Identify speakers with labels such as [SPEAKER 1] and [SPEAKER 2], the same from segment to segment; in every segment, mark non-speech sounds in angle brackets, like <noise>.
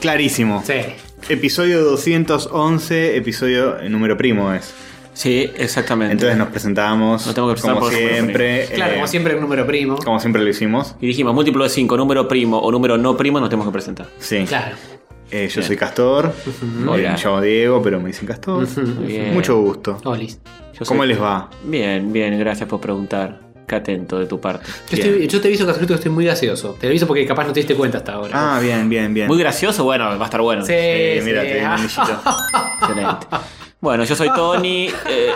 [SPEAKER 1] Clarísimo.
[SPEAKER 2] Sí.
[SPEAKER 1] Episodio 211, episodio eh, número primo es.
[SPEAKER 3] Sí, exactamente.
[SPEAKER 1] Entonces nos presentamos
[SPEAKER 3] Nos tengo que presentar
[SPEAKER 1] como
[SPEAKER 3] por número
[SPEAKER 1] siempre.
[SPEAKER 2] Claro,
[SPEAKER 1] eh,
[SPEAKER 2] como siempre, el número primo.
[SPEAKER 1] como siempre lo hicimos.
[SPEAKER 3] Y dijimos, múltiplo de 5, número primo o número no primo, nos tenemos que presentar.
[SPEAKER 1] Sí.
[SPEAKER 2] Claro.
[SPEAKER 1] Eh, yo soy Castor. Eh,
[SPEAKER 3] Hola.
[SPEAKER 1] me llamo Diego, pero me dicen Castor.
[SPEAKER 2] Ujú.
[SPEAKER 3] Bien.
[SPEAKER 1] Mucho gusto.
[SPEAKER 2] Olis.
[SPEAKER 3] Yo
[SPEAKER 1] ¿Cómo
[SPEAKER 3] soy-
[SPEAKER 1] les va?
[SPEAKER 3] Bien, bien, gracias por preguntar. Qué atento de tu parte.
[SPEAKER 2] Yo, estoy- yo te aviso, Caserito, que estoy muy gaseoso. Te lo aviso porque capaz no te diste cuenta hasta ahora.
[SPEAKER 1] Ah, bien, bien, bien.
[SPEAKER 3] Muy gracioso, bueno, va a estar bueno.
[SPEAKER 2] sí,
[SPEAKER 1] Eh,
[SPEAKER 2] sí.
[SPEAKER 1] mira, te
[SPEAKER 3] <laughs>
[SPEAKER 1] di un
[SPEAKER 2] Ah,
[SPEAKER 1] anillito.
[SPEAKER 3] Excelente. Bueno, yo soy Tony. eh,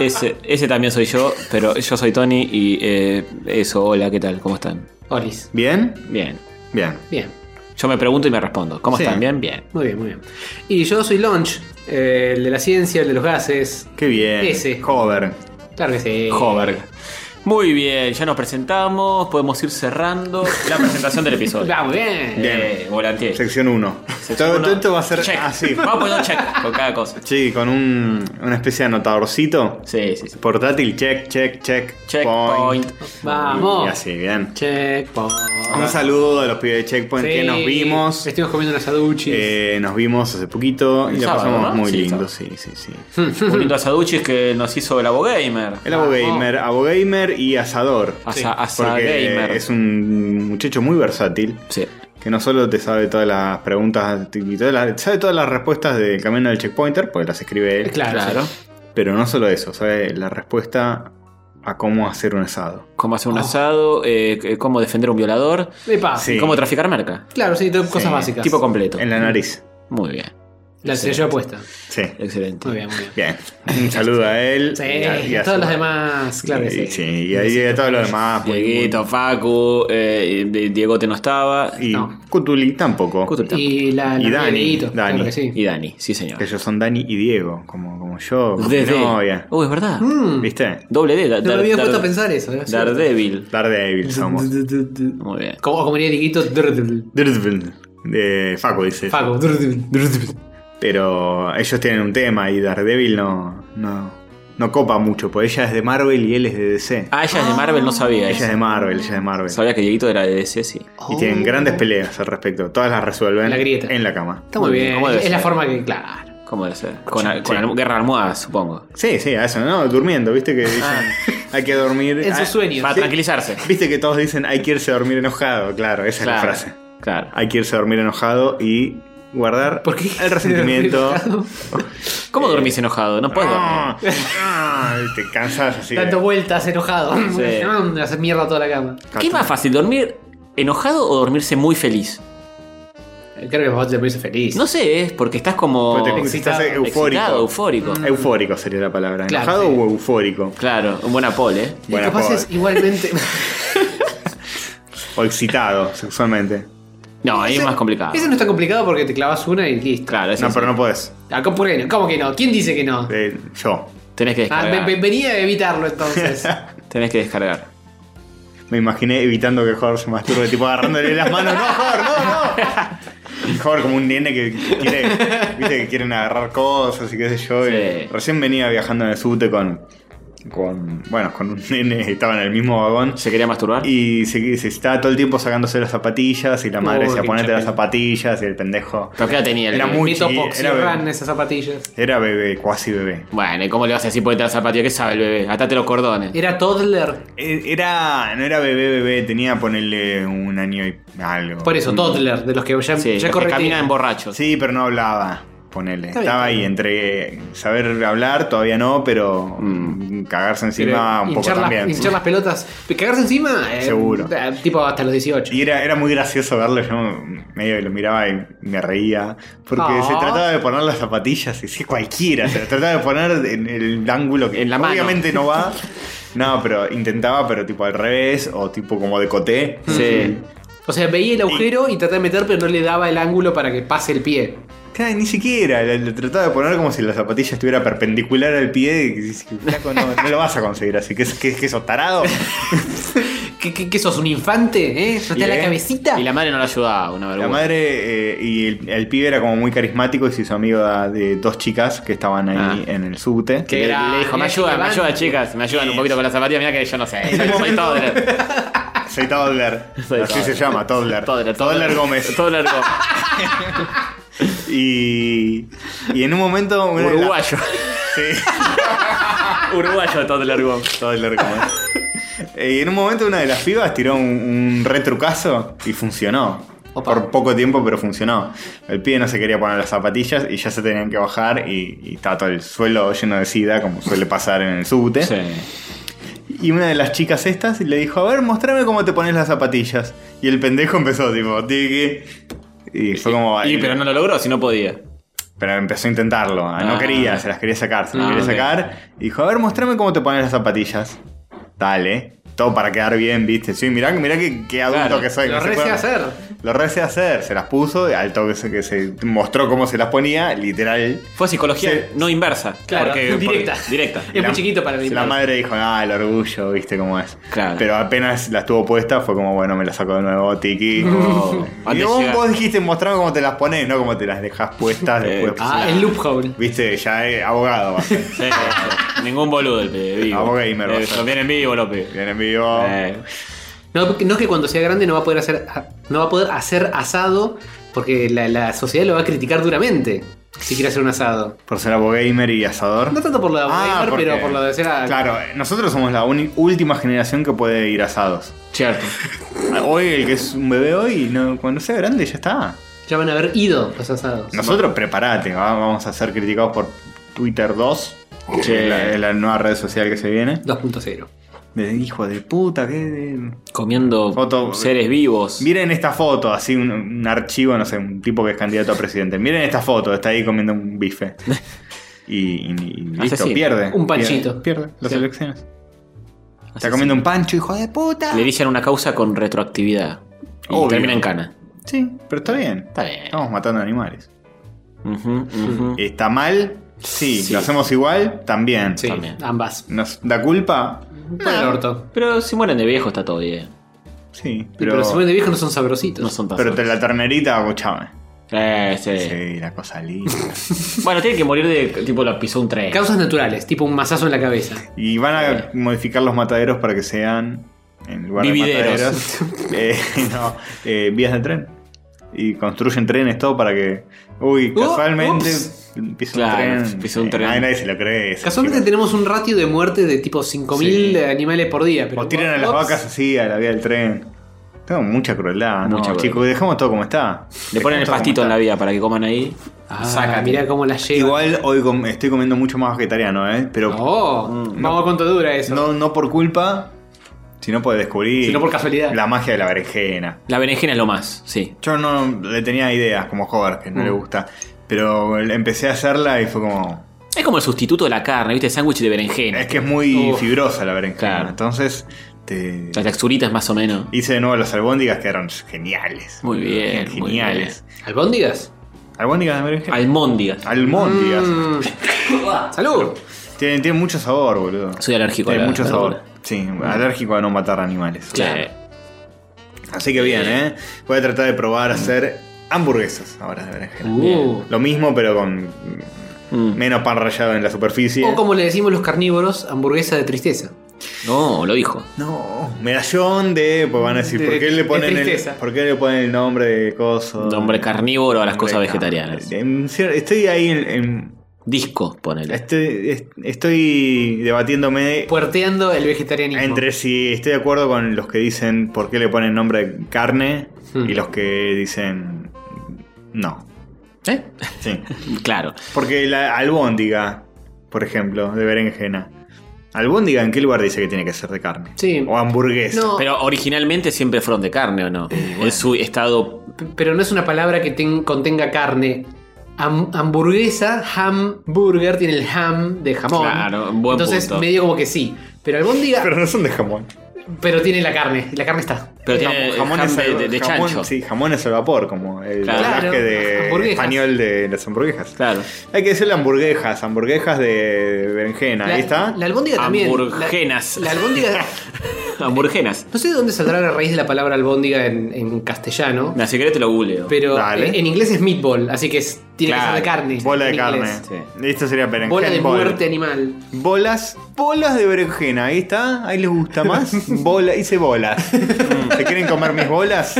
[SPEAKER 3] ese, ese también soy yo, pero yo soy Tony y eh, eso, hola, ¿qué tal? ¿Cómo están?
[SPEAKER 2] Olis.
[SPEAKER 1] ¿Bien?
[SPEAKER 3] Bien.
[SPEAKER 1] Bien.
[SPEAKER 2] Bien.
[SPEAKER 3] Yo me pregunto y me respondo. ¿Cómo
[SPEAKER 1] Sí.
[SPEAKER 3] están? Bien, bien.
[SPEAKER 2] Muy bien, muy bien. Y yo soy Launch, eh, el de la ciencia, el de los gases.
[SPEAKER 1] Qué bien.
[SPEAKER 2] Ese.
[SPEAKER 1] Hover.
[SPEAKER 2] Claro que
[SPEAKER 3] Eh,
[SPEAKER 2] sí.
[SPEAKER 3] Hover. Muy bien, ya nos presentamos, podemos ir cerrando la presentación
[SPEAKER 2] <laughs>
[SPEAKER 3] del episodio.
[SPEAKER 2] Ah, muy bien.
[SPEAKER 1] Bien.
[SPEAKER 3] Eh, volanteé.
[SPEAKER 1] Sección 1. Todo, todo esto va a ser
[SPEAKER 3] Check.
[SPEAKER 1] así.
[SPEAKER 3] <laughs> Vamos poniendo check con cada cosa.
[SPEAKER 1] Sí, con un- una especie de anotadorcito.
[SPEAKER 3] Sí, sí, sí.
[SPEAKER 1] Portátil, check, check, check.
[SPEAKER 3] Checkpoint.
[SPEAKER 2] Vamos.
[SPEAKER 1] Y así, bien.
[SPEAKER 2] Checkpoint.
[SPEAKER 1] Un saludo a los pibes de Checkpoint que
[SPEAKER 2] Sí.
[SPEAKER 1] nos vimos.
[SPEAKER 2] Estuvimos comiendo unas aduchis.
[SPEAKER 1] Eh, nos vimos hace poquito y
[SPEAKER 3] El
[SPEAKER 1] la
[SPEAKER 3] sábado,
[SPEAKER 1] pasamos
[SPEAKER 3] ¿no?
[SPEAKER 1] muy
[SPEAKER 3] Sí,
[SPEAKER 1] lindo, sí, sí, sí.
[SPEAKER 3] <laughs> Un lindo asaduchis que nos hizo el abogamer.
[SPEAKER 1] El abogamer, abogamer y asador.
[SPEAKER 3] Asa,
[SPEAKER 1] Porque
[SPEAKER 3] asagamer.
[SPEAKER 1] es un muchacho muy versátil
[SPEAKER 3] Sí.
[SPEAKER 1] que no solo te sabe todas las preguntas y todas las, sabe todas las respuestas del camino del checkpointer, pues las escribe él.
[SPEAKER 2] Claro.
[SPEAKER 3] Claro.
[SPEAKER 1] Pero no solo eso, sabe la respuesta a cómo hacer un asado.
[SPEAKER 3] Cómo hacer un asado, eh, eh, cómo defender un violador,
[SPEAKER 2] Epa.
[SPEAKER 1] Ah. Sí.
[SPEAKER 3] y cómo traficar marca.
[SPEAKER 2] Claro, sí, todo- cosas
[SPEAKER 1] Sí.
[SPEAKER 2] básicas.
[SPEAKER 3] Tipo completo.
[SPEAKER 1] En la nariz.
[SPEAKER 3] Muy bien.
[SPEAKER 2] La se lleva puesta.
[SPEAKER 1] Sí.
[SPEAKER 3] Excelente.
[SPEAKER 2] Muy bien, muy bien.
[SPEAKER 1] Bien. Un saludo a él.
[SPEAKER 2] Sí,
[SPEAKER 1] y a- y a
[SPEAKER 2] todos
[SPEAKER 1] su-
[SPEAKER 2] los demás, claro que sí.
[SPEAKER 1] y, sí, y ahí de todos los demás. muy-
[SPEAKER 3] Dieguito, Facu, eh, Di- Diegote no estaba.
[SPEAKER 1] Y
[SPEAKER 2] No.
[SPEAKER 1] Cutuli tampoco.
[SPEAKER 3] Cutuli.
[SPEAKER 2] Y la
[SPEAKER 1] Y
[SPEAKER 2] la
[SPEAKER 1] Dani,
[SPEAKER 2] Dieguito,
[SPEAKER 1] Dani.
[SPEAKER 2] claro que sí.
[SPEAKER 3] Y Dani, sí señor.
[SPEAKER 1] Que ellos son Dani y Diego, como, como yo, como mi
[SPEAKER 3] Desde.
[SPEAKER 1] novia.
[SPEAKER 3] Oh, es verdad.
[SPEAKER 2] Mm,
[SPEAKER 1] ¿Viste?
[SPEAKER 3] Doble D.
[SPEAKER 2] no me había puesto a pensar eso. ¿eh?
[SPEAKER 3] Daredevil.
[SPEAKER 1] Daredevil somos.
[SPEAKER 3] Muy bien.
[SPEAKER 2] Como, como diría Dieguito, drrdl.
[SPEAKER 1] Daredevil. De Facu dice.
[SPEAKER 2] Faco, drrdl, drrdl.
[SPEAKER 1] Pero ellos tienen un tema y Daredevil no, no, no copa mucho, porque ella es de Marvel y él es de DC.
[SPEAKER 3] Ah, ella es de Marvel, no sabía
[SPEAKER 1] Ella
[SPEAKER 3] eso.
[SPEAKER 1] es de Marvel, ella es de Marvel.
[SPEAKER 3] Sabía que Dieguito era de DC, sí.
[SPEAKER 1] Y tienen
[SPEAKER 3] Oh.
[SPEAKER 1] grandes peleas al respecto. Todas las resuelven
[SPEAKER 2] Oh. La grieta.
[SPEAKER 1] en la cama.
[SPEAKER 2] Está muy
[SPEAKER 3] Muy
[SPEAKER 2] bien.
[SPEAKER 3] bien, ¿cómo debe
[SPEAKER 2] Es la
[SPEAKER 3] ser?
[SPEAKER 2] forma que, claro.
[SPEAKER 3] ¿Cómo debe ser? Con, con alm- guerra de almohadas, supongo.
[SPEAKER 1] Sí, sí, a eso, ¿no? Durmiendo, viste que dicen <laughs> hay que dormir.
[SPEAKER 2] Ah. En
[SPEAKER 1] Ah,
[SPEAKER 2] sus sueños.
[SPEAKER 3] Para tranquilizarse.
[SPEAKER 1] Viste que todos dicen hay que irse a dormir enojado, claro, esa es la
[SPEAKER 3] Claro,
[SPEAKER 1] frase.
[SPEAKER 3] Claro.
[SPEAKER 1] Hay que irse a dormir enojado y guardar
[SPEAKER 2] ¿Por qué? <laughs>
[SPEAKER 1] el resentimiento.
[SPEAKER 3] ¿Cómo dormís enojado? No puedo dormir.
[SPEAKER 1] <laughs> Eh, Ah, ah, te cansas así. de- <laughs>
[SPEAKER 2] Tanto vueltas, enojado. <laughs>
[SPEAKER 3] Sí.
[SPEAKER 2] Mm, Hacer mierda toda la cama.
[SPEAKER 3] ¿Qué es más fácil, dormir enojado o dormirse muy feliz?
[SPEAKER 2] Eh, Creo que vos te pones feliz.
[SPEAKER 3] No sé, es porque estás como.
[SPEAKER 1] Porque te-
[SPEAKER 2] excitado,
[SPEAKER 1] estás eufórico. Mm.
[SPEAKER 3] excitado, eufórico.
[SPEAKER 1] Eufórico sería la palabra.
[SPEAKER 2] Claro,
[SPEAKER 1] ¿Enojado
[SPEAKER 2] sí.
[SPEAKER 1] o eufórico?
[SPEAKER 3] Claro, un buen apol, ¿eh?
[SPEAKER 2] Y
[SPEAKER 1] Buena
[SPEAKER 2] capaz
[SPEAKER 1] joda.
[SPEAKER 2] es igualmente.
[SPEAKER 1] O excitado sexualmente.
[SPEAKER 3] No, <laughs> ahí es
[SPEAKER 2] Ese-
[SPEAKER 3] más complicado.
[SPEAKER 2] Ese no está complicado porque te clavas una y listo.
[SPEAKER 3] Claro, ese
[SPEAKER 1] No,
[SPEAKER 3] sí.
[SPEAKER 1] pero no podés.
[SPEAKER 2] Ah, ¿Cómo, por qué no? ¿Cómo que no? ¿Quién dice que no?
[SPEAKER 1] Eh, yo.
[SPEAKER 3] Tenés que
[SPEAKER 2] Ah, ve-
[SPEAKER 3] descargar.
[SPEAKER 2] ve- venía a evitarlo
[SPEAKER 1] <laughs>
[SPEAKER 2] entonces.
[SPEAKER 3] Tenés que descargar.
[SPEAKER 1] Me imaginé evitando que Jorge se masturbe, tipo agarrándole las manos. ¡No, Jorge,
[SPEAKER 2] <laughs>
[SPEAKER 1] no, no! Jorge como un nene que quiere, viste, que quieren agarrar cosas y qué sé yo. y
[SPEAKER 3] Sí.
[SPEAKER 1] Recién venía viajando en el subte con, con, bueno, con un nene, estaba en el mismo vagón.
[SPEAKER 3] ¿Se quería masturbar?
[SPEAKER 1] Y se, se estaba todo el tiempo sacándose las zapatillas y la madre
[SPEAKER 2] Uy,
[SPEAKER 1] decía,
[SPEAKER 2] qué
[SPEAKER 1] ponete las
[SPEAKER 2] chapela".
[SPEAKER 1] zapatillas y el pendejo.
[SPEAKER 3] ¿Pero qué edad tenía el
[SPEAKER 1] Era
[SPEAKER 3] nene?
[SPEAKER 1] muy
[SPEAKER 2] Mito
[SPEAKER 1] chiqui-
[SPEAKER 2] Poxy
[SPEAKER 1] era bebé.
[SPEAKER 2] Run, esas zapatillas.
[SPEAKER 1] Era bebé, cuasi bebé.
[SPEAKER 3] Bueno, ¿y cómo le vas a decir ponete la zapatilla? ¿Qué sabe el bebé? Atate los cordones.
[SPEAKER 2] Era toddler.
[SPEAKER 1] E- Era, no era bebé, bebé, tenía ponerle un año y algo.
[SPEAKER 2] Por eso, toddler, de los que ya,
[SPEAKER 3] Sí,
[SPEAKER 2] ya
[SPEAKER 3] los que
[SPEAKER 2] corretean.
[SPEAKER 3] caminan borrachos.
[SPEAKER 1] Sí, pero no hablaba. Ponele.
[SPEAKER 2] Está bien,
[SPEAKER 1] Estaba
[SPEAKER 2] está
[SPEAKER 1] ahí entre saber hablar, todavía no, pero mm, cagarse
[SPEAKER 2] Pero
[SPEAKER 1] encima un poco
[SPEAKER 2] hinchar, las-
[SPEAKER 1] también.
[SPEAKER 2] hinchar las pelotas. Cagarse encima. eh,
[SPEAKER 1] Seguro.
[SPEAKER 2] eh, tipo hasta los 18.
[SPEAKER 1] Y era, era muy gracioso verlo, yo medio que lo miraba y me reía. Porque
[SPEAKER 2] Ah.
[SPEAKER 1] se trataba de poner las zapatillas, y sí, cualquiera, se trataba de poner en el ángulo que
[SPEAKER 3] En la mano.
[SPEAKER 1] obviamente no va. No, pero intentaba, pero tipo al revés, o tipo como de coté.
[SPEAKER 3] Sí.
[SPEAKER 2] O sea, veía el agujero y trataba de meter, pero no le daba el ángulo para que pase el pie.
[SPEAKER 1] Claro, ni siquiera, lo, lo trataba de poner como si la zapatilla estuviera perpendicular al pie. y que dices, "Flaco, no, no lo vas a conseguir así, que es que, que eso,
[SPEAKER 3] <laughs>
[SPEAKER 1] tarado.
[SPEAKER 2] ¿Qué, qué- qué sos, un infante? ¿Eh? ¿No te da
[SPEAKER 1] Y, eh,
[SPEAKER 2] la cabecita?
[SPEAKER 3] Y la madre no la ayudaba, una
[SPEAKER 1] La
[SPEAKER 3] vergüenza.
[SPEAKER 1] madre eh, y el, el pibe era como muy carismático y se hizo amigo de, de dos chicas que estaban ahí
[SPEAKER 3] Ah.
[SPEAKER 1] en el
[SPEAKER 2] Qué
[SPEAKER 1] subte.
[SPEAKER 3] Que le,
[SPEAKER 2] gran-
[SPEAKER 3] le dijo, me
[SPEAKER 2] gran
[SPEAKER 3] ayudan, me
[SPEAKER 2] levante.
[SPEAKER 1] <laughs>
[SPEAKER 3] ayudan, chicas, me ayudan un poquito con las zapatillas, mira que yo no sé, soy, soy todo.
[SPEAKER 1] Soy Toddler.
[SPEAKER 3] <laughs> Soy
[SPEAKER 1] Así se
[SPEAKER 3] Toddler.
[SPEAKER 1] llama, Toddler.
[SPEAKER 3] Toddler, Toddler. <laughs>
[SPEAKER 1] Gómez. <laughs>
[SPEAKER 3] Todo largo.
[SPEAKER 1] Y, y en un momento. una de las-
[SPEAKER 3] Uruguayo.
[SPEAKER 1] Sí.
[SPEAKER 3] <laughs> Uruguayo, todo largo.
[SPEAKER 1] Toddler Gómez. <laughs> Eh, Y en un momento una de las pibas tiró un, un retrucazo y funcionó.
[SPEAKER 2] Opa.
[SPEAKER 1] Por poco tiempo, pero funcionó. El pibe no se quería poner las zapatillas y ya se tenían que bajar y, y estaba todo el suelo lleno de sida, como suele pasar en el subte. Y una de las chicas estas le dijo, a ver, mostrame cómo te pones las zapatillas. Y el pendejo empezó, tipo, tiki. Y fue como...
[SPEAKER 3] Y, pero no lo logró, si no podía.
[SPEAKER 1] Pero empezó a intentarlo. Ah, No
[SPEAKER 3] Ah.
[SPEAKER 1] quería, se las quería sacar, se las
[SPEAKER 3] Ah,
[SPEAKER 1] quería
[SPEAKER 3] ok.
[SPEAKER 1] sacar. Y dijo, a ver, mostrame cómo te pones las zapatillas. Dale. Todo para quedar bien, viste. Sí, mirá, mirá qué, qué adulto
[SPEAKER 3] Claro,
[SPEAKER 1] que soy.
[SPEAKER 2] Lo
[SPEAKER 1] que se
[SPEAKER 2] re sé
[SPEAKER 1] puede-
[SPEAKER 2] hacer.
[SPEAKER 1] Lo recé hacer. Se las puso, al toque se- que se mostró cómo se las ponía, literal.
[SPEAKER 3] Fue psicología
[SPEAKER 1] Sí.
[SPEAKER 3] no inversa.
[SPEAKER 2] Claro,
[SPEAKER 3] porque-
[SPEAKER 2] directa.
[SPEAKER 3] porque- directa.
[SPEAKER 2] Es
[SPEAKER 1] La-
[SPEAKER 2] muy chiquito para mí.
[SPEAKER 1] La madre dijo, ah, el orgullo, viste cómo es.
[SPEAKER 3] Claro.
[SPEAKER 1] Pero apenas la estuvo puesta, fue como, bueno, me la saco de
[SPEAKER 2] <laughs>
[SPEAKER 1] nuevo, tiki.
[SPEAKER 3] No.
[SPEAKER 1] Y
[SPEAKER 3] Antes
[SPEAKER 1] vos,
[SPEAKER 3] llega-
[SPEAKER 1] vos dijiste, mostrame cómo te las pones, no cómo te las dejas puestas
[SPEAKER 3] Eh,
[SPEAKER 1] después.
[SPEAKER 2] Ah, el loophole.
[SPEAKER 1] Viste, ya es abogado. va a ser.
[SPEAKER 3] Sí, sí. Ningún boludo el pibe, vivo.
[SPEAKER 1] Vamos gamer,
[SPEAKER 3] Eh,
[SPEAKER 1] vas a-
[SPEAKER 3] Lo tienen vivo, López.
[SPEAKER 1] Bien en vivo.
[SPEAKER 3] Eh,
[SPEAKER 2] No, no es que cuando sea grande no va a poder hacer, ah, no va a poder hacer asado porque la, la sociedad lo va a criticar duramente si quiere hacer un asado.
[SPEAKER 1] Por ser abogamer y asador.
[SPEAKER 2] No tanto por lo de
[SPEAKER 1] Ah,
[SPEAKER 2] gamer,
[SPEAKER 1] porque-
[SPEAKER 2] pero por lo de ser a-
[SPEAKER 1] Claro, eh, nosotros somos la uni- última generación que puede ir a asados.
[SPEAKER 3] cierto.
[SPEAKER 1] Hoy el que es un bebé hoy, no, cuando sea grande ya está.
[SPEAKER 2] Ya van a haber ido los asados.
[SPEAKER 1] Nosotros prepárate, va- vamos a ser criticados por Twitter 2,
[SPEAKER 3] Sí.
[SPEAKER 1] que es la, es la nueva red social que se viene.
[SPEAKER 2] 2.0.
[SPEAKER 1] De hijo de puta, que... de-
[SPEAKER 3] Comiendo
[SPEAKER 1] Foto-
[SPEAKER 3] seres vivos.
[SPEAKER 1] Miren esta foto, así un, un archivo, no sé, un tipo que es candidato a presidente. Miren esta foto, está ahí comiendo un bife. Y, y- y listo,
[SPEAKER 3] Asesino.
[SPEAKER 1] pierde.
[SPEAKER 2] Un panchito.
[SPEAKER 1] Pierde, pierde las
[SPEAKER 2] Sí.
[SPEAKER 1] elecciones. Está
[SPEAKER 3] Así
[SPEAKER 1] comiendo un pancho, hijo de puta.
[SPEAKER 3] sí. Le inician una causa con retroactividad. Y
[SPEAKER 1] Obvio.
[SPEAKER 3] termina en cana.
[SPEAKER 1] Sí, pero está bien.
[SPEAKER 3] Está bien.
[SPEAKER 1] Estamos matando animales.
[SPEAKER 3] Ujú, ujú.
[SPEAKER 1] ¿Está mal? Sí.
[SPEAKER 3] Sí.
[SPEAKER 1] ¿Lo hacemos igual? También.
[SPEAKER 2] Sí,
[SPEAKER 3] También.
[SPEAKER 2] ambas.
[SPEAKER 1] ¿Nos da culpa?
[SPEAKER 2] Por el orto.
[SPEAKER 3] Pero si mueren de viejo está todo bien.
[SPEAKER 1] Sí.
[SPEAKER 2] Pero,
[SPEAKER 1] Pero,
[SPEAKER 2] los hombres de viejos no son sabrositos.
[SPEAKER 3] No son tan
[SPEAKER 1] pero te la ternerita, escuchame.
[SPEAKER 3] Eh, sí.
[SPEAKER 1] Sí, la cosa linda.
[SPEAKER 3] Bueno, tiene que morir de tipo la pisó un tren.
[SPEAKER 2] Causas naturales, tipo un mazazo en la cabeza.
[SPEAKER 1] Y van a
[SPEAKER 3] Eh.
[SPEAKER 1] modificar los mataderos para que sean en lugar de
[SPEAKER 3] Vivideros. <laughs>
[SPEAKER 1] mataderos. eh, <laughs> no, eh, vías de tren. Y construyen trenes todo para que. Uy,
[SPEAKER 2] Uh,
[SPEAKER 1] casualmente
[SPEAKER 2] ups.
[SPEAKER 1] empieza
[SPEAKER 3] Claro,
[SPEAKER 1] un tren.
[SPEAKER 3] pisa un
[SPEAKER 1] Eh,
[SPEAKER 3] tren.
[SPEAKER 1] nadie- nadie se lo cree. eso,
[SPEAKER 2] Casualmente
[SPEAKER 1] tipo.
[SPEAKER 2] tenemos un ratio de muerte de tipo 5.000
[SPEAKER 3] Sí.
[SPEAKER 2] animales por día. Pero
[SPEAKER 1] O tiran a las
[SPEAKER 2] Ups.
[SPEAKER 1] vacas así a la vía del tren. Tengo mucha crueldad, no,
[SPEAKER 3] Mucha
[SPEAKER 1] chicos, dejamos todo como está.
[SPEAKER 3] Le ponen el pastito en la vía para que coman ahí.
[SPEAKER 2] Ah,
[SPEAKER 3] Sácate.
[SPEAKER 2] mirá cómo las lleva.
[SPEAKER 1] Igual hoy com- estoy comiendo mucho más vegetariano, ¿eh? Pero
[SPEAKER 2] Oh, vamos a ver cuánto dura eso.
[SPEAKER 1] no, no por culpa, sino por descubrir
[SPEAKER 2] Sino por casualidad.
[SPEAKER 1] la magia de la berenjena.
[SPEAKER 3] La berenjena es lo más, sí.
[SPEAKER 1] Yo no le tenía ideas como Hover, que no
[SPEAKER 3] Mm.
[SPEAKER 1] le gusta. Pero empecé a hacerla y fue como.
[SPEAKER 3] Es como el sustituto de la carne, ¿viste? Sándwich de berenjena.
[SPEAKER 1] Es que es muy
[SPEAKER 2] Uf.
[SPEAKER 1] fibrosa la berenjena.
[SPEAKER 3] Claro.
[SPEAKER 1] Entonces, te-
[SPEAKER 3] La texturita es más o menos.
[SPEAKER 1] hice de nuevo las albóndigas que eran geniales.
[SPEAKER 3] Muy bien,
[SPEAKER 1] Eran
[SPEAKER 3] muy
[SPEAKER 1] Geniales.
[SPEAKER 2] ¿Albóndigas?
[SPEAKER 1] Albóndigas de berenjena.
[SPEAKER 3] Almóndigas.
[SPEAKER 1] Almóndigas.
[SPEAKER 2] Mm. Salud.
[SPEAKER 1] Tienen, tienen mucho sabor, boludo.
[SPEAKER 3] Soy alérgico a
[SPEAKER 1] Tienen
[SPEAKER 3] la
[SPEAKER 1] mucho
[SPEAKER 3] verdura.
[SPEAKER 1] sabor. Sí, alérgico a no matar animales.
[SPEAKER 3] Sí.
[SPEAKER 1] Así que bien, ¿eh? Voy a tratar de probar a
[SPEAKER 3] Mm.
[SPEAKER 1] hacer hamburguesas ahora de berenjena.
[SPEAKER 2] Uh.
[SPEAKER 1] Lo mismo, pero con
[SPEAKER 3] Mm.
[SPEAKER 1] menos pan rallado en la superficie.
[SPEAKER 2] O como le decimos los carnívoros, hamburguesa de tristeza.
[SPEAKER 3] No, lo dijo.
[SPEAKER 1] No, medallón de. Pues van a decir,
[SPEAKER 2] De-
[SPEAKER 1] ¿por, qué le
[SPEAKER 2] de
[SPEAKER 1] ponen el,
[SPEAKER 2] tristeza.
[SPEAKER 1] ¿por qué le ponen el nombre de coso?
[SPEAKER 3] Nombre carnívoro a las
[SPEAKER 1] Nombre
[SPEAKER 3] cosas
[SPEAKER 1] car-
[SPEAKER 3] vegetarianas.
[SPEAKER 1] En cier- Estoy ahí en. en-
[SPEAKER 3] Disco,
[SPEAKER 1] Eh.
[SPEAKER 3] ponele.
[SPEAKER 1] estoy, est- estoy debatiéndome
[SPEAKER 2] Puerteando el vegetarianismo.
[SPEAKER 1] entre si estoy de acuerdo con los que dicen por qué le ponen nombre de carne
[SPEAKER 2] Hmm.
[SPEAKER 1] y los que dicen. No.
[SPEAKER 3] ¿Eh? <laughs>
[SPEAKER 1] Sí.
[SPEAKER 3] Claro.
[SPEAKER 1] Porque la albóndiga, por ejemplo, de berenjena. ¿Albóndiga en qué lugar dice que tiene que ser de carne?
[SPEAKER 2] Sí.
[SPEAKER 1] O hamburguesa.
[SPEAKER 2] No.
[SPEAKER 3] Pero originalmente siempre fueron de carne, ¿o no? En su estado.
[SPEAKER 2] P- Pero no es una palabra que ten- contenga carne. Ham- hamburguesa, hamburger, tiene el ham de jamón.
[SPEAKER 3] Claro, buen
[SPEAKER 2] Entonces,
[SPEAKER 3] punto.
[SPEAKER 2] medio como que sí. Pero albóndiga,
[SPEAKER 1] Pero no son de jamón.
[SPEAKER 2] pero tiene la carne. y La carne está.
[SPEAKER 3] Pero tiene jamones
[SPEAKER 1] al-
[SPEAKER 3] de, de
[SPEAKER 1] jamón-
[SPEAKER 3] chancho.
[SPEAKER 1] Sí, jamones al vapor, como el
[SPEAKER 3] Claro.
[SPEAKER 1] doblaje
[SPEAKER 2] Claro,
[SPEAKER 1] de
[SPEAKER 2] hamburguesas.
[SPEAKER 1] español de las hamburguesas.
[SPEAKER 3] Claro.
[SPEAKER 1] Hay que decirle hamburguejas, hamburguesas de berenjena. Ahí está.
[SPEAKER 2] La albóndiga también.
[SPEAKER 3] Hamburgenas.
[SPEAKER 2] La, la albóndiga.
[SPEAKER 3] Hamburguenas.
[SPEAKER 2] No sé de dónde saldrá la raíz de la palabra albóndiga en, en castellano.
[SPEAKER 3] La secreta te lo googleo.
[SPEAKER 2] Pero eh,
[SPEAKER 1] Dale.
[SPEAKER 2] en, en inglés es meatball, así que es- tiene
[SPEAKER 3] Claro,
[SPEAKER 2] que ser de carne.
[SPEAKER 1] Bola de
[SPEAKER 2] en
[SPEAKER 1] carne.
[SPEAKER 2] inglés.
[SPEAKER 1] Y Esto sería berenjena.
[SPEAKER 2] Bola de
[SPEAKER 1] bol.
[SPEAKER 2] muerte animal.
[SPEAKER 1] Bolas, bolas de berenjena, ahí está, ahí les
[SPEAKER 2] <laughs>
[SPEAKER 1] gusta más. Bola, hice bolas. ¿Se quieren comer mis
[SPEAKER 3] <laughs>
[SPEAKER 1] bolas?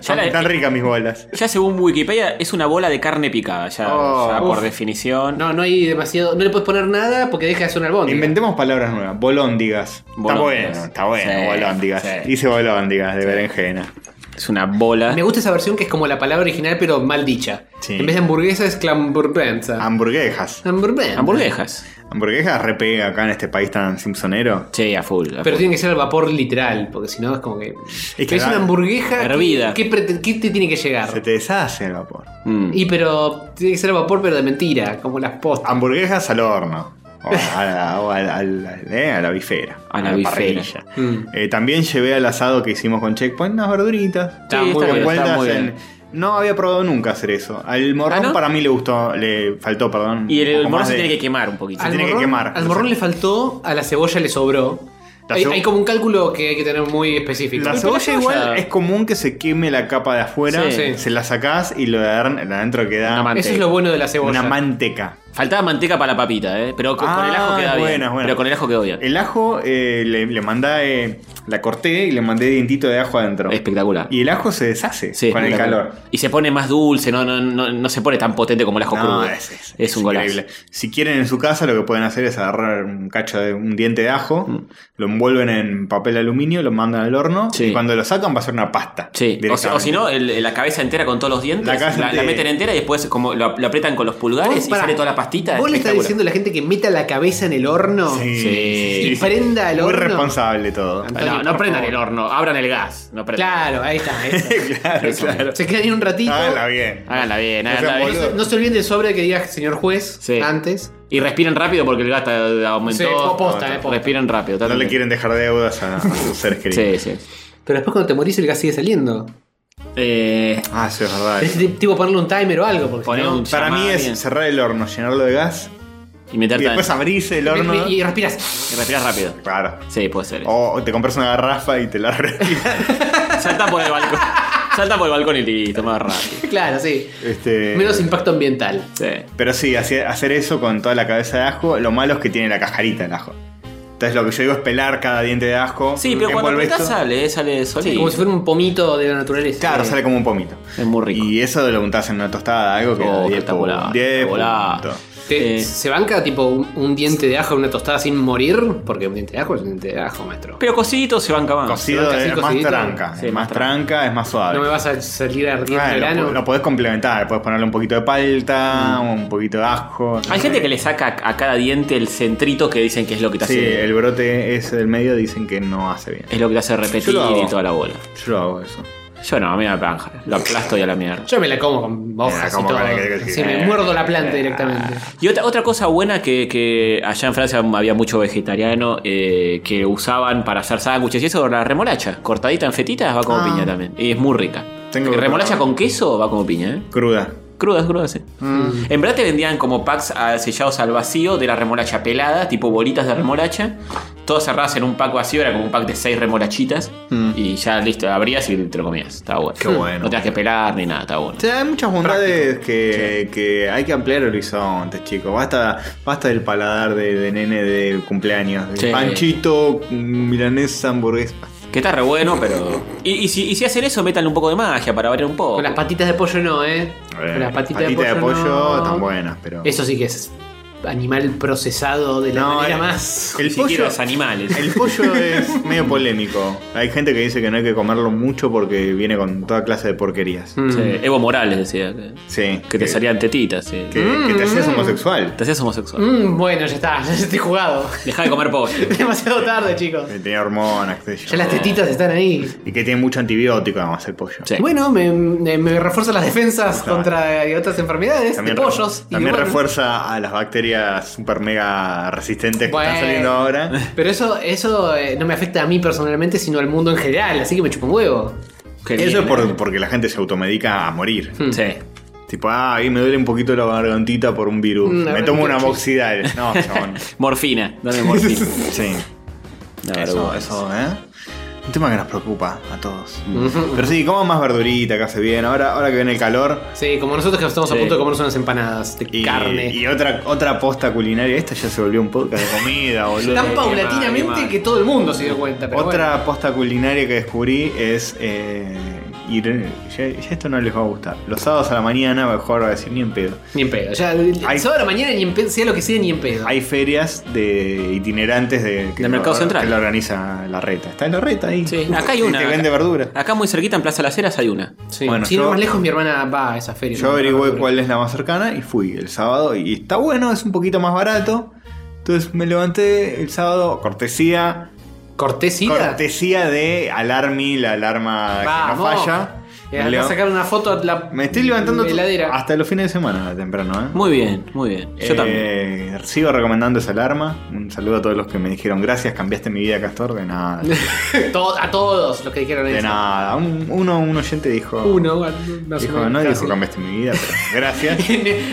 [SPEAKER 1] Son
[SPEAKER 3] Mm. la-
[SPEAKER 1] tan ricas mis bolas.
[SPEAKER 3] Ya según Wikipedia es una bola de carne picada, ya,
[SPEAKER 1] Oh,
[SPEAKER 3] ya
[SPEAKER 1] uf.
[SPEAKER 3] por definición.
[SPEAKER 2] No, no hay demasiado. No le puedes poner nada porque deja de ser un albóndiga.
[SPEAKER 1] Inventemos palabras nuevas. Bolóndigas.
[SPEAKER 3] Bolóndigas.
[SPEAKER 1] Está bueno, está bueno,
[SPEAKER 3] Sí,
[SPEAKER 1] bolóndigas.
[SPEAKER 3] sí.
[SPEAKER 1] Hice bolóndigas de berenjena.
[SPEAKER 3] Es una bola.
[SPEAKER 2] Me gusta esa versión que es como la palabra original, pero mal dicha.
[SPEAKER 1] Sí.
[SPEAKER 2] En vez de hamburguesa es clamburbenza.
[SPEAKER 1] Hamburguesas.
[SPEAKER 2] Hamburguesa.
[SPEAKER 3] Hamburguesas.
[SPEAKER 1] Hamburguesas repega acá en este país tan simpsonero.
[SPEAKER 3] Sí, a full.
[SPEAKER 2] Pero
[SPEAKER 3] a full.
[SPEAKER 2] tiene que ser al vapor literal, porque si no es como que.
[SPEAKER 1] que
[SPEAKER 2] Pero es
[SPEAKER 1] la-
[SPEAKER 2] una hamburguesa.
[SPEAKER 3] Hervida.
[SPEAKER 2] ¿Qué, qué prete- qué te tiene que llegar?
[SPEAKER 1] Se te deshace el vapor.
[SPEAKER 3] Mm.
[SPEAKER 2] Y pero tiene que ser al vapor, pero de mentira, como las postas.
[SPEAKER 1] Hamburguesas al horno. O a la, o al- al- al- eh, a la bifera.
[SPEAKER 3] A la bifera.
[SPEAKER 1] parrilla.
[SPEAKER 2] Mm.
[SPEAKER 1] Eh, también llevé al asado que hicimos con Checkpoint unas verduritas.
[SPEAKER 3] Está muy
[SPEAKER 1] Porque
[SPEAKER 3] bien,
[SPEAKER 1] envueltas
[SPEAKER 3] está muy
[SPEAKER 1] en-
[SPEAKER 3] bien.
[SPEAKER 1] No había probado nunca hacer eso. Al morrón
[SPEAKER 3] ¿Ah, no?
[SPEAKER 1] para mí le gustó, le faltó, perdón.
[SPEAKER 3] Y el,
[SPEAKER 1] un
[SPEAKER 3] el
[SPEAKER 1] poco
[SPEAKER 3] morrón
[SPEAKER 1] más
[SPEAKER 3] se
[SPEAKER 1] de-
[SPEAKER 3] tiene que quemar un poquito.
[SPEAKER 1] Al- tiene que
[SPEAKER 2] morrón-
[SPEAKER 1] quemar.
[SPEAKER 2] Al morrón le faltó, a la cebolla le sobró.
[SPEAKER 1] La
[SPEAKER 2] Hay,
[SPEAKER 1] cebo-
[SPEAKER 2] hay como un cálculo que hay que tener muy específico.
[SPEAKER 1] La
[SPEAKER 3] Uy, pero
[SPEAKER 1] cebolla
[SPEAKER 3] la
[SPEAKER 1] igual
[SPEAKER 3] cebolla-
[SPEAKER 1] es común que se queme la capa de afuera,
[SPEAKER 3] Sí.
[SPEAKER 2] Sí.
[SPEAKER 1] se la sacás y lo de adern- lo de adentro queda
[SPEAKER 3] Una
[SPEAKER 2] Eso es lo bueno de la cebolla.
[SPEAKER 1] una manteca.
[SPEAKER 3] Faltaba manteca para la papita, ¿eh? Pero con, con el
[SPEAKER 1] Ah,
[SPEAKER 3] ajo queda
[SPEAKER 1] es
[SPEAKER 3] bien.
[SPEAKER 1] buena, es buena.
[SPEAKER 3] Pero con el ajo quedó bien.
[SPEAKER 1] El ajo eh, le, le mandá, eh, la corté y le mandé dientito de ajo adentro.
[SPEAKER 3] Espectacular.
[SPEAKER 1] Y el ajo se deshace
[SPEAKER 3] Sí,
[SPEAKER 1] con el
[SPEAKER 3] espectacular.
[SPEAKER 1] calor.
[SPEAKER 3] Y se pone más dulce, no, no, no, no se pone tan potente como el ajo
[SPEAKER 1] No,
[SPEAKER 3] crudo.
[SPEAKER 1] es, es- es
[SPEAKER 3] un golazo.
[SPEAKER 1] increíble. Si quieren en su casa, lo que pueden hacer es agarrar un cacho de un diente de ajo, lo envuelven en papel aluminio, lo mandan al horno
[SPEAKER 3] Mm. Sí.
[SPEAKER 1] y cuando lo sacan va a ser una pasta.
[SPEAKER 3] Sí, o, si- o si no, el- la cabeza entera con todos los dientes,
[SPEAKER 1] La
[SPEAKER 3] la,
[SPEAKER 1] cabeza
[SPEAKER 3] la
[SPEAKER 1] entera.
[SPEAKER 3] meten entera y después como lo, lo aprietan con los pulgares
[SPEAKER 2] Vos,
[SPEAKER 3] y
[SPEAKER 2] pará,
[SPEAKER 3] sale toda la pastita.
[SPEAKER 2] ¿Vos le estás
[SPEAKER 3] espectacular.
[SPEAKER 2] diciendo a la gente que meta la cabeza en el horno?
[SPEAKER 1] Sí,
[SPEAKER 3] Sí.
[SPEAKER 1] sí,
[SPEAKER 2] Y
[SPEAKER 1] sí.
[SPEAKER 2] prenda el
[SPEAKER 1] Muy
[SPEAKER 2] horno.
[SPEAKER 1] responsable todo.
[SPEAKER 2] Ant-
[SPEAKER 3] No, no prendan el horno, abran el gas. No prendan.
[SPEAKER 2] Claro, ahí está. ahí está.
[SPEAKER 1] <laughs> claro, claro.
[SPEAKER 2] Se quedan ahí un ratito.
[SPEAKER 1] Háganla bien.
[SPEAKER 3] Háganla bien,
[SPEAKER 1] No
[SPEAKER 3] háganla
[SPEAKER 1] sean
[SPEAKER 3] bien.
[SPEAKER 1] boludos.
[SPEAKER 2] No se olviden del sobre que diga señor juez
[SPEAKER 3] Sí.
[SPEAKER 2] antes.
[SPEAKER 3] Y respiren rápido porque el gas está- aumentó.
[SPEAKER 2] Sí, po- posta, eh, posta.
[SPEAKER 3] respiren rápido.
[SPEAKER 1] No
[SPEAKER 3] traten
[SPEAKER 1] le
[SPEAKER 3] de-
[SPEAKER 1] quieren dejar deudas a, a sus seres queridos.
[SPEAKER 3] Sí, sí.
[SPEAKER 2] Pero después cuando te morís el gas sigue saliendo.
[SPEAKER 3] Eh,
[SPEAKER 1] Ah, sí, es verdad.
[SPEAKER 2] Tenés que, tipo ponerle un timer o algo. Porque si
[SPEAKER 3] Poné
[SPEAKER 2] no-
[SPEAKER 3] un-
[SPEAKER 1] Para mí
[SPEAKER 3] llamar
[SPEAKER 1] es
[SPEAKER 3] bien.
[SPEAKER 1] cerrar el horno, llenarlo de gas
[SPEAKER 3] y meterte
[SPEAKER 1] y después abrirse el horno.
[SPEAKER 2] Y, y respirás.
[SPEAKER 3] Y respirar rápido.
[SPEAKER 1] Claro.
[SPEAKER 3] Sí, puede <laughs> ser.
[SPEAKER 1] O te compras una garrafa y te la <laughs>
[SPEAKER 3] Salta por el balcón. Salta por el balcón y listo, más rápido.
[SPEAKER 2] <laughs> Claro, sí.
[SPEAKER 1] este...
[SPEAKER 2] Menos impacto ambiental.
[SPEAKER 3] Sí.
[SPEAKER 1] Pero sí, hace- hacer eso con toda la cabeza de ajo, lo malo es que tiene la cajarita el ajo. Entonces lo que yo digo es pelar cada diente de ajo.
[SPEAKER 3] Sí, pero cuando
[SPEAKER 1] envolver
[SPEAKER 3] apretás
[SPEAKER 1] esto.
[SPEAKER 3] sale, eh, sale
[SPEAKER 2] Sí,
[SPEAKER 3] solito.
[SPEAKER 2] Como si fuera un pomito de la naturaleza.
[SPEAKER 1] Claro, sale como un pomito.
[SPEAKER 3] Es muy rico.
[SPEAKER 1] Y eso lo untás en una tostada, algo que
[SPEAKER 3] Oh,
[SPEAKER 1] 10
[SPEAKER 3] espectacular,
[SPEAKER 1] puntos. 10
[SPEAKER 3] espectacular.
[SPEAKER 1] puntos.
[SPEAKER 2] ¿Te-
[SPEAKER 3] Eh.
[SPEAKER 2] ¿Se banca tipo un, un diente de ajo en una tostada sin morir? Porque un diente de ajo es un diente de ajo, maestro.
[SPEAKER 3] Pero cosito se van más.
[SPEAKER 1] Cocido
[SPEAKER 2] banca
[SPEAKER 1] es
[SPEAKER 2] cinco
[SPEAKER 1] más
[SPEAKER 2] seguiditos.
[SPEAKER 1] tranca.
[SPEAKER 3] Sí,
[SPEAKER 1] es más
[SPEAKER 3] más tranca.
[SPEAKER 1] tranca, es más suave.
[SPEAKER 2] No me vas a salir a
[SPEAKER 1] Claro,
[SPEAKER 2] de
[SPEAKER 1] lo,
[SPEAKER 2] verano.
[SPEAKER 1] po- lo podés complementar, podés ponerle un poquito de palta, un poquito de ajo.
[SPEAKER 3] Hay gente que le saca a cada diente el centrito que dicen que es lo que te
[SPEAKER 1] Sí,
[SPEAKER 3] hace.
[SPEAKER 1] el brote ese del medio dicen que no hace bien.
[SPEAKER 3] Es lo que te hace
[SPEAKER 1] Yo
[SPEAKER 3] repetir
[SPEAKER 1] lo hago.
[SPEAKER 3] y toda la bola.
[SPEAKER 1] Yo lo hago eso.
[SPEAKER 3] Yo no, a mí me panja. Lo aplasto y a la mierda.
[SPEAKER 2] Yo me la como con
[SPEAKER 1] Me la
[SPEAKER 2] hojas y
[SPEAKER 1] como
[SPEAKER 2] todo.
[SPEAKER 1] con la que- Ah, que-
[SPEAKER 2] Sí, me
[SPEAKER 1] eh,
[SPEAKER 2] muerdo la planta directamente.
[SPEAKER 3] Y otra, otra cosa buena que, que allá en Francia había mucho vegetariano eh, que usaban para hacer sándwiches y eso, la remolacha. Cortadita en fetitas va como
[SPEAKER 1] Ah.
[SPEAKER 3] piña también. Y es muy rica. Eh,
[SPEAKER 1] Tengo que
[SPEAKER 3] remolacha
[SPEAKER 1] probar.
[SPEAKER 3] con queso va como piña, ¿eh?
[SPEAKER 1] Cruda.
[SPEAKER 3] Crudas, crudas, sí.
[SPEAKER 1] Mm.
[SPEAKER 3] En verdad te vendían como packs ah, sellados al vacío de la remolacha pelada, tipo bolitas de remolacha. Todas cerradas en un pack vacío, era como un pack de seis remolachitas. Y ya listo, la abrías y te lo comías. Estaba bueno.
[SPEAKER 1] Mm. Qué bueno.
[SPEAKER 3] No tenías que pelar ni nada, estaba bueno.
[SPEAKER 1] O sea, hay muchas bondades que, que hay que ampliar horizontes, chicos. Basta, basta del paladar de, de nene de cumpleaños. De
[SPEAKER 3] Sí.
[SPEAKER 1] Panchito, milanesa, hamburguesa.
[SPEAKER 3] Que está re bueno, pero. Y, y si, y si hacen eso, métanle un poco de magia para variar un poco.
[SPEAKER 2] Con las patitas de pollo no, ¿eh? Con las patitas de pollo. no.
[SPEAKER 1] tan buenas, pero.
[SPEAKER 2] Eso sí que es animal procesado de la
[SPEAKER 1] No,
[SPEAKER 2] manera
[SPEAKER 1] eh,
[SPEAKER 2] más.
[SPEAKER 1] el
[SPEAKER 3] Ni
[SPEAKER 1] pollo-
[SPEAKER 3] siquiera los animales.
[SPEAKER 1] El pollo es medio polémico. Hay gente que dice que no hay que comerlo mucho porque viene con toda clase de porquerías.
[SPEAKER 2] Mm.
[SPEAKER 3] Sí, Evo Morales decía que,
[SPEAKER 1] Sí.
[SPEAKER 3] que te Mm. salían tetitas. sí.
[SPEAKER 1] Que, que te hacías homosexual.
[SPEAKER 3] Te hacías homosexual.
[SPEAKER 2] Mm, bueno, ya está, ya estoy jugado. <laughs>
[SPEAKER 3] Dejá de comer pollo.
[SPEAKER 1] <laughs>
[SPEAKER 2] Demasiado tarde, chicos.
[SPEAKER 1] Que tenía hormonas, qué sé yo.
[SPEAKER 2] Ya las tetitas están ahí.
[SPEAKER 1] Y que tiene mucho antibiótico además el pollo.
[SPEAKER 3] Sí.
[SPEAKER 2] Bueno, me, me- me refuerza las defensas
[SPEAKER 1] Claro.
[SPEAKER 2] contra eh, otras enfermedades, de
[SPEAKER 1] re-
[SPEAKER 2] pollos. y
[SPEAKER 1] también
[SPEAKER 2] bueno,
[SPEAKER 1] refuerza a las baterías super mega resistentes que
[SPEAKER 2] Bueno.
[SPEAKER 1] están saliendo ahora.
[SPEAKER 2] Pero eso, eso eh, no me afecta a mí personalmente, sino al mundo en general, así que me chupa un huevo.
[SPEAKER 3] <laughs> Qué
[SPEAKER 1] Eso
[SPEAKER 3] bien,
[SPEAKER 1] es por-
[SPEAKER 3] eh.
[SPEAKER 1] porque la gente se automedica a morir.
[SPEAKER 2] Hmm.
[SPEAKER 3] Sí.
[SPEAKER 1] Tipo, ah, ahí me duele un poquito la gargantita por un virus.
[SPEAKER 2] Mm, la
[SPEAKER 1] me
[SPEAKER 2] gargantita,
[SPEAKER 1] tomo una
[SPEAKER 2] sí.
[SPEAKER 1] moxidal.
[SPEAKER 3] <laughs>
[SPEAKER 1] No, chabón.
[SPEAKER 3] Morfina, dame morfina.
[SPEAKER 1] <laughs> sí.
[SPEAKER 3] La
[SPEAKER 1] Eso,
[SPEAKER 3] verdad.
[SPEAKER 1] eso, ¿eh? Un tema que nos preocupa a todos.
[SPEAKER 2] Ujú.
[SPEAKER 1] Pero sí, como más verdurita que hace bien. Ahora, ahora que viene el calor.
[SPEAKER 2] Sí, como nosotros que estamos
[SPEAKER 3] Sí.
[SPEAKER 2] a punto de comernos unas empanadas de
[SPEAKER 1] Y,
[SPEAKER 2] carne.
[SPEAKER 1] y otra, otra posta culinaria. Esta ya se volvió un podcast de
[SPEAKER 3] <laughs>
[SPEAKER 1] comida, boludo.
[SPEAKER 2] Tan
[SPEAKER 3] Qué mal, qué
[SPEAKER 2] paulatinamente
[SPEAKER 3] mal.
[SPEAKER 2] que todo el mundo se dio cuenta. Pero
[SPEAKER 1] Otra
[SPEAKER 2] bueno.
[SPEAKER 1] posta culinaria que descubrí es eh, ir. Ya, ya esto no les va a gustar. Los sábados a la mañana, mejor va a decir ni en pedo.
[SPEAKER 2] Ni en pedo. Ya, el
[SPEAKER 1] Hay-
[SPEAKER 2] sábado a la mañana, ni en pedo, sea lo que sea, ni en pedo.
[SPEAKER 1] Hay ferias de itinerantes de,
[SPEAKER 3] Del Mercado Central.
[SPEAKER 1] que lo organiza la reta. Está en la reta ahí.
[SPEAKER 3] Sí, acá hay
[SPEAKER 1] Y
[SPEAKER 3] una.
[SPEAKER 1] Te vende verdura.
[SPEAKER 3] Acá muy cerquita, en Plaza Las Heras, hay una.
[SPEAKER 2] Sí.
[SPEAKER 1] bueno,
[SPEAKER 2] si no
[SPEAKER 1] yo-
[SPEAKER 2] más lejos, mi hermana va a esa feria.
[SPEAKER 1] Yo
[SPEAKER 2] No,
[SPEAKER 1] averigüé
[SPEAKER 2] no, no,
[SPEAKER 1] cuál es la más cercana y fui el sábado. Y está bueno, es un poquito más barato. Entonces me levanté el sábado, cortesía.
[SPEAKER 2] ¿Cortesida?
[SPEAKER 1] Cortesía de Alarmi, la alarma que no
[SPEAKER 2] Vamos.
[SPEAKER 1] falla.
[SPEAKER 2] Y
[SPEAKER 1] Me
[SPEAKER 2] acá
[SPEAKER 1] leva-
[SPEAKER 2] Eh, sacar una foto a la
[SPEAKER 1] Me estoy levantando
[SPEAKER 2] heladera.
[SPEAKER 1] hasta los fines de semana temprano, ¿eh?
[SPEAKER 3] Muy bien, muy bien. Yo
[SPEAKER 1] Eh,
[SPEAKER 3] también.
[SPEAKER 1] Sigo recomendando esa alarma. Un saludo a todos los que me dijeron gracias, cambiaste mi vida, Castor.
[SPEAKER 2] <laughs>
[SPEAKER 1] De nada.
[SPEAKER 2] To- a todos los que dijeron
[SPEAKER 1] De
[SPEAKER 2] eso.
[SPEAKER 1] nada. Un, uno, un oyente dijo.
[SPEAKER 2] Uno, más o
[SPEAKER 1] Dijo,
[SPEAKER 2] menos,
[SPEAKER 1] no dijo
[SPEAKER 2] casi.
[SPEAKER 1] cambiaste mi vida,
[SPEAKER 2] <laughs>
[SPEAKER 1] pero gracias.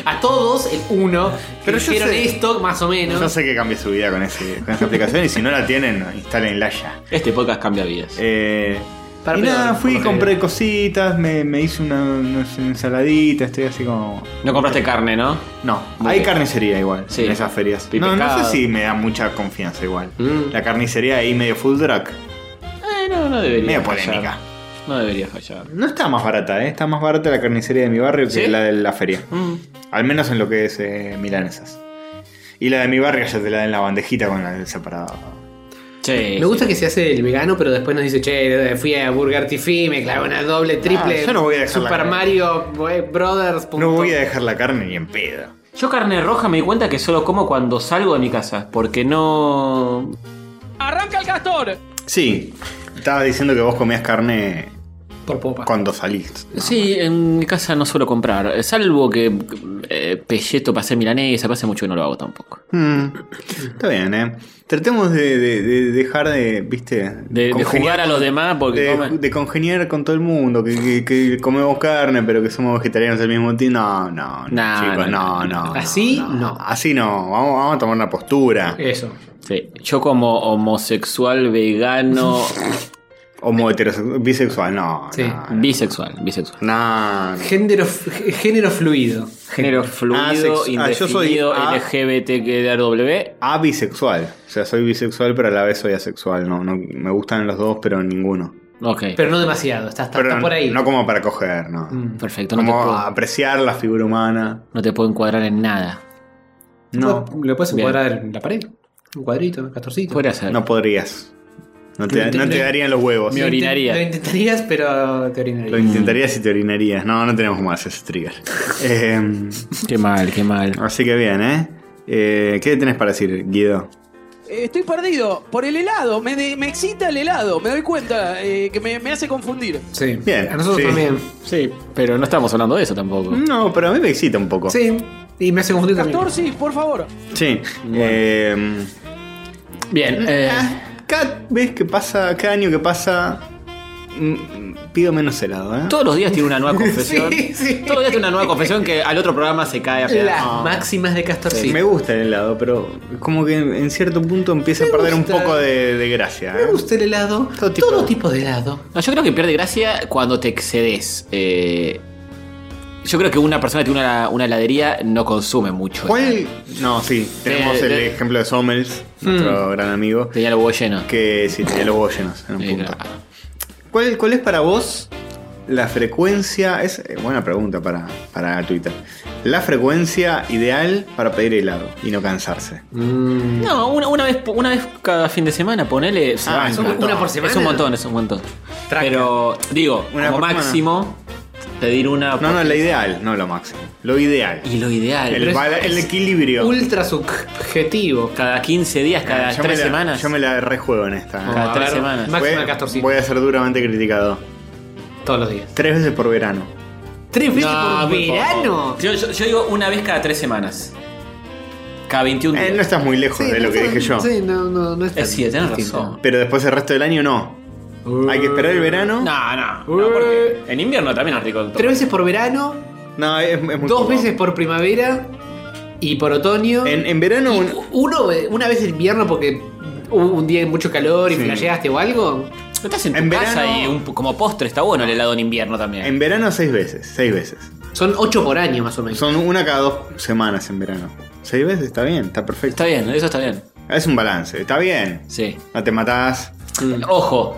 [SPEAKER 2] A todos, el uno.
[SPEAKER 1] Pero
[SPEAKER 2] Pero
[SPEAKER 1] yo
[SPEAKER 2] hicieron
[SPEAKER 1] sé-
[SPEAKER 2] esto, más o menos.
[SPEAKER 1] Yo sé que cambié su vida con, ese, con esa aplicación y si no la tienen, instálenla ya.
[SPEAKER 3] Este podcast cambia vidas.
[SPEAKER 1] Eh,
[SPEAKER 2] Para
[SPEAKER 1] y
[SPEAKER 2] peor,
[SPEAKER 1] nada, fui,
[SPEAKER 2] por lo
[SPEAKER 1] compré
[SPEAKER 2] general.
[SPEAKER 1] cositas, me, me hice una, unas ensaladitas, estoy así como...
[SPEAKER 3] No compraste carne, ¿no?
[SPEAKER 1] No,
[SPEAKER 3] Muy
[SPEAKER 1] hay
[SPEAKER 3] bien.
[SPEAKER 1] carnicería igual
[SPEAKER 3] Sí.
[SPEAKER 1] en esas ferias.
[SPEAKER 3] Y
[SPEAKER 1] No, no
[SPEAKER 3] pescado.
[SPEAKER 1] sé si me da mucha confianza igual.
[SPEAKER 2] Mm.
[SPEAKER 1] La carnicería ahí medio full drag.
[SPEAKER 3] Eh, no, no debería.
[SPEAKER 1] Medio
[SPEAKER 3] fallar.
[SPEAKER 1] polémica.
[SPEAKER 3] No debería fallar.
[SPEAKER 1] No está más barata, ¿eh? Está más barata la carnicería de mi barrio que
[SPEAKER 3] ¿Sí?
[SPEAKER 1] la de la feria.
[SPEAKER 3] Mm.
[SPEAKER 1] Al menos en lo que es eh, milanesas. Y la de mi barrio ya te la dan en la bandejita con el separado.
[SPEAKER 3] Sí.
[SPEAKER 2] Me gusta que se hace el vegano, pero después nos dice, che, fui a Burger TV, me clavé una doble, triple.
[SPEAKER 1] Ah, yo no voy a dejar la
[SPEAKER 2] Super
[SPEAKER 1] cara.
[SPEAKER 2] Mario eh, Brothers. punto.
[SPEAKER 1] No voy a dejar la carne ni en pedo.
[SPEAKER 3] Yo carne roja me di cuenta que solo como cuando salgo de mi casa. Porque no.
[SPEAKER 4] ¡Arranca el castor!
[SPEAKER 1] Sí, estabas diciendo que vos comías carne
[SPEAKER 2] Por popa.
[SPEAKER 1] cuando salís.
[SPEAKER 3] Sí, en mi casa no suelo comprar. Salvo que eh, pelleto para hacer milanesa, pase mucho que no lo hago tampoco.
[SPEAKER 1] Mm, Está bien, ¿eh? Tratemos de, de- de dejar de, viste,
[SPEAKER 3] De, de jugar a los demás porque
[SPEAKER 1] de,
[SPEAKER 3] comen.
[SPEAKER 1] de congeniar con todo el mundo, que, que- que comemos carne, pero que somos vegetarianos al mismo tiempo. No, no, no,
[SPEAKER 3] No,
[SPEAKER 1] chicos, no, no.
[SPEAKER 3] no, no.
[SPEAKER 1] no,
[SPEAKER 2] Así,
[SPEAKER 1] no.
[SPEAKER 2] no.
[SPEAKER 1] Así no, vamos, vamos a tomar una postura.
[SPEAKER 2] Eso.
[SPEAKER 3] Sí, Yo como
[SPEAKER 1] <laughs>
[SPEAKER 3] homosexual, vegano,
[SPEAKER 1] Homo heterosexual, bisexual, no.
[SPEAKER 2] Sí.
[SPEAKER 1] No, no.
[SPEAKER 3] bisexual, bisexual.
[SPEAKER 1] No, no.
[SPEAKER 2] Género, género fluido.
[SPEAKER 3] Género fluido,
[SPEAKER 1] Asex- ah, yo soy
[SPEAKER 3] indefinido,
[SPEAKER 1] A-
[SPEAKER 3] LGBTQRW.
[SPEAKER 1] Abisexual. O sea, soy bisexual, pero a la vez soy asexual. No, no, me gustan los dos, pero ninguno.
[SPEAKER 3] Ok,
[SPEAKER 2] Pero no demasiado, está, está-
[SPEAKER 1] Pero
[SPEAKER 2] está por ahí.
[SPEAKER 1] No como para coger, no.
[SPEAKER 2] Mm.
[SPEAKER 3] perfecto. No te,
[SPEAKER 1] Como
[SPEAKER 3] puedo,
[SPEAKER 1] apreciar la figura humana.
[SPEAKER 3] no te puedo encuadrar en nada.
[SPEAKER 1] No,
[SPEAKER 2] Lo puedes
[SPEAKER 3] Bien.
[SPEAKER 2] encuadrar en la pared. Un cuadrito, un castorcito.
[SPEAKER 3] Podría ser.
[SPEAKER 1] no podrías. No te,
[SPEAKER 2] Lo
[SPEAKER 1] no te
[SPEAKER 2] intenté.
[SPEAKER 1] darían los huevos.
[SPEAKER 3] Me
[SPEAKER 2] Lo intent-
[SPEAKER 3] orinaría.
[SPEAKER 2] Lo intentarías, pero te
[SPEAKER 1] Lo
[SPEAKER 2] orinarías.
[SPEAKER 1] intentarías y te orinarías. No, no tenemos más ese <laughs> trigger. Eh,
[SPEAKER 3] Qué mal, qué mal.
[SPEAKER 1] así que bien, ¿eh? Eh, qué tenés para decir, Guido?
[SPEAKER 4] Eh, Estoy perdido por el helado, me, de- me excita el helado, me doy cuenta eh, que me, me hace confundir.
[SPEAKER 2] Sí.
[SPEAKER 1] Bien,
[SPEAKER 2] A nosotros
[SPEAKER 1] sí.
[SPEAKER 2] también.
[SPEAKER 3] Sí, pero no estamos hablando de eso tampoco.
[SPEAKER 1] No, pero a mí me excita un poco.
[SPEAKER 2] Sí. Y me hace confundir también.
[SPEAKER 4] Castor, sí, por favor.
[SPEAKER 1] Sí. Eh,
[SPEAKER 3] Bien, eh,
[SPEAKER 1] ah, cada vez que pasa, cada año que pasa, mm, pido menos helado, ¿eh?
[SPEAKER 3] todos los días tiene una
[SPEAKER 1] <laughs>
[SPEAKER 3] nueva confesión.
[SPEAKER 2] Sí, sí.
[SPEAKER 3] Todos los días tiene una nueva confesión que al otro programa se cae a
[SPEAKER 2] Las
[SPEAKER 3] pedazos.
[SPEAKER 2] máximas de Castorcito.
[SPEAKER 1] Eh, Me gusta el helado, pero como que en cierto punto empieza a
[SPEAKER 2] Me
[SPEAKER 1] perder un
[SPEAKER 2] gusta.
[SPEAKER 1] poco de, de gracia.
[SPEAKER 2] Me
[SPEAKER 1] ¿eh?
[SPEAKER 2] gusta el helado.
[SPEAKER 1] Todo
[SPEAKER 2] Todo
[SPEAKER 1] tipo
[SPEAKER 2] tipo,
[SPEAKER 1] de-
[SPEAKER 2] de helado.
[SPEAKER 3] No, yo creo que pierde gracia cuando te excedes. Eh, yo creo que una persona que tiene una, una heladería no consume mucho.
[SPEAKER 1] ¿Cuál? No, sí, tenemos
[SPEAKER 3] Eh,
[SPEAKER 1] el
[SPEAKER 3] de-
[SPEAKER 1] ejemplo de Sommels, nuestro gran amigo,
[SPEAKER 3] Tenía el huevo lleno.
[SPEAKER 1] que sí tenía los huevos llenos en un
[SPEAKER 3] Eh,
[SPEAKER 1] punto.
[SPEAKER 3] ah,
[SPEAKER 1] ¿Cuál, cuál es para vos la frecuencia? Es eh, buena pregunta para, para Twitter. La frecuencia ideal para pedir helado y no cansarse.
[SPEAKER 3] No, una, una vez, una vez cada fin de semana, ponele. se
[SPEAKER 1] Ah,
[SPEAKER 3] banca.
[SPEAKER 1] es un montón.
[SPEAKER 2] Una por semana.
[SPEAKER 3] Es un montón, es un montón.
[SPEAKER 2] Traca.
[SPEAKER 3] Pero, digo,
[SPEAKER 1] Una
[SPEAKER 3] como
[SPEAKER 1] por
[SPEAKER 3] máximo, pedir una.
[SPEAKER 1] No,
[SPEAKER 3] por-
[SPEAKER 1] no, la ideal, no lo máximo. Lo ideal.
[SPEAKER 3] Y lo ideal.
[SPEAKER 1] El,
[SPEAKER 3] pero es-
[SPEAKER 1] bala- el equilibrio.
[SPEAKER 2] Ultra subjetivo.
[SPEAKER 3] cada 15 días, cada
[SPEAKER 1] Yo me
[SPEAKER 3] 3
[SPEAKER 1] la-
[SPEAKER 3] semanas.
[SPEAKER 1] Yo me la rejuego en esta. ¿eh.
[SPEAKER 3] Cada
[SPEAKER 2] A
[SPEAKER 3] tres
[SPEAKER 2] ver,
[SPEAKER 3] semanas.
[SPEAKER 2] Máxima de
[SPEAKER 1] voy,
[SPEAKER 2] Castorcito.
[SPEAKER 1] voy a ser duramente criticado.
[SPEAKER 2] Todos los días.
[SPEAKER 1] Tres veces por verano.
[SPEAKER 2] ¿Tres veces
[SPEAKER 3] No,
[SPEAKER 2] por
[SPEAKER 3] muy
[SPEAKER 2] verano?
[SPEAKER 3] poco. Yo, yo- yo digo una vez cada 3 semanas. Cada 21
[SPEAKER 1] Eh,
[SPEAKER 3] días.
[SPEAKER 1] no estás muy lejos
[SPEAKER 2] Sí,
[SPEAKER 1] de
[SPEAKER 2] no
[SPEAKER 1] lo que
[SPEAKER 2] está-
[SPEAKER 1] dije yo.
[SPEAKER 2] Sí, no, no, no
[SPEAKER 3] Es sí, tenés
[SPEAKER 2] distinto.
[SPEAKER 3] razón.
[SPEAKER 1] Pero después el resto del año no. Hay que esperar el verano.
[SPEAKER 3] No, no, no, porque en invierno también es rico. el
[SPEAKER 2] Tres
[SPEAKER 3] tomate.
[SPEAKER 2] veces por verano,
[SPEAKER 1] No, es, es muy
[SPEAKER 2] dos
[SPEAKER 1] poco.
[SPEAKER 2] veces por primavera y por otoño.
[SPEAKER 1] En, en verano.
[SPEAKER 2] Y
[SPEAKER 1] un-
[SPEAKER 2] uno, una vez en invierno porque hubo un día de mucho calor y
[SPEAKER 1] Sí.
[SPEAKER 2] flasheaste o algo.
[SPEAKER 3] Estás en tu
[SPEAKER 1] En
[SPEAKER 3] casa
[SPEAKER 1] verano-
[SPEAKER 3] y un- como postre está bueno el helado en invierno también.
[SPEAKER 1] En verano seis veces, seis veces.
[SPEAKER 2] Son ocho por año más o menos.
[SPEAKER 1] Son una cada dos semanas en verano. Seis veces está bien, está perfecto.
[SPEAKER 3] Está bien, eso está bien.
[SPEAKER 1] Es un balance, está bien.
[SPEAKER 3] Sí.
[SPEAKER 1] No te matás.
[SPEAKER 2] Mm.
[SPEAKER 3] Ojo,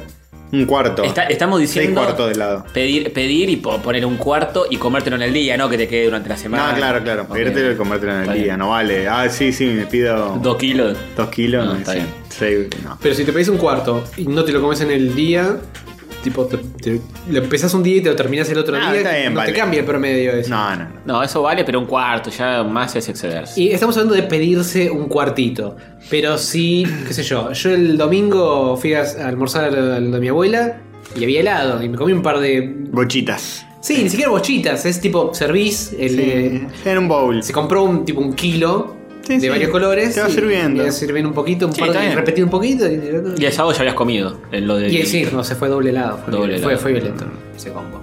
[SPEAKER 1] Un cuarto.
[SPEAKER 3] está- estamos
[SPEAKER 1] seis
[SPEAKER 3] diciendo
[SPEAKER 1] cuartos de lado.
[SPEAKER 3] pedir, pedir y po- poner un cuarto y comértelo en el día, no que te quede durante la semana.
[SPEAKER 1] No, claro, claro.
[SPEAKER 3] Ok.
[SPEAKER 1] Pedírtelo y comértelo en el
[SPEAKER 3] Está
[SPEAKER 1] día,
[SPEAKER 3] bien.
[SPEAKER 1] no vale. Ah, sí, sí, me pido dos,
[SPEAKER 3] Dos kilos.
[SPEAKER 1] kilos.
[SPEAKER 3] No, está
[SPEAKER 1] sí,
[SPEAKER 3] bien.
[SPEAKER 1] seis- no.
[SPEAKER 2] Pero si te pedís un cuarto y no te lo comes en el día, tipo, te, te- lo empezás un día y te lo terminás el otro
[SPEAKER 1] Ah,
[SPEAKER 2] día,
[SPEAKER 1] está bien,
[SPEAKER 2] no
[SPEAKER 1] vale.
[SPEAKER 2] te cambia el promedio de eso.
[SPEAKER 1] No, no, no.
[SPEAKER 3] No, eso vale, pero un cuarto, ya más es excederse.
[SPEAKER 2] Y estamos hablando de pedirse un cuartito. Pero sí, qué sé yo, yo el domingo fui a a almorzar a lo de mi abuela y había helado y me comí un par de...
[SPEAKER 1] Bochitas.
[SPEAKER 2] Sí, ni siquiera bochitas, es tipo servís, el, eh,
[SPEAKER 1] Sí, En un bowl.
[SPEAKER 2] se compró un tipo un kilo
[SPEAKER 1] Sí,
[SPEAKER 2] de
[SPEAKER 1] sí.
[SPEAKER 2] varios colores.
[SPEAKER 1] Te va
[SPEAKER 2] y-
[SPEAKER 1] sirviendo.
[SPEAKER 2] Y va sirviendo un poquito, un
[SPEAKER 3] Sí,
[SPEAKER 2] par
[SPEAKER 3] está
[SPEAKER 2] de,
[SPEAKER 3] bien.
[SPEAKER 2] repetir un poquito. Y,
[SPEAKER 3] Y el sábado ya habías comido. En lo de
[SPEAKER 2] y sí, no, se fue doble lado. Fue,
[SPEAKER 3] Doble
[SPEAKER 2] fue,
[SPEAKER 3] lado.
[SPEAKER 2] fue violento ese combo.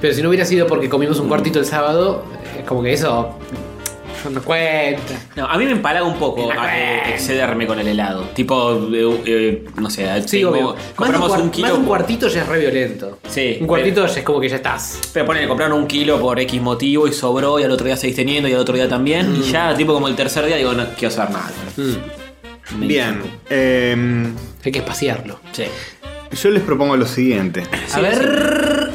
[SPEAKER 2] Pero si no hubiera sido porque comimos
[SPEAKER 3] Mm.
[SPEAKER 2] un cuartito el sábado, eh, como que eso no cuenta.
[SPEAKER 3] No, a mí me empalaga un poco
[SPEAKER 2] Una
[SPEAKER 3] eh,
[SPEAKER 2] cuenta.
[SPEAKER 3] excederme con el helado. Tipo, eh, eh, no sé,
[SPEAKER 2] Sí,
[SPEAKER 3] tengo-
[SPEAKER 2] obvio.
[SPEAKER 3] compramos
[SPEAKER 2] más de
[SPEAKER 3] un,
[SPEAKER 2] un, cuar-
[SPEAKER 3] kilo.
[SPEAKER 2] más de un cuartito ya es re violento.
[SPEAKER 3] Sí, eh.
[SPEAKER 2] Un cuartito ya es como que ya estás.
[SPEAKER 3] Pero ponen, compraron un kilo por X motivo y sobró y al otro día seguís teniendo y al otro día también.
[SPEAKER 2] Mm.
[SPEAKER 3] Y ya, tipo como el tercer día, digo, no quiero hacer nada. Me
[SPEAKER 1] Bien. em,
[SPEAKER 2] Hay que espaciarlo.
[SPEAKER 3] Sí.
[SPEAKER 1] yo les propongo lo siguiente.
[SPEAKER 2] a ver.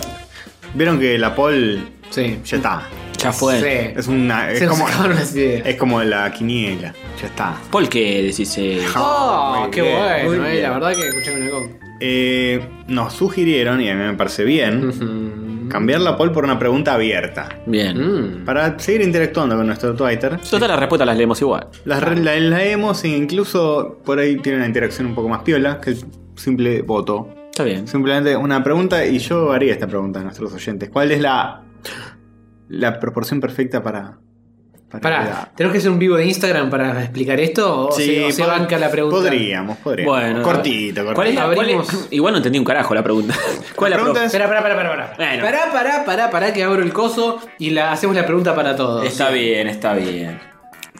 [SPEAKER 1] Vieron que la Paul
[SPEAKER 2] Sí.
[SPEAKER 1] ya está.
[SPEAKER 3] Ya fue.
[SPEAKER 2] Sí.
[SPEAKER 1] Es una. Es
[SPEAKER 2] Se nos
[SPEAKER 1] como, Eh,
[SPEAKER 2] acabaron las ideas.
[SPEAKER 1] es como la quiniela. Ya está.
[SPEAKER 3] ¿Por qué decís eh,
[SPEAKER 2] Oh,
[SPEAKER 1] Muy
[SPEAKER 2] qué
[SPEAKER 1] bien, muy
[SPEAKER 2] bueno, eh,
[SPEAKER 1] bien.
[SPEAKER 2] la verdad que escuché una con.
[SPEAKER 1] Eh, nos sugirieron, y a mí me parece bien,
[SPEAKER 2] <laughs>
[SPEAKER 3] Mm.
[SPEAKER 1] cambiar la poll por una pregunta abierta.
[SPEAKER 3] Bien.
[SPEAKER 2] Mm.
[SPEAKER 1] Para seguir interactuando con nuestro Twitter.
[SPEAKER 3] Total, las respuestas las leemos igual.
[SPEAKER 1] Las re- la, la hemos e incluso por ahí tiene una interacción un poco más piola que el simple voto.
[SPEAKER 3] Está bien.
[SPEAKER 1] Simplemente una pregunta, y yo haría esta pregunta a nuestros oyentes. ¿Cuál es la, la proporción perfecta para...
[SPEAKER 2] Pará, ¿tenemos que hacer un vivo de Instagram para explicar esto? ¿O, se, o se
[SPEAKER 1] pod-
[SPEAKER 2] banca la pregunta?
[SPEAKER 1] Podríamos, podríamos.
[SPEAKER 3] Bueno,
[SPEAKER 1] cortito, cortito.
[SPEAKER 3] ¿Cuál es la, cuál es-
[SPEAKER 2] Abrimos.
[SPEAKER 3] <laughs> Igual no entendí un carajo la pregunta. <laughs> ¿Cuál es la
[SPEAKER 1] pregunta
[SPEAKER 3] pro-
[SPEAKER 1] es-
[SPEAKER 2] Espera, pará, pará, pará, pará.
[SPEAKER 3] Bueno.
[SPEAKER 2] Pará, pará, pará, pará, que abro el coso y la, hacemos la pregunta para todos.
[SPEAKER 3] Está bien, está bien.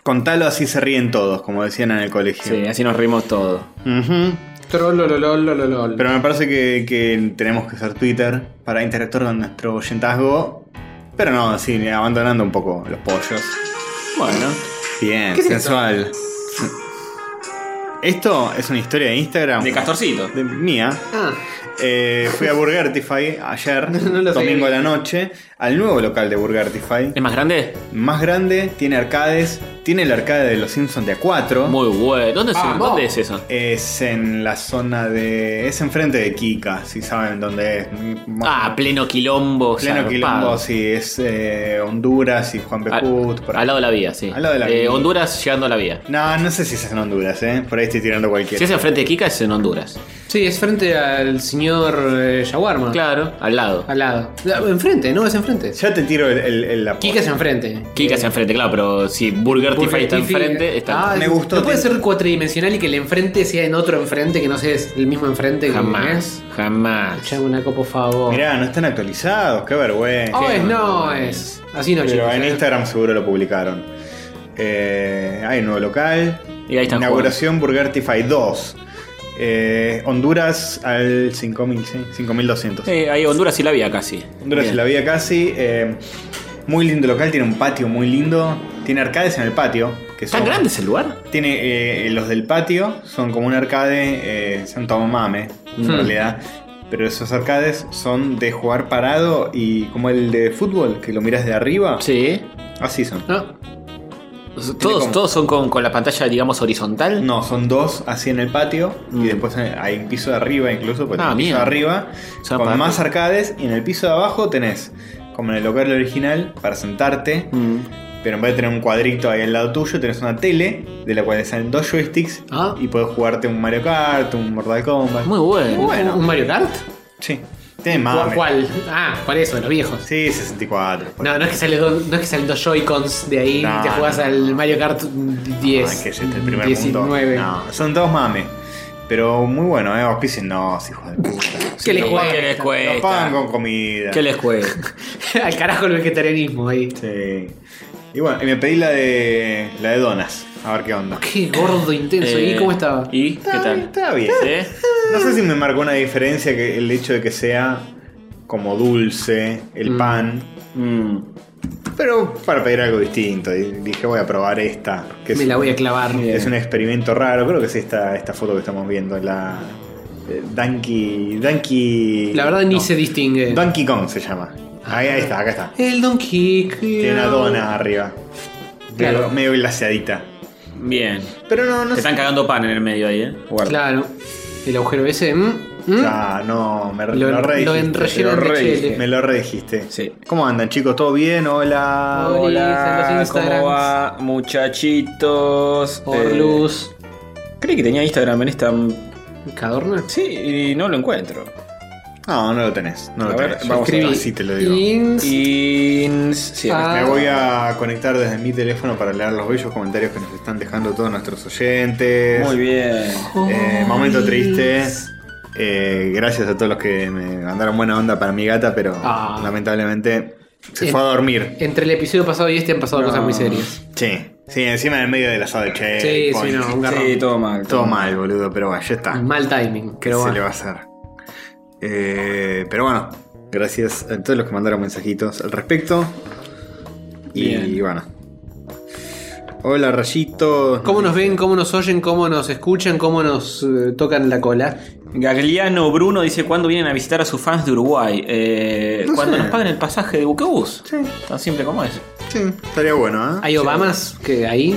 [SPEAKER 1] Contalo así se ríen todos, como decían en el colegio.
[SPEAKER 3] Sí, así nos rimos todos.
[SPEAKER 1] Ujú.
[SPEAKER 2] Trolololololol.
[SPEAKER 1] Pero me parece que, que tenemos que usar Twitter para interactuar con nuestro oyentazgo. Pero no, sí, abandonando un poco los pollos.
[SPEAKER 3] Bueno.
[SPEAKER 1] Bien,
[SPEAKER 2] ¿Qué es
[SPEAKER 1] sensual. Esto es una historia de Instagram.
[SPEAKER 3] De Castorcito.
[SPEAKER 1] de mía.
[SPEAKER 2] Ah,
[SPEAKER 1] Eh, fui a Burgertify ayer,
[SPEAKER 2] <laughs> No lo sabía.
[SPEAKER 1] domingo a la noche, al nuevo local de Burgertify.
[SPEAKER 3] ¿Es más grande?
[SPEAKER 1] Más grande, tiene arcades, tiene el arcade de los Simpsons de A4.
[SPEAKER 3] Muy bueno. ¿Dónde es,
[SPEAKER 2] Vamos.
[SPEAKER 3] ¿dónde es eso?
[SPEAKER 1] Es en la zona de. Es enfrente de Kika, si saben dónde es.
[SPEAKER 3] Ah, pleno quilombo.
[SPEAKER 1] pleno
[SPEAKER 3] zarpado.
[SPEAKER 1] quilombo, si es eh, Honduras y Juan
[SPEAKER 3] Al,
[SPEAKER 1] Becut. por ahí.
[SPEAKER 3] al lado de la vía, sí.
[SPEAKER 1] Al lado de la
[SPEAKER 3] Eh,
[SPEAKER 1] vía.
[SPEAKER 3] Honduras llegando a la vía.
[SPEAKER 1] No, no sé si es en Honduras, ¿eh? Por ahí estoy tirando
[SPEAKER 3] Si
[SPEAKER 1] cualquiera.
[SPEAKER 3] es enfrente de Kika, es en Honduras.
[SPEAKER 2] sí, es frente al señor eh,
[SPEAKER 1] Ah.
[SPEAKER 2] Shawarma.
[SPEAKER 3] Claro, al lado.
[SPEAKER 2] Al lado. La- Enfrente, no, es enfrente.
[SPEAKER 1] Ya te tiro el, el- el apodo.
[SPEAKER 2] Kika es enfrente.
[SPEAKER 3] Kika es enfrente, claro, pero si Burger Tify está
[SPEAKER 2] Tiffy-
[SPEAKER 3] enfrente, está.
[SPEAKER 2] Ah,
[SPEAKER 1] Me gustó,
[SPEAKER 2] No puede
[SPEAKER 1] tiene-
[SPEAKER 2] ser cuatridimensional y que el enfrente sea en otro enfrente que no sea el mismo enfrente que
[SPEAKER 3] jamás. Jamás.
[SPEAKER 2] Echame una copa, por favor.
[SPEAKER 1] Mirá, no están actualizados, qué vergüenza.
[SPEAKER 2] Oh, es no, es. Así no,
[SPEAKER 1] Pero
[SPEAKER 2] chicos,
[SPEAKER 1] en
[SPEAKER 2] eh.
[SPEAKER 1] Instagram seguro lo publicaron. Eh, hay un nuevo local.
[SPEAKER 3] Y ahí están
[SPEAKER 1] Inauguración Burgertify 2. Eh, Honduras al 5000, sí, 5200.
[SPEAKER 3] Eh, ahí Honduras y la vía casi.
[SPEAKER 1] Honduras
[SPEAKER 3] Bien.
[SPEAKER 1] la vía casi. eh, muy lindo local, tiene un patio muy lindo. Tiene arcades en el patio. Que
[SPEAKER 3] ¿Tan
[SPEAKER 1] son-
[SPEAKER 3] grande es el lugar?
[SPEAKER 1] Tiene eh, los del patio, son como un arcade eh, Santo Mame, en
[SPEAKER 2] Hmm.
[SPEAKER 1] realidad. Pero esos arcades son de jugar parado y como el de fútbol, que lo miras de arriba.
[SPEAKER 3] Sí.
[SPEAKER 1] Así son.
[SPEAKER 2] No,
[SPEAKER 3] Todos,
[SPEAKER 1] como-
[SPEAKER 3] todos son con, con la pantalla, digamos, horizontal.
[SPEAKER 1] No, son dos así en el patio
[SPEAKER 3] Mm.
[SPEAKER 1] y después hay un piso de arriba incluso, pues
[SPEAKER 3] Ah,
[SPEAKER 1] un piso
[SPEAKER 3] mierda.
[SPEAKER 1] de arriba
[SPEAKER 3] sea,
[SPEAKER 1] con
[SPEAKER 3] para-
[SPEAKER 1] más arcades y en el piso de abajo tenés como en el local original para sentarte,
[SPEAKER 3] Mm.
[SPEAKER 1] pero en vez de tener un cuadrito ahí al lado tuyo tenés una tele de la cual salen dos joysticks
[SPEAKER 2] Ah.
[SPEAKER 1] y podés jugarte un Mario Kart, un Mortal Kombat.
[SPEAKER 3] Muy bueno.
[SPEAKER 1] Muy bueno.
[SPEAKER 2] ¿Un Mario Kart?
[SPEAKER 1] Sí. Tiene
[SPEAKER 2] ¿Cuál?
[SPEAKER 1] mame.
[SPEAKER 2] cuál? Ah, por eso, los viejos.
[SPEAKER 1] Sí, 64. por-
[SPEAKER 2] No, no es que salen dos, no es que salen dos Joy-Cons de ahí
[SPEAKER 1] No,
[SPEAKER 2] y te jugás
[SPEAKER 1] no.
[SPEAKER 2] al Mario Kart 10.
[SPEAKER 1] Ay, que es este, el primer
[SPEAKER 2] 19.
[SPEAKER 1] mundo. No, son todos mames. Pero muy bueno, ¿eh? Auspicien, no, hijos de puta.
[SPEAKER 2] ¿Qué les
[SPEAKER 3] Lo- ¿Qué
[SPEAKER 2] juega?
[SPEAKER 3] les
[SPEAKER 1] Lo pagan
[SPEAKER 3] cuesta?
[SPEAKER 1] con comida.
[SPEAKER 3] ¿Qué les cuesta?
[SPEAKER 2] <laughs> al carajo el vegetarianismo ahí.
[SPEAKER 1] Sí. Y bueno, y me pedí la de la de donas. A ver qué onda.
[SPEAKER 2] Qué gordo intenso.
[SPEAKER 3] Eh,
[SPEAKER 2] ¿Y cómo estaba?
[SPEAKER 3] ¿Y
[SPEAKER 1] Está
[SPEAKER 3] qué tal?
[SPEAKER 1] bien, está bien.
[SPEAKER 3] ¿Sí?
[SPEAKER 1] No sé si me marcó una diferencia que el hecho de que sea como dulce el pan.
[SPEAKER 3] Mm.
[SPEAKER 1] Pero para pedir algo distinto. Y dije, voy a probar esta. Que es,
[SPEAKER 2] Me la voy a clavar.
[SPEAKER 1] es un experimento raro. Creo que es esta, esta foto que estamos viendo. La. eh, Donkey. Donkey.
[SPEAKER 2] La verdad ni
[SPEAKER 1] no,
[SPEAKER 2] se distingue.
[SPEAKER 1] Donkey Kong se llama. Ahí, ahí está, acá está.
[SPEAKER 2] el Donkey Kong.
[SPEAKER 1] Tiene una dona arriba.
[SPEAKER 2] Claro.
[SPEAKER 1] Medio- Medio glaseadita.
[SPEAKER 3] Bien.
[SPEAKER 1] Pero no, no sé.
[SPEAKER 3] Te están cagando pan en el medio ahí, ¿eh? Guarda.
[SPEAKER 2] Claro. El agujero ese. ¿m? ¿m?
[SPEAKER 1] Ah, no, me
[SPEAKER 2] ¿Mm? Lo- lo
[SPEAKER 1] redijiste.
[SPEAKER 2] enrellenan
[SPEAKER 1] Me lo
[SPEAKER 2] de chile.
[SPEAKER 1] redijiste. Me lo redijiste.
[SPEAKER 3] Sí.
[SPEAKER 1] ¿Cómo andan, chicos? ¿Todo bien? Hola.
[SPEAKER 2] Hola. Hola, Instagrams.
[SPEAKER 3] Ah, ¿cómo va, muchachitos?
[SPEAKER 2] Por
[SPEAKER 3] Eh,
[SPEAKER 2] luz.
[SPEAKER 3] Creí que tenía Instagram en esta.
[SPEAKER 2] ¿Cadorna?
[SPEAKER 3] Sí, y no
[SPEAKER 2] <laughs>
[SPEAKER 3] lo encuentro.
[SPEAKER 1] No, no lo tenés. No
[SPEAKER 3] A
[SPEAKER 1] lo
[SPEAKER 3] ver,
[SPEAKER 1] tenés.
[SPEAKER 3] vamos a
[SPEAKER 1] Escribí.
[SPEAKER 2] ver.
[SPEAKER 1] Así te lo digo.
[SPEAKER 2] Ins-
[SPEAKER 3] Y. Sí,
[SPEAKER 2] Ah.
[SPEAKER 1] Me voy a conectar desde mi teléfono para leer los bellos comentarios que nos están dejando todos nuestros oyentes.
[SPEAKER 3] Muy bien.
[SPEAKER 1] Eh, momento
[SPEAKER 2] Ins-
[SPEAKER 1] triste. Eh, gracias a todos los que me mandaron buena onda para mi gata, pero
[SPEAKER 2] Ah.
[SPEAKER 1] lamentablemente se
[SPEAKER 2] Eh.
[SPEAKER 1] fue a dormir.
[SPEAKER 2] Entre el episodio pasado y este han pasado cosas muy serias.
[SPEAKER 1] Sí, sí, encima en el medio del asado de che.
[SPEAKER 2] Sí, sí, no, un garrón.
[SPEAKER 3] Sí, todo mal.
[SPEAKER 1] Todo mal, boludo, pero bueno, ya está.
[SPEAKER 2] Mal timing,
[SPEAKER 1] ¿Qué
[SPEAKER 2] pero
[SPEAKER 1] Ah. se le
[SPEAKER 2] bueno.
[SPEAKER 1] va a hacer? Eh, pero bueno, gracias a todos los que mandaron mensajitos al respecto. Y
[SPEAKER 3] Bien.
[SPEAKER 1] bueno. Hola, rayitos.
[SPEAKER 2] ¿Cómo nos ven? ¿Cómo nos oyen? ¿Cómo nos escuchan? ¿Cómo nos eh, tocan la cola?
[SPEAKER 3] Gagliano Bruno dice: ¿Cuándo vienen a visitar a sus fans de Uruguay? Eh,
[SPEAKER 1] No
[SPEAKER 3] cuando
[SPEAKER 1] sé.
[SPEAKER 3] nos paguen el pasaje de buquebús.
[SPEAKER 1] Sí.
[SPEAKER 3] Tan simple como es.
[SPEAKER 1] Sí, estaría bueno, ¿eh?
[SPEAKER 2] ¿Hay Obamas que ahí?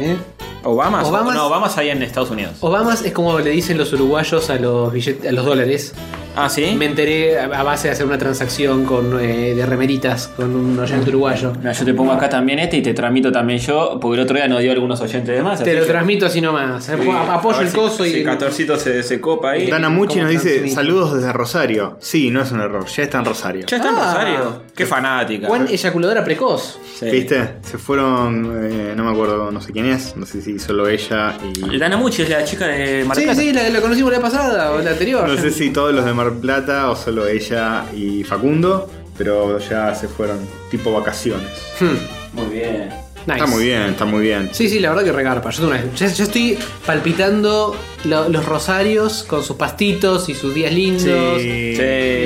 [SPEAKER 2] ¿Eh?
[SPEAKER 3] ¿Obamas?
[SPEAKER 2] Obamas- Oh.
[SPEAKER 3] No, Obamas ahí en Estados Unidos.
[SPEAKER 2] Obamas es como le dicen los uruguayos a los billetes, a los dólares.
[SPEAKER 3] Ah, sí.
[SPEAKER 2] Me enteré a a base de hacer una transacción con, eh, de remeritas con un oyente uruguayo.
[SPEAKER 3] Mira, yo te pongo acá también este y te tramito también yo, porque el otro día nos dio algunos oyentes de más.
[SPEAKER 2] Te
[SPEAKER 3] así
[SPEAKER 2] lo
[SPEAKER 3] que-
[SPEAKER 2] transmito así nomás. ¿eh?
[SPEAKER 3] Sí. A
[SPEAKER 2] Apoyo
[SPEAKER 3] ver
[SPEAKER 2] el
[SPEAKER 3] si-
[SPEAKER 2] coso
[SPEAKER 3] si
[SPEAKER 2] y.
[SPEAKER 3] Catorcito se, se copa ahí.
[SPEAKER 1] Dana Muchi
[SPEAKER 2] ¿Cómo
[SPEAKER 1] nos
[SPEAKER 2] están,
[SPEAKER 1] dice:
[SPEAKER 2] Sumi?
[SPEAKER 1] Saludos desde Rosario. Sí, no es un error, ya está en Rosario.
[SPEAKER 3] Ya está en
[SPEAKER 2] Ah.
[SPEAKER 3] Rosario. Qué fanática.
[SPEAKER 2] Juan eyaculadora precoz.
[SPEAKER 3] Sí.
[SPEAKER 1] ¿Viste? Se fueron, eh, no me acuerdo, no sé quién es, no sé si solo ella y.
[SPEAKER 3] Dana Muchi es la chica de Mar del
[SPEAKER 2] Sí,
[SPEAKER 3] Plata.
[SPEAKER 2] sí, la, la conocimos la pasada o la anterior.
[SPEAKER 1] No sé si todos los de Mar del Plata o solo ella y Facundo, pero ya se fueron tipo vacaciones.
[SPEAKER 2] Hmm,
[SPEAKER 3] Muy bien.
[SPEAKER 2] nice.
[SPEAKER 1] Está muy bien, está muy bien.
[SPEAKER 2] Sí, sí, la verdad que regarpa. Yo, de una vez- ya, ya estoy palpitando lo- los rosarios con sus pastitos y sus días lindos.
[SPEAKER 3] Sí,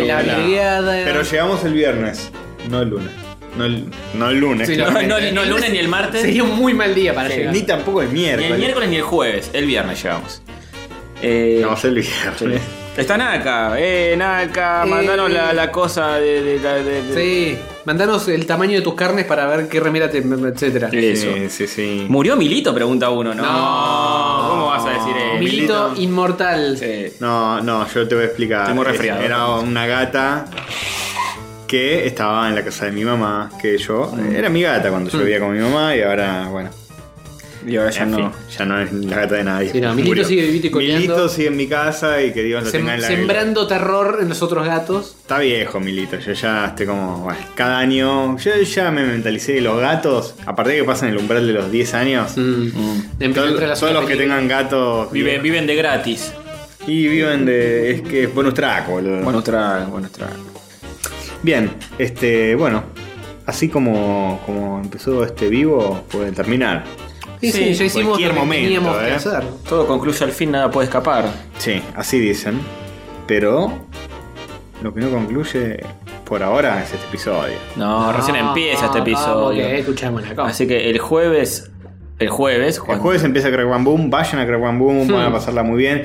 [SPEAKER 2] la
[SPEAKER 1] ojalá.
[SPEAKER 2] brigada.
[SPEAKER 1] Pero llegamos el viernes, no el lunes. No el, no el lunes.
[SPEAKER 2] Sí,
[SPEAKER 3] No,
[SPEAKER 1] claramente.
[SPEAKER 3] no- no el lunes ni el martes,
[SPEAKER 2] Sería un muy mal día para llegar.
[SPEAKER 1] Ni tampoco el
[SPEAKER 3] ni
[SPEAKER 1] miércoles.
[SPEAKER 3] el miércoles ni el jueves. El viernes llegamos. Eh,
[SPEAKER 1] No, es el viernes.
[SPEAKER 3] Está Naka. Eh, Naka,
[SPEAKER 2] Eh.
[SPEAKER 3] mandanos la, la cosa de... de- de- de- de-
[SPEAKER 2] Sí, mandanos el tamaño de tus carnes para ver qué remera te. etcétera.
[SPEAKER 3] Eso.
[SPEAKER 1] Sí, sí, sí.
[SPEAKER 3] ¿Murió Milito? Pregunta uno. No.
[SPEAKER 2] No.
[SPEAKER 3] ¿Cómo vas a decir eso?
[SPEAKER 2] Milito, inmortal.
[SPEAKER 3] Sí.
[SPEAKER 1] No, no, yo te voy a explicar.
[SPEAKER 3] Estoy muy
[SPEAKER 1] Es-
[SPEAKER 3] resfriado.
[SPEAKER 1] Era una gata que estaba en la casa de mi mamá, que yo.
[SPEAKER 2] Mm.
[SPEAKER 1] Era mi gata cuando yo vivía con mi mamá y ahora, bueno.
[SPEAKER 3] Y ahora ya
[SPEAKER 1] en
[SPEAKER 3] no.
[SPEAKER 1] fin, ya no es la gata de nadie.
[SPEAKER 2] Sí, no, Milito
[SPEAKER 1] Murió.
[SPEAKER 2] sigue vivito y coleando.
[SPEAKER 1] Milito sigue en mi casa y que Dios lo
[SPEAKER 2] Sem-
[SPEAKER 1] tenga en la
[SPEAKER 2] sembrando terror en los otros gatos.
[SPEAKER 1] Está viejo, Milito. Yo ya estoy como. bueno, cada año. Yo ya me mentalicé que los gatos. Aparte de que pasan el umbral de los 10
[SPEAKER 3] Mm.
[SPEAKER 1] años.
[SPEAKER 2] Mm. Empieza
[SPEAKER 1] todo-
[SPEAKER 2] a entrar la
[SPEAKER 1] todos los que
[SPEAKER 2] peligro.
[SPEAKER 1] tengan gatos.
[SPEAKER 3] Viven,
[SPEAKER 1] viven-
[SPEAKER 3] viven de gratis.
[SPEAKER 1] Y viven de. Es que es bonus track, boludo.
[SPEAKER 3] Buenos tragos, buenos tragos.
[SPEAKER 1] Bien, este. Bueno. Así como, como empezó este vivo, puede terminar.
[SPEAKER 2] Sí, sí,
[SPEAKER 3] Sí,
[SPEAKER 2] ya hicimos lo
[SPEAKER 1] cualquier
[SPEAKER 2] que
[SPEAKER 1] momento,
[SPEAKER 2] teníamos que
[SPEAKER 1] eh.
[SPEAKER 2] hacer.
[SPEAKER 3] Todo concluye al fin, nada puede escapar.
[SPEAKER 1] Sí, así dicen. Pero. Lo que no concluye por ahora es este episodio.
[SPEAKER 3] No, recién empieza este
[SPEAKER 2] vamos,
[SPEAKER 3] episodio.
[SPEAKER 2] que Ah, escuchamos una cosa.
[SPEAKER 3] Así que el jueves. El jueves,
[SPEAKER 1] El
[SPEAKER 3] cuando-
[SPEAKER 1] jueves empieza Crack One Boom. Vayan a Crack One Boom, van a pasarla muy bien.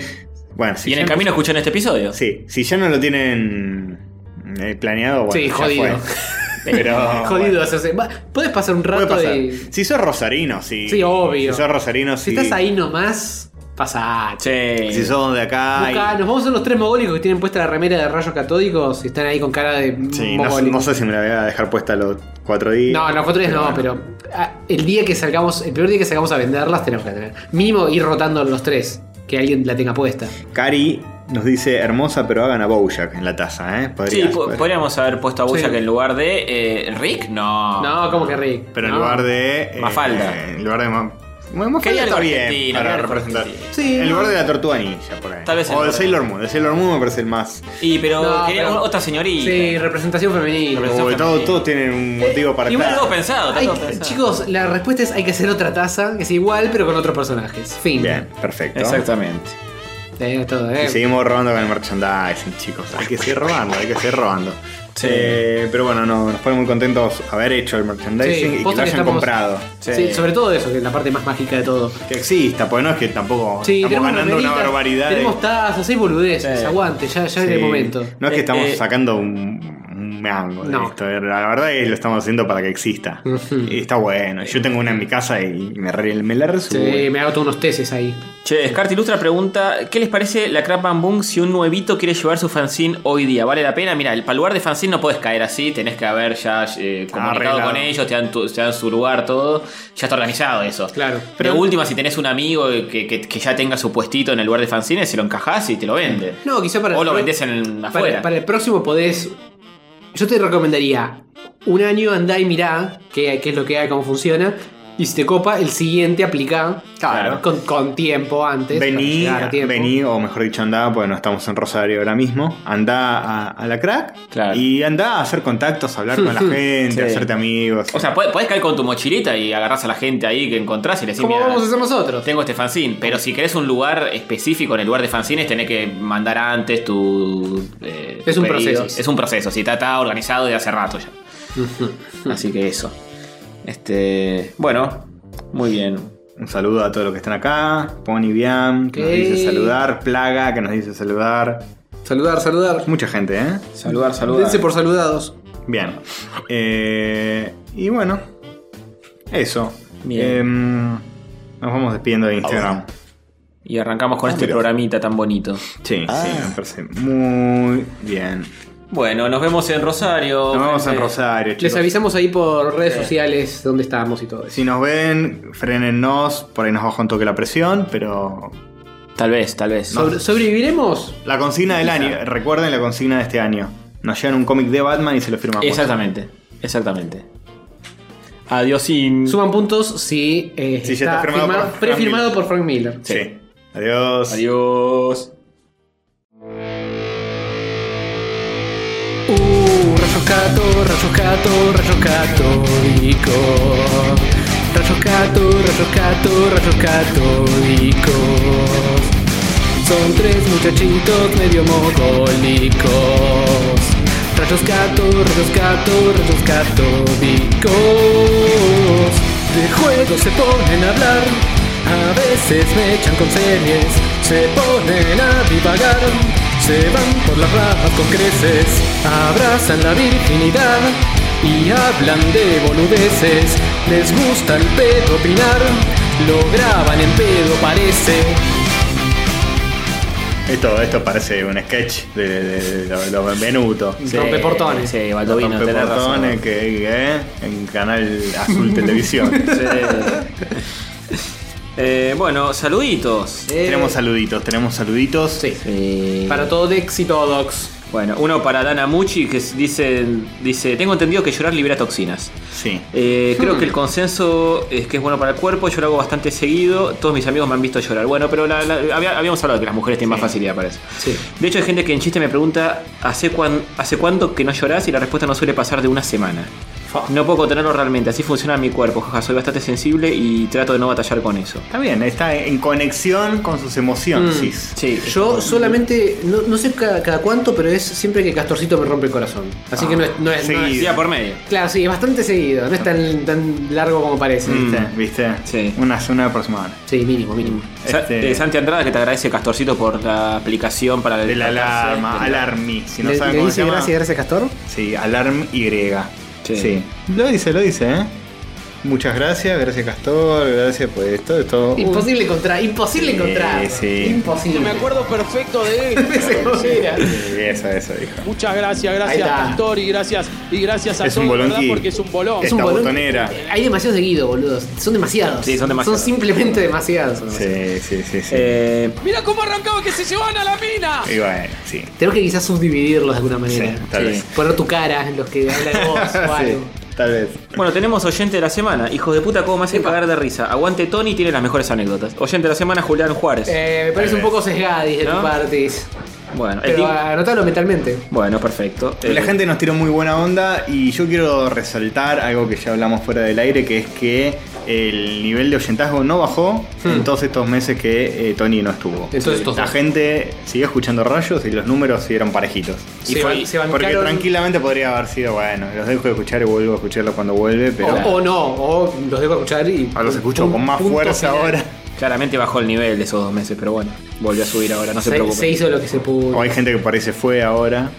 [SPEAKER 1] Bueno, si
[SPEAKER 3] Y en
[SPEAKER 1] ya
[SPEAKER 3] el
[SPEAKER 1] no-
[SPEAKER 3] camino escuchan este episodio.
[SPEAKER 1] Sí, si ya no lo tienen eh, planeado, bueno,
[SPEAKER 2] Sí,
[SPEAKER 1] ya
[SPEAKER 2] jodido. <laughs>
[SPEAKER 1] fue. Pero.
[SPEAKER 2] Jodido
[SPEAKER 1] bueno,
[SPEAKER 2] hacerse. Va, Puedes pasar un
[SPEAKER 1] puede
[SPEAKER 2] rato
[SPEAKER 1] pasar.
[SPEAKER 2] y.
[SPEAKER 1] Si sos rosarino, si.
[SPEAKER 2] Sí, obvio.
[SPEAKER 1] Si sos rosarino,
[SPEAKER 2] Si
[SPEAKER 1] sí.
[SPEAKER 2] estás ahí nomás, pasa.
[SPEAKER 3] Che.
[SPEAKER 1] Si sos de acá. y-
[SPEAKER 2] Acá nos vamos a los tres mogólicos que tienen puesta la remera de rayos catódicos y están ahí con cara de
[SPEAKER 1] Sí, no,
[SPEAKER 2] mogólico.
[SPEAKER 1] no sé si me la voy a dejar puesta los cuatro días.
[SPEAKER 2] No, los cuatro días no,
[SPEAKER 1] bueno.
[SPEAKER 2] pero ah, el día que salgamos, el primer día que salgamos a venderlas tenemos que tener. Mínimo ir rotando los tres, que alguien la tenga puesta.
[SPEAKER 1] Cari Nos dice hermosa, pero hagan a Bojack en la taza, ¿eh?
[SPEAKER 3] Sí,
[SPEAKER 1] Podrías,
[SPEAKER 3] po-
[SPEAKER 1] podrías.
[SPEAKER 3] podríamos haber puesto a Bojack
[SPEAKER 2] Sí.
[SPEAKER 3] en lugar de. eh, ¿Rick? No.
[SPEAKER 2] No, como que Rick.
[SPEAKER 1] Ah. Pero en
[SPEAKER 2] No.
[SPEAKER 1] lugar de.
[SPEAKER 3] Mafalda.
[SPEAKER 1] eh, en lugar de. Ma- Bueno,
[SPEAKER 3] Que hay
[SPEAKER 1] Mafalda
[SPEAKER 3] algo
[SPEAKER 1] está bien
[SPEAKER 3] argentino, que
[SPEAKER 1] para
[SPEAKER 3] hay algo
[SPEAKER 1] representar.
[SPEAKER 3] argentino.
[SPEAKER 2] Sí,
[SPEAKER 1] el
[SPEAKER 2] no.
[SPEAKER 1] lugar de la tortuga ninja, por ahí.
[SPEAKER 3] Tal vez el
[SPEAKER 1] o el
[SPEAKER 3] lugar de-
[SPEAKER 1] Sailor Moon. El Sailor Moon me parece el más.
[SPEAKER 3] Y pero
[SPEAKER 2] No,
[SPEAKER 3] quería
[SPEAKER 2] pero-
[SPEAKER 3] otra señorita.
[SPEAKER 2] Sí, representación femenina.
[SPEAKER 3] Representación-
[SPEAKER 1] Porque todos
[SPEAKER 3] femenino.
[SPEAKER 1] todos tienen un motivo para
[SPEAKER 3] Igual
[SPEAKER 1] estar.
[SPEAKER 3] todo pensado, está
[SPEAKER 2] Hay-
[SPEAKER 3] todo pensado.
[SPEAKER 2] chicos, la respuesta es hay que hacer otra taza, que es igual, pero con otros personajes. Fin.
[SPEAKER 1] Bien, perfecto.
[SPEAKER 3] Exactamente.
[SPEAKER 2] Eh, todo, eh.
[SPEAKER 1] Y seguimos robando con el merchandising, chicos. Hay que seguir robando, hay que seguir robando. Eh, pero bueno, no, nos pone muy contentos haber hecho el merchandising
[SPEAKER 2] Sí,
[SPEAKER 1] y que
[SPEAKER 2] posta
[SPEAKER 1] lo
[SPEAKER 2] que
[SPEAKER 1] hayan
[SPEAKER 2] estamos-
[SPEAKER 1] comprado.
[SPEAKER 2] Sí,
[SPEAKER 3] Sí.
[SPEAKER 2] sobre todo eso, que es la parte más mágica de todo.
[SPEAKER 1] Que exista, porque no es que tampoco
[SPEAKER 2] Sí,
[SPEAKER 1] estamos
[SPEAKER 2] tenemos
[SPEAKER 1] ganando una
[SPEAKER 2] remeritas,
[SPEAKER 1] barbaridad. de-
[SPEAKER 2] Tenemos tazas, hay boludeces,
[SPEAKER 3] Sí.
[SPEAKER 2] aguante, ya, ya era el
[SPEAKER 1] Sí.
[SPEAKER 2] momento.
[SPEAKER 1] No es que
[SPEAKER 3] Eh,
[SPEAKER 1] estamos
[SPEAKER 3] eh.
[SPEAKER 1] sacando un, un mango de
[SPEAKER 2] No.
[SPEAKER 1] esto. eh, La verdad es que lo estamos haciendo para que exista.
[SPEAKER 2] Ujú.
[SPEAKER 1] Y está bueno. Yo tengo una en mi casa y me, re- me la
[SPEAKER 2] Sí,
[SPEAKER 1] resuelvo.
[SPEAKER 2] Eh, me hago todos unos tesis ahí.
[SPEAKER 3] Che, Scart Ilustra pregunta: ¿Qué les parece la Crap Bamboo si un nuevito quiere llevar su fanzine hoy día? ¿Vale la pena? Mira, para lugar de fanzine no puedes caer así, tenés que haber ya eh, comunicado
[SPEAKER 1] Arreglado.
[SPEAKER 3] con ellos, te dan, tu- te dan su lugar, todo. Ya está organizado eso.
[SPEAKER 2] Claro.
[SPEAKER 3] Pero
[SPEAKER 2] Pero-
[SPEAKER 3] de última, si tenés un amigo que, que- que ya tenga su puestito en el lugar de fanzine, se lo encajás y te lo vende.
[SPEAKER 2] No, quizá para
[SPEAKER 3] o
[SPEAKER 2] el
[SPEAKER 3] lo
[SPEAKER 2] pro-
[SPEAKER 3] vendés en,
[SPEAKER 2] para-
[SPEAKER 3] afuera.
[SPEAKER 2] Para, el próximo podés. Yo te recomendaría un año andá y mirá qué, qué es lo que hay, cómo funciona. Y si te copa, el siguiente aplicá.
[SPEAKER 1] Claro.
[SPEAKER 2] Con, con tiempo antes. para
[SPEAKER 1] Vení,
[SPEAKER 2] llegar a tiempo.
[SPEAKER 1] vení, o mejor dicho, andá, porque no estamos en Rosario ahora mismo. Andá a, a la crack
[SPEAKER 3] Claro.
[SPEAKER 1] y andá a hacer contactos, a hablar con la
[SPEAKER 2] <laughs>
[SPEAKER 1] gente,
[SPEAKER 3] Sí.
[SPEAKER 1] a hacerte amigos.
[SPEAKER 3] O sea, podés, podés caer con tu mochilita y agarrás a la gente ahí que encontrás y le decís,
[SPEAKER 2] ¿Cómo
[SPEAKER 3] mira,
[SPEAKER 2] vamos a hacer nosotros?
[SPEAKER 3] tengo este fanzine. Pero si querés un lugar específico en el lugar de fanzines, tenés que mandar antes tu. eh,
[SPEAKER 2] Es
[SPEAKER 3] tu
[SPEAKER 2] un proceso.
[SPEAKER 3] Es un proceso, sí, está, está organizado de hace
[SPEAKER 2] <laughs>
[SPEAKER 3] rato ya. Así que eso. Este. Bueno, muy bien.
[SPEAKER 1] un saludo a todos los que están acá. Pony Biam, que nos
[SPEAKER 2] Ok.
[SPEAKER 1] dice saludar. Plaga, que nos dice saludar.
[SPEAKER 2] Saludar, saludar.
[SPEAKER 1] Mucha gente, ¿eh?
[SPEAKER 3] Saludar, saludar.
[SPEAKER 2] Dense por saludados.
[SPEAKER 1] Bien. Eh, y bueno, eso.
[SPEAKER 3] Bien. Ah,
[SPEAKER 1] Em, nos vamos despidiendo de Instagram.
[SPEAKER 3] Y arrancamos
[SPEAKER 2] Ah,
[SPEAKER 3] con este programita tan bonito.
[SPEAKER 1] Sí, sí,
[SPEAKER 3] Ah.
[SPEAKER 1] me parece muy bien.
[SPEAKER 3] Bueno, nos vemos en Rosario. Este,
[SPEAKER 1] Nos vemos en
[SPEAKER 3] gente.
[SPEAKER 1] Rosario,
[SPEAKER 2] Les
[SPEAKER 1] chicos.
[SPEAKER 2] avisamos ahí por redes sociales dónde estamos y todo eso.
[SPEAKER 1] Si nos ven, frenennos, por ahí nos baja un toque la presión, pero
[SPEAKER 3] Tal vez, tal vez.
[SPEAKER 2] Sobre- ¿Sobreviviremos?
[SPEAKER 1] la consigna del año, recuerden la consigna de este año. Nos llevan un cómic de Batman y se lo firmamos.
[SPEAKER 3] Exactamente, exactamente. Adiós y.
[SPEAKER 2] Suman puntos si, eh,
[SPEAKER 1] Si ya está firmado por Frank
[SPEAKER 2] prefirmado
[SPEAKER 1] Miller.
[SPEAKER 2] por Frank Miller.
[SPEAKER 1] Sí. Adiós.
[SPEAKER 3] Adiós.
[SPEAKER 2] Uh, rayos gato, rayos gato, rayos católicos. Rayos gato, rayos gato, rayos católicos. Son tres muchachitos medio mogólicos. Rayos gato, rayos gato, rayos católicos. De juego se ponen a hablar. A veces me echan con series, se ponen a divagar, se van por las ramas con creces, abrazan la virginidad y hablan de boludeces, les gusta el pedo opinar, lo graban en pedo parece.
[SPEAKER 1] Esto, esto parece un sketch de, de, de- de los Benvenuto.
[SPEAKER 2] Rompe portones.
[SPEAKER 3] Sí, Baldovino,
[SPEAKER 1] Rompe
[SPEAKER 3] tenés
[SPEAKER 1] portones que, que, eh, en Canal
[SPEAKER 3] <laughs>
[SPEAKER 1] Azul Televisión.
[SPEAKER 3] razón. Sí. <laughs> Eh, bueno, saluditos.
[SPEAKER 1] Tenemos saluditos, tenemos saluditos.
[SPEAKER 3] Sí.
[SPEAKER 2] todo éxito, Docs.
[SPEAKER 3] Bueno, uno para Dana Mucci que s- dice, dice, tengo entendido que llorar libera toxinas.
[SPEAKER 1] Sí.
[SPEAKER 3] Eh, creo que el consenso es que es bueno para el cuerpo, yo lo hago bastante seguido, todos mis amigos me han visto llorar. Bueno, pero la- la- había- habíamos hablado de que las mujeres tienen más facilidad para eso.
[SPEAKER 2] Sí.
[SPEAKER 3] De hecho, hay gente que en chiste me pregunta ¿hace, cuán- ¿hace cuánto que no llorás? Y la respuesta no suele pasar de una semana. No puedo contenerlo realmente, así funciona mi cuerpo, jaja, soy bastante sensible y trato de no batallar con eso.
[SPEAKER 1] Está bien, está en conexión con sus emociones.
[SPEAKER 3] Mm, Sí,
[SPEAKER 2] Yo solamente, no, no sé cada, cada cuánto, pero es siempre que Castorcito me rompe el corazón. Así que no es. No es, no es-
[SPEAKER 1] seguido.
[SPEAKER 3] día por medio.
[SPEAKER 2] claro, sí, es bastante seguido, no es tan, tan largo como parece.
[SPEAKER 1] ¿Viste? ¿Viste?
[SPEAKER 3] Mm. Sí.
[SPEAKER 1] Una, una por semana.
[SPEAKER 2] Sí, mínimo, mínimo.
[SPEAKER 3] Sa-
[SPEAKER 1] Este-
[SPEAKER 3] eh, Santi Andrada que te agradece Castorcito por la aplicación para
[SPEAKER 1] De la alarma,
[SPEAKER 3] Sí.
[SPEAKER 1] alarmi. Si no
[SPEAKER 2] le,
[SPEAKER 1] saben
[SPEAKER 2] le
[SPEAKER 1] cómo
[SPEAKER 2] dice
[SPEAKER 1] se llama.
[SPEAKER 2] gracias, gracias, Castor.
[SPEAKER 1] Sí, alarm Y.
[SPEAKER 3] Sí.
[SPEAKER 1] Sí. Lo dice, lo dice, ¿eh? Muchas gracias, gracias Castor, gracias por esto, esto.
[SPEAKER 2] Imposible encontrar, imposible encontrar.
[SPEAKER 1] sí.
[SPEAKER 2] Imposible.
[SPEAKER 4] Me acuerdo perfecto de
[SPEAKER 2] <laughs> Se
[SPEAKER 4] él.
[SPEAKER 2] jodera.
[SPEAKER 1] Sí, eso, eso, dijo.
[SPEAKER 4] Muchas gracias,
[SPEAKER 2] Ahí
[SPEAKER 4] gracias
[SPEAKER 2] está.
[SPEAKER 4] Pastor y gracias y gracias a
[SPEAKER 1] Es
[SPEAKER 4] todos,
[SPEAKER 1] un bolonqui.
[SPEAKER 4] ¿verdad? Porque es un bolón.
[SPEAKER 2] Es un
[SPEAKER 1] Esta
[SPEAKER 2] bolón.
[SPEAKER 1] botonera.
[SPEAKER 2] Hay demasiado seguido, boludos. Son demasiados.
[SPEAKER 3] Sí, son demasiados.
[SPEAKER 2] Son simplemente demasiados. son demasiados.
[SPEAKER 1] Sí, sí, sí, sí.
[SPEAKER 3] Eh,
[SPEAKER 4] Mira cómo arrancaba que se llevan a la mina.
[SPEAKER 1] Y bueno, sí.
[SPEAKER 2] Tenemos que quizás subdividirlos de alguna manera.
[SPEAKER 1] Sí, tal vez.
[SPEAKER 2] Poner tu cara en los que hablan vos o algo.
[SPEAKER 1] <laughs> Sí, tal vez.
[SPEAKER 3] bueno, tenemos oyente de la semana. Hijos de puta, ¿cómo me hacen pagar de risa? Aguante Tony, tiene las mejores anécdotas. Oyente de la semana, Julián Juárez.
[SPEAKER 2] Eh, me parece un
[SPEAKER 1] vez.
[SPEAKER 2] poco sesgadis de
[SPEAKER 3] ¿No?
[SPEAKER 2] tu partis.
[SPEAKER 3] bueno, el
[SPEAKER 2] Pero
[SPEAKER 3] tip-
[SPEAKER 2] anotalo mentalmente.
[SPEAKER 3] bueno, perfecto. Eh,
[SPEAKER 1] La gente nos tiró muy buena onda y yo quiero resaltar algo que ya hablamos fuera del aire, que es que el nivel de oyentazgo no bajó en todos estos meses que eh, Tony no estuvo.
[SPEAKER 2] Entonces, Hmm. estos
[SPEAKER 1] la
[SPEAKER 2] dos.
[SPEAKER 1] gente siguió escuchando rayos y los números siguieron parejitos.
[SPEAKER 2] Se
[SPEAKER 3] fue-
[SPEAKER 2] ban- se
[SPEAKER 1] Porque
[SPEAKER 2] bancaron-
[SPEAKER 1] tranquilamente podría haber sido, bueno, los dejo de escuchar y vuelvo a escucharlos cuando vuelve,
[SPEAKER 2] O,
[SPEAKER 1] pero
[SPEAKER 2] o no, o los dejo escuchar y.
[SPEAKER 1] ahora los escucho
[SPEAKER 2] un-
[SPEAKER 1] con más
[SPEAKER 2] punto
[SPEAKER 1] fuerza
[SPEAKER 2] final.
[SPEAKER 1] ahora.
[SPEAKER 3] Claramente bajó el nivel de esos dos meses, pero bueno, volvió a subir ahora, no se,
[SPEAKER 2] Se,
[SPEAKER 3] preocupen.
[SPEAKER 2] se hizo lo que se pudo.
[SPEAKER 1] O hay gente que por ahí se fue ahora,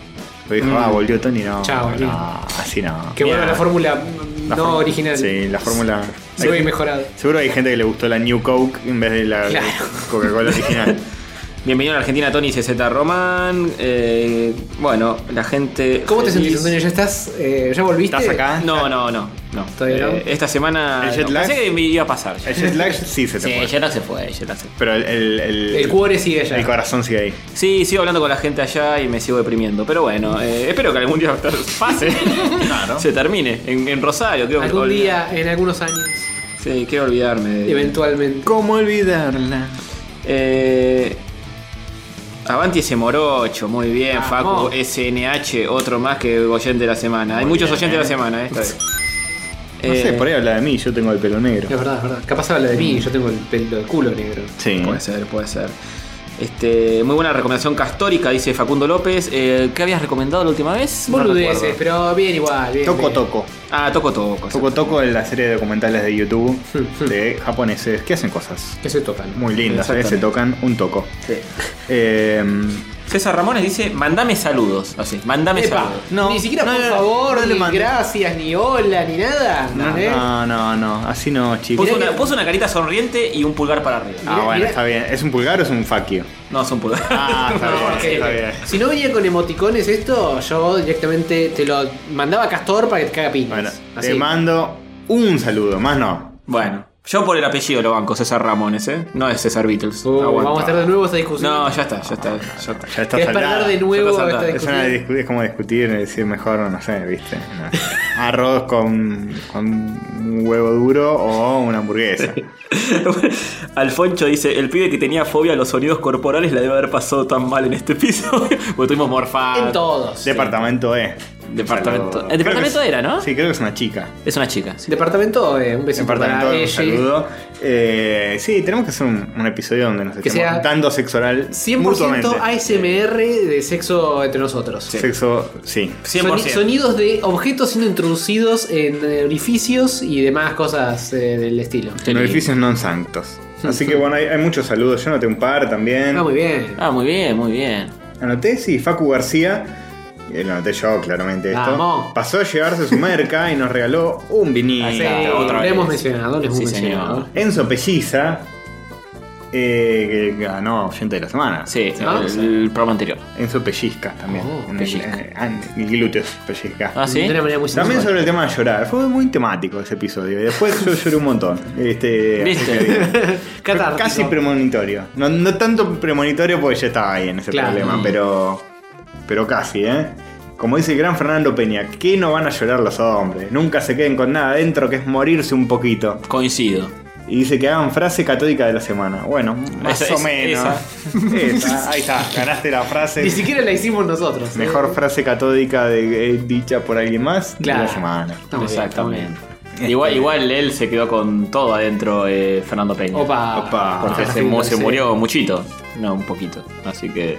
[SPEAKER 1] pero dijo, ah, volvió Tony, no.
[SPEAKER 2] Mm. Chao,
[SPEAKER 1] no,
[SPEAKER 2] bien.
[SPEAKER 1] así no.
[SPEAKER 2] que bueno,
[SPEAKER 3] Mira.
[SPEAKER 2] la fórmula no
[SPEAKER 1] La fórmula-
[SPEAKER 2] original.
[SPEAKER 1] Sí, la fórmula.
[SPEAKER 2] Se ve mejorado.
[SPEAKER 1] Seguro hay gente que le gustó la New Coke en vez de la
[SPEAKER 2] Claro. <laughs>
[SPEAKER 1] Coca-Cola original.
[SPEAKER 3] Bienvenido a la Argentina, Tony CZ Román. Eh, bueno, la gente.
[SPEAKER 2] ¿Cómo te
[SPEAKER 3] feliz.
[SPEAKER 2] sentís, Antonio? ¿Ya estás? eh, ¿Ya volviste?
[SPEAKER 1] ¿Estás acá?
[SPEAKER 3] No, no, no. no. Eh,
[SPEAKER 2] ¿Todavía no?
[SPEAKER 3] Esta semana.
[SPEAKER 1] ¿El jet
[SPEAKER 3] no,
[SPEAKER 1] lag?
[SPEAKER 3] Pensé que me iba a pasar. ya.
[SPEAKER 1] El jet
[SPEAKER 2] <laughs>
[SPEAKER 1] lag sí se te
[SPEAKER 3] Sí,
[SPEAKER 1] fue.
[SPEAKER 3] el jet lag se fue, el jet lag se fue.
[SPEAKER 1] Pero el, el, el-
[SPEAKER 2] El cuore sigue allá.
[SPEAKER 1] el corazón sigue ahí.
[SPEAKER 3] Sí, sigo hablando con la gente allá y me sigo deprimiendo. Pero bueno, eh, espero que algún día <laughs> pase.
[SPEAKER 1] Claro.
[SPEAKER 3] Se termine. En, en Rosario, creo que.
[SPEAKER 2] Algún día,
[SPEAKER 3] olvida-
[SPEAKER 2] en algunos años,
[SPEAKER 3] Sí, quiero olvidarme. de-
[SPEAKER 2] eventualmente.
[SPEAKER 1] ¿Cómo olvidarla?
[SPEAKER 3] Eh, Avanti ese morocho, muy bien,
[SPEAKER 2] Vamos.
[SPEAKER 3] Facu. SNH, otro más que oyente de la semana. Hay muchos oyentes de la semana, eh, esta vez.
[SPEAKER 1] No
[SPEAKER 3] Eh,
[SPEAKER 1] sé, por ahí habla de mí, yo tengo el pelo negro.
[SPEAKER 2] Es verdad, es verdad. Capaz habla de mí, yo tengo el pelo de culo negro.
[SPEAKER 1] Sí. ¿eh?
[SPEAKER 3] Puede ser, puede ser. Este, muy buena recomendación castórica, dice Facundo López. Eh, ¿Qué habías recomendado la última vez? No
[SPEAKER 2] Boludeces,
[SPEAKER 3] recuerdo.
[SPEAKER 2] pero bien igual. Bien,
[SPEAKER 1] Toco
[SPEAKER 2] bien.
[SPEAKER 1] Toco.
[SPEAKER 3] Ah, Toco Toco.
[SPEAKER 1] Toco Toco es la serie de documentales de YouTube
[SPEAKER 2] Hmm, hmm.
[SPEAKER 1] de japoneses que hacen cosas
[SPEAKER 2] Que se tocan.
[SPEAKER 1] muy lindas. eh, Se
[SPEAKER 3] Exactamente.
[SPEAKER 1] tocan
[SPEAKER 2] <laughs>
[SPEAKER 1] un toco.
[SPEAKER 3] Sí.
[SPEAKER 1] Eh,
[SPEAKER 3] César Ramones dice, mandame saludos. Así, mandame
[SPEAKER 2] Epa,
[SPEAKER 3] saludos.
[SPEAKER 1] No,
[SPEAKER 2] ni siquiera
[SPEAKER 1] no,
[SPEAKER 2] por
[SPEAKER 1] no, no,
[SPEAKER 2] favor,
[SPEAKER 1] no le
[SPEAKER 2] ni
[SPEAKER 1] mandé.
[SPEAKER 2] gracias, ni hola, ni nada.
[SPEAKER 1] no,
[SPEAKER 2] ¿eh?
[SPEAKER 1] no, no, no, así no, chicos.
[SPEAKER 3] Puso una, puso una carita sonriente y un pulgar para arriba.
[SPEAKER 1] Ah,
[SPEAKER 2] Mirá,
[SPEAKER 1] bueno,
[SPEAKER 2] mirá.
[SPEAKER 1] está bien. ¿Es un pulgar o es un fuck you?
[SPEAKER 3] No, es un pulgar.
[SPEAKER 1] Ah, <laughs> está
[SPEAKER 2] No,
[SPEAKER 1] bien,
[SPEAKER 2] porque
[SPEAKER 1] está bien.
[SPEAKER 2] Si no venía con emoticones esto, yo directamente te lo mandaba a Castor para que te caga piñas.
[SPEAKER 1] Bueno,
[SPEAKER 2] Así.
[SPEAKER 1] te mando un saludo, más no.
[SPEAKER 3] <laughs> Bueno, yo por el apellido lo banco, César Ramones, ¿eh? No es César Beatles.
[SPEAKER 2] Uh,
[SPEAKER 3] Aguanta.
[SPEAKER 2] vamos a estar de nuevo esta discusión.
[SPEAKER 3] No, ya está, ya está, ya está. <laughs>
[SPEAKER 1] Ya está
[SPEAKER 2] ¿Querés perder
[SPEAKER 1] saldada.
[SPEAKER 2] de
[SPEAKER 3] Ya
[SPEAKER 2] nuevo
[SPEAKER 3] está
[SPEAKER 2] esta
[SPEAKER 3] saldada.
[SPEAKER 1] Es, una
[SPEAKER 2] discusión?
[SPEAKER 1] discu- es como discutir, decir mejor, no sé, viste. No sé. Arroz con, con un huevo duro o una hamburguesa.
[SPEAKER 3] Alfonso dice, el pibe que tenía fobia a los sonidos corporales la debe haber pasado tan mal en este piso. <laughs> Porque estuvimos morfando.
[SPEAKER 1] Ah,
[SPEAKER 2] En todos.
[SPEAKER 1] Departamento E.
[SPEAKER 3] Departamento-
[SPEAKER 1] Saludo.
[SPEAKER 3] El
[SPEAKER 1] Creo
[SPEAKER 3] departamento E
[SPEAKER 1] que es-
[SPEAKER 3] era, ¿no?
[SPEAKER 1] Sí, creo que es una chica.
[SPEAKER 3] Es una chica. sí.
[SPEAKER 2] Departamento, eh, un besito
[SPEAKER 1] Departamento
[SPEAKER 2] para
[SPEAKER 1] E, un
[SPEAKER 2] ella.
[SPEAKER 1] saludo. Eh, sí, tenemos que hacer un, un episodio donde nos
[SPEAKER 2] Que sea
[SPEAKER 1] estemos dando sexo oral
[SPEAKER 2] 100%
[SPEAKER 1] mutuamente.
[SPEAKER 2] ASMR de sexo entre nosotros.
[SPEAKER 1] Sexo, sí.
[SPEAKER 3] 100%.
[SPEAKER 2] Soni- Sonidos de objetos siendo introducidos en eh, orificios y demás cosas eh, del estilo.
[SPEAKER 3] Qué
[SPEAKER 1] En
[SPEAKER 3] lindo.
[SPEAKER 1] edificios non sanctos. Así que bueno, hay, hay muchos saludos. Yo noté un par también.
[SPEAKER 2] Ah, muy bien.
[SPEAKER 3] Ah, muy bien, muy bien.
[SPEAKER 1] Anoté, sí, Facu García. eh, Lo anoté yo, claramente. Esto.
[SPEAKER 2] Vamos.
[SPEAKER 1] Pasó a llevarse su merca y nos regaló un
[SPEAKER 3] Ah, Ahí
[SPEAKER 1] vinilo.
[SPEAKER 2] Sí,
[SPEAKER 3] está, otra
[SPEAKER 2] lo
[SPEAKER 3] vez.
[SPEAKER 2] hemos mencionado, lo hemos
[SPEAKER 3] Sí, señor.
[SPEAKER 2] mencionado.
[SPEAKER 1] Enzo Pelliza. eh, que ganó oyente de la semana.
[SPEAKER 3] Sí,
[SPEAKER 2] Ah,
[SPEAKER 3] el,
[SPEAKER 2] sí.
[SPEAKER 3] el programa anterior.
[SPEAKER 1] Enzo Pellizca también.
[SPEAKER 2] Oh,
[SPEAKER 1] En el-
[SPEAKER 3] Pellizca.
[SPEAKER 1] eh, an- y glúteos Pellizca.
[SPEAKER 3] Ah, sí.
[SPEAKER 2] De una manera muy
[SPEAKER 1] También
[SPEAKER 2] sensual.
[SPEAKER 1] sobre el tema de llorar. Fue muy temático ese episodio. Y después yo lloré un montón. Este, así
[SPEAKER 3] Viste.
[SPEAKER 1] que-
[SPEAKER 2] Catártico.
[SPEAKER 1] Casi premonitorio. No, no tanto premonitorio porque ya estaba ahí en ese
[SPEAKER 2] Claro.
[SPEAKER 1] problema, pero. Pero casi, ¿eh? Como dice el gran Fernando Peña, ¿qué no van a llorar los hombres? Nunca se queden con nada adentro que es morirse un poquito.
[SPEAKER 3] Coincido.
[SPEAKER 1] Y dice que hagan frase católica de la semana. Bueno, más
[SPEAKER 3] Esa-
[SPEAKER 1] o
[SPEAKER 3] es-
[SPEAKER 1] menos. Esa, ahí está, ganaste la frase.
[SPEAKER 2] Ni siquiera la hicimos nosotros. ¿eh?
[SPEAKER 1] Mejor frase catódica de, eh, dicha por alguien más de
[SPEAKER 2] Claro.
[SPEAKER 1] la semana.
[SPEAKER 2] Estamos bien, Este-
[SPEAKER 3] Exactamente. Igual, igual él se quedó con todo adentro, eh, Fernando Peña.
[SPEAKER 2] Opa.
[SPEAKER 1] Opa.
[SPEAKER 3] Porque
[SPEAKER 2] Ah,
[SPEAKER 3] se, mu-
[SPEAKER 2] sí,
[SPEAKER 3] se
[SPEAKER 2] sí.
[SPEAKER 3] murió muchito. No, un poquito. Así que.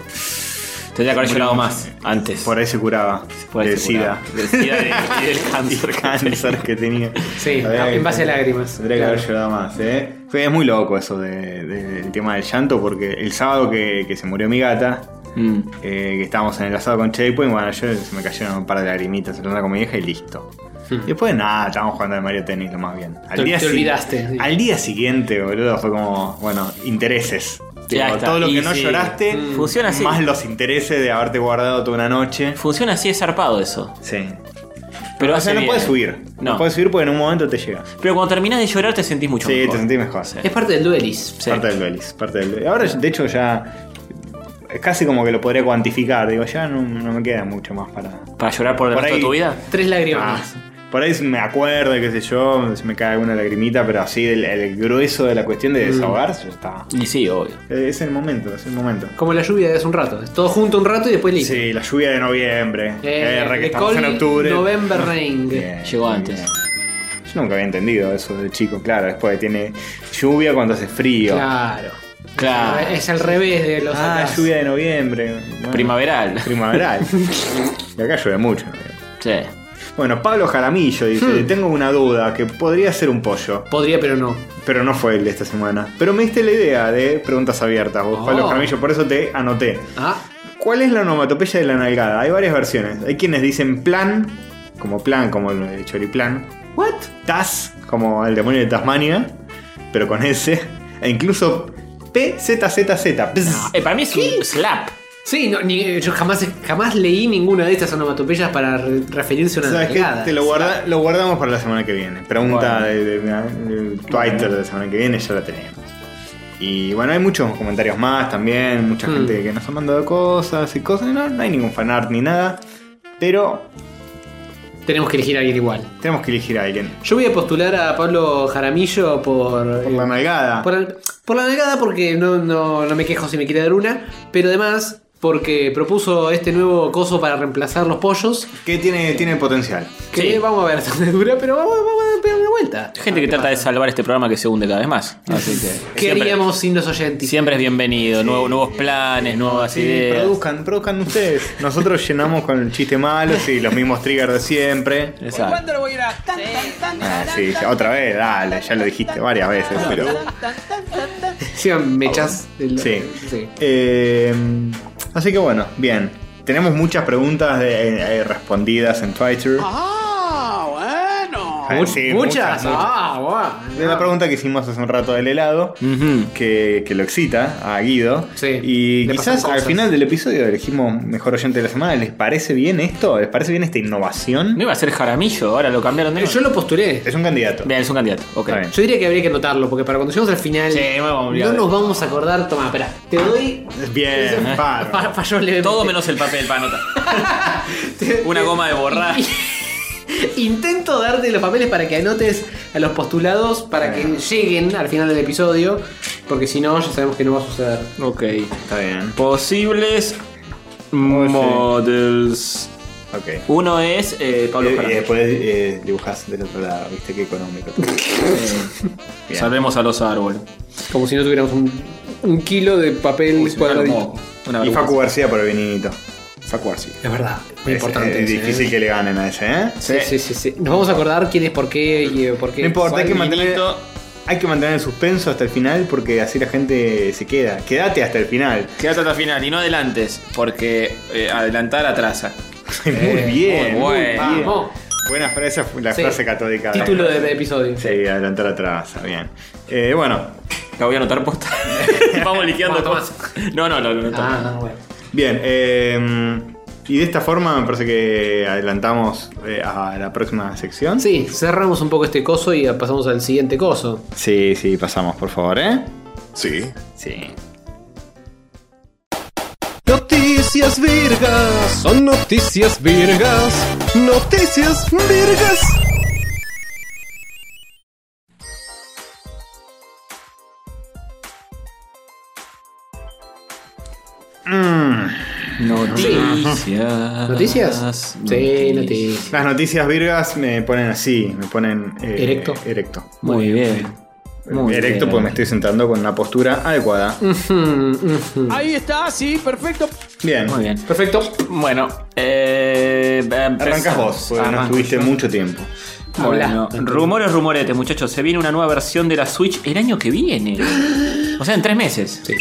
[SPEAKER 3] Tendría que haber llorado más antes.
[SPEAKER 1] Por ahí se curaba.
[SPEAKER 3] Por ahí
[SPEAKER 1] del
[SPEAKER 3] se
[SPEAKER 1] SIDA.
[SPEAKER 3] curaba.
[SPEAKER 1] <laughs>
[SPEAKER 3] Del SIDA y- y del cáncer.
[SPEAKER 1] Y cáncer que tenía.
[SPEAKER 2] Sí,
[SPEAKER 1] Habría que-
[SPEAKER 2] en base a lágrimas.
[SPEAKER 1] Tendría que
[SPEAKER 2] Claro.
[SPEAKER 1] haber llorado más, ¿eh? Fue, es muy loco eso de- de- del tema del llanto, porque el sábado que, que se murió mi gata,
[SPEAKER 3] Mm.
[SPEAKER 1] eh, que estábamos en el asado con Checkpoint, bueno, yo se me cayeron un par de lagrimitas hablando con mi vieja y listo. Después nada, estábamos jugando de Mario Tennis lo más bien. Al
[SPEAKER 2] Hmm. Te-
[SPEAKER 1] día
[SPEAKER 2] te
[SPEAKER 1] si-
[SPEAKER 2] olvidaste, sí.
[SPEAKER 1] Al día siguiente, boludo, fue como, bueno, intereses.
[SPEAKER 3] Ya
[SPEAKER 1] Tipo,
[SPEAKER 3] está.
[SPEAKER 1] todo lo
[SPEAKER 3] Y
[SPEAKER 1] que no
[SPEAKER 3] sí.
[SPEAKER 1] lloraste,
[SPEAKER 2] Hmm.
[SPEAKER 3] Mm. Funciona así.
[SPEAKER 1] más los intereses de haberte guardado toda una noche.
[SPEAKER 3] Funciona así, es zarpado eso.
[SPEAKER 1] Sí.
[SPEAKER 3] Pero
[SPEAKER 1] O sea,
[SPEAKER 3] hace
[SPEAKER 1] no
[SPEAKER 3] bien.
[SPEAKER 1] puedes subir. No.
[SPEAKER 3] No.
[SPEAKER 1] puedes subir porque en un momento te llega.
[SPEAKER 3] Pero cuando terminas de llorar te sentís mucho
[SPEAKER 1] sí,
[SPEAKER 3] mejor.
[SPEAKER 1] te sentís mejor.
[SPEAKER 3] Sí.
[SPEAKER 2] Es parte del duelis.
[SPEAKER 3] Sí.
[SPEAKER 1] Parte del Belis, parte del Belis. Ahora, de hecho, ya. Es casi como que lo podría cuantificar. Digo, ya no, no me queda mucho más para.
[SPEAKER 3] Para llorar por el
[SPEAKER 1] Por
[SPEAKER 3] resto
[SPEAKER 1] ahí-
[SPEAKER 3] de tu vida.
[SPEAKER 2] Tres
[SPEAKER 1] Ah,
[SPEAKER 2] lágrimas.
[SPEAKER 1] por ahí me acuerdo, qué sé yo, se me cae alguna lagrimita, pero así el, el grueso de la cuestión
[SPEAKER 3] Mm.
[SPEAKER 1] de desahogarse ya está. Eh,
[SPEAKER 3] Y sí, obvio.
[SPEAKER 1] Es el momento, es el momento.
[SPEAKER 2] Como la lluvia de hace un rato. Es todo junto un rato y después listo.
[SPEAKER 1] Sí, la lluvia de noviembre. Eh, re que
[SPEAKER 2] de
[SPEAKER 1] estamos en
[SPEAKER 2] Colin,
[SPEAKER 1] octubre. <laughs>
[SPEAKER 2] November Rain.
[SPEAKER 1] Bien,
[SPEAKER 3] Llegó
[SPEAKER 1] bien,
[SPEAKER 3] antes.
[SPEAKER 1] bien. Yo nunca había entendido eso de chico, claro. Después tiene lluvia cuando hace frío.
[SPEAKER 2] Claro.
[SPEAKER 3] Claro.
[SPEAKER 2] Es al revés de los
[SPEAKER 1] Ah,
[SPEAKER 2] atrás.
[SPEAKER 1] lluvia de noviembre. Bueno,
[SPEAKER 3] Primaveral. <laughs>
[SPEAKER 1] Primaveral. y acá llueve mucho.
[SPEAKER 3] Sí.
[SPEAKER 1] Bueno, Pablo Jaramillo dice: Tengo una duda que podría ser un pollo.
[SPEAKER 2] Podría, pero no.
[SPEAKER 1] Pero no fue el de esta semana. Pero me diste la idea de preguntas abiertas, vos,
[SPEAKER 2] Oh.
[SPEAKER 1] Pablo Jaramillo, por eso te anoté.
[SPEAKER 2] Ah,
[SPEAKER 1] ¿Cuál es la onomatopeya de la nalgada? Hay varias versiones. Hay quienes dicen plan, como plan, como el choriplan.
[SPEAKER 2] ¿what?
[SPEAKER 1] Tas, como el demonio de Tasmania, pero con S. E incluso PZZZ. pz.
[SPEAKER 2] Ah,
[SPEAKER 3] Eh, para mí es un slap.
[SPEAKER 2] Sí, no, ni- yo jamás, jamás leí ninguna de estas onomatopeyas para re- referirse a una
[SPEAKER 1] ¿Sabes qué?
[SPEAKER 2] nalgada.
[SPEAKER 1] Te lo, guarda- lo guardamos para la semana que viene. Pregunta
[SPEAKER 3] Bueno.
[SPEAKER 1] de, de- de Twitter de la semana que viene, ya la tenemos. Y bueno, hay muchos comentarios más también, mucha
[SPEAKER 2] Hmm.
[SPEAKER 1] gente que nos ha mandado cosas y cosas. No, no hay ningún fanart ni nada, pero
[SPEAKER 2] Tenemos que elegir a alguien igual.
[SPEAKER 1] tenemos que elegir a alguien.
[SPEAKER 2] Yo voy a postular a Pablo Jaramillo por. eh,
[SPEAKER 1] Por la nalgada.
[SPEAKER 2] Por, el- por la negada, porque no, no, no me quejo si me quiere dar una. Pero además, porque propuso este nuevo coso para reemplazar los pollos.
[SPEAKER 1] Que tiene, tiene potencial.
[SPEAKER 2] Que
[SPEAKER 3] Sí.
[SPEAKER 2] vamos a ver hasta dónde dura, pero vamos, vamos a pegar una vuelta. Ah,
[SPEAKER 3] Hay gente que trata de salvar este programa que se hunde cada vez más. Así
[SPEAKER 2] <laughs>
[SPEAKER 3] que.
[SPEAKER 2] ¿Qué
[SPEAKER 3] siempre-
[SPEAKER 2] haríamos sin los oyentes? <laughs>
[SPEAKER 3] Siempre es bienvenido. nuevo- nuevos planes, nuevas
[SPEAKER 1] Sí,
[SPEAKER 3] ideas.
[SPEAKER 1] produzcan, produzcan ustedes. Nosotros llenamos con chistes malos y los mismos triggers de siempre.
[SPEAKER 3] Exacto.
[SPEAKER 4] ¿Cuándo lo voy a ir a.? Tan, tan, tan,
[SPEAKER 1] Ah,
[SPEAKER 4] tan,
[SPEAKER 1] sí,
[SPEAKER 4] tan,
[SPEAKER 1] ya otra vez, dale, ya lo dijiste varias veces, pero.
[SPEAKER 4] tan, tan, tan, tan, tan.
[SPEAKER 2] Sí, me echas del-
[SPEAKER 1] Sí. Eh, así que bueno, bien. Tenemos muchas preguntas de- eh, respondidas en Twitter.
[SPEAKER 4] Ah, bueno.
[SPEAKER 1] Eh,
[SPEAKER 2] Mu-
[SPEAKER 1] sí,
[SPEAKER 2] muchas.
[SPEAKER 1] muchas, muchas.
[SPEAKER 2] Ah, guau.
[SPEAKER 1] De la pregunta que hicimos hace un rato del helado,
[SPEAKER 3] Ujú.
[SPEAKER 1] que, que lo excita a Guido.
[SPEAKER 2] Sí,
[SPEAKER 1] y
[SPEAKER 2] le
[SPEAKER 1] quizás
[SPEAKER 2] pasan
[SPEAKER 1] al
[SPEAKER 2] cosas.
[SPEAKER 1] final del episodio elegimos mejor oyente de la semana. ¿Les parece bien esto? ¿Les parece bien esta innovación?
[SPEAKER 3] No iba a ser Jaramillo, ahora lo cambiaron de nuevo.
[SPEAKER 2] Eh, Yo lo postulé.
[SPEAKER 1] Es un candidato.
[SPEAKER 3] Bien, es un candidato. Ok.
[SPEAKER 1] Está bien.
[SPEAKER 2] Yo diría que habría que anotarlo, porque para cuando lleguemos al final
[SPEAKER 3] Sí, me vamos a olvidar
[SPEAKER 2] no
[SPEAKER 3] de
[SPEAKER 2] nos vamos a acordar. Toma, espera, te doy.
[SPEAKER 1] Bien, par.
[SPEAKER 2] Fa- falló levemente.
[SPEAKER 3] <laughs> Todo menos el papel para anotar. Una goma de borrar.
[SPEAKER 2] <laughs> Intento darte los papeles para que anotes a los postulados para que lleguen al final del episodio, porque si no, ya sabemos que no va a suceder.
[SPEAKER 3] Ok.
[SPEAKER 1] Está bien.
[SPEAKER 3] Posibles
[SPEAKER 1] Oh,
[SPEAKER 3] models.
[SPEAKER 1] Ok.
[SPEAKER 3] Uno es eh,
[SPEAKER 1] Y,
[SPEAKER 3] Pablo
[SPEAKER 1] y
[SPEAKER 3] Jaramillo.
[SPEAKER 1] después eh, dibujas del otro lado, viste qué <laughs> económico. Bien.
[SPEAKER 3] Salvemos a los árboles.
[SPEAKER 2] Como si no tuviéramos un, un kilo de papel
[SPEAKER 3] Uy, se me cae un
[SPEAKER 2] cuadradito.
[SPEAKER 3] moco. Una
[SPEAKER 1] y
[SPEAKER 3] vergüenza.
[SPEAKER 1] Facu García por el vinito. Facu García.
[SPEAKER 2] Es verdad, muy
[SPEAKER 1] Es-
[SPEAKER 2] importante.
[SPEAKER 1] Es,
[SPEAKER 2] ese,
[SPEAKER 1] difícil
[SPEAKER 2] ¿eh?
[SPEAKER 1] que le ganen a ese, ¿eh?
[SPEAKER 2] Sí, sí, sí, sí. Nos vamos a acordar quién es por qué y eh, por qué.
[SPEAKER 1] No importa, hay que,
[SPEAKER 2] cuál.
[SPEAKER 1] mantener, hay que mantener el suspenso hasta el final porque así la gente se queda. Quédate hasta el final.
[SPEAKER 3] Quédate hasta el final y no adelantes, porque eh, adelantar atrasa.
[SPEAKER 1] <laughs> muy bien.
[SPEAKER 3] muy
[SPEAKER 1] muy
[SPEAKER 3] bueno.
[SPEAKER 1] bien.
[SPEAKER 2] Vamos.
[SPEAKER 1] Buena frase, fu- la
[SPEAKER 2] Sí.
[SPEAKER 1] frase catódica.
[SPEAKER 2] Título del episodio.
[SPEAKER 1] Sí, adelantar atrás, bien. Eh, bueno,
[SPEAKER 3] La voy a anotar
[SPEAKER 2] <laughs>
[SPEAKER 3] posta. Vamos liqueando
[SPEAKER 2] Bueno,
[SPEAKER 3] cosas. No, no, no, no. no.
[SPEAKER 2] Ah, bueno.
[SPEAKER 1] Bien, eh, y de esta forma me parece que adelantamos eh, a la próxima sección.
[SPEAKER 2] Sí, cerramos un poco este coso y pasamos al siguiente coso.
[SPEAKER 1] Sí, sí, pasamos, por favor, ¿eh?
[SPEAKER 5] Sí.
[SPEAKER 1] Sí.
[SPEAKER 6] Noticias virgas, son noticias virgas, noticias virgas.
[SPEAKER 3] Noticias.
[SPEAKER 2] ¿Noticias? Sí, noticias.
[SPEAKER 1] Las noticias virgas me ponen así, me ponen... eh,
[SPEAKER 2] Erecto.
[SPEAKER 1] Erecto.
[SPEAKER 3] Muy bien. Muy
[SPEAKER 1] erecto
[SPEAKER 3] bien.
[SPEAKER 1] porque me estoy sentando con una postura adecuada.
[SPEAKER 4] Ahí está, sí, perfecto.
[SPEAKER 1] Bien.
[SPEAKER 3] Muy bien.
[SPEAKER 2] Perfecto.
[SPEAKER 3] Bueno, eh,
[SPEAKER 1] Arrancás vos, porque no estuviste mucho tiempo.
[SPEAKER 3] Bueno, rumores, rumoretes, muchachos. Se viene una nueva versión de la Switch el año que viene. O sea, en tres meses.
[SPEAKER 2] Sí.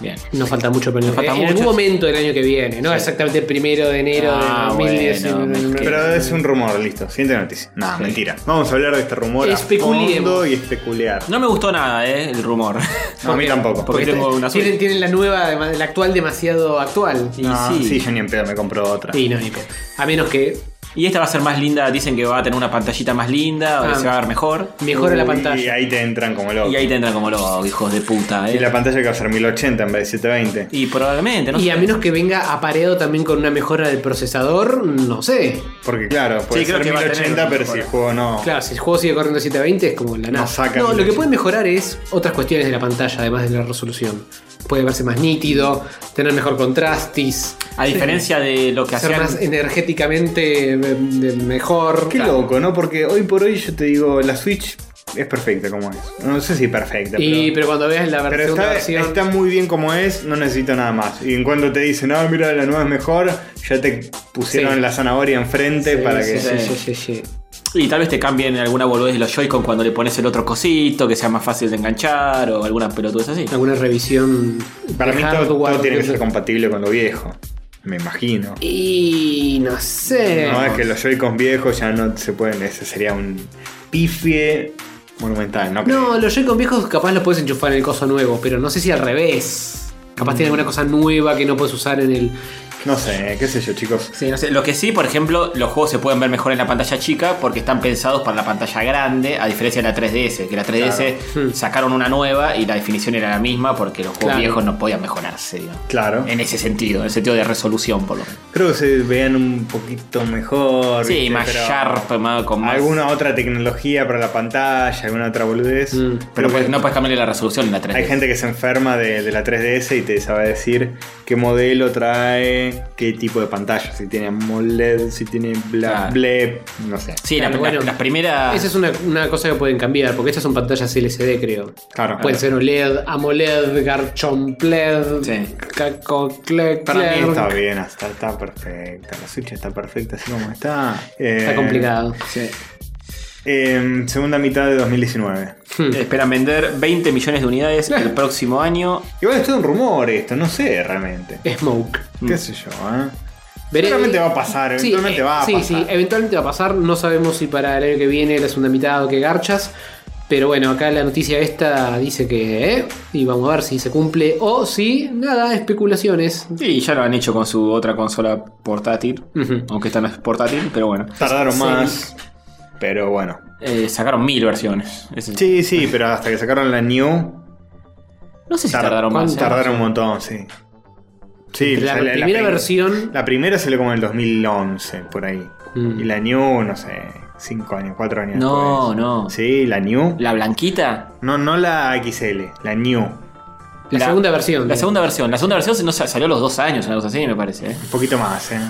[SPEAKER 3] Bien.
[SPEAKER 2] Nos falta mucho, pero nos falta
[SPEAKER 3] falta
[SPEAKER 2] en algún
[SPEAKER 3] mucho.
[SPEAKER 2] momento del año que viene, no
[SPEAKER 3] Sí.
[SPEAKER 2] exactamente el primero de enero
[SPEAKER 3] Ah,
[SPEAKER 2] de 2019.
[SPEAKER 3] bueno, me
[SPEAKER 1] Pero es un rumor, listo. Siguiente noticia. No, mentira. Vamos a hablar de este rumor
[SPEAKER 2] Especulemos.
[SPEAKER 1] a fondo y especular.
[SPEAKER 3] No me gustó nada, eh, el rumor.
[SPEAKER 1] No, a mí tampoco.
[SPEAKER 3] Porque tengo una
[SPEAKER 2] tienen,
[SPEAKER 3] suerte.
[SPEAKER 2] tienen la nueva, dema- la actual demasiado actual.
[SPEAKER 3] Y
[SPEAKER 1] No,
[SPEAKER 3] sí.
[SPEAKER 1] sí, yo ni en pedo me compro otra.
[SPEAKER 2] Y no, ni pe- A menos que
[SPEAKER 3] Y esta va a ser más linda, dicen que va a tener una pantallita más linda, o que
[SPEAKER 2] Ah.
[SPEAKER 3] se va a ver mejor.
[SPEAKER 2] mejore la
[SPEAKER 1] Uy, Y
[SPEAKER 2] pantalla.
[SPEAKER 1] ahí te entran como loco.
[SPEAKER 3] Y ahí te entran como los hijos de puta, eh.
[SPEAKER 1] Y la pantalla que va a ser 1080 en vez de 720.
[SPEAKER 3] Y probablemente, ¿no?
[SPEAKER 2] Y
[SPEAKER 3] sé.
[SPEAKER 2] a menos que venga apareado también con una mejora del procesador, no sé.
[SPEAKER 1] Porque claro, puede
[SPEAKER 3] creo
[SPEAKER 1] ser
[SPEAKER 3] que va a tener
[SPEAKER 1] 1080,
[SPEAKER 3] un
[SPEAKER 1] pero si el juego no.
[SPEAKER 2] Claro, si el juego sigue corriendo a 720 es como la nada.
[SPEAKER 1] saca
[SPEAKER 2] No,
[SPEAKER 1] el-
[SPEAKER 2] lo que puede mejorar es otras cuestiones de la pantalla, además de la resolución. Puede verse más nítido, tener mejor contrastis,
[SPEAKER 3] A diferencia de lo que
[SPEAKER 2] ser
[SPEAKER 3] hacían.
[SPEAKER 2] más energéticamente eh, de- mejor.
[SPEAKER 1] Qué
[SPEAKER 2] Claro.
[SPEAKER 1] loco, ¿no? Porque hoy por hoy yo te digo, la Switch es perfecta como es. No sé si perfecta,
[SPEAKER 2] Y,
[SPEAKER 1] pero.
[SPEAKER 2] pero cuando veas la
[SPEAKER 1] pero
[SPEAKER 2] versión,
[SPEAKER 1] está,
[SPEAKER 2] versión
[SPEAKER 1] está muy bien como es, no necesito nada más. Y en cuanto te dicen, no, mira, la nueva es mejor, ya te pusieron
[SPEAKER 2] Sí.
[SPEAKER 1] la zanahoria enfrente
[SPEAKER 2] Sí,
[SPEAKER 1] para
[SPEAKER 2] sí,
[SPEAKER 1] que.
[SPEAKER 2] sí, sí, sí, sí.
[SPEAKER 3] Y tal vez te cambien alguna boludez de los Joy-Con cuando le pones el otro cosito, que sea más fácil de enganchar, o alguna pelotudez así.
[SPEAKER 2] alguna revisión
[SPEAKER 1] Para
[SPEAKER 2] de
[SPEAKER 1] mí todo,
[SPEAKER 2] hardware,
[SPEAKER 1] todo tiene que
[SPEAKER 2] de-
[SPEAKER 1] ser compatible con lo viejo, me imagino.
[SPEAKER 2] Y no sé.
[SPEAKER 1] No, es que los Joy-Con viejos ya no se pueden, ese sería un pifie monumental, ¿no? creo.
[SPEAKER 2] No, los Joy-Con viejos capaz los puedes enchufar en el coso nuevo, pero no sé si al revés. Capaz tiene alguna cosa nueva que no puedes usar en el.
[SPEAKER 1] No sé, qué sé yo, chicos.
[SPEAKER 3] Sí, no sé. Lo que sí, por ejemplo, los juegos se pueden ver mejor en la pantalla chica porque están pensados para la pantalla grande, a diferencia de la 3DS, que la 3DS
[SPEAKER 2] Claro. Hmm.
[SPEAKER 3] sacaron una nueva y la definición era la misma porque los juegos
[SPEAKER 2] Claro.
[SPEAKER 3] viejos no podían mejorarse, digamos.
[SPEAKER 1] Claro.
[SPEAKER 3] En ese sentido, en el sentido de resolución, por lo menos.
[SPEAKER 1] Creo que se vean un poquito mejor.
[SPEAKER 3] Sí,
[SPEAKER 1] ¿viste?
[SPEAKER 3] más
[SPEAKER 1] Pero
[SPEAKER 3] sharp, más, con más.
[SPEAKER 1] Alguna otra tecnología para la pantalla, alguna otra boludez.
[SPEAKER 2] Mm,
[SPEAKER 3] Pero
[SPEAKER 1] Creo
[SPEAKER 3] pues,
[SPEAKER 1] que
[SPEAKER 3] no puedes cambiarle la resolución en la 3DS.
[SPEAKER 1] Hay gente que se enferma de, de la 3DS y te sabe decir qué modelo trae, qué tipo de pantalla, si tiene AMOLED, si tiene bla,
[SPEAKER 3] Claro.
[SPEAKER 1] blep, no sé.
[SPEAKER 3] Sí,
[SPEAKER 2] Claro,
[SPEAKER 3] la- la-
[SPEAKER 2] bueno.
[SPEAKER 3] las primeras.
[SPEAKER 2] Esa es una, una cosa que pueden cambiar, porque estas son pantallas LCD, creo.
[SPEAKER 1] Claro.
[SPEAKER 2] Pueden ser E OLED, AMOLED, Garchompled,
[SPEAKER 3] Sí.
[SPEAKER 2] Cacoclec.
[SPEAKER 1] Para mí está bien, está, está perfecta. La Switch está perfecta así como está.
[SPEAKER 2] Está
[SPEAKER 1] Eh,
[SPEAKER 2] complicado.
[SPEAKER 1] eh, segunda mitad de 2019.
[SPEAKER 2] Hmm.
[SPEAKER 3] Esperan vender 20 millones de unidades el próximo año.
[SPEAKER 1] Igual es todo un rumor esto, no sé realmente.
[SPEAKER 2] Smoke.
[SPEAKER 1] Qué sé yo, ¿eh?
[SPEAKER 2] Veré-
[SPEAKER 1] Seguramente va a pasar,
[SPEAKER 2] Sí,
[SPEAKER 1] eventualmente
[SPEAKER 2] eh,
[SPEAKER 1] va a
[SPEAKER 2] sí,
[SPEAKER 1] pasar.
[SPEAKER 2] Sí, eventualmente va a pasar. No sabemos si para el año que viene, la segunda mitad o qué garchas. Pero bueno, acá la noticia esta dice que. eh, y vamos a ver si se cumple o si. Nada, especulaciones.
[SPEAKER 3] Y ya lo han hecho con su otra consola portátil.
[SPEAKER 2] Ujú.
[SPEAKER 3] Aunque esta no es portátil, pero bueno.
[SPEAKER 1] Tardaron más, pero bueno.
[SPEAKER 3] Eh, sacaron mil versiones. Ese-
[SPEAKER 1] Sí, sí, pero hasta que sacaron la New.
[SPEAKER 3] No sé si
[SPEAKER 1] tar-
[SPEAKER 3] tardaron más. eh.
[SPEAKER 1] Tardaron un montón, sí. Sí,
[SPEAKER 2] La,
[SPEAKER 1] sale-
[SPEAKER 2] primera
[SPEAKER 1] prim-
[SPEAKER 2] versión.
[SPEAKER 1] La primera salió como en el 2011, por ahí.
[SPEAKER 2] Mm.
[SPEAKER 1] Y la New, no sé, 5 años, 4 años.
[SPEAKER 3] No,
[SPEAKER 1] después.
[SPEAKER 3] no.
[SPEAKER 1] Sí, la New.
[SPEAKER 3] La blanquita.
[SPEAKER 1] No, no la XL, la New. Un
[SPEAKER 2] La,
[SPEAKER 3] la-
[SPEAKER 2] segunda versión.
[SPEAKER 3] La segunda versión. La segunda versión no, sa- salió a los dos años, una cosa así, me parece. eh.
[SPEAKER 1] poquito más, ¿eh?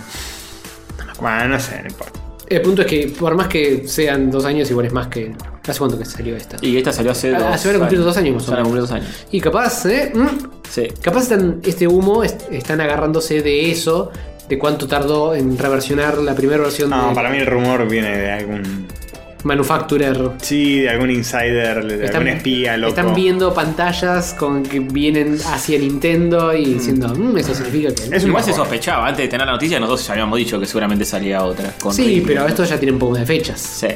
[SPEAKER 1] Bueno, no sé, no importa.
[SPEAKER 2] El punto es que, por más que sean dos años, igual es más que. ¿Hace cuánto que salió esta?
[SPEAKER 3] Y esta salió hace
[SPEAKER 2] Ah,
[SPEAKER 3] dos.
[SPEAKER 2] se van a cumplir dos años, más o
[SPEAKER 3] Se van a
[SPEAKER 2] menos.
[SPEAKER 3] cumplir dos años.
[SPEAKER 2] Y capaz, ¿eh? Mm,
[SPEAKER 3] Sí.
[SPEAKER 2] Capaz están, este humo est- están agarrándose de eso, de cuánto tardó en reversionar la primera versión
[SPEAKER 1] No,
[SPEAKER 2] de
[SPEAKER 1] para mí el rumor viene de algún.
[SPEAKER 2] Manufacturer.
[SPEAKER 1] Sí, de algún insider, de algún espía, loco.
[SPEAKER 2] están viendo pantallas con que vienen hacia Nintendo y diciendo, "Mm, eso significa que.
[SPEAKER 1] Es un
[SPEAKER 3] Igual se
[SPEAKER 1] mejor.
[SPEAKER 3] sospechaba. Antes de tener la noticia, nosotros ya habíamos dicho que seguramente salía otra. con
[SPEAKER 2] sí,
[SPEAKER 3] Ridley.
[SPEAKER 2] pero esto ya tiene un poco de fechas.
[SPEAKER 3] Sí.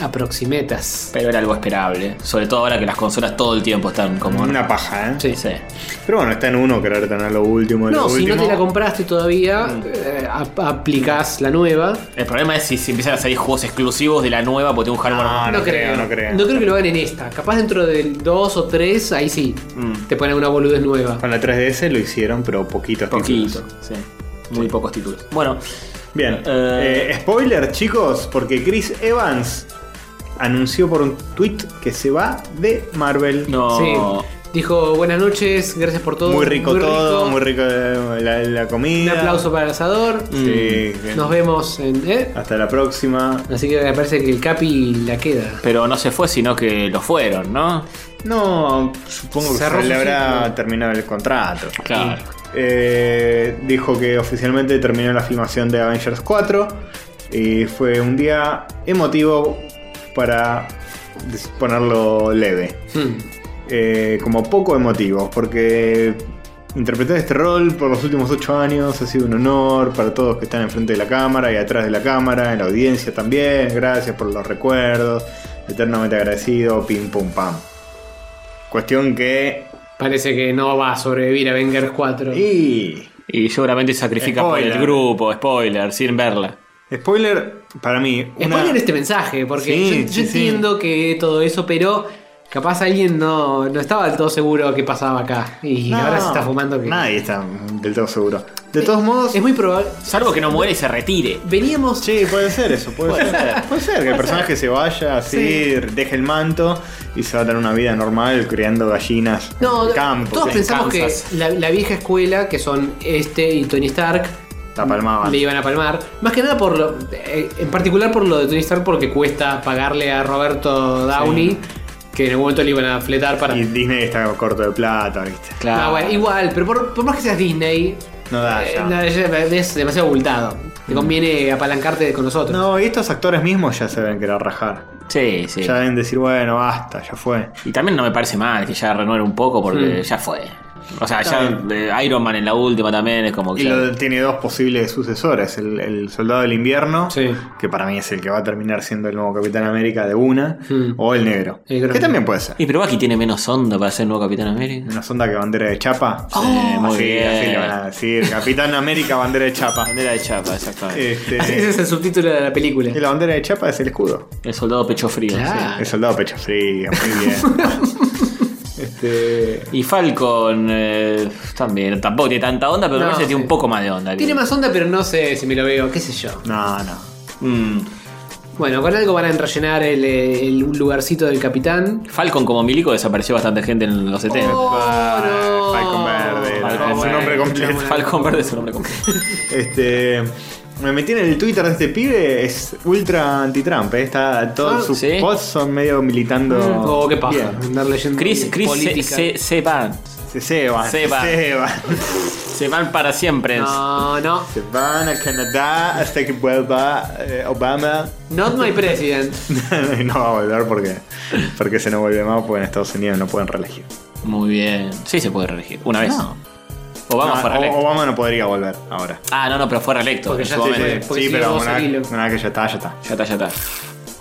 [SPEAKER 2] Aproximetas.
[SPEAKER 3] Pero era algo esperable. Sobre todo ahora que las consolas todo el tiempo están como.
[SPEAKER 1] Una paja, ¿eh?
[SPEAKER 2] Sí.
[SPEAKER 3] Sí.
[SPEAKER 1] Pero bueno, está en uno querer tener lo último. de
[SPEAKER 2] No,
[SPEAKER 1] lo
[SPEAKER 2] si
[SPEAKER 1] último.
[SPEAKER 2] no te la compraste
[SPEAKER 3] Mm.
[SPEAKER 2] todavía, eh, ap- aplicás la nueva.
[SPEAKER 3] El problema es si, si empiezan a salir juegos exclusivos de la nueva porque tiene un hardware.
[SPEAKER 1] Ah, no creo, no creo.
[SPEAKER 2] No creo que lo hagan en esta. Capaz dentro del 2 o 3, ahí sí.
[SPEAKER 3] Mm.
[SPEAKER 2] Te ponen una boludez nueva.
[SPEAKER 1] Con la 3DS lo hicieron, pero poquitos
[SPEAKER 3] Poquito.
[SPEAKER 1] títulos.
[SPEAKER 3] Sí. Muy pocos títulos. Bueno,
[SPEAKER 1] Bien.
[SPEAKER 3] Eh,
[SPEAKER 1] Eh, spoiler, chicos, porque Chris Evans anunció por un tweet que se va de Marvel.
[SPEAKER 3] no.
[SPEAKER 2] Sí. Dijo, buenas noches, gracias por todo.
[SPEAKER 1] Oh. Muy rico todo, muy rico eh, la, la
[SPEAKER 2] Un
[SPEAKER 1] comida.
[SPEAKER 2] aplauso para el asador.
[SPEAKER 1] Sí, bien.
[SPEAKER 2] Nos vemos en... ¿eh?
[SPEAKER 1] Hasta la próxima.
[SPEAKER 2] Así que me parece que el Capi la queda.
[SPEAKER 3] Pero no se fue, sino que lo fueron, ¿no?
[SPEAKER 1] No, supongo que
[SPEAKER 2] Cerró
[SPEAKER 1] se
[SPEAKER 2] su
[SPEAKER 1] le habrá
[SPEAKER 2] ciclo.
[SPEAKER 1] terminado el contrato.
[SPEAKER 3] Claro.
[SPEAKER 1] Eh, dijo que oficialmente terminó la filmación de Avengers 4 y fue un día emotivo para des- ponerlo leve.
[SPEAKER 2] Hmm.
[SPEAKER 1] Eh, como poco emotivo, porque interpretar este rol por los últimos ocho años ha sido un honor para todos que están enfrente de la cámara y atrás de la cámara, en la audiencia también. Gracias por los recuerdos. Eternamente agradecido. Pim pum pam. Cuestión que.
[SPEAKER 2] Parece que no va a sobrevivir a Avengers 4.
[SPEAKER 1] Y.
[SPEAKER 3] Y seguramente sacrifica por
[SPEAKER 1] Spoiler.
[SPEAKER 3] el grupo, spoiler, sin verla.
[SPEAKER 1] Spoiler para mí. una-
[SPEAKER 2] Spoiler este mensaje, porque
[SPEAKER 1] Sí,
[SPEAKER 2] yo, yo
[SPEAKER 1] sí, sí.
[SPEAKER 2] entiendo que todo eso, pero capaz alguien no, no estaba del todo seguro qué pasaba acá. Y
[SPEAKER 1] No,
[SPEAKER 2] ahora se está fumando que.
[SPEAKER 1] Nadie está del todo seguro. De todos modos.
[SPEAKER 2] Es muy probable.
[SPEAKER 3] Salvo que no muere y se retire.
[SPEAKER 2] Veníamos.
[SPEAKER 1] Sí, puede ser eso, puede, ser. Puede ser que el personaje se vaya así, deje el manto y se va a dar una vida normal criando gallinas
[SPEAKER 2] No,
[SPEAKER 1] en el campo.
[SPEAKER 2] todos
[SPEAKER 1] que
[SPEAKER 2] pensamos
[SPEAKER 3] Kansas.
[SPEAKER 2] que la, la vieja escuela, que son este y Tony Stark,
[SPEAKER 1] La palmaban.
[SPEAKER 2] le iban a palmar. Más que nada por lo. eh, En particular por lo de Tony Stark, porque cuesta pagarle a Roberto Downey, que en algún momento le iban a fletar para.
[SPEAKER 1] Y Disney está corto de plata, ¿viste?
[SPEAKER 3] Claro.
[SPEAKER 2] Ah, bueno, igual, pero por, por más que seas Disney,
[SPEAKER 1] No da
[SPEAKER 2] eh,
[SPEAKER 1] Ah, ya. Mm.
[SPEAKER 2] no, es es demasiado abultado. Te conviene apalancarte con nosotros.
[SPEAKER 1] No, y estos actores mismos ya se deben querer rajar.
[SPEAKER 3] Sí, sí.
[SPEAKER 1] Ya deben decir, bueno, basta, ya fue.
[SPEAKER 3] Y también no me parece mal que ya renueve un poco porque ya fue. O sea, ya eh, Iron Man en la última también es como que.
[SPEAKER 1] Y
[SPEAKER 3] ya-
[SPEAKER 1] lo- tiene dos posibles sucesores: el, el Soldado del Invierno,
[SPEAKER 2] Sí.
[SPEAKER 1] que para mí es el que va a terminar siendo el nuevo Capitán América de una,
[SPEAKER 2] Mm.
[SPEAKER 1] o el Negro,
[SPEAKER 2] El Negro.
[SPEAKER 1] que también puede ser.
[SPEAKER 3] Y pero aquí tiene menos onda para ser nuevo Capitán América.
[SPEAKER 1] Una sonda que bandera de chapa.
[SPEAKER 2] Oh,
[SPEAKER 3] Sí, muy
[SPEAKER 1] así,
[SPEAKER 3] bien.
[SPEAKER 1] así le van a decir. Capitán América, bandera de chapa.
[SPEAKER 3] Bandera de chapa, exactamente.
[SPEAKER 1] Este,
[SPEAKER 2] Así <laughs> ese es el subtítulo de la película.
[SPEAKER 1] y la bandera de chapa es el escudo.
[SPEAKER 3] El soldado pecho frío.
[SPEAKER 2] Claro.
[SPEAKER 1] El soldado pecho frío,
[SPEAKER 2] <laughs>
[SPEAKER 1] muy bien. este,
[SPEAKER 3] sí. Y Falcon eh, también, tampoco tiene tanta onda, pero
[SPEAKER 2] No,
[SPEAKER 3] me parece que tiene
[SPEAKER 2] sí.
[SPEAKER 3] un poco más de onda.
[SPEAKER 2] Tiene
[SPEAKER 3] que-
[SPEAKER 2] más onda, pero no sé si me lo veo, qué sé yo.
[SPEAKER 1] no, no.
[SPEAKER 3] Mm.
[SPEAKER 2] Bueno, con algo van a rellenar el, eh, el lugarcito del capitán.
[SPEAKER 3] Falcon como milico desapareció bastante gente en los 70.
[SPEAKER 2] Oh, no.
[SPEAKER 1] Falcon Verde,
[SPEAKER 3] Falcon
[SPEAKER 1] su
[SPEAKER 3] Verde.
[SPEAKER 1] nombre completo.
[SPEAKER 3] Falcon Verde es un nombre completo.
[SPEAKER 1] Este, me metí en el Twitter de este pibe, es ultra anti-Trump. eh, Está todos
[SPEAKER 2] Ah,
[SPEAKER 1] sus
[SPEAKER 3] sí.
[SPEAKER 1] posts son medio militando.
[SPEAKER 2] Oh, qué paja.
[SPEAKER 1] Bien.
[SPEAKER 2] Andar leyendo
[SPEAKER 3] Chris, Chris se,
[SPEAKER 2] política.
[SPEAKER 3] se, se van.
[SPEAKER 1] Se ceban.
[SPEAKER 3] Se van.
[SPEAKER 1] ceban.
[SPEAKER 3] Se van para siempre.
[SPEAKER 2] No, no.
[SPEAKER 1] Se van a Canadá hasta que vuelva eh, Obama. <laughs>
[SPEAKER 2] Not my president.
[SPEAKER 1] Y no va a volver porque, porque se no vuelve más porque en Estados Unidos no pueden reelegir.
[SPEAKER 3] Muy bien. Sí se puede reelegir. Una vez. Obama
[SPEAKER 1] No,
[SPEAKER 3] fue
[SPEAKER 1] O-
[SPEAKER 3] reelecto.
[SPEAKER 1] Obama no podría volver ahora.
[SPEAKER 3] Ah, no, no, pero fue reelecto.
[SPEAKER 2] Porque
[SPEAKER 3] en
[SPEAKER 2] ya
[SPEAKER 3] su
[SPEAKER 2] se-
[SPEAKER 3] momento.
[SPEAKER 2] Obviamente. Porque
[SPEAKER 1] sí,
[SPEAKER 2] si
[SPEAKER 1] pero
[SPEAKER 2] no,
[SPEAKER 1] una,
[SPEAKER 2] seguilo.
[SPEAKER 1] una vez que ya está, ya está.
[SPEAKER 3] Ya está, ya está.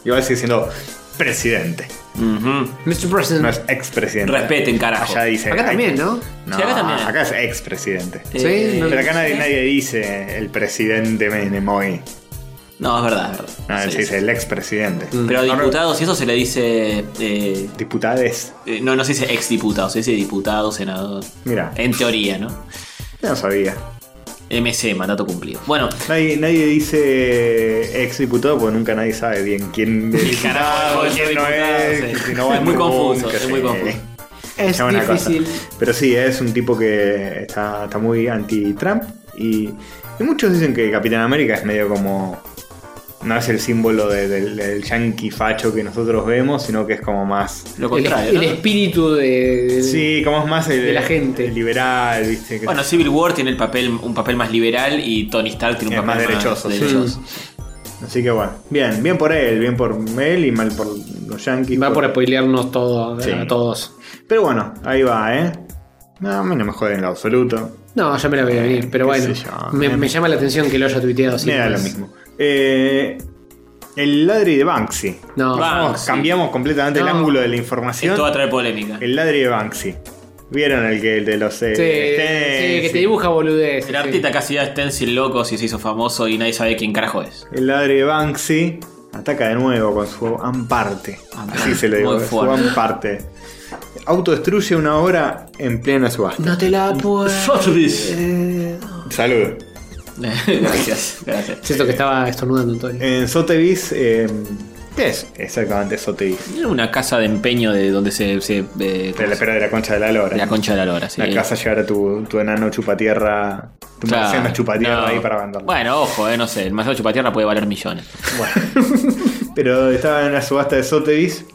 [SPEAKER 1] Igual sigue siendo presidente.
[SPEAKER 3] Ujú.
[SPEAKER 2] Mr. President.
[SPEAKER 1] No es expresidente.
[SPEAKER 3] Respeten, carajo.
[SPEAKER 1] Allá dice.
[SPEAKER 2] Acá también, ¿no?
[SPEAKER 1] No,
[SPEAKER 3] Sí, acá también.
[SPEAKER 1] Acá es expresidente.
[SPEAKER 2] Sí,
[SPEAKER 3] Eh,
[SPEAKER 2] no-
[SPEAKER 1] Pero acá nadie, nadie dice el presidente Menem hoy.
[SPEAKER 3] No, es verdad, es verdad.
[SPEAKER 1] No,
[SPEAKER 3] Sí,
[SPEAKER 1] se
[SPEAKER 3] sí. Mm.
[SPEAKER 1] dice el expresidente.
[SPEAKER 3] Pero a
[SPEAKER 1] Ahora,
[SPEAKER 3] diputados y eso se le dice. eh,
[SPEAKER 1] Diputades.
[SPEAKER 3] eh, no, no se dice exdiputado, se dice diputado, senador.
[SPEAKER 1] Mira,
[SPEAKER 3] En teoría, ¿no?
[SPEAKER 1] yo no sabía.
[SPEAKER 3] MC, mandato cumplido. Bueno,
[SPEAKER 1] Nadie, nadie dice ex diputado porque nunca nadie sabe bien quién es diputado,
[SPEAKER 3] <laughs> carajo es
[SPEAKER 1] quién no
[SPEAKER 3] diputado,
[SPEAKER 1] es,
[SPEAKER 3] sí.
[SPEAKER 1] si no va
[SPEAKER 3] Es muy
[SPEAKER 1] nunca,
[SPEAKER 3] confuso, es
[SPEAKER 1] sí.
[SPEAKER 3] muy confuso.
[SPEAKER 2] Es
[SPEAKER 1] Ya una cosa.
[SPEAKER 2] difícil.
[SPEAKER 1] Pero sí, es un tipo que está, está muy anti-Trump y, y muchos dicen que Capitán América es medio como... No es el símbolo de- del, del yankee facho que nosotros vemos, sino que es como más...
[SPEAKER 3] lo
[SPEAKER 2] El,
[SPEAKER 3] contrario.
[SPEAKER 2] el
[SPEAKER 3] ¿no?
[SPEAKER 2] espíritu de. de-
[SPEAKER 1] Sí, como es más el,
[SPEAKER 2] De la gente.
[SPEAKER 1] el liberal, ¿viste? Que
[SPEAKER 3] Bueno, Civil War tiene el papel, un papel más liberal y Tony Stark tiene un
[SPEAKER 1] Es
[SPEAKER 3] papel
[SPEAKER 1] más derechoso, sí.
[SPEAKER 3] derechoso.
[SPEAKER 1] Así que bueno, bien, bien por él, bien por él y mal por los yankees.
[SPEAKER 2] Va
[SPEAKER 1] por-
[SPEAKER 2] por spoilearnos todo,
[SPEAKER 1] Sí.
[SPEAKER 2] a todos.
[SPEAKER 1] Pero bueno, ahí va, ¿eh? No, a mí no me joden en lo absoluto.
[SPEAKER 2] No, ya me la voy a venir, pero
[SPEAKER 1] qué
[SPEAKER 2] bueno.
[SPEAKER 1] sé yo.
[SPEAKER 2] Me, me llama la atención que lo haya tuiteado así.
[SPEAKER 1] Me da lo
[SPEAKER 2] pues.
[SPEAKER 1] mismo. Eh, el ladri de Banksy.
[SPEAKER 2] No,
[SPEAKER 3] Va.
[SPEAKER 1] Vamos,
[SPEAKER 3] Banksy.
[SPEAKER 1] cambiamos completamente el
[SPEAKER 2] No.
[SPEAKER 1] ángulo de la información.
[SPEAKER 3] Esto va a traer polémica.
[SPEAKER 1] El ladri de Banksy. ¿Vieron el que el de los eh,
[SPEAKER 2] sí, sí, que
[SPEAKER 1] stencils?
[SPEAKER 2] te dibuja boludez.
[SPEAKER 3] El artista casi da stencil locos y se hizo famoso y nadie sabe quién carajo es. <laughs>
[SPEAKER 1] El ladri de Banksy ataca de nuevo con su amparte.
[SPEAKER 3] Amparte.
[SPEAKER 1] Así se le digo,
[SPEAKER 3] Muy
[SPEAKER 1] su
[SPEAKER 3] fuerte.
[SPEAKER 1] amparte. Autodestruye una obra en plena subasta.
[SPEAKER 2] No te
[SPEAKER 1] <laughs>
[SPEAKER 2] la puedo. Eh,
[SPEAKER 1] Salud.
[SPEAKER 3] gracias, gracias.
[SPEAKER 2] Siento que estaba estornudando entonces.
[SPEAKER 1] En Sotheby's, eh, ¿qué es exactamente Sotheby's?
[SPEAKER 3] Era una casa de empeño de donde se. se, eh,
[SPEAKER 1] De la pera de la concha de la lora.
[SPEAKER 3] de la concha de la lora, sí.
[SPEAKER 1] La casa llevar a tu, tu enano chupatierra, tu
[SPEAKER 3] Claro,
[SPEAKER 1] marciano chupatierra
[SPEAKER 3] no.
[SPEAKER 1] ahí para venderlo.
[SPEAKER 3] Bueno, ojo, eh, no sé, el marciano chupatierra puede valer millones.
[SPEAKER 1] Pero estaba en la subasta de Sotheby's.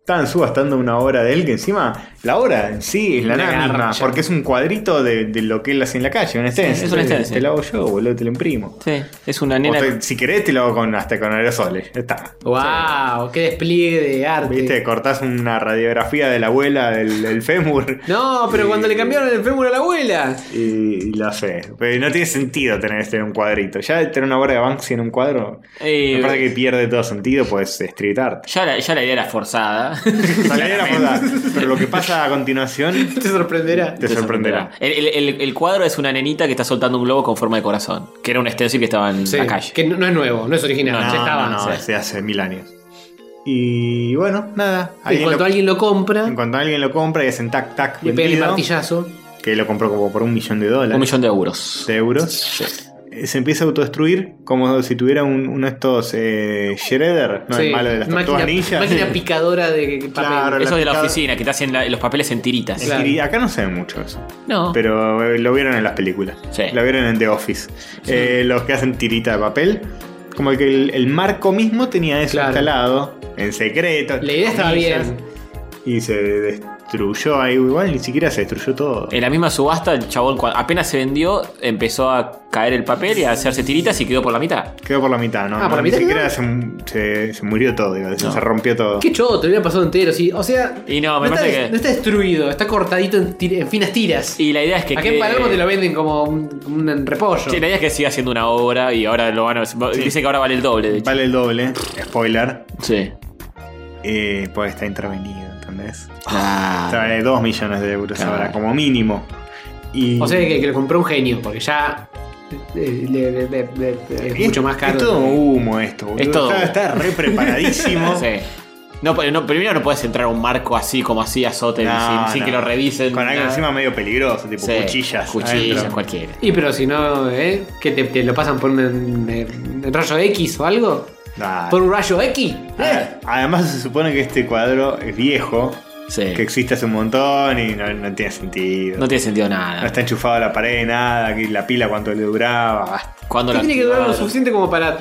[SPEAKER 1] Estaban subastando una obra de él que encima La obra en sí es la
[SPEAKER 2] Una
[SPEAKER 1] nada misma,
[SPEAKER 2] garcha.
[SPEAKER 1] porque es un cuadrito de, de lo que él hace en la calle, un stencil.
[SPEAKER 3] es un stencil.
[SPEAKER 1] Te lo hago yo, boludo, te lo imprimo.
[SPEAKER 3] Sí, es una
[SPEAKER 1] O
[SPEAKER 3] nena.
[SPEAKER 1] te- si querés, te lo hago con, hasta con aerosoles. Ya Está.
[SPEAKER 2] ¡Wow! ¡Qué despliegue de arte!
[SPEAKER 1] Viste, cortás una radiografía de la abuela del, del fémur
[SPEAKER 2] No, pero cuando le cambiaron el fémur a la abuela.
[SPEAKER 1] y, y la fe. Pero no tiene sentido tener esto en un cuadrito. Ya tener una obra de Banksy en un cuadro,
[SPEAKER 3] Eh,
[SPEAKER 1] me parece que pierde todo sentido, pues es street art.
[SPEAKER 3] Ya la, ya la idea era
[SPEAKER 1] <laughs>
[SPEAKER 3] <laughs> forzada.
[SPEAKER 1] O sea, la idea era forzada, pero lo que pasa a
[SPEAKER 2] <laughs>
[SPEAKER 1] continuación
[SPEAKER 2] Te sorprenderá.
[SPEAKER 1] te sorprenderá.
[SPEAKER 3] El, el- el- el cuadro es una nenita que está soltando un globo con forma de corazón, que era un stencil que estaba en
[SPEAKER 2] Sí,
[SPEAKER 3] la calle.
[SPEAKER 2] Que no, no es nuevo, no es original,
[SPEAKER 1] No,
[SPEAKER 2] ya estaba.
[SPEAKER 1] no,
[SPEAKER 2] Sí.
[SPEAKER 1] desde hace mil años. Y bueno, nada.
[SPEAKER 2] En
[SPEAKER 1] alguien
[SPEAKER 2] cuanto
[SPEAKER 1] lo-
[SPEAKER 2] alguien lo compra,
[SPEAKER 1] en cuanto alguien lo compra y hacen tac tac
[SPEAKER 2] le pega el
[SPEAKER 1] vendido,
[SPEAKER 2] martillazo.
[SPEAKER 1] que lo compró como por un millón de dólares,
[SPEAKER 3] Un millón de euros.
[SPEAKER 1] de euros, eh, se empieza a autodestruir como si tuviera un- uno de estos eh, Shredder, no
[SPEAKER 2] Sí,
[SPEAKER 1] el malo de las
[SPEAKER 2] máquina,
[SPEAKER 1] tortugas ninja. <laughs>
[SPEAKER 2] máquina picadora de papel.
[SPEAKER 1] Claro,
[SPEAKER 3] Eso de la
[SPEAKER 1] picada-
[SPEAKER 3] oficina, que te hacen la- los papeles en tiritas.
[SPEAKER 1] Es
[SPEAKER 2] Claro.
[SPEAKER 1] decir, Acá no se ve mucho eso,
[SPEAKER 3] No.
[SPEAKER 1] pero eh, lo vieron en las películas,
[SPEAKER 3] Sí.
[SPEAKER 1] lo vieron en The Office, Eh, los que hacen tirita de papel, como que el, el marco mismo tenía eso
[SPEAKER 2] Claro.
[SPEAKER 1] instalado, en secreto.
[SPEAKER 2] La idea estaba
[SPEAKER 1] comillas.
[SPEAKER 2] bien.
[SPEAKER 1] Y se destruyó ahí. Igual ni siquiera se destruyó todo.
[SPEAKER 3] En la misma subasta, el chabón cua- apenas se vendió, empezó a caer el papel y a hacerse tiritas y quedó por la mitad.
[SPEAKER 1] Quedó por la mitad, ¿no?
[SPEAKER 2] Ah, ¿por
[SPEAKER 1] No,
[SPEAKER 2] la
[SPEAKER 1] ni
[SPEAKER 2] mitad
[SPEAKER 1] siquiera se, se- se murió todo, digo, se- se rompió todo.
[SPEAKER 2] Qué choto, lo hubiera pasado entero. sí. O sea,
[SPEAKER 3] Y no, me
[SPEAKER 2] está,
[SPEAKER 3] parece que-
[SPEAKER 2] no está destruido, está cortadito en, tir- en finas tiras.
[SPEAKER 3] Y la idea es que.
[SPEAKER 2] Acá en
[SPEAKER 3] quede-
[SPEAKER 2] Palermo te lo venden como un, un repollo.
[SPEAKER 3] Sí, la idea es que siga siendo una obra y ahora lo van a. Dice que ahora vale el doble, de hecho.
[SPEAKER 1] Vale el doble, spoiler,
[SPEAKER 3] Sí.
[SPEAKER 1] eh, porque está intervenido, ¿entendés?
[SPEAKER 3] Ah.
[SPEAKER 1] Está de 2 millones de euros
[SPEAKER 3] Claro.
[SPEAKER 1] ahora, como mínimo. Y
[SPEAKER 2] O sea que, que lo compró un genio, porque ya eh, le- le- le- le- es mucho más caro.
[SPEAKER 1] Es todo humo esto, boludo.
[SPEAKER 3] Es todo
[SPEAKER 1] Está,
[SPEAKER 3] humo.
[SPEAKER 1] está re preparadísimo.
[SPEAKER 3] <laughs> Sí. No, pero no- primero no puedes entrar a un marco así como así azote
[SPEAKER 1] No,
[SPEAKER 3] sin, sin
[SPEAKER 1] no.
[SPEAKER 3] que lo revisen.
[SPEAKER 1] Con algo
[SPEAKER 3] nada.
[SPEAKER 1] encima medio peligroso, tipo
[SPEAKER 3] Sí,
[SPEAKER 1] cuchillas.
[SPEAKER 3] Cuchillas,
[SPEAKER 1] adentro.
[SPEAKER 3] cualquiera.
[SPEAKER 2] Y pero si no, ¿eh? Que te, te lo pasan por un, eh, rayo X o algo.
[SPEAKER 1] Dale.
[SPEAKER 2] ¿Por un rayo X? ¿Eh?
[SPEAKER 1] Además se supone que este cuadro es viejo,
[SPEAKER 3] Sí.
[SPEAKER 1] que existe hace un montón y no, no tiene sentido.
[SPEAKER 3] No tiene sentido
[SPEAKER 1] No
[SPEAKER 3] nada.
[SPEAKER 1] está enchufado a la pared, nada, que la pila cuánto le duraba, basta.
[SPEAKER 3] Cuando
[SPEAKER 2] ¿Qué
[SPEAKER 3] lo Ah,
[SPEAKER 2] tiene que durar lo
[SPEAKER 3] activaron?
[SPEAKER 2] suficiente como para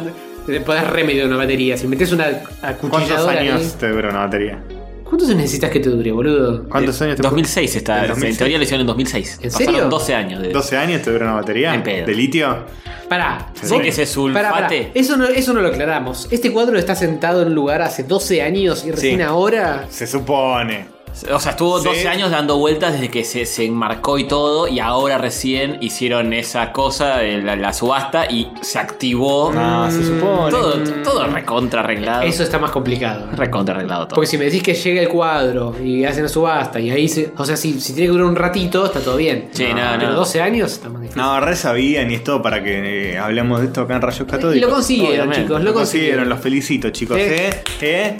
[SPEAKER 2] eh, poder remediar una batería? Si metes una
[SPEAKER 1] ¿Cuántos
[SPEAKER 2] acuchilladora. ahí-
[SPEAKER 1] años te duró una batería?
[SPEAKER 2] ¿Cuántos necesitas que te dure, boludo?
[SPEAKER 1] ¿Cuántos años te
[SPEAKER 3] 2006 está.
[SPEAKER 1] ¿En
[SPEAKER 3] En teoría lo hicieron en 2006.
[SPEAKER 2] ¿En
[SPEAKER 3] Pasaron
[SPEAKER 2] serio?
[SPEAKER 3] 12 años. De,
[SPEAKER 1] 12 años te duró una batería
[SPEAKER 3] Ni pedo.
[SPEAKER 1] de litio.
[SPEAKER 2] Pará.
[SPEAKER 3] Sí, que se
[SPEAKER 2] Pará, pará.
[SPEAKER 3] sulfate.
[SPEAKER 2] Eso no, eso no lo aclaramos. Este cuadro está sentado en un lugar hace 12 años y recién
[SPEAKER 1] Sí.
[SPEAKER 2] ahora.
[SPEAKER 1] Se supone.
[SPEAKER 3] O sea, estuvo
[SPEAKER 1] Sí.
[SPEAKER 3] 12 años dando vueltas desde que se, se enmarcó y todo, y ahora recién hicieron esa cosa, de la, la subasta, y se activó.
[SPEAKER 1] Ah, se supone.
[SPEAKER 3] Todo, todo recontra arreglado. Pues,
[SPEAKER 2] Eso está más complicado.
[SPEAKER 3] recontra arreglado todo.
[SPEAKER 2] Porque si me decís que llega el cuadro y hacen la subasta y ahí se. O sea, si, si tiene que durar un ratito, está todo bien.
[SPEAKER 3] Sí, no,
[SPEAKER 2] Pero
[SPEAKER 3] no.
[SPEAKER 2] 12 años está más difícil.
[SPEAKER 1] No, re sabían y es todo para que eh, hablemos de esto acá en Rayos
[SPEAKER 2] y
[SPEAKER 1] Catódicos.
[SPEAKER 2] lo consiguieron,
[SPEAKER 3] Obviamente,
[SPEAKER 2] chicos, lo,
[SPEAKER 1] Lo consiguieron,
[SPEAKER 2] consiguieron.
[SPEAKER 1] los felicito, chicos.
[SPEAKER 2] Eh.
[SPEAKER 1] ¿Eh? ¿Eh?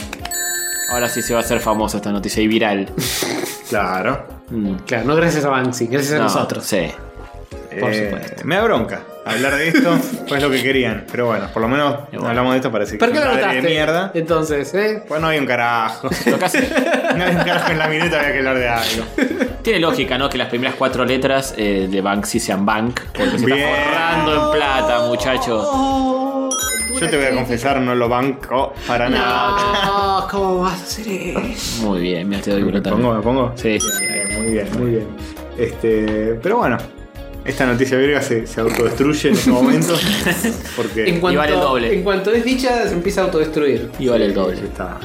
[SPEAKER 3] Ahora sí se va a hacer famosa esta noticia y <laughs> viral.
[SPEAKER 1] Claro.
[SPEAKER 3] Mm.
[SPEAKER 2] Claro, no gracias a Banksy, gracias a
[SPEAKER 3] No,
[SPEAKER 2] nosotros.
[SPEAKER 3] Sí. Por
[SPEAKER 1] Eh,
[SPEAKER 3] supuesto.
[SPEAKER 1] Me da bronca hablar de
[SPEAKER 3] <laughs>
[SPEAKER 1] esto, pues lo que querían. Pero bueno, por lo menos
[SPEAKER 3] bueno.
[SPEAKER 1] hablamos de esto para decir
[SPEAKER 2] ¿Por
[SPEAKER 1] que
[SPEAKER 2] qué
[SPEAKER 1] es
[SPEAKER 2] lo
[SPEAKER 1] un padre
[SPEAKER 2] notaste?
[SPEAKER 1] de mierda.
[SPEAKER 2] Entonces, ¿eh?
[SPEAKER 1] Pues no hay un
[SPEAKER 3] <laughs>
[SPEAKER 1] carajo.
[SPEAKER 3] Lo que hace-
[SPEAKER 1] No hay un carajo en la minuta, había que hablar de algo.
[SPEAKER 3] tiene lógica, ¿no? Que las primeras cuatro letras eh, de Banksy sean bank, porque se
[SPEAKER 1] Bien.
[SPEAKER 3] está forrando en plata, muchachos.
[SPEAKER 2] Oh,
[SPEAKER 1] Yo te voy a confesar, no lo banco para nada.
[SPEAKER 2] No, ¿cómo vas a hacer eso?
[SPEAKER 3] Muy bien, mira, te doy
[SPEAKER 1] ¿Me
[SPEAKER 3] uno
[SPEAKER 1] pongo?
[SPEAKER 3] también.
[SPEAKER 1] ¿Me pongo?
[SPEAKER 3] Sí, sí, sí.
[SPEAKER 1] Bien, Muy bien, muy bien. Este, pero bueno, esta noticia griega se, se autodestruye en
[SPEAKER 3] <laughs>
[SPEAKER 1] este momento.
[SPEAKER 2] En
[SPEAKER 1] Porque
[SPEAKER 2] cuanto,
[SPEAKER 3] vale el doble.
[SPEAKER 2] en cuanto es dicha, se empieza a autodestruir.
[SPEAKER 3] Y vale el doble.
[SPEAKER 1] está.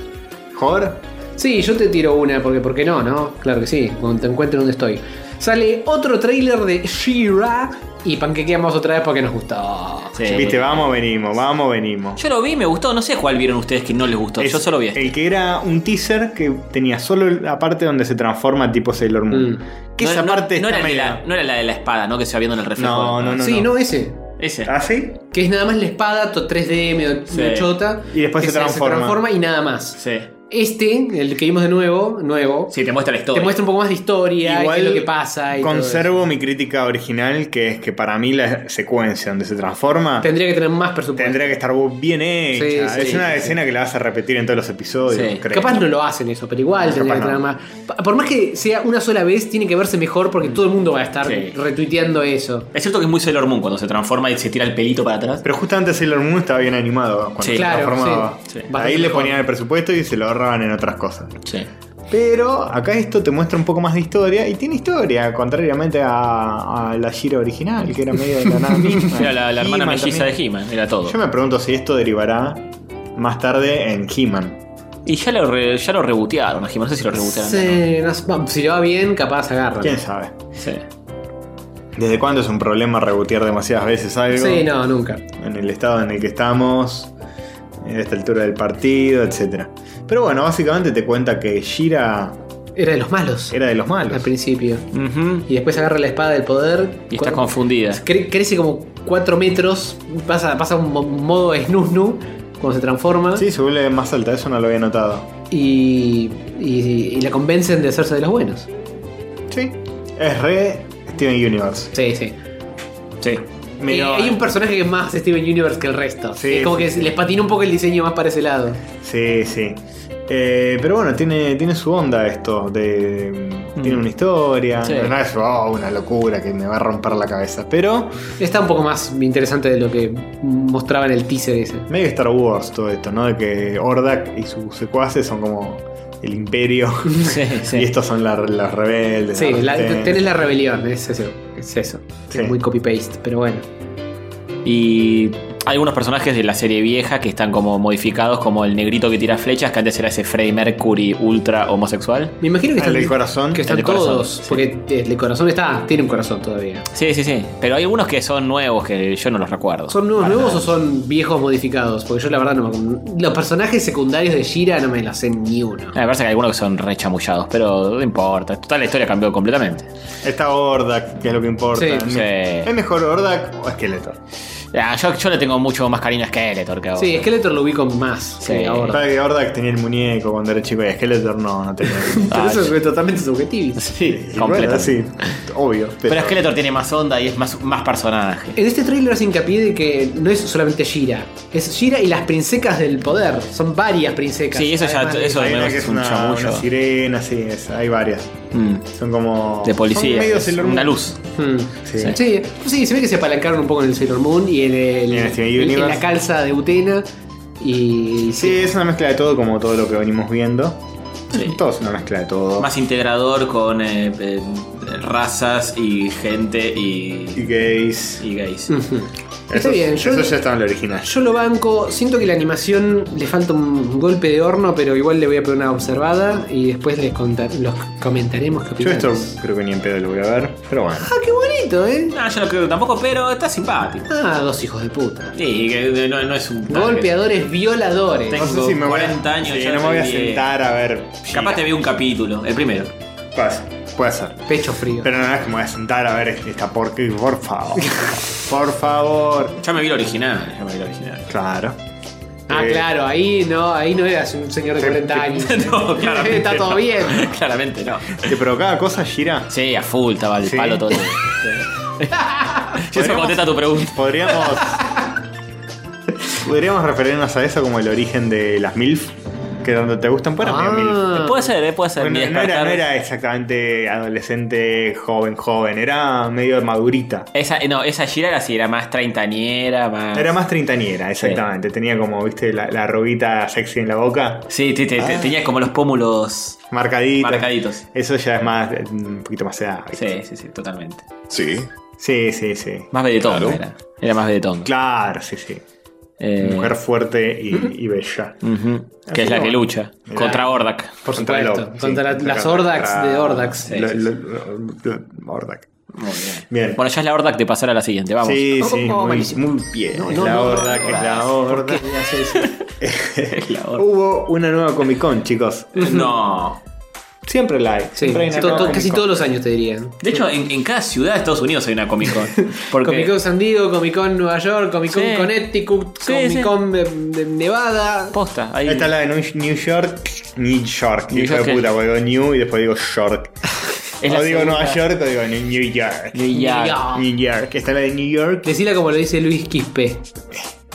[SPEAKER 1] Jor,
[SPEAKER 2] Sí, yo te tiro una, porque ¿por qué no, no? Claro que sí, cuando te encuentre donde estoy. Sale otro tráiler de She-Ra y panquequeamos otra vez porque nos gustó.
[SPEAKER 3] Sí.
[SPEAKER 1] viste, vamos, venimos, vamos, venimos.
[SPEAKER 3] Yo lo vi, me gustó. No sé cuál vieron ustedes que no les gustó. Yo
[SPEAKER 1] Es
[SPEAKER 3] solo vi este.
[SPEAKER 1] El que era un teaser que tenía solo la parte donde se transforma tipo Sailor Moon. Que
[SPEAKER 3] Mm. no,
[SPEAKER 1] esa
[SPEAKER 3] no-
[SPEAKER 1] parte
[SPEAKER 3] no
[SPEAKER 1] está
[SPEAKER 3] era,
[SPEAKER 1] medio-
[SPEAKER 3] la, no era la de la espada, ¿no? Que se va viendo en el reflejo.
[SPEAKER 1] No, no, no.
[SPEAKER 2] sí, no. ese.
[SPEAKER 3] Ese.
[SPEAKER 1] ¿Ah, sí?
[SPEAKER 2] Que es nada más la espada, to- 3D, medio,
[SPEAKER 3] Sí.
[SPEAKER 2] medio chota.
[SPEAKER 1] Y después
[SPEAKER 2] que
[SPEAKER 1] se transforma.
[SPEAKER 2] transforma y nada más.
[SPEAKER 3] Sí.
[SPEAKER 2] Este, el que vimos de nuevo, nuevo,
[SPEAKER 3] Sí, te muestra la
[SPEAKER 2] te
[SPEAKER 3] historia.
[SPEAKER 2] muestra un poco más de historia, y qué es lo que pasa. Y todo eso.
[SPEAKER 1] conservo mi crítica original, que es que para mí la secuencia donde se transforma
[SPEAKER 2] Tendría que tener más presupuesto.
[SPEAKER 1] tendría que estar bien hecha.
[SPEAKER 2] Sí, sí,
[SPEAKER 1] es una
[SPEAKER 2] sí,
[SPEAKER 1] escena que la vas a repetir en todos los episodios,
[SPEAKER 3] Sí.
[SPEAKER 1] creo.
[SPEAKER 2] Capaz no lo hacen eso, pero igual
[SPEAKER 1] No,
[SPEAKER 2] tendría que
[SPEAKER 1] capaz
[SPEAKER 2] tener
[SPEAKER 1] no.
[SPEAKER 2] más. Pa- Por más que sea una sola vez, tiene que verse mejor porque todo el mundo va a estar
[SPEAKER 3] Sí.
[SPEAKER 2] retuiteando eso.
[SPEAKER 3] Es cierto que es muy Sailor Moon cuando se transforma y se tira el pelito para atrás.
[SPEAKER 1] Pero justamente Sailor Moon estaba bien animado cuando
[SPEAKER 3] Sí.
[SPEAKER 1] se
[SPEAKER 2] Claro,
[SPEAKER 1] transformaba.
[SPEAKER 2] sí, sí.
[SPEAKER 1] Ahí
[SPEAKER 2] Bastante
[SPEAKER 1] le
[SPEAKER 2] mejor.
[SPEAKER 1] ponían el presupuesto y se lo ahorraban en otras cosas.
[SPEAKER 3] Sí.
[SPEAKER 1] Pero acá esto te muestra un poco más de historia y tiene historia, contrariamente a, a la Gira original, que era medio de la nada
[SPEAKER 3] <laughs>
[SPEAKER 1] misma.
[SPEAKER 3] Era la, la hermana
[SPEAKER 1] He-Man
[SPEAKER 3] melliza
[SPEAKER 1] también.
[SPEAKER 3] de He-Man, era todo.
[SPEAKER 1] Yo me pregunto si esto derivará más tarde en He-Man.
[SPEAKER 3] Y ya lo, re- ya lo rebotearon a He-Man, no sé si lo rebotearon.
[SPEAKER 2] Sí, no sé, vamos, si le va bien, capaz agarra.
[SPEAKER 1] ¿Quién sabe?
[SPEAKER 3] ¿no? Sí.
[SPEAKER 1] ¿Desde cuándo es un problema rebotear demasiadas veces algo?
[SPEAKER 2] Sí, no, nunca.
[SPEAKER 1] en el estado en el que estamos, en esta altura del partido, etc. Pero bueno, básicamente te cuenta que Shira
[SPEAKER 2] Era de los malos
[SPEAKER 1] era de los
[SPEAKER 2] al
[SPEAKER 1] malos.
[SPEAKER 2] principio.
[SPEAKER 3] Ujú.
[SPEAKER 2] Y después agarra la espada del poder.
[SPEAKER 3] Y está
[SPEAKER 2] Cu-
[SPEAKER 3] confundida.
[SPEAKER 2] cre- Crece como 4 metros. Pasa, pasa un mo- modo snusnu cuando se transforma.
[SPEAKER 1] Sí, se vuelve más alta, eso no lo había notado.
[SPEAKER 2] Y, y, y la convencen de hacerse de los buenos.
[SPEAKER 1] Sí, es re Steven Universe.
[SPEAKER 2] Sí, sí.
[SPEAKER 3] Sí.
[SPEAKER 2] Y
[SPEAKER 1] Medio-
[SPEAKER 2] Eh, hay un personaje que es más Steven Universe que el resto.
[SPEAKER 1] Sí,
[SPEAKER 2] es como
[SPEAKER 1] sí,
[SPEAKER 2] que les patinó un poco el diseño más para ese lado.
[SPEAKER 1] Sí, sí. Eh, pero bueno, tiene, tiene su onda esto. De, mm,
[SPEAKER 2] Mm.
[SPEAKER 1] Tiene una historia.
[SPEAKER 3] Sí.
[SPEAKER 1] No es "Oh, una locura que me va a romper la cabeza. Pero
[SPEAKER 2] Está un poco más interesante de lo que mostraba en el teaser ese.
[SPEAKER 1] medio Star Wars todo esto, ¿no? De que Ordak y sus secuaces son como el imperio.
[SPEAKER 2] <laughs>
[SPEAKER 3] Sí, sí.
[SPEAKER 1] Y estos son la- los rebeldes.
[SPEAKER 2] Sí, la-
[SPEAKER 1] resistencia.
[SPEAKER 2] tenés la rebelión, es eso. Es eso.
[SPEAKER 1] Sí.
[SPEAKER 2] Es muy copy-paste, pero bueno.
[SPEAKER 3] Y hay algunos personajes de la serie vieja que están como modificados, como el negrito que tira flechas, que antes era ese Freddie Mercury ultra homosexual.
[SPEAKER 2] Me imagino que
[SPEAKER 1] El
[SPEAKER 2] están,
[SPEAKER 1] del corazón.
[SPEAKER 2] que están
[SPEAKER 3] El del corazón,
[SPEAKER 2] todos.
[SPEAKER 3] sí.
[SPEAKER 2] Porque el de corazón está, tiene un corazón todavía.
[SPEAKER 3] Sí, sí, sí. Pero hay algunos que son nuevos que yo no los recuerdo.
[SPEAKER 2] ¿Son nuevos nuevos o son viejos modificados? Porque yo la verdad no me Los personajes secundarios de Shira no me las sé ni uno.
[SPEAKER 3] Ah, Me parece que hay algunos que son re chamullados, pero no importa. Total, la historia cambió completamente.
[SPEAKER 1] Está Ordak, que es lo que importa.
[SPEAKER 2] Sí,
[SPEAKER 1] ¿Es
[SPEAKER 3] sí.
[SPEAKER 1] me- ¿Es mejor Ordak o Skeletor?
[SPEAKER 3] Ah, yo, yo le tengo mucho más cariño a Skeletor que a vos.
[SPEAKER 2] Sí, Skeletor lo ubico más
[SPEAKER 3] Sí.
[SPEAKER 2] que ahora.
[SPEAKER 1] Para que Ordak tenía el muñeco cuando era chico y Skeletor no, no tenía.
[SPEAKER 3] <laughs>
[SPEAKER 2] Pero
[SPEAKER 3] Ah,
[SPEAKER 2] eso
[SPEAKER 3] sí.
[SPEAKER 2] es totalmente subjetivo.
[SPEAKER 3] <laughs> Sí,
[SPEAKER 1] Y bueno,
[SPEAKER 3] completamente.
[SPEAKER 1] sí, obvio.
[SPEAKER 3] Pero Skeletor tiene más onda y es más, más personaje.
[SPEAKER 2] En este tráiler hace hincapié de que no es solamente Shira, es Shira y las princesas del poder. Son varias princesas.
[SPEAKER 3] Sí, eso ya-
[SPEAKER 2] Además de-
[SPEAKER 3] eso
[SPEAKER 1] Hay
[SPEAKER 3] me
[SPEAKER 1] una
[SPEAKER 3] parece
[SPEAKER 1] que es
[SPEAKER 3] un
[SPEAKER 1] una,
[SPEAKER 3] chamullo.
[SPEAKER 1] una sirena, sí, es- hay varias.
[SPEAKER 3] Mm.
[SPEAKER 1] Son como.
[SPEAKER 3] De
[SPEAKER 1] son
[SPEAKER 3] policía.
[SPEAKER 1] medio
[SPEAKER 3] es
[SPEAKER 1] Sailor Moon.
[SPEAKER 3] una luz.
[SPEAKER 2] Hmm.
[SPEAKER 1] Sí.
[SPEAKER 2] Sí. Sí, se ve que se apalancaron un poco en el Sailor Moon y en, el-
[SPEAKER 1] Y en Steven
[SPEAKER 2] en- en
[SPEAKER 1] Universe.
[SPEAKER 2] la calza de Utena. Y
[SPEAKER 1] Sí, es una mezcla de todo, como todo lo que venimos viendo.
[SPEAKER 3] Sí.
[SPEAKER 1] Todo es una mezcla de todo.
[SPEAKER 3] Más integrador con eh, eh, razas y gente y, Mm.
[SPEAKER 1] y gays.
[SPEAKER 3] y gays.
[SPEAKER 2] Ujú. Está
[SPEAKER 1] Eso-
[SPEAKER 2] bien, yo,
[SPEAKER 1] Eso ya estaba en el original.
[SPEAKER 2] yo lo banco. Siento que la animación le falta un golpe de horno, pero igual le voy a poner una observada y después les conta- los comentaremos qué
[SPEAKER 1] Yo esto
[SPEAKER 2] opinamos.
[SPEAKER 1] creo que ni en pedo lo voy a ver, pero bueno.
[SPEAKER 2] Ah, qué bonito, ¿eh?
[SPEAKER 3] No, yo no creo tampoco, pero está simpático.
[SPEAKER 2] Ah, dos hijos de puta.
[SPEAKER 3] Sí, que no, no es un.
[SPEAKER 2] Golpeadores violadores.
[SPEAKER 1] No sé
[SPEAKER 3] Tengo
[SPEAKER 1] si me voy a,
[SPEAKER 3] 40 años,
[SPEAKER 1] sí,
[SPEAKER 3] ya
[SPEAKER 1] no me voy a
[SPEAKER 3] soy viejo.
[SPEAKER 1] sentar a ver.
[SPEAKER 3] Capaz te vi un capítulo, el primero.
[SPEAKER 1] Puede ser, puede ser.
[SPEAKER 2] Pecho frío.
[SPEAKER 1] Pero no es que me voy a sentar a ver este, esta porque por
[SPEAKER 3] <laughs>
[SPEAKER 1] favor. por favor.
[SPEAKER 3] Ya me vi el original, ya me vi el original. <laughs>
[SPEAKER 1] Claro.
[SPEAKER 2] ah,
[SPEAKER 1] Eh,
[SPEAKER 2] claro, ahí no, ahí no eras un señor de 40 años.
[SPEAKER 3] <laughs>
[SPEAKER 1] <laughs>
[SPEAKER 3] No, claramente.
[SPEAKER 2] <laughs> Está todo
[SPEAKER 3] no.
[SPEAKER 2] bien.
[SPEAKER 3] <laughs> claramente no.
[SPEAKER 1] ¿Te provocaba cosas, Gira?
[SPEAKER 3] Sí, a full estaba el
[SPEAKER 1] Sí. <laughs>
[SPEAKER 3] palo todo. Sí. <laughs> Yo se contesta tu pregunta.
[SPEAKER 1] Podríamos. podríamos referirnos a eso como el origen de las MILF. Que donde te gustan, bueno, medio MILF.
[SPEAKER 2] Ah,
[SPEAKER 3] Puede ser, eh, puede ser.
[SPEAKER 1] Bueno,
[SPEAKER 3] mi
[SPEAKER 1] no, era,
[SPEAKER 3] despertar.
[SPEAKER 1] no era exactamente adolescente, joven, joven. Era medio madurita.
[SPEAKER 3] Esa, no, esa Shira era así, era más treintañera, más.
[SPEAKER 1] Era más treintañera, exactamente. Tenía como, viste, la, la arruguita sexy en la boca.
[SPEAKER 3] Sí, te- te- te-
[SPEAKER 1] Ah.
[SPEAKER 3] tenía como los pómulos.
[SPEAKER 1] Marcadita.
[SPEAKER 3] Marcaditos.
[SPEAKER 1] Eso ya es más, eh, un poquito más edad. ¿viste?
[SPEAKER 3] Sí, sí, sí, totalmente.
[SPEAKER 5] Sí,
[SPEAKER 1] Sí, sí, sí.
[SPEAKER 3] Más vedetón
[SPEAKER 5] Claro.
[SPEAKER 3] era. Era más vedetón.
[SPEAKER 1] Claro, sí, sí.
[SPEAKER 3] Eh,
[SPEAKER 1] Mujer fuerte y, y bella.
[SPEAKER 3] ujú,
[SPEAKER 1] Así
[SPEAKER 3] Que es la
[SPEAKER 1] como-
[SPEAKER 3] que lucha.
[SPEAKER 1] Claro.
[SPEAKER 3] Contra Ordak.
[SPEAKER 1] Por
[SPEAKER 2] Contra el
[SPEAKER 1] supuesto.
[SPEAKER 2] Orc, contra la- las Ordax de Ordax. Sí,
[SPEAKER 1] Lo-
[SPEAKER 3] sí,
[SPEAKER 1] lo- lo- lo- Ordac.
[SPEAKER 3] Muy bien.
[SPEAKER 1] Bien.
[SPEAKER 3] Bueno, ya es la Ordak de pasar a la siguiente, vamos.
[SPEAKER 1] Sí,
[SPEAKER 2] Oh,
[SPEAKER 1] sí,
[SPEAKER 2] oh,
[SPEAKER 1] muy,
[SPEAKER 2] malísimo.
[SPEAKER 1] muy bien.
[SPEAKER 2] No,
[SPEAKER 1] es
[SPEAKER 2] no,
[SPEAKER 1] la
[SPEAKER 2] no,
[SPEAKER 1] horda,
[SPEAKER 2] no,
[SPEAKER 1] que es la
[SPEAKER 2] ¿Por
[SPEAKER 1] horda.
[SPEAKER 2] qué me hace eso?
[SPEAKER 3] Es la Ordak.
[SPEAKER 1] Hubo una nueva Comic Con, chicos.
[SPEAKER 3] No.
[SPEAKER 1] Siempre la hay.
[SPEAKER 2] Sí,
[SPEAKER 1] siempre hay una
[SPEAKER 2] to-
[SPEAKER 1] nueva
[SPEAKER 2] to-
[SPEAKER 1] Comic
[SPEAKER 2] casi
[SPEAKER 1] Con.
[SPEAKER 2] todos los años te dirían.
[SPEAKER 3] De hecho, en, en cada ciudad de Estados Unidos hay una Comic Con. Porque
[SPEAKER 2] Comic Con San Diego, Comic Con Nueva York, Comic Con
[SPEAKER 3] Sí.
[SPEAKER 2] Connecticut,
[SPEAKER 3] Sí,
[SPEAKER 2] Comic
[SPEAKER 3] sí.
[SPEAKER 2] Con de- de Nevada.
[SPEAKER 3] posta. Hay...
[SPEAKER 1] Esta es la de New New York. New York.
[SPEAKER 3] New
[SPEAKER 1] New York.
[SPEAKER 3] York,
[SPEAKER 1] puta, porque digo New y después digo York.
[SPEAKER 3] <laughs> Es
[SPEAKER 1] o
[SPEAKER 3] la
[SPEAKER 1] digo
[SPEAKER 3] segunda.
[SPEAKER 1] Nueva York o digo New York.
[SPEAKER 3] New York.
[SPEAKER 2] York.
[SPEAKER 1] New York. Esta es la de New York.
[SPEAKER 2] Decila como lo dice Luis Quispe.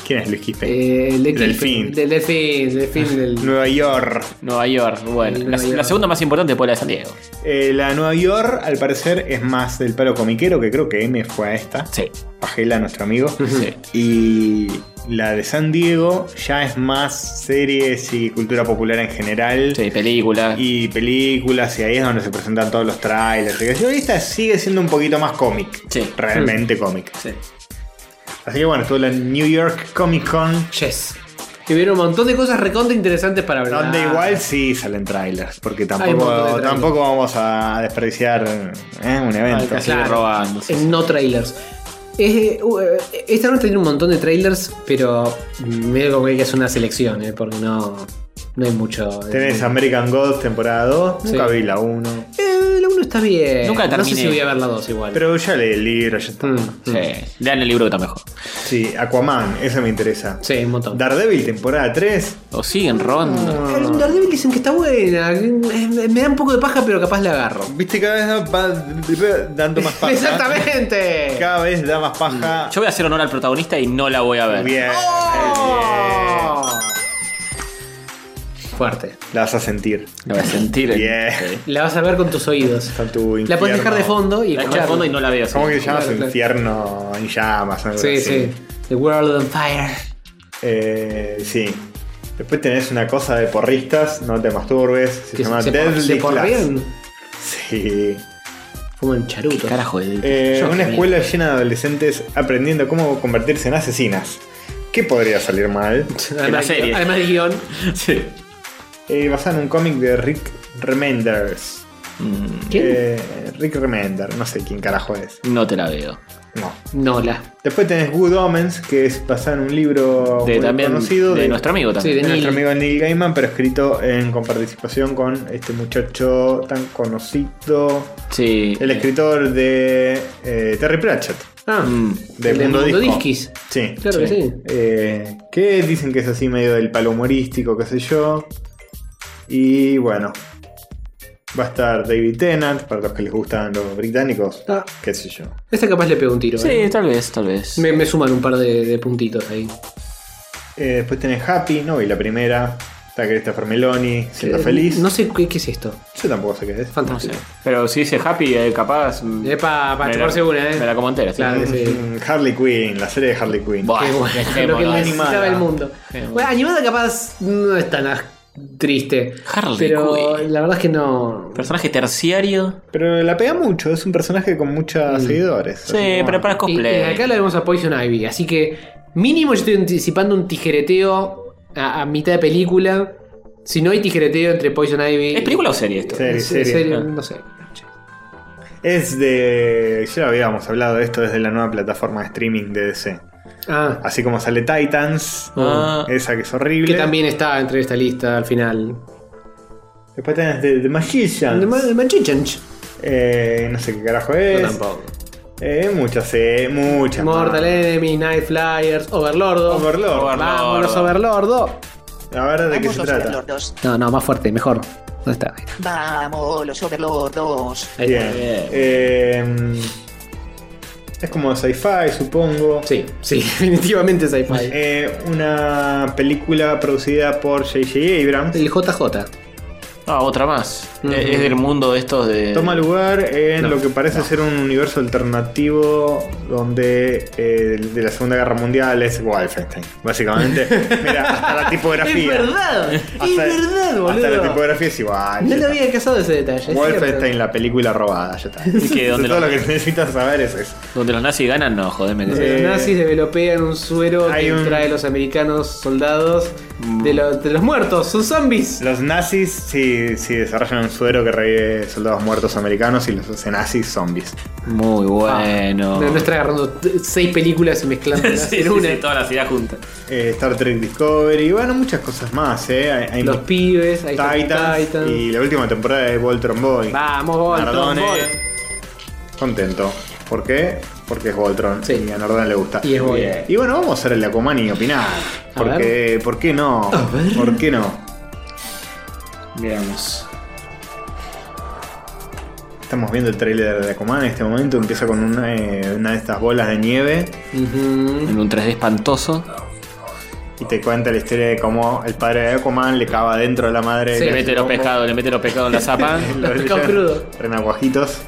[SPEAKER 1] ¿Quién es Luis Quispe?
[SPEAKER 2] Eh, el de
[SPEAKER 1] El delfín.
[SPEAKER 2] Del delfín, el delfín del-
[SPEAKER 1] Nueva York.
[SPEAKER 3] Nueva York, bueno.
[SPEAKER 2] Nueva
[SPEAKER 3] la,
[SPEAKER 2] York.
[SPEAKER 3] la segunda más importante después de la de San Diego.
[SPEAKER 1] Eh, la Nueva York, al parecer, es más del palo comiquero, que creo que M fue a esta.
[SPEAKER 3] Sí.
[SPEAKER 1] Pajela, nuestro amigo.
[SPEAKER 3] <laughs> Sí.
[SPEAKER 1] Y la de San Diego ya es más series y cultura popular en general.
[SPEAKER 3] Sí, película.
[SPEAKER 1] Y películas, y ahí es donde se presentan todos los trailers. Y Yo esta sigue siendo un poquito más cómic.
[SPEAKER 3] Sí.
[SPEAKER 1] Realmente cómic.
[SPEAKER 3] Sí.
[SPEAKER 1] Así que bueno, estuvo la New York Comic Con.
[SPEAKER 2] Yes. Que vieron un montón de cosas recontra interesantes para hablar.
[SPEAKER 1] Donde igual sí salen trailers, porque
[SPEAKER 2] montón de
[SPEAKER 1] tampoco,
[SPEAKER 2] trailers.
[SPEAKER 1] tampoco vamos a desperdiciar eh, un evento.
[SPEAKER 3] Casi robando. sí.
[SPEAKER 2] En no trailers. Es, eh, u- eh, esta noche tiene un montón de trailers, pero medio como que hay que hacer una selección, eh, porque no, no hay mucho.
[SPEAKER 1] Tenés American Gods temporada 2, nunca vi la 1.
[SPEAKER 2] Eh, la 1 está bien.
[SPEAKER 3] Nunca
[SPEAKER 2] No sé
[SPEAKER 3] terminé.
[SPEAKER 2] si voy a ver la 2 igual.
[SPEAKER 1] Pero ya leí el libro, ya está.
[SPEAKER 2] Mm,
[SPEAKER 3] Sí. Lean el libro que está mejor.
[SPEAKER 1] Sí, Aquaman, eso me interesa.
[SPEAKER 2] Sí, un montón.
[SPEAKER 1] Daredevil, temporada 3.
[SPEAKER 3] O siguen robando.
[SPEAKER 2] El Daredevil dicen que está buena. eh, Me me da un poco de paja, pero capaz la agarro.
[SPEAKER 1] Viste, cada vez va dando
[SPEAKER 2] <laughs>
[SPEAKER 1] más paja.
[SPEAKER 2] Exactamente.
[SPEAKER 1] Cada vez da más
[SPEAKER 2] Mm.
[SPEAKER 1] paja.
[SPEAKER 3] Yo voy a hacer honor al protagonista y no la voy a ver.
[SPEAKER 1] Bien. bien.
[SPEAKER 2] ¡Oh! Fuerte.
[SPEAKER 1] La vas a sentir.
[SPEAKER 3] La voy a sentir.
[SPEAKER 1] Bien.
[SPEAKER 3] Sí.
[SPEAKER 2] La vas a ver con tus oídos.
[SPEAKER 1] Con tu
[SPEAKER 2] La puedes dejar
[SPEAKER 1] infierno.
[SPEAKER 2] de fondo y
[SPEAKER 3] La echo de
[SPEAKER 2] escuchar.
[SPEAKER 3] fondo y no la veo. sí.
[SPEAKER 1] ¿Cómo que se llama?
[SPEAKER 2] Claro,
[SPEAKER 1] Su
[SPEAKER 2] claro.
[SPEAKER 1] Infierno en llamas. algo
[SPEAKER 2] Sí,
[SPEAKER 1] así.
[SPEAKER 2] sí. The World on Fire.
[SPEAKER 1] Eh, sí. Después tenés una cosa de porristas, no te masturbes. Se
[SPEAKER 2] Que
[SPEAKER 1] llama
[SPEAKER 2] se, por- se
[SPEAKER 1] Deadly Class.
[SPEAKER 2] porrean.
[SPEAKER 1] Sí.
[SPEAKER 2] Fuman charutos.
[SPEAKER 3] <laughs> Carajo de.
[SPEAKER 1] Eh,
[SPEAKER 2] Yo
[SPEAKER 1] una
[SPEAKER 2] quería.
[SPEAKER 1] escuela llena de adolescentes aprendiendo cómo convertirse en asesinas. ¿Qué podría
[SPEAKER 2] <laughs>
[SPEAKER 1] salir mal?
[SPEAKER 2] Además,
[SPEAKER 3] serie.
[SPEAKER 2] además de guión.
[SPEAKER 3] Sí.
[SPEAKER 1] Eh, basada en un cómic de Rick Remenders.
[SPEAKER 3] Mm,
[SPEAKER 2] ¿Quién?
[SPEAKER 1] Eh, Rick Remender, no sé quién carajo es.
[SPEAKER 3] No te la veo.
[SPEAKER 1] No.
[SPEAKER 2] Nola.
[SPEAKER 1] Después tenés Good Omens, que es basada en un libro
[SPEAKER 3] De,
[SPEAKER 1] muy
[SPEAKER 3] también,
[SPEAKER 1] conocido
[SPEAKER 3] de, nuestro amigo
[SPEAKER 2] Sí,
[SPEAKER 3] también.
[SPEAKER 2] de
[SPEAKER 1] de nuestro
[SPEAKER 2] Neil.
[SPEAKER 1] amigo Neil Gaiman, pero escrito en con participación con este muchacho tan conocido,
[SPEAKER 3] Sí.
[SPEAKER 1] el escritor de eh, Terry Pratchett,
[SPEAKER 2] Ah,
[SPEAKER 3] Mm.
[SPEAKER 1] de
[SPEAKER 2] el de
[SPEAKER 1] Mundo, Disco.
[SPEAKER 2] Disquis.
[SPEAKER 1] Sí.
[SPEAKER 2] Claro que
[SPEAKER 3] Sí.
[SPEAKER 2] sí.
[SPEAKER 1] Eh, que dicen que es así medio del palo humorístico, qué sé yo. Y bueno, va a estar David Tennant, para los que les gustan los británicos,
[SPEAKER 2] Ah.
[SPEAKER 1] qué sé yo.
[SPEAKER 2] Esta capaz le pega un tiro.
[SPEAKER 3] Sí,
[SPEAKER 2] eh.
[SPEAKER 3] tal vez, tal vez.
[SPEAKER 2] Me, me suman un par de, de puntitos ahí.
[SPEAKER 1] Eh, después tenés Happy, no vi la primera. Está Christopher Meloni, siendo
[SPEAKER 2] Eh,
[SPEAKER 1] feliz.
[SPEAKER 2] No sé qué, qué es esto.
[SPEAKER 1] Yo tampoco sé qué es.
[SPEAKER 3] No
[SPEAKER 2] Fantástico.
[SPEAKER 3] sé. Pero si dice happy, eh, capaz. mm,
[SPEAKER 2] Epa, para
[SPEAKER 3] me la-
[SPEAKER 2] chuparse una, eh.
[SPEAKER 3] Me la como entera, sí.
[SPEAKER 2] Claro. sí.
[SPEAKER 1] Mm, Harley Quinn, la serie de Harley Quinn.
[SPEAKER 3] Buah,
[SPEAKER 2] Qué <laughs> bueno, lo que
[SPEAKER 3] dejémonos.
[SPEAKER 2] necesitaba
[SPEAKER 1] Animada.
[SPEAKER 2] el mundo.
[SPEAKER 3] Dejémonos.
[SPEAKER 2] Bueno, animada capaz no es tan as- triste.
[SPEAKER 3] Harley
[SPEAKER 2] pero
[SPEAKER 3] Quinn.
[SPEAKER 2] la verdad es que no.
[SPEAKER 3] Personaje terciario.
[SPEAKER 1] Pero la pega mucho, es un personaje con muchos
[SPEAKER 2] Mm.
[SPEAKER 1] seguidores.
[SPEAKER 3] Sí,
[SPEAKER 1] así que,
[SPEAKER 3] pero
[SPEAKER 1] bueno.
[SPEAKER 3] para
[SPEAKER 2] Y- y
[SPEAKER 3] cosplay.
[SPEAKER 2] acá la vemos a Poison Ivy, así que mínimo yo estoy anticipando un tijereteo a, a mitad de película. Si no hay tijereteo entre Poison Ivy.
[SPEAKER 3] ¿Es película o serie esto?
[SPEAKER 1] Sí. Serie,
[SPEAKER 2] Es-
[SPEAKER 1] serie.
[SPEAKER 2] es serie,
[SPEAKER 1] Ah.
[SPEAKER 2] No sé.
[SPEAKER 1] Es de. Ya habíamos hablado de esto desde la nueva plataforma de streaming de DC.
[SPEAKER 2] Ah,
[SPEAKER 1] Así como sale Titans,
[SPEAKER 3] Ah.
[SPEAKER 1] esa que es horrible.
[SPEAKER 2] que también está entre esta lista al final.
[SPEAKER 1] Después tenés The, The Magicians.
[SPEAKER 2] De Ma- de Manchichanch.
[SPEAKER 1] Eh, no sé qué carajo es.
[SPEAKER 2] No, tampoco.
[SPEAKER 1] Eh, muchas, eh, muchas.
[SPEAKER 2] Mortal
[SPEAKER 1] más.
[SPEAKER 2] Enemy, Night Flyers, Overlordo.
[SPEAKER 1] Overlord.
[SPEAKER 3] Overlord.
[SPEAKER 2] Vámonos, Overlordo.
[SPEAKER 1] A ver de qué se
[SPEAKER 5] Vamos los
[SPEAKER 1] trata.
[SPEAKER 5] overlordos.
[SPEAKER 2] No, no, más fuerte, mejor. No está.
[SPEAKER 5] Vamos los overlordos.
[SPEAKER 2] Ahí
[SPEAKER 1] Bien.
[SPEAKER 2] está.
[SPEAKER 3] Bien.
[SPEAKER 1] Eh, es como sci-fi, supongo.
[SPEAKER 2] Sí, sí, <laughs> definitivamente es sci-fi.
[SPEAKER 1] Eh, una película producida por J.J. Abrams.
[SPEAKER 2] El JJ.
[SPEAKER 3] Ah, otra más.
[SPEAKER 2] Ujú.
[SPEAKER 3] Eh, Es del mundo de estos de.
[SPEAKER 1] Toma lugar en lo que parece ser un universo alternativo donde eh, de la Segunda Guerra Mundial es Wolfenstein,
[SPEAKER 2] <laughs>
[SPEAKER 1] básicamente. Mira, hasta la tipografía.
[SPEAKER 2] Es verdad,
[SPEAKER 1] Hasta-
[SPEAKER 2] es verdad, boludo.
[SPEAKER 1] Hasta la tipografía es igual.
[SPEAKER 2] no
[SPEAKER 1] ya
[SPEAKER 2] lo
[SPEAKER 1] está.
[SPEAKER 2] había casado ese detalle. es
[SPEAKER 1] Wolfenstein, la película
[SPEAKER 2] <laughs>
[SPEAKER 1] robada, ya está.
[SPEAKER 3] que donde
[SPEAKER 1] Todo
[SPEAKER 3] lo-
[SPEAKER 1] lo que necesitas saber es eso.
[SPEAKER 3] Donde los nazis ganan, no, jodeme que
[SPEAKER 2] cierto.
[SPEAKER 1] Eh,
[SPEAKER 2] Los nazis developean un suero
[SPEAKER 1] hay
[SPEAKER 2] que
[SPEAKER 1] un-
[SPEAKER 2] trae los americanos soldados de, los- de los muertos, son zombies.
[SPEAKER 1] Los nazis sí, sí desarrollan un suero que revive soldados muertos americanos y los hace nazis zombies.
[SPEAKER 3] sí. Muy bueno.
[SPEAKER 2] No, no está agarrando t- seis películas y
[SPEAKER 1] <laughs>
[SPEAKER 2] mezclándolas
[SPEAKER 3] <laughs> Sí, <laughs>
[SPEAKER 2] en
[SPEAKER 3] sí,
[SPEAKER 2] una.
[SPEAKER 3] sí, toda la ciudad junta.
[SPEAKER 1] Eh, Star Trek Discovery, bueno, muchas cosas más, ¿eh? Hay, hay
[SPEAKER 2] los pibes, ahí está
[SPEAKER 1] Titans,
[SPEAKER 2] Titans.
[SPEAKER 1] y la última temporada de Voltron Boy.
[SPEAKER 2] Vamos, Bolton,
[SPEAKER 1] Nardone.
[SPEAKER 2] Bolton.
[SPEAKER 1] Contento. ¿Por qué? Porque es Voltron.
[SPEAKER 2] Sí.
[SPEAKER 1] Y a Nardone le gusta.
[SPEAKER 2] Y es Voltron.
[SPEAKER 1] Bien. Y bueno, vamos a hacer el Aquaman y opinar.
[SPEAKER 2] A
[SPEAKER 1] Porque, ¿por qué no?
[SPEAKER 2] A ver.
[SPEAKER 1] ¿Por qué no?
[SPEAKER 3] Veamos.
[SPEAKER 1] Estamos viendo el tráiler de Aquaman en este momento. Empieza con una, eh, una de estas bolas de nieve.
[SPEAKER 2] Ujú.
[SPEAKER 3] En un 3D espantoso.
[SPEAKER 1] Y te cuenta la historia de cómo el padre de Aquaman le cava dentro a la madre.
[SPEAKER 3] Le mete los pescados, le mete los pescados en la <laughs> zapa.
[SPEAKER 2] los pescados crudos.
[SPEAKER 1] Renaguajitos.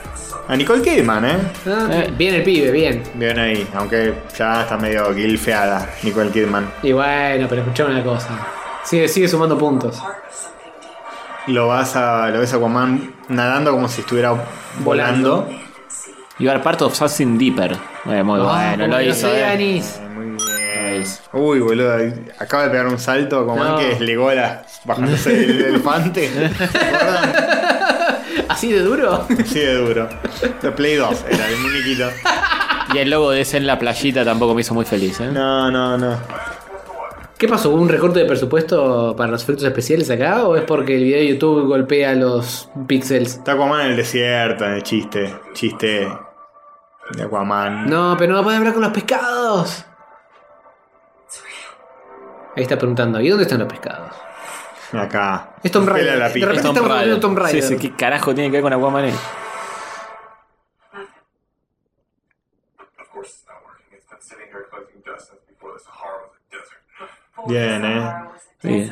[SPEAKER 1] A Nicole Kidman, ¿eh?
[SPEAKER 2] Ah, Bien el pibe, bien.
[SPEAKER 1] Bien ahí, aunque ya está medio guilfeada Nicole Kidman.
[SPEAKER 2] Y bueno, pero escuchame una cosa. Sigue, sigue sumando puntos.
[SPEAKER 1] Lo vas a. lo ves a Aquaman nadando como si estuviera volando.
[SPEAKER 3] You are part of something deeper. Bueno, muy
[SPEAKER 2] Ah,
[SPEAKER 3] bueno,
[SPEAKER 2] como
[SPEAKER 3] lo
[SPEAKER 2] que no
[SPEAKER 3] hizo.
[SPEAKER 2] sea,
[SPEAKER 3] eh.
[SPEAKER 2] Anis.
[SPEAKER 1] Muy bien. Uy, boludo, acaba de pegar un salto a Aquaman
[SPEAKER 2] No.
[SPEAKER 1] que es Legolas bajándose del elefante.
[SPEAKER 2] ¿Así de duro?
[SPEAKER 1] Así de duro. The Play 2 era el muñequito.
[SPEAKER 3] Y el logo de ese en la playita tampoco me hizo muy feliz, ¿eh?
[SPEAKER 1] No, no, no.
[SPEAKER 2] <laughs> ¿Qué pasó? ¿Hubo un recorte de presupuesto para los efectos especiales acá? ¿O es porque el video de YouTube golpea los píxeles?
[SPEAKER 1] Está Aquaman en el desierto, en el chiste. Chiste de Aquaman.
[SPEAKER 2] No, pero no puede hablar con los pescados. Ahí está preguntando, ¿y dónde están los pescados?
[SPEAKER 1] Acá.
[SPEAKER 2] Es Tomb
[SPEAKER 1] Pela
[SPEAKER 2] Raider.
[SPEAKER 1] la pija.
[SPEAKER 2] De repente- estamos volviendo Tomb Raider.
[SPEAKER 3] Sí, sí, ¿qué carajo tiene que ver con Aquaman? eh?
[SPEAKER 1] Bien, eh.
[SPEAKER 3] Sí.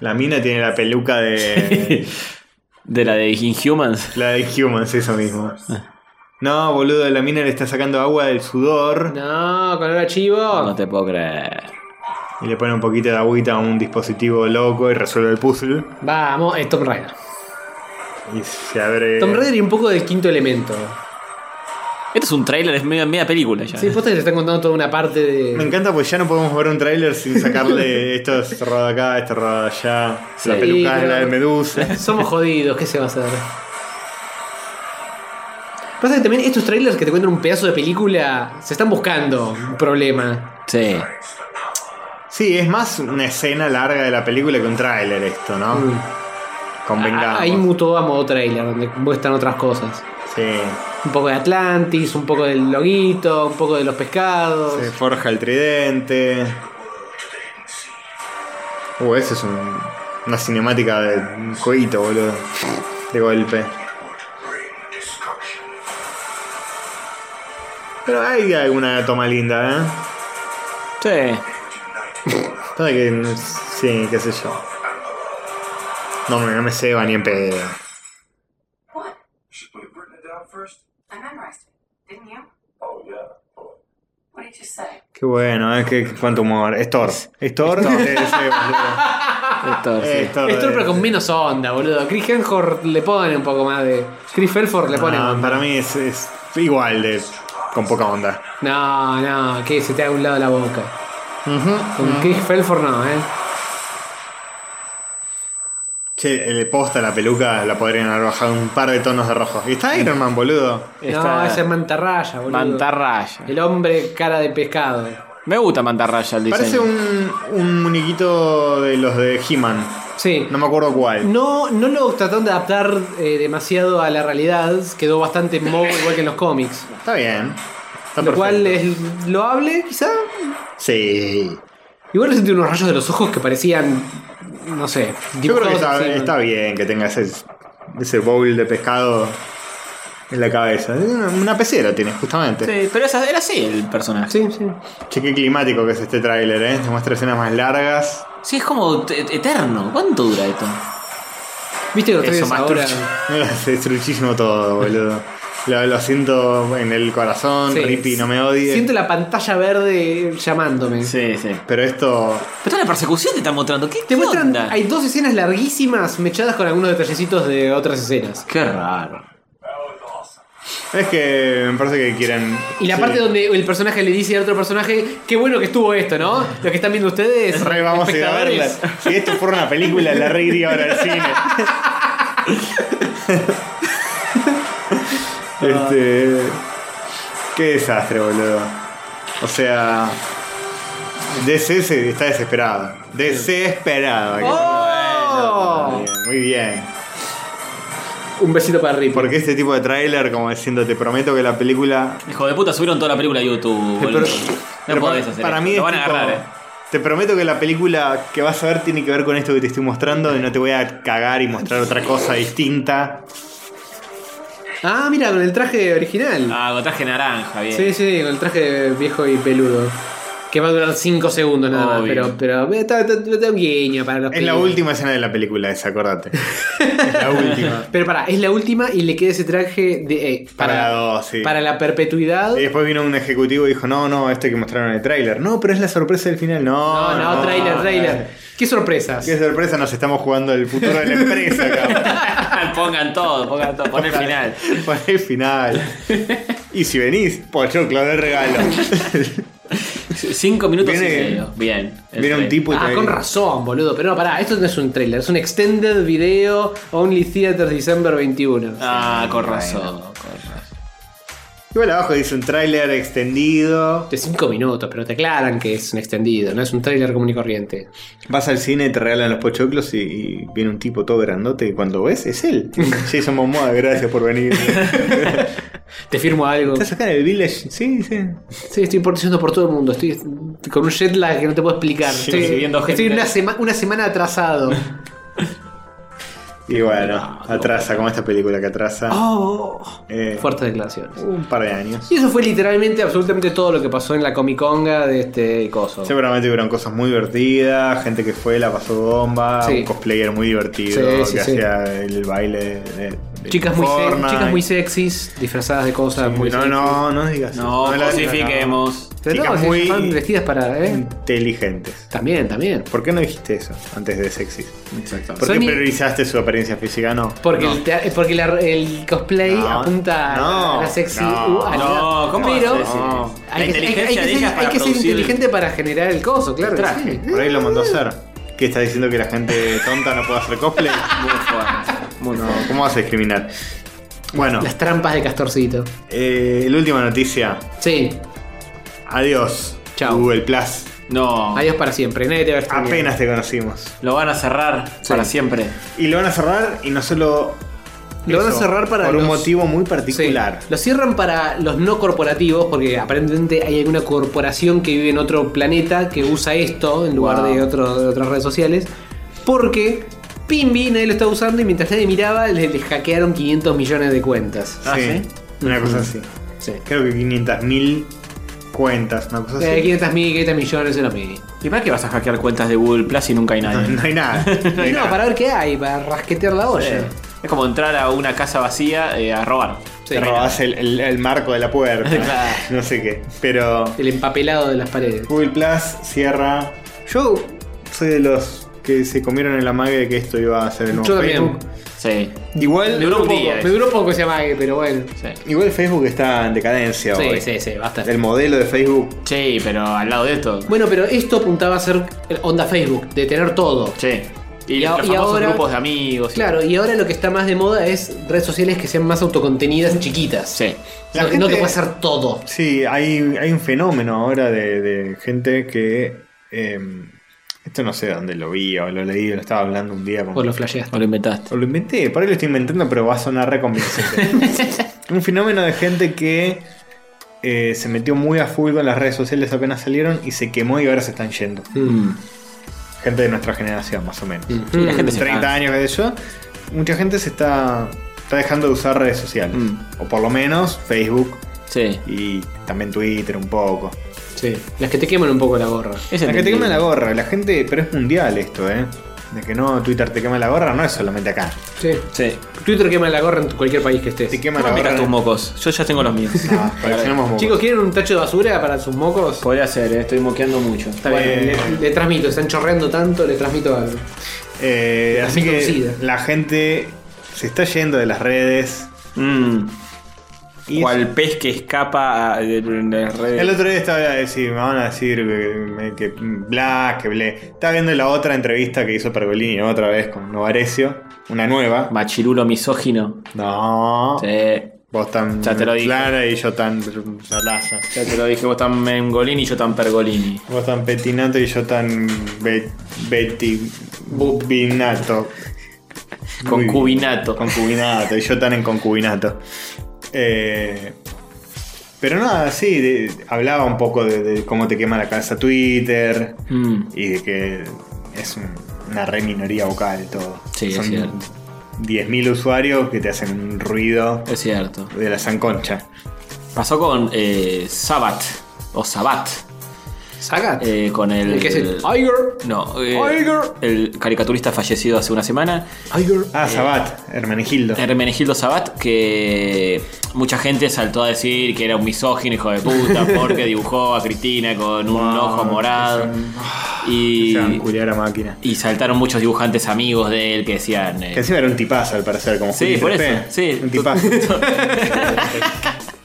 [SPEAKER 1] La mina tiene la peluca de.
[SPEAKER 3] De la de Inhumans.
[SPEAKER 1] la de Humans, eso mismo. No, boludo, la mina le está sacando agua del sudor
[SPEAKER 2] No, con el chivo.
[SPEAKER 3] No te puedo creer.
[SPEAKER 1] y le pone un poquito de agüita a un dispositivo loco y resuelve el puzzle.
[SPEAKER 2] Vamos, es Tomb Raider.
[SPEAKER 3] Eh.
[SPEAKER 1] Y se abre.
[SPEAKER 2] Tomb Raider y un poco del quinto elemento.
[SPEAKER 3] Esto es un tráiler, es media, media película ya. ¿eh?
[SPEAKER 2] Sí, pues. posta que te están contando toda una parte de.
[SPEAKER 1] Me encanta porque ya no podemos ver un tráiler
[SPEAKER 2] <laughs>
[SPEAKER 1] sin sacarle esto es rodado acá, esto es rodado allá.
[SPEAKER 3] Sí.
[SPEAKER 1] la
[SPEAKER 2] Sí,
[SPEAKER 1] peluca es la de
[SPEAKER 2] claro.
[SPEAKER 1] Medusa.
[SPEAKER 2] Somos jodidos, ¿qué se va a hacer? Pasa que también estos trailers que te cuentan un pedazo de película se están buscando un problema.
[SPEAKER 3] Sí.
[SPEAKER 1] Sí, es más una escena larga de la película que un tráiler esto, ¿no?
[SPEAKER 2] Mm. A-
[SPEAKER 1] Convengamos.
[SPEAKER 2] Ahí mutó a modo trailer, donde muestran otras cosas.
[SPEAKER 1] Sí,
[SPEAKER 2] Un poco de Atlantis, un poco del loguito, un poco de los pescados.
[SPEAKER 1] se forja el tridente. Uh, eso es un- una cinemática de un jueguito, boludo. De golpe. Pero hay alguna toma linda, ¿eh?
[SPEAKER 3] Sí.
[SPEAKER 1] Para que. Sí, qué sé yo. No, me- no me ceba ni en pedo. Qué bueno, ¿eh? Qué, cuánto humor. Es Thor. Es Thor. Es, boludo. eh,
[SPEAKER 3] Esto, sí.
[SPEAKER 1] Es Thor.
[SPEAKER 2] Es Thor, pero con menos onda, boludo. Chris Hemsworth le pone un poco más de. Chris Felford le pone.
[SPEAKER 1] Ah,
[SPEAKER 2] onda.
[SPEAKER 1] para mí es, es igual de. con poca onda.
[SPEAKER 2] No, no, que se te haga un lado la boca. Con Chris Felford no, eh.
[SPEAKER 1] Che, el posta, la peluca, la podrían haber bajado un par de tonos de rojo. Y está Iron Man, boludo.
[SPEAKER 2] No,
[SPEAKER 3] Está-
[SPEAKER 2] ese es mantarraya, boludo.
[SPEAKER 3] Mantarraya.
[SPEAKER 2] El hombre cara de pescado.
[SPEAKER 3] Me gusta Mantarraya el diseño.
[SPEAKER 1] Parece un, un muñequito de los de He-Man.
[SPEAKER 2] Sí.
[SPEAKER 1] No me acuerdo cuál.
[SPEAKER 2] No, no lo trataron de adaptar eh, demasiado a la realidad. Quedó bastante modo igual que en los cómics.
[SPEAKER 1] Está bien. Está
[SPEAKER 2] lo cual
[SPEAKER 1] perfecto.
[SPEAKER 2] es loable, quizá.
[SPEAKER 1] Sí.
[SPEAKER 2] Igual le sentí unos rayos de los ojos que parecían. No sé.
[SPEAKER 1] Yo creo
[SPEAKER 2] dibujados
[SPEAKER 1] que está,
[SPEAKER 2] encima.
[SPEAKER 1] está bien que tenga ese, ese bowl de pescado en la cabeza. Es Una, una pecera tiene, justamente.
[SPEAKER 3] Sí, pero esa- era así el personaje. Sí,
[SPEAKER 2] Sí, sí.
[SPEAKER 1] Che, qué climático que es este tráiler, ¿eh? Te muestra escenas más largas.
[SPEAKER 3] es como te- eterno. ¿Cuánto dura esto?
[SPEAKER 2] Viste que los
[SPEAKER 3] Eso
[SPEAKER 2] trailers
[SPEAKER 3] más
[SPEAKER 2] ahora. <laughs>
[SPEAKER 1] <laughs> Es es truchísimo todo, boludo. Lo, lo siento en el corazón,
[SPEAKER 2] Sí.
[SPEAKER 1] Rippy, no me odies.
[SPEAKER 2] Siento la pantalla verde llamándome.
[SPEAKER 3] Sí, sí.
[SPEAKER 1] Pero esto...
[SPEAKER 3] Pero toda la persecución te están mostrando. ¿Qué,
[SPEAKER 2] Te
[SPEAKER 3] qué
[SPEAKER 2] muestran.
[SPEAKER 3] onda?
[SPEAKER 2] Hay dos escenas larguísimas mechadas con algunos detallecitos de otras escenas.
[SPEAKER 3] Qué raro.
[SPEAKER 1] Es que me parece que quieren...
[SPEAKER 2] Y la
[SPEAKER 1] sí.
[SPEAKER 2] parte donde el personaje le dice al otro personaje, qué bueno que estuvo esto, ¿no? Lo que están viendo ustedes.
[SPEAKER 1] Re, vamos a ir a verla.
[SPEAKER 2] espectadores".
[SPEAKER 1] Si esto fuera una película, la re iría ahora al
[SPEAKER 2] <laughs>
[SPEAKER 1] cine. este. Qué desastre, boludo. O sea. DC se- está desesperado. Desesperado.
[SPEAKER 2] ¡Oh!
[SPEAKER 1] Bien, Muy bien.
[SPEAKER 2] Un besito para Rip.
[SPEAKER 1] Porque este tipo de tráiler, como diciendo, te prometo que la película.
[SPEAKER 3] Hijo de puta, subieron toda la película a YouTube.
[SPEAKER 1] Te
[SPEAKER 3] boludo.
[SPEAKER 1] pro-
[SPEAKER 3] no
[SPEAKER 1] pero
[SPEAKER 3] podés
[SPEAKER 1] para-
[SPEAKER 3] hacer
[SPEAKER 1] Para
[SPEAKER 3] esto.
[SPEAKER 1] mí
[SPEAKER 3] Lo
[SPEAKER 1] es
[SPEAKER 3] van a
[SPEAKER 1] tipo,
[SPEAKER 3] agarrar, eh.
[SPEAKER 1] Te prometo que la película que vas a ver tiene que ver con esto que te estoy mostrando y no te voy a cagar y mostrar otra cosa distinta.
[SPEAKER 2] Ah, mira, con el traje original.
[SPEAKER 3] Ah, con traje naranja, bien.
[SPEAKER 2] Sí, sí, con el traje viejo y peludo. Que va a durar 5 segundos nada
[SPEAKER 3] Obvio.
[SPEAKER 2] más, pero, pero eh, está, está- está bien para los
[SPEAKER 1] Es la
[SPEAKER 2] pibes.
[SPEAKER 1] última escena de la película esa, acordate. Es la
[SPEAKER 3] <laughs>
[SPEAKER 1] última.
[SPEAKER 2] Pero pará, es la última y le queda ese traje de, eh,
[SPEAKER 1] Para,
[SPEAKER 2] para,
[SPEAKER 1] la dos, sí.
[SPEAKER 2] para la perpetuidad.
[SPEAKER 1] Y después vino un ejecutivo y dijo, no, no, este que mostraron en el tráiler. No, pero es la sorpresa del final. Ah, No, eh.
[SPEAKER 2] no, no, trailer, trailer. Qué sorpresas.
[SPEAKER 1] Qué sorpresa, nos estamos jugando el futuro de la empresa,
[SPEAKER 3] <laughs>
[SPEAKER 1] cabrón.
[SPEAKER 3] pongan todo, pongan todo, pon el final.
[SPEAKER 1] Por el final. Y si venís, pues pochoclo de
[SPEAKER 3] <laughs>
[SPEAKER 1] regalo.
[SPEAKER 3] Cinco minutos
[SPEAKER 1] Viene-
[SPEAKER 3] y medio. Bien.
[SPEAKER 1] Viene un
[SPEAKER 3] Perfecto.
[SPEAKER 1] tipo y
[SPEAKER 2] Ah,
[SPEAKER 1] te-
[SPEAKER 2] con razón, boludo. Pero no, pará, esto no es un trailer, es un extended video Only Theaters December 21.
[SPEAKER 3] Ah, con razón. con razón.
[SPEAKER 1] Igual abajo dice un tráiler extendido.
[SPEAKER 2] De 5 minutos, pero te aclaran que es un extendido, no es un trailer común y corriente.
[SPEAKER 1] Vas al cine, te regalan los pochoclos y, y viene un tipo todo grandote y cuando ves, es él. Jason Momoa, gracias por venir.
[SPEAKER 2] <laughs> Te firmo algo.
[SPEAKER 1] ¿Estás acá en el Village? Sí, sí.
[SPEAKER 2] Sí, estoy por- yendo por todo el mundo. Estoy con un jet lag que no te puedo explicar.
[SPEAKER 3] Sí,
[SPEAKER 2] estoy
[SPEAKER 3] recibiendo gente.
[SPEAKER 2] estoy una, sema- una semana atrasado.
[SPEAKER 1] Y bueno, atrasa, como esta película que atrasa.
[SPEAKER 2] oh,
[SPEAKER 1] eh,
[SPEAKER 2] fuertes declaraciones.
[SPEAKER 1] un par de años.
[SPEAKER 2] Y eso fue literalmente absolutamente todo lo que pasó en la Comic Conga de este coso.
[SPEAKER 1] Seguramente hubieron cosas muy divertidas, gente que fue, la pasó bomba,
[SPEAKER 2] Sí.
[SPEAKER 1] un cosplayer muy divertido
[SPEAKER 2] Sí, sí,
[SPEAKER 1] que
[SPEAKER 2] sí.
[SPEAKER 1] hacía el baile de, de
[SPEAKER 2] Chicas muy, se-
[SPEAKER 1] Fortnite.
[SPEAKER 2] chicas muy sexys, disfrazadas de cosas muy
[SPEAKER 1] No,
[SPEAKER 2] sexys.
[SPEAKER 1] no, no digas eso.
[SPEAKER 3] No,
[SPEAKER 1] la-
[SPEAKER 3] cosifiquemos.
[SPEAKER 2] Pero no,
[SPEAKER 1] Chicas
[SPEAKER 2] si
[SPEAKER 1] muy- Mm.
[SPEAKER 2] están vestidas para. ¿eh?
[SPEAKER 1] Inteligentes.
[SPEAKER 2] También, también.
[SPEAKER 1] ¿Por qué no dijiste eso antes de sexy?
[SPEAKER 3] Exacto.
[SPEAKER 1] ¿Por
[SPEAKER 2] Soy
[SPEAKER 1] qué
[SPEAKER 2] mi-
[SPEAKER 1] priorizaste su apariencia física? No.
[SPEAKER 2] Porque, el, te- porque la- el cosplay
[SPEAKER 1] No,
[SPEAKER 2] apunta a la
[SPEAKER 1] no,
[SPEAKER 2] sexy.
[SPEAKER 1] no,
[SPEAKER 2] uh, a la-
[SPEAKER 3] No, ¿cómo
[SPEAKER 2] pero
[SPEAKER 3] vas a decir eso? La
[SPEAKER 2] hay que, hay- hay
[SPEAKER 3] inteligencia
[SPEAKER 2] que
[SPEAKER 3] de ellas
[SPEAKER 2] ser,
[SPEAKER 3] para
[SPEAKER 2] hay que ser
[SPEAKER 3] producir-
[SPEAKER 2] inteligente para generar el coso, claro. que
[SPEAKER 3] traje.
[SPEAKER 2] sí.
[SPEAKER 1] Por ahí lo mandó a
[SPEAKER 2] <laughs>
[SPEAKER 1] hacer. ¿Qué estás diciendo que la gente tonta no puede hacer cosplay?
[SPEAKER 3] <laughs> Muy fuerte. Muy
[SPEAKER 1] No,
[SPEAKER 3] fuerte.
[SPEAKER 1] ¿cómo vas a discriminar? Bueno,
[SPEAKER 2] Las trampas de Castorcito.
[SPEAKER 1] eh, la última noticia.
[SPEAKER 2] Sí,
[SPEAKER 1] Adiós.
[SPEAKER 2] Chau.
[SPEAKER 1] Google Plus.
[SPEAKER 3] No.
[SPEAKER 2] adiós para siempre. Nadie te va a extrañar.
[SPEAKER 1] Apenas te conocimos.
[SPEAKER 3] Lo van a cerrar para siempre.
[SPEAKER 1] Y lo van a cerrar y no solo.
[SPEAKER 2] Lo van a cerrar para
[SPEAKER 1] Por un
[SPEAKER 2] los-
[SPEAKER 1] motivo muy
[SPEAKER 2] Sí.
[SPEAKER 1] particular.
[SPEAKER 2] Lo cierran para los no corporativos, porque aparentemente hay alguna corporación que vive en otro planeta que usa esto en lugar
[SPEAKER 3] Wow.
[SPEAKER 2] de, otro- de otras redes sociales. Porque Pimbi nadie lo estaba usando y mientras nadie miraba, les, les hackearon 500 millones de cuentas.
[SPEAKER 3] Ah,
[SPEAKER 1] Sí, Una cosa así.
[SPEAKER 2] Sí.
[SPEAKER 1] Creo que 500.000 cuentas, una cosa así.
[SPEAKER 2] Eh, 500 mil, 500 millones, era mil.
[SPEAKER 3] ¿Y para qué vas a hackear cuentas de Google Plus si nunca hay
[SPEAKER 1] <laughs> No,
[SPEAKER 3] nadie?
[SPEAKER 1] no hay nada. No, hay
[SPEAKER 2] Y <laughs> no,
[SPEAKER 1] nada.
[SPEAKER 2] para ver qué hay, para rasquetear la olla.
[SPEAKER 3] Eh, Es como entrar a una casa vacía eh, a robar.
[SPEAKER 2] Sí.
[SPEAKER 1] Te robás el, el- el marco de
[SPEAKER 2] <laughs>
[SPEAKER 1] la puerta.
[SPEAKER 3] Claro.
[SPEAKER 1] no sé qué. Pero
[SPEAKER 2] El empapelado de las paredes.
[SPEAKER 1] Google Plus cierra. Yo soy de los que se comieron el amague de que esto iba a ser el nuevo
[SPEAKER 2] Yo también.
[SPEAKER 1] Facebook.
[SPEAKER 3] Sí.
[SPEAKER 1] Igual,
[SPEAKER 3] Me duró un día.
[SPEAKER 2] Me duró poco ese amague, pero bueno.
[SPEAKER 3] Sí.
[SPEAKER 1] igual Facebook está en decadencia
[SPEAKER 2] Sí,
[SPEAKER 1] hoy.
[SPEAKER 2] sí, sí, basta.
[SPEAKER 1] El modelo de Facebook
[SPEAKER 3] Sí, pero al lado de esto.
[SPEAKER 2] Bueno, pero esto apuntaba a ser onda Facebook, de tener todo.
[SPEAKER 3] Sí. Y,
[SPEAKER 2] Y a-
[SPEAKER 3] los
[SPEAKER 2] y
[SPEAKER 3] famosos
[SPEAKER 2] ahora-
[SPEAKER 3] grupos de amigos. y-
[SPEAKER 2] Claro, y ahora lo que está más de moda es redes sociales que sean más autocontenidas chiquitas. No,
[SPEAKER 3] Sí.
[SPEAKER 1] La
[SPEAKER 2] no
[SPEAKER 1] gente-
[SPEAKER 2] te puede hacer todo.
[SPEAKER 1] Sí, hay, hay un fenómeno ahora de, de gente que. eh, esto no sé dónde lo vi o lo leí, o lo estaba hablando un día. con-
[SPEAKER 2] O lo flasheaste.
[SPEAKER 3] O lo inventaste.
[SPEAKER 1] o lo inventé, por ahí lo estoy inventando, pero va a sonar reconvincente.
[SPEAKER 3] <laughs>
[SPEAKER 1] un fenómeno de gente que eh, se metió muy a full con las redes sociales apenas salieron y se quemó y ahora se están yendo. Gente de nuestra generación, más o menos.
[SPEAKER 3] Sí, la gente se
[SPEAKER 1] 30
[SPEAKER 3] cansa.
[SPEAKER 1] años de yo. Mucha gente se está, está dejando de usar redes sociales.
[SPEAKER 3] Mm.
[SPEAKER 1] O por lo menos Facebook
[SPEAKER 3] Sí.
[SPEAKER 1] y también Twitter un poco.
[SPEAKER 2] Sí. Las que te queman un poco la gorra.
[SPEAKER 3] Es
[SPEAKER 1] La que te
[SPEAKER 3] entendible.
[SPEAKER 1] quema la gorra, la gente, pero es mundial esto, ¿eh? De que no, Twitter te quema la gorra, no es solamente acá.
[SPEAKER 2] Sí.
[SPEAKER 3] Sí.
[SPEAKER 2] Twitter quema la gorra en cualquier país que estés.
[SPEAKER 1] Te quema
[SPEAKER 3] ¿Cómo
[SPEAKER 1] la
[SPEAKER 3] miras
[SPEAKER 1] gorra.
[SPEAKER 3] tus mocos? Yo ya tengo los míos.
[SPEAKER 1] <laughs> Ah, coleccionamos mocos.
[SPEAKER 2] Chicos, ¿quieren un tacho de basura para sus mocos?
[SPEAKER 3] Podría ser, eh, estoy moqueando mucho.
[SPEAKER 2] Está bien,
[SPEAKER 1] Eh.
[SPEAKER 2] le, le transmito, están chorreando tanto, le transmito algo.
[SPEAKER 1] Eh, así
[SPEAKER 2] gente
[SPEAKER 1] que
[SPEAKER 2] oxida.
[SPEAKER 1] la gente se está yendo de las redes.
[SPEAKER 3] Mm.
[SPEAKER 1] Y
[SPEAKER 3] Cual pez que escapa a- de, de- de redes.
[SPEAKER 1] El otro día estaba decir, me van a decir que, que bla, que ble. Estaba viendo la otra entrevista que hizo Pergolini otra vez con Novarecio, una nueva.
[SPEAKER 3] Machirulo misógino.
[SPEAKER 1] No.
[SPEAKER 3] Sí.
[SPEAKER 1] Vos tan
[SPEAKER 3] Ya te lo dije.
[SPEAKER 1] clara y yo tan solaza.
[SPEAKER 3] Ya te lo dije, vos tan Mengolini y yo tan Pergolini.
[SPEAKER 1] Vos tan petinato y yo tan be- beti bubinato. Muy bien.
[SPEAKER 3] Concubinato.
[SPEAKER 1] Concubinato, y yo tan en concubinato. Eh, pero nada, sí, de- hablaba un poco de, de cómo te quema la cabeza Twitter
[SPEAKER 3] Mm.
[SPEAKER 1] y de que es un- una re minoría vocal todo.
[SPEAKER 3] Sí, es cierto.
[SPEAKER 1] 10.000 usuarios que te hacen un ruido
[SPEAKER 3] Es cierto.
[SPEAKER 1] de la sanconcha.
[SPEAKER 3] Pasó con eh, Sabat. O Sabat.
[SPEAKER 2] Sagat.
[SPEAKER 3] eh, con el.
[SPEAKER 2] ¿El qué es el Iger?
[SPEAKER 3] No, eh,
[SPEAKER 2] Iger.
[SPEAKER 3] el caricaturista fallecido hace una semana.
[SPEAKER 2] Iger.
[SPEAKER 3] Eh,
[SPEAKER 1] Ah, Sabat, Hermenegildo.
[SPEAKER 3] Hermenegildo Sabat, que mucha gente saltó a decir que era un misógino, hijo
[SPEAKER 1] <laughs>
[SPEAKER 3] de puta, porque dibujó a Cristina con un
[SPEAKER 1] No,
[SPEAKER 3] ojo morado.
[SPEAKER 1] es un-
[SPEAKER 3] Y,
[SPEAKER 1] Se van a culiar a máquina.
[SPEAKER 3] y saltaron muchos dibujantes amigos de él que decían. eh,
[SPEAKER 1] Que encima era un tipazo al parecer, como Juli
[SPEAKER 3] Sí, por
[SPEAKER 1] Trepe.
[SPEAKER 3] eso, sí.
[SPEAKER 1] Un
[SPEAKER 3] <laughs>
[SPEAKER 1] tipazo.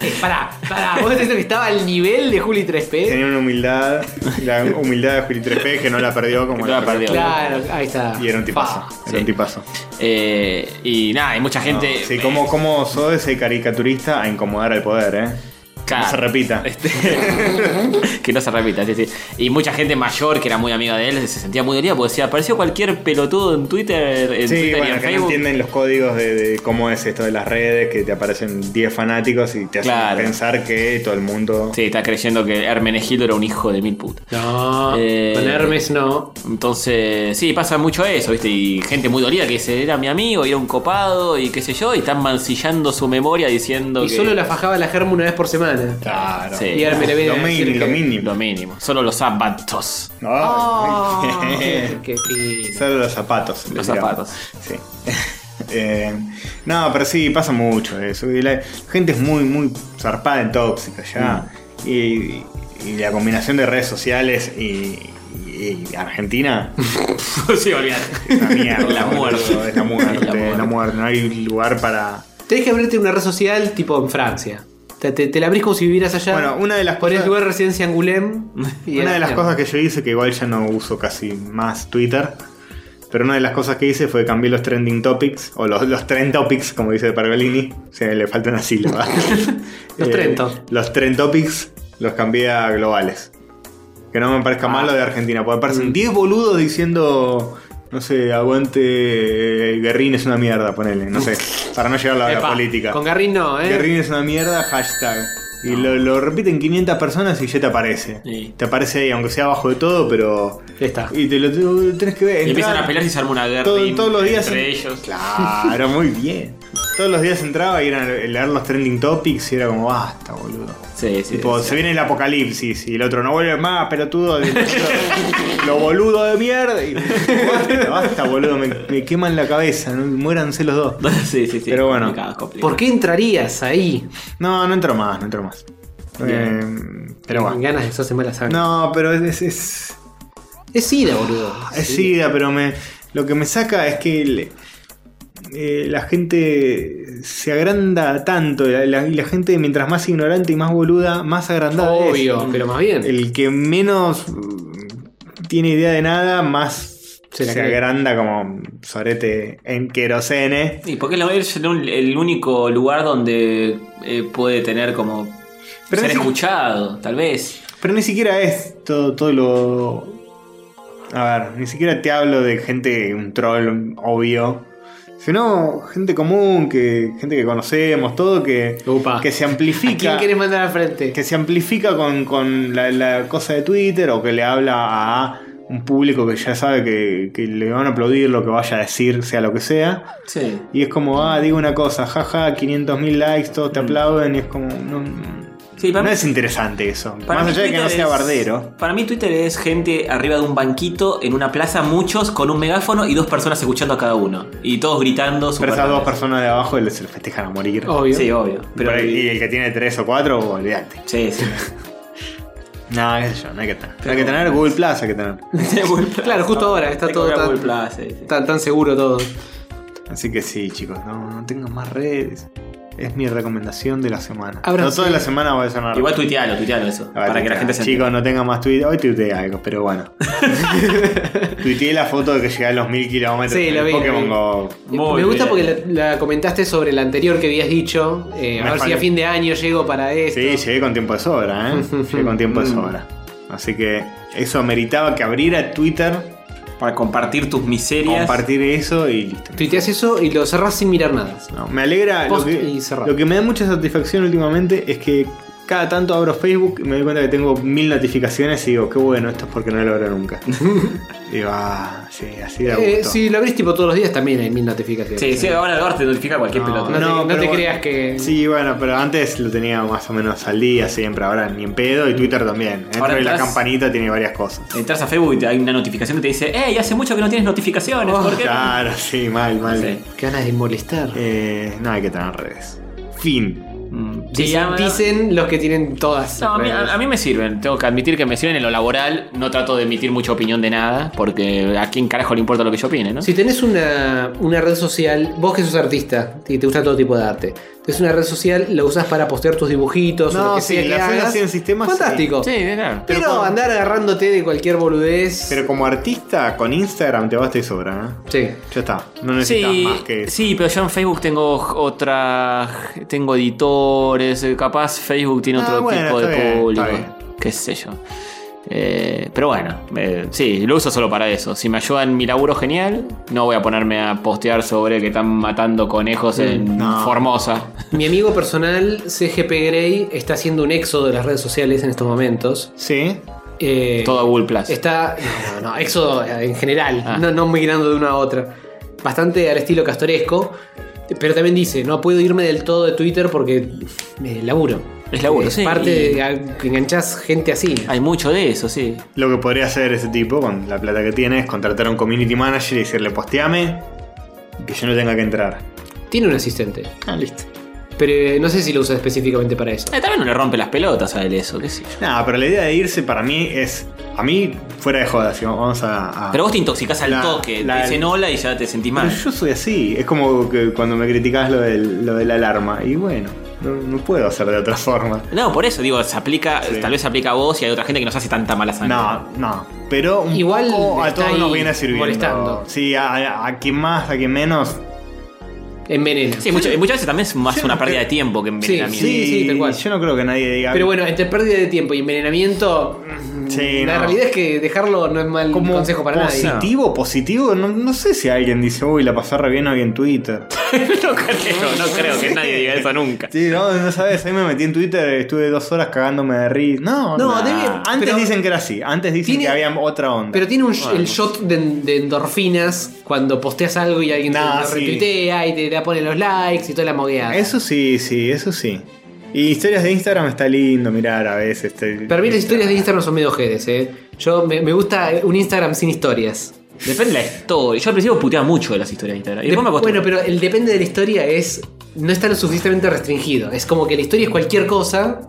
[SPEAKER 2] Eh, pará, pará. Vos decís que estaba al nivel de Juli 3P.
[SPEAKER 1] Tenía una humildad, la humildad de Juli Trepe que no la perdió como
[SPEAKER 3] Que no la
[SPEAKER 1] perdió.
[SPEAKER 3] perdió.
[SPEAKER 2] Claro, ahí está.
[SPEAKER 1] Y era un tipazo.
[SPEAKER 2] Pa.
[SPEAKER 1] Era
[SPEAKER 3] sí.
[SPEAKER 1] un tipazo.
[SPEAKER 3] eh, y nada, hay mucha gente.
[SPEAKER 1] Sí,
[SPEAKER 3] eh,
[SPEAKER 1] como, como sos ese caricaturista a incomodar al poder, ¿eh?
[SPEAKER 3] Claro.
[SPEAKER 1] No se repita.
[SPEAKER 3] Este, <laughs> que no se repita, sí, sí. Y mucha gente mayor que era muy amiga de él se sentía muy dolida porque decía, apareció cualquier pelotudo en Twitter, en
[SPEAKER 1] Sí,
[SPEAKER 3] Twitter y
[SPEAKER 1] bueno, que
[SPEAKER 3] en
[SPEAKER 1] no
[SPEAKER 3] Facebook.
[SPEAKER 1] entienden los códigos de, de cómo es esto de las redes, que te aparecen 10 fanáticos y te hacen
[SPEAKER 3] Claro.
[SPEAKER 1] pensar que todo el mundo...
[SPEAKER 3] Sí, está creyendo que Hermenegildo era un hijo de mil putas.
[SPEAKER 2] No,
[SPEAKER 3] Eh,
[SPEAKER 2] con Hermes no.
[SPEAKER 3] Entonces, sí, pasa mucho eso, ¿viste? Y gente muy dolida que dice, era mi amigo, y era un copado, y qué sé yo, y están mancillando su memoria diciendo
[SPEAKER 2] Y
[SPEAKER 3] que...
[SPEAKER 2] solo la fajaba la germa una vez por semana.
[SPEAKER 1] <laughs> Claro.
[SPEAKER 3] Sí.
[SPEAKER 2] Y Hermes le viene
[SPEAKER 1] Lo
[SPEAKER 2] a decir
[SPEAKER 1] mínimo,
[SPEAKER 2] que-
[SPEAKER 1] lo mínimo.
[SPEAKER 3] Lo mínimo, solo los zapatos. <laughs>
[SPEAKER 1] <laughs>
[SPEAKER 2] Ah,
[SPEAKER 1] Ay.
[SPEAKER 2] qué fino.
[SPEAKER 1] Solo los zapatos.
[SPEAKER 3] Los
[SPEAKER 1] le tiraba.
[SPEAKER 3] zapatos.
[SPEAKER 1] Sí. <laughs> Eh, no, pero sí, pasa mucho eso. Y la gente es muy, muy zarpada en tóxica ya.
[SPEAKER 3] Mm.
[SPEAKER 1] Y, y la combinación de redes sociales y, y- y Argentina
[SPEAKER 3] sí, olvídate. <laughs>
[SPEAKER 1] es una mierda,
[SPEAKER 3] La
[SPEAKER 1] boludo.
[SPEAKER 3] muerte.
[SPEAKER 1] Es la muerte,
[SPEAKER 3] <laughs> La muerte.
[SPEAKER 1] la muerte. No hay lugar para.
[SPEAKER 2] Tenés que abrirte una red social tipo en Francia. Te, te, te la abrís como si vivieras allá.
[SPEAKER 1] Bueno, una de las
[SPEAKER 2] Ponés
[SPEAKER 1] cosas-
[SPEAKER 2] lugar residencia Angulem.
[SPEAKER 1] Una de las cosas que yo hice, que igual ya no uso casi más Twitter, pero una de las cosas que hice fue cambiar los trending topics, o los, los trend topics, como dice Pergolini, se le falta una sílaba.
[SPEAKER 2] <laughs>
[SPEAKER 1] Eh,
[SPEAKER 2] Los trento.
[SPEAKER 1] Los trend topics los cambié a globales. Que no me parezca
[SPEAKER 2] Ah.
[SPEAKER 1] malo de Argentina, porque
[SPEAKER 2] Mm.
[SPEAKER 1] aparecen 10 boludos diciendo, no sé, aguante, eh, Guerrín es una mierda, ponele, no sé, para no llegar a la
[SPEAKER 2] Epa,
[SPEAKER 1] política.
[SPEAKER 2] Con Garrin no, ¿eh?
[SPEAKER 1] Guerrín es una mierda, hashtag. Y lo, lo repiten 500 personas y ya te aparece.
[SPEAKER 3] Sí.
[SPEAKER 1] Te aparece ahí, aunque sea abajo de todo, pero.
[SPEAKER 2] Ya está.
[SPEAKER 1] Y te lo, te lo tenés que ver. entrar-
[SPEAKER 3] Y empiezan a pelear y se arma una guerra
[SPEAKER 1] todo- todos los días.
[SPEAKER 3] entre
[SPEAKER 1] en-
[SPEAKER 3] ellos.
[SPEAKER 1] Claro, muy bien. Todos los días entraba y eran leer los trending topics y era como basta, boludo.
[SPEAKER 3] Sí, sí,
[SPEAKER 1] Tipo,
[SPEAKER 3] sí.
[SPEAKER 1] se viene el apocalipsis y el otro no vuelve más, pelotudo.
[SPEAKER 3] <laughs>
[SPEAKER 1] de- lo boludo de mierda. Y, basta, basta, boludo, me, me queman la cabeza. ¿no? Muéranse los dos.
[SPEAKER 3] <laughs> sí, sí, sí.
[SPEAKER 1] Pero bueno.
[SPEAKER 3] complicado, complicado.
[SPEAKER 2] ¿Por qué entrarías ahí?
[SPEAKER 1] No, no entro más, no entro más. Eh, pero
[SPEAKER 2] Con
[SPEAKER 1] bueno.
[SPEAKER 2] ganas de hacerse mala sangre.
[SPEAKER 1] No, pero es, es, es,
[SPEAKER 2] Es ida, boludo.
[SPEAKER 1] es sida, pero me, lo que me saca es que el- eh, la gente se agranda tanto. La, la- y la gente, mientras más ignorante y más boluda, más agrandada es.
[SPEAKER 2] Obvio, pero más bien.
[SPEAKER 1] El que menos mm, tiene idea de nada, más
[SPEAKER 2] Se
[SPEAKER 1] se,
[SPEAKER 2] la cree.
[SPEAKER 1] agranda como sorete en querosene.
[SPEAKER 3] Sí, porque la es el, el único lugar donde eh, puede tener como
[SPEAKER 1] Pero
[SPEAKER 3] ser
[SPEAKER 1] es-
[SPEAKER 3] escuchado, tal vez.
[SPEAKER 1] Pero ni siquiera es todo, todo lo. A ver, ni siquiera te hablo de gente, un troll un obvio. Sino gente común, que gente que conocemos, todo que,
[SPEAKER 2] Upa.
[SPEAKER 1] que se
[SPEAKER 2] ¿A quién
[SPEAKER 1] amplifica.
[SPEAKER 2] querés mandar al frente?
[SPEAKER 1] Que se amplifica con, con la, la cosa de Twitter o que le habla a un público que ya sabe que, que le van a aplaudir lo que vaya a decir, sea lo que sea.
[SPEAKER 3] Sí.
[SPEAKER 1] Y es como, ah, digo una cosa, jaja, 500.000 likes, todos te aplauden. Y es como, no,
[SPEAKER 3] Mm. Sí, para
[SPEAKER 1] no
[SPEAKER 3] mí-
[SPEAKER 1] es interesante eso.
[SPEAKER 3] Para
[SPEAKER 1] Más
[SPEAKER 3] mí
[SPEAKER 1] allá de que no
[SPEAKER 3] Twitter
[SPEAKER 1] sea
[SPEAKER 3] es-
[SPEAKER 1] bardero.
[SPEAKER 3] Para mí Twitter es gente arriba de un banquito en una plaza, muchos con un megáfono y dos personas escuchando a cada uno. Y todos gritando.
[SPEAKER 1] Pero
[SPEAKER 3] super
[SPEAKER 1] esas dos
[SPEAKER 3] grandes.
[SPEAKER 1] personas de abajo les festejan a morir.
[SPEAKER 2] Obvio.
[SPEAKER 3] Sí, obvio. Pero,
[SPEAKER 1] Pero y el que tiene tres o cuatro, olvídate.
[SPEAKER 3] Sí, <laughs> sí.
[SPEAKER 1] No, qué sé yo, no hay que tener.
[SPEAKER 3] Pero-
[SPEAKER 1] hay que tener Google Plus, hay que tener.
[SPEAKER 2] Claro, justo ahora está
[SPEAKER 3] Hay que
[SPEAKER 2] todo
[SPEAKER 3] volver a
[SPEAKER 2] tan-
[SPEAKER 3] Google Plus, sí, sí.
[SPEAKER 2] Tan, tan seguro todo.
[SPEAKER 1] Así que sí, chicos, no, no tengan más redes. Es mi recomendación de la semana.
[SPEAKER 2] Ábranse.
[SPEAKER 1] No toda la semana voy a sonar.
[SPEAKER 3] Igual tuitealo, tuitealo eso.
[SPEAKER 1] A ver,
[SPEAKER 3] para que la
[SPEAKER 1] tuitea.
[SPEAKER 3] gente se entere.
[SPEAKER 1] Ah, Chicos, no tengan más Twitter. Hoy tuiteé algo,
[SPEAKER 2] <laughs>
[SPEAKER 1] pero bueno. tuiteé la foto de que llegué a los mil kilómetros.
[SPEAKER 2] Sí,
[SPEAKER 1] en
[SPEAKER 2] lo
[SPEAKER 1] el
[SPEAKER 2] vi, lo
[SPEAKER 1] Pokémon
[SPEAKER 2] vi.
[SPEAKER 1] Go.
[SPEAKER 3] Muy
[SPEAKER 2] Eh, Me gusta
[SPEAKER 3] bien.
[SPEAKER 2] porque la, la comentaste sobre la anterior que habías dicho. Eh, a
[SPEAKER 1] Me
[SPEAKER 2] ver si
[SPEAKER 1] falta-
[SPEAKER 2] a fin de año llego para esto. Mm.
[SPEAKER 1] Sí, llegué con tiempo de sobra, ¿eh? llegué con tiempo de sobra. Así que eso meritaba que abriera Twitter,
[SPEAKER 3] Para compartir tus miserias.
[SPEAKER 1] compartir eso y listo.
[SPEAKER 2] Tuiteas eso y lo cerrás sin mirar nada.
[SPEAKER 1] No, me alegra. Lo
[SPEAKER 2] Post
[SPEAKER 1] que,
[SPEAKER 2] y cerrar.
[SPEAKER 1] lo que me da mucha satisfacción últimamente es que cada tanto
[SPEAKER 2] <laughs>
[SPEAKER 1] abro Facebook y me doy cuenta que tengo mil notificaciones y digo, qué bueno, esto es porque no lo logro nunca. Y va, sí, así de a
[SPEAKER 2] Eh,
[SPEAKER 1] gusto.
[SPEAKER 2] si lo abrís tipo todos los días también hay mil notificaciones.
[SPEAKER 3] Sí, sí, ahora el bar te notifica cualquier pelota.
[SPEAKER 2] no, te- te
[SPEAKER 1] Ah, pero
[SPEAKER 2] creas que-
[SPEAKER 1] Sí, bueno, pero antes lo tenía más o menos al día siempre, ahora ni en pedo y Twitter también. Dentro
[SPEAKER 3] Ahora
[SPEAKER 1] de la
[SPEAKER 3] entras-
[SPEAKER 1] campanita tiene varias cosas.
[SPEAKER 3] Entras a Facebook y te- hay una notificación que te dice, ¡Ey, hace mucho que no tienes notificaciones! ¿Por qué?
[SPEAKER 1] Claro, sí, mal, mal.
[SPEAKER 3] Sí.
[SPEAKER 2] Qué ganas de molestar.
[SPEAKER 1] Eh, no hay que tener redes. Fin.
[SPEAKER 3] Mm, sí,
[SPEAKER 2] dicen,
[SPEAKER 3] a-
[SPEAKER 2] dicen los que tienen todas.
[SPEAKER 3] No, a mí,
[SPEAKER 2] redes.
[SPEAKER 3] a- a mí me sirven, tengo que admitir que me sirven en lo laboral, no trato de emitir mucha opinión de nada, porque a quién carajo le importa lo que yo opine, ¿no?
[SPEAKER 2] Si tenés una, una red social, vos que sos artista y te gusta todo tipo de arte, tenés una red social, la usás para postear tus dibujitos o
[SPEAKER 1] No,
[SPEAKER 2] lo que
[SPEAKER 1] sí,
[SPEAKER 2] sea que
[SPEAKER 1] la red
[SPEAKER 2] hagas.
[SPEAKER 1] así en sistema,
[SPEAKER 2] Fantástico.
[SPEAKER 3] Sí, claro.
[SPEAKER 2] Pero,
[SPEAKER 1] Pero con-
[SPEAKER 2] andar agarrándote de cualquier boludez.
[SPEAKER 1] Pero como artista, con Instagram te basta y sobra, ¿eh?
[SPEAKER 2] sí.
[SPEAKER 1] Ya está. No necesitas
[SPEAKER 3] Sí,
[SPEAKER 1] más que eso.
[SPEAKER 3] sí, pero yo en Facebook tengo otra. Tengo editores. eh, Capaz Facebook tiene
[SPEAKER 1] Ah,
[SPEAKER 3] otro
[SPEAKER 1] bueno,
[SPEAKER 3] tipo
[SPEAKER 1] está bien,
[SPEAKER 3] de
[SPEAKER 1] está
[SPEAKER 3] público.
[SPEAKER 1] bien.
[SPEAKER 3] Qué sé yo. Eh, pero bueno, eh, sí, lo uso solo para eso. Si me ayuda en mi laburo, genial. No voy a ponerme a postear sobre que están matando conejos en
[SPEAKER 1] Mm, no.
[SPEAKER 3] Formosa.
[SPEAKER 2] Mi amigo personal, CGP Grey, está haciendo un éxodo de las redes sociales en estos momentos.
[SPEAKER 1] Sí.
[SPEAKER 2] Eh,
[SPEAKER 3] Todo Google Plus.
[SPEAKER 2] Está. No, no, no, éxodo eh, en general,
[SPEAKER 3] Ah.
[SPEAKER 2] no, no migrando de una a otra. Bastante al estilo castoresco. Pero también dice, no puedo irme del todo de Twitter porque me laburo.
[SPEAKER 3] Es laburo, sí,
[SPEAKER 2] parte
[SPEAKER 3] y-
[SPEAKER 2] de a- que enganchás gente así.
[SPEAKER 3] Hay mucho de eso, sí.
[SPEAKER 1] Lo que podría hacer ese tipo con la plata que tiene es contratar a un community manager y decirle posteame y que yo no tenga que entrar.
[SPEAKER 2] Tiene un asistente.
[SPEAKER 1] Ah, listo.
[SPEAKER 2] Pero eh, no sé si lo usa específicamente para eso.
[SPEAKER 3] Eh, también no le rompe las pelotas a él eso, qué sé yo.
[SPEAKER 1] Nada, pero la idea de irse para mí es. A mí, fuera de joda, si vamos a. a-
[SPEAKER 3] Pero vos te intoxicás al
[SPEAKER 1] La-
[SPEAKER 3] toque.
[SPEAKER 1] la-
[SPEAKER 3] te dicen hola y ya te sentís mal.
[SPEAKER 1] Pero yo soy así. Es como que cuando me criticás lo del- lo de la alarma. Y bueno, no, no puedo hacer de otra forma.
[SPEAKER 3] No, por eso digo, se aplica,
[SPEAKER 1] Sí.
[SPEAKER 3] tal vez se aplica a vos y hay otra gente que nos hace tanta mala sangre.
[SPEAKER 1] No, no. Pero un
[SPEAKER 2] Igual
[SPEAKER 1] poco a
[SPEAKER 2] está
[SPEAKER 1] todos nos
[SPEAKER 2] ahí
[SPEAKER 1] viene sirviendo.
[SPEAKER 2] molestando.
[SPEAKER 1] Sí, a, a- a quien más, a quien menos.
[SPEAKER 2] Envenena.
[SPEAKER 3] Sí, muchas, muchas veces también es más
[SPEAKER 1] Sí,
[SPEAKER 3] una
[SPEAKER 1] no,
[SPEAKER 3] pérdida
[SPEAKER 1] que-
[SPEAKER 3] de tiempo
[SPEAKER 1] <laughs>
[SPEAKER 3] que envenenamiento.
[SPEAKER 2] Sí, sí, tal cual.
[SPEAKER 1] Yo no creo que nadie diga.
[SPEAKER 2] Pero bueno, entre pérdida de tiempo y envenenamiento. mm,
[SPEAKER 1] Sí,
[SPEAKER 2] la
[SPEAKER 1] no.
[SPEAKER 2] realidad es que dejarlo no es mal
[SPEAKER 1] como
[SPEAKER 2] consejo para nadie.
[SPEAKER 1] positivo, positivo, no, no sé si alguien dice, uy, la pasé re bien hoy en Twitter.
[SPEAKER 3] no creo, no creo que nadie diga eso nunca.
[SPEAKER 1] Sí, no, no sabes, ahí me metí en Twitter, estuve dos horas cagándome de risa. No,
[SPEAKER 2] No,
[SPEAKER 1] nah.
[SPEAKER 2] debe-
[SPEAKER 1] antes
[SPEAKER 2] pero-
[SPEAKER 1] dicen que era así, antes dicen
[SPEAKER 2] Tiene-
[SPEAKER 1] que había otra onda.
[SPEAKER 2] Pero tiene un, el shot de, de endorfinas cuando posteas algo y alguien
[SPEAKER 1] Nah,
[SPEAKER 2] te lo
[SPEAKER 1] sí.
[SPEAKER 2] retuitea y te, te pone los likes y toda la mogueada.
[SPEAKER 1] Eso sí, sí, eso sí. Y historias de Instagram está lindo mirar a veces. este, te-
[SPEAKER 2] Para mí las historias de Instagram son medio ojedes, eh. Yo me, me gusta un Instagram sin historias.
[SPEAKER 3] Depende de la historia. Yo al principio puteaba mucho de las historias de Instagram. Y después me
[SPEAKER 2] De-
[SPEAKER 3] acostumbré.
[SPEAKER 2] bueno, pero el depende de la historia es. no está lo suficientemente restringido. Es como que la historia es cualquier cosa.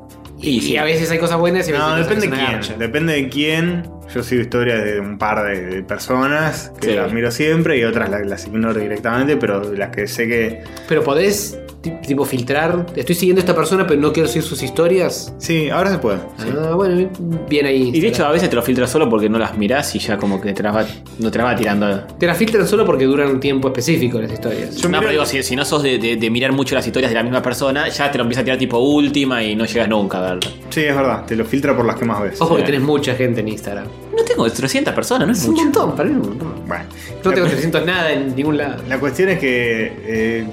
[SPEAKER 2] Y,
[SPEAKER 3] Y sí.
[SPEAKER 2] y a veces hay cosas buenas y a veces
[SPEAKER 1] No,
[SPEAKER 2] hay cosas
[SPEAKER 1] depende
[SPEAKER 2] que
[SPEAKER 1] de
[SPEAKER 2] son
[SPEAKER 1] quién.
[SPEAKER 2] una garcha.
[SPEAKER 1] Depende de quién. Yo sigo historias de un par de, de personas que
[SPEAKER 3] Sí.
[SPEAKER 1] las miro siempre y otras las, las ignoro directamente, pero las que sé que.
[SPEAKER 2] Pero podés ti- tipo filtrar. Estoy siguiendo a esta persona, pero no quiero seguir sus historias.
[SPEAKER 1] Sí, ahora se puede.
[SPEAKER 2] Ah, bueno, bien ahí.
[SPEAKER 3] y de
[SPEAKER 2] Instagram.
[SPEAKER 3] hecho, a veces te lo filtras solo porque no las mirás y ya como que te las va, no te las va tirando.
[SPEAKER 2] Te las filtran solo porque duran un tiempo específico las historias.
[SPEAKER 1] Yo
[SPEAKER 3] no,
[SPEAKER 1] miro-
[SPEAKER 3] pero digo, si, si no sos de, de- de mirar mucho las historias de la misma persona, ya te lo empieza a tirar tipo última y no llegas nunca a verla.
[SPEAKER 1] Sí, es verdad, te lo filtra por las que más ves.
[SPEAKER 2] Ojo que
[SPEAKER 3] Sí.
[SPEAKER 2] tenés mucha gente en Instagram.
[SPEAKER 3] No tengo 300 personas, no es,
[SPEAKER 2] Es un
[SPEAKER 3] mucho.
[SPEAKER 2] montón, para mí es un montón.
[SPEAKER 1] Bueno,
[SPEAKER 2] No
[SPEAKER 1] la,
[SPEAKER 2] tengo
[SPEAKER 1] cu-
[SPEAKER 2] 300 nada en ningún lado.
[SPEAKER 1] la cuestión es que eh,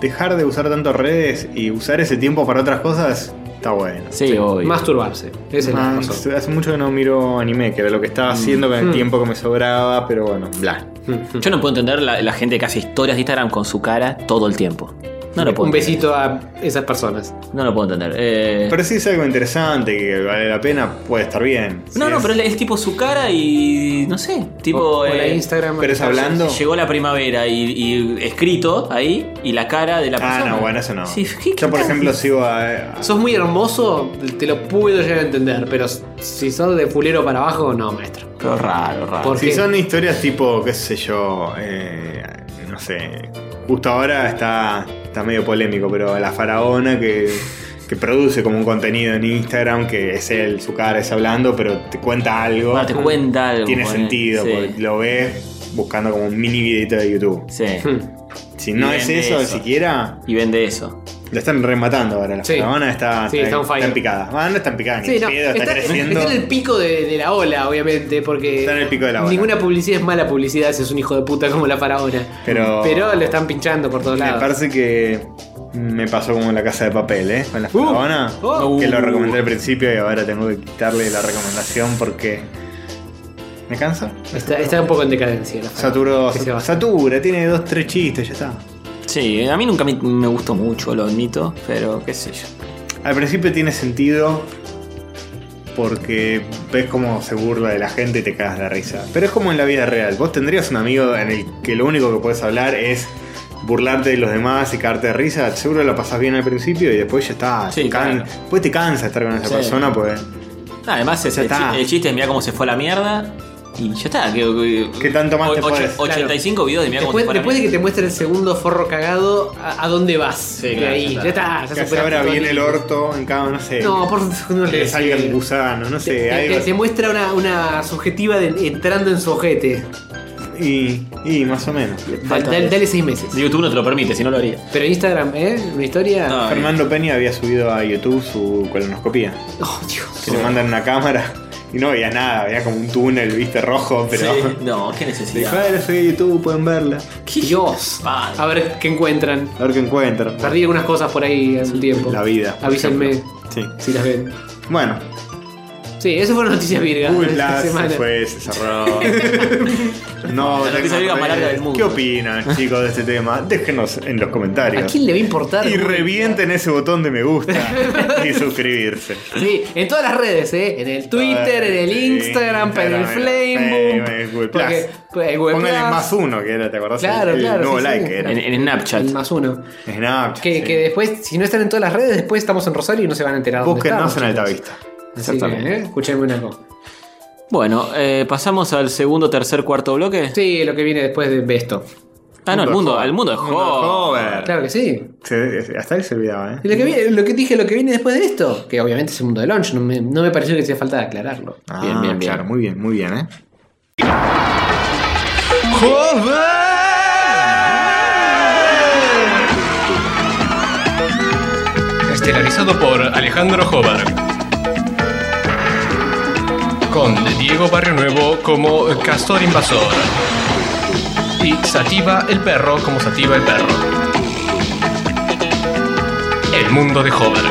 [SPEAKER 1] dejar de usar tantas redes y usar ese tiempo para otras cosas está bueno.
[SPEAKER 3] Sí, obvio.
[SPEAKER 2] Masturbarse. Esa es la
[SPEAKER 1] Ah, Mm.
[SPEAKER 2] razón.
[SPEAKER 1] hace mucho que no miro anime, que era lo que estaba haciendo con el
[SPEAKER 3] Mm.
[SPEAKER 1] tiempo que me sobraba, pero bueno, bla.
[SPEAKER 2] Mm,
[SPEAKER 3] Yo no puedo entender la, la gente que hace historias de Instagram con su cara todo el tiempo. No lo puedo
[SPEAKER 2] Un
[SPEAKER 3] entender.
[SPEAKER 2] besito a esas personas.
[SPEAKER 3] No lo puedo entender. Eh,
[SPEAKER 1] Pero si es algo interesante que vale la pena, puede estar bien.
[SPEAKER 3] no,
[SPEAKER 1] Si
[SPEAKER 3] no,
[SPEAKER 1] es-
[SPEAKER 3] pero es tipo su cara y. No sé. Tipo.
[SPEAKER 2] O- o la
[SPEAKER 3] eh,
[SPEAKER 2] Instagram.
[SPEAKER 1] pero es hablando.
[SPEAKER 3] Llegó la primavera y, y escrito ahí y la cara de la
[SPEAKER 1] Ah,
[SPEAKER 3] persona.
[SPEAKER 1] no, bueno, eso no.
[SPEAKER 3] Sí, ¿qué- qué
[SPEAKER 1] Yo, por
[SPEAKER 3] tal?
[SPEAKER 1] ejemplo, sigo a. a-
[SPEAKER 2] Sos muy hermoso, te lo puedo llegar a entender, pero si sos de fulero para abajo, no, maestro.
[SPEAKER 3] Pero raro, raro.
[SPEAKER 2] Por-
[SPEAKER 1] si
[SPEAKER 2] qué?
[SPEAKER 1] son historias tipo, qué sé yo, eh, no sé. Justo ahora está, está medio polémico, pero la faraona que, que produce como un contenido en Instagram, que es él, su cara es hablando, pero te cuenta algo.
[SPEAKER 3] Bueno, te cuenta algo.
[SPEAKER 1] Tiene
[SPEAKER 3] ponele.
[SPEAKER 1] sentido,
[SPEAKER 3] Sí.
[SPEAKER 1] porque lo ves buscando como un mini videito de YouTube.
[SPEAKER 3] Sí.
[SPEAKER 2] Mm.
[SPEAKER 1] Si no
[SPEAKER 3] Y
[SPEAKER 1] es
[SPEAKER 3] vende
[SPEAKER 1] eso,
[SPEAKER 3] eso.
[SPEAKER 1] siquiera,
[SPEAKER 3] Y vende eso.
[SPEAKER 1] la están rematando ahora. La
[SPEAKER 2] Sí.
[SPEAKER 1] faraona está,
[SPEAKER 2] Sí, está on fire.
[SPEAKER 1] en picada. Ah, no está en picada, ni
[SPEAKER 2] Sí,
[SPEAKER 1] en
[SPEAKER 2] no,
[SPEAKER 1] pedo, está,
[SPEAKER 2] está,
[SPEAKER 1] creciendo.
[SPEAKER 2] está en el pico de, de la ola, obviamente, porque
[SPEAKER 1] Está en el pico de la ola.
[SPEAKER 2] ninguna publicidad es mala publicidad si es un hijo de puta como la faraona.
[SPEAKER 1] Pero-
[SPEAKER 2] pero lo están pinchando por todos
[SPEAKER 1] Me
[SPEAKER 2] lados.
[SPEAKER 1] parece que me pasó como en la casa de papel, ¿eh? Con la
[SPEAKER 2] Uh,
[SPEAKER 1] faraona.
[SPEAKER 2] oh.
[SPEAKER 1] que lo recomendé al principio y ahora tengo que quitarle la recomendación porque ¿Me cansa?
[SPEAKER 2] Está, está un poco en decadencia. La
[SPEAKER 1] Saturó.
[SPEAKER 2] Que se va.
[SPEAKER 1] Satura, tiene dos, tres chistes, ya está.
[SPEAKER 3] Sí, a mí nunca me, me gustó mucho, lo admito, pero qué sé yo.
[SPEAKER 1] Al principio tiene sentido porque ves cómo se burla de la gente y te cagas de risa. Pero es como en la vida real. Vos tendrías un amigo en el que lo único que puedes hablar es burlarte de los demás y cagarte de risa. Seguro lo pasás bien al principio y después ya está.
[SPEAKER 3] Sí,
[SPEAKER 1] te can-
[SPEAKER 3] claro.
[SPEAKER 1] Después te cansa estar con esa
[SPEAKER 3] Sí.
[SPEAKER 1] persona, pues.
[SPEAKER 3] Ah, Además, es
[SPEAKER 1] Ya
[SPEAKER 3] el, chi-
[SPEAKER 1] está.
[SPEAKER 3] el chiste es mirá cómo se fue a la mierda y ya está. Que, que-
[SPEAKER 1] ¿Qué tanto más te
[SPEAKER 3] o-
[SPEAKER 1] podés?
[SPEAKER 3] och- 85 videos de mirá cómo se
[SPEAKER 2] Después,
[SPEAKER 3] fue a la
[SPEAKER 2] después de que
[SPEAKER 3] mierda.
[SPEAKER 2] te muestre el segundo forro cagado, ¿a, a dónde vas? De
[SPEAKER 3] claro,
[SPEAKER 2] ahí,
[SPEAKER 3] ya
[SPEAKER 2] ya está. ya
[SPEAKER 1] Que
[SPEAKER 2] superaste
[SPEAKER 1] ahora
[SPEAKER 2] todo
[SPEAKER 1] viene el
[SPEAKER 2] límite.
[SPEAKER 1] orto en cada, no sé.
[SPEAKER 2] No, por favor, no
[SPEAKER 1] <laughs> que
[SPEAKER 2] le
[SPEAKER 1] le salga el
[SPEAKER 2] sí.
[SPEAKER 1] gusano, no
[SPEAKER 2] Te,
[SPEAKER 1] sé. algo
[SPEAKER 2] te- te muestra una, una subjetiva de- entrando en su ojete.
[SPEAKER 1] Y, y más o menos.
[SPEAKER 2] Dale, dale- dale seis meses.
[SPEAKER 3] YouTube no te lo permite, si no lo haría.
[SPEAKER 2] Pero Instagram, ¿eh? Una historia.
[SPEAKER 3] No. Ay.
[SPEAKER 1] Fernando Peña había subido a YouTube su colonoscopía.
[SPEAKER 2] Oh, Dios.
[SPEAKER 1] Que le mandan una cámara y no veía nada, veía como un túnel, viste, rojo, pero. <laughs>
[SPEAKER 3] Sí, no, qué
[SPEAKER 1] Le
[SPEAKER 3] necesidad.
[SPEAKER 1] dijo, "Ah, la subí a YouTube, pueden verla.
[SPEAKER 2] Dios.
[SPEAKER 3] Padre.
[SPEAKER 2] A ver qué encuentran.
[SPEAKER 1] A ver qué encuentran.
[SPEAKER 2] Perdí algunas cosas por ahí hace un tiempo.
[SPEAKER 1] La vida, por
[SPEAKER 2] Avísenme
[SPEAKER 1] Sí.
[SPEAKER 2] si las ven.
[SPEAKER 1] Bueno,
[SPEAKER 2] Sí, eso fue Noticias Virgas.
[SPEAKER 1] Google
[SPEAKER 2] de esta
[SPEAKER 1] Plus se
[SPEAKER 2] semana.
[SPEAKER 1] fue, se
[SPEAKER 3] <laughs>
[SPEAKER 1] cerró. no,
[SPEAKER 3] La noticia
[SPEAKER 1] tengo-
[SPEAKER 3] griega más larga del mundo.
[SPEAKER 1] ¿Qué opinan, chicos, de este tema? Déjenos en los
[SPEAKER 2] ¿A
[SPEAKER 1] comentarios.
[SPEAKER 2] quién le va a importar?
[SPEAKER 1] Y
[SPEAKER 2] Google?
[SPEAKER 1] revienten ese botón de me gusta
[SPEAKER 2] <laughs>
[SPEAKER 1] y suscribirse.
[SPEAKER 2] Sí, en todas las redes, ¿eh? En el Twitter, en el
[SPEAKER 1] Sí,
[SPEAKER 2] Instagram, en el
[SPEAKER 1] Instagram, en el
[SPEAKER 2] Flame.
[SPEAKER 1] Google Plus.
[SPEAKER 2] el Google
[SPEAKER 1] Pónganle
[SPEAKER 2] Plus,
[SPEAKER 1] más uno, que era, ¿te acordás?
[SPEAKER 2] Claro,
[SPEAKER 1] el, el
[SPEAKER 2] claro,
[SPEAKER 1] nuevo
[SPEAKER 2] sí,
[SPEAKER 1] like
[SPEAKER 2] sí.
[SPEAKER 1] era.
[SPEAKER 3] En, en Snapchat.
[SPEAKER 2] el más uno.
[SPEAKER 1] Snapchat,
[SPEAKER 2] Que,
[SPEAKER 1] sí.
[SPEAKER 2] que después, si no están en todas las redes, después estamos en Rosario y no se van a enterar. dónde estamos,
[SPEAKER 1] Búsquennos en
[SPEAKER 2] chicos.
[SPEAKER 1] Altavista.
[SPEAKER 2] Así que, ¿eh? Escuchenme una cosa.
[SPEAKER 3] Bueno, eh, pasamos al segundo, tercer, cuarto bloque.
[SPEAKER 2] Sí, lo que viene después de esto.
[SPEAKER 3] Ah, no, el mundo, el mundo es joven.
[SPEAKER 1] Joder.
[SPEAKER 2] Claro que sí.
[SPEAKER 1] Se- se- hasta él se olvidaba,
[SPEAKER 2] Y
[SPEAKER 1] ¿eh?
[SPEAKER 2] Lo que, viene- lo que dije, lo que viene después de esto, que obviamente es el mundo de launch, no me, no me pareció que hacía falta aclararlo.
[SPEAKER 3] Bien, bien, bien.
[SPEAKER 1] Ah, Claro, muy bien, muy bien, ¿eh?
[SPEAKER 7] Estelarizado por Alejandro Jobar. Con Diego Barrio Nuevo como Castor Invasor. Y Sativa el Perro como Sativa el Perro. El mundo de Jobar.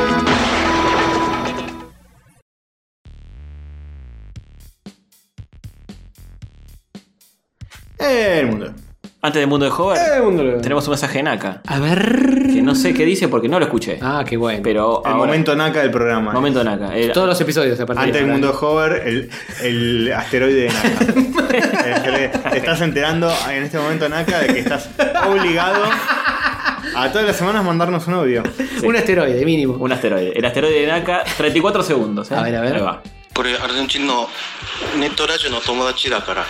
[SPEAKER 1] El mundo.
[SPEAKER 3] Antes del mundo de joven,
[SPEAKER 2] Eh,
[SPEAKER 3] tenemos un mensaje Naka. A ver. Que no sé qué dice porque no lo escuché.
[SPEAKER 2] Ah, qué bueno.
[SPEAKER 3] pero
[SPEAKER 1] El
[SPEAKER 3] ahora-
[SPEAKER 1] momento naca del programa.
[SPEAKER 3] Momento Naka. El-
[SPEAKER 2] Todos los episodios, aparte.
[SPEAKER 1] Antes del mundo de Hover, el, el asteroide de Naka.
[SPEAKER 3] <laughs>
[SPEAKER 1] El asteroide. Te estás enterando en este momento, Naka, de que estás obligado a todas las semanas mandarnos un audio.
[SPEAKER 2] Un asteroide, mínimo.
[SPEAKER 3] Un asteroide. El asteroide de Naka, 34 segundos. ¿eh?
[SPEAKER 2] A ver, a ver.
[SPEAKER 3] Ahí va.
[SPEAKER 8] これアルゼンチンのネットラジオの友達だから、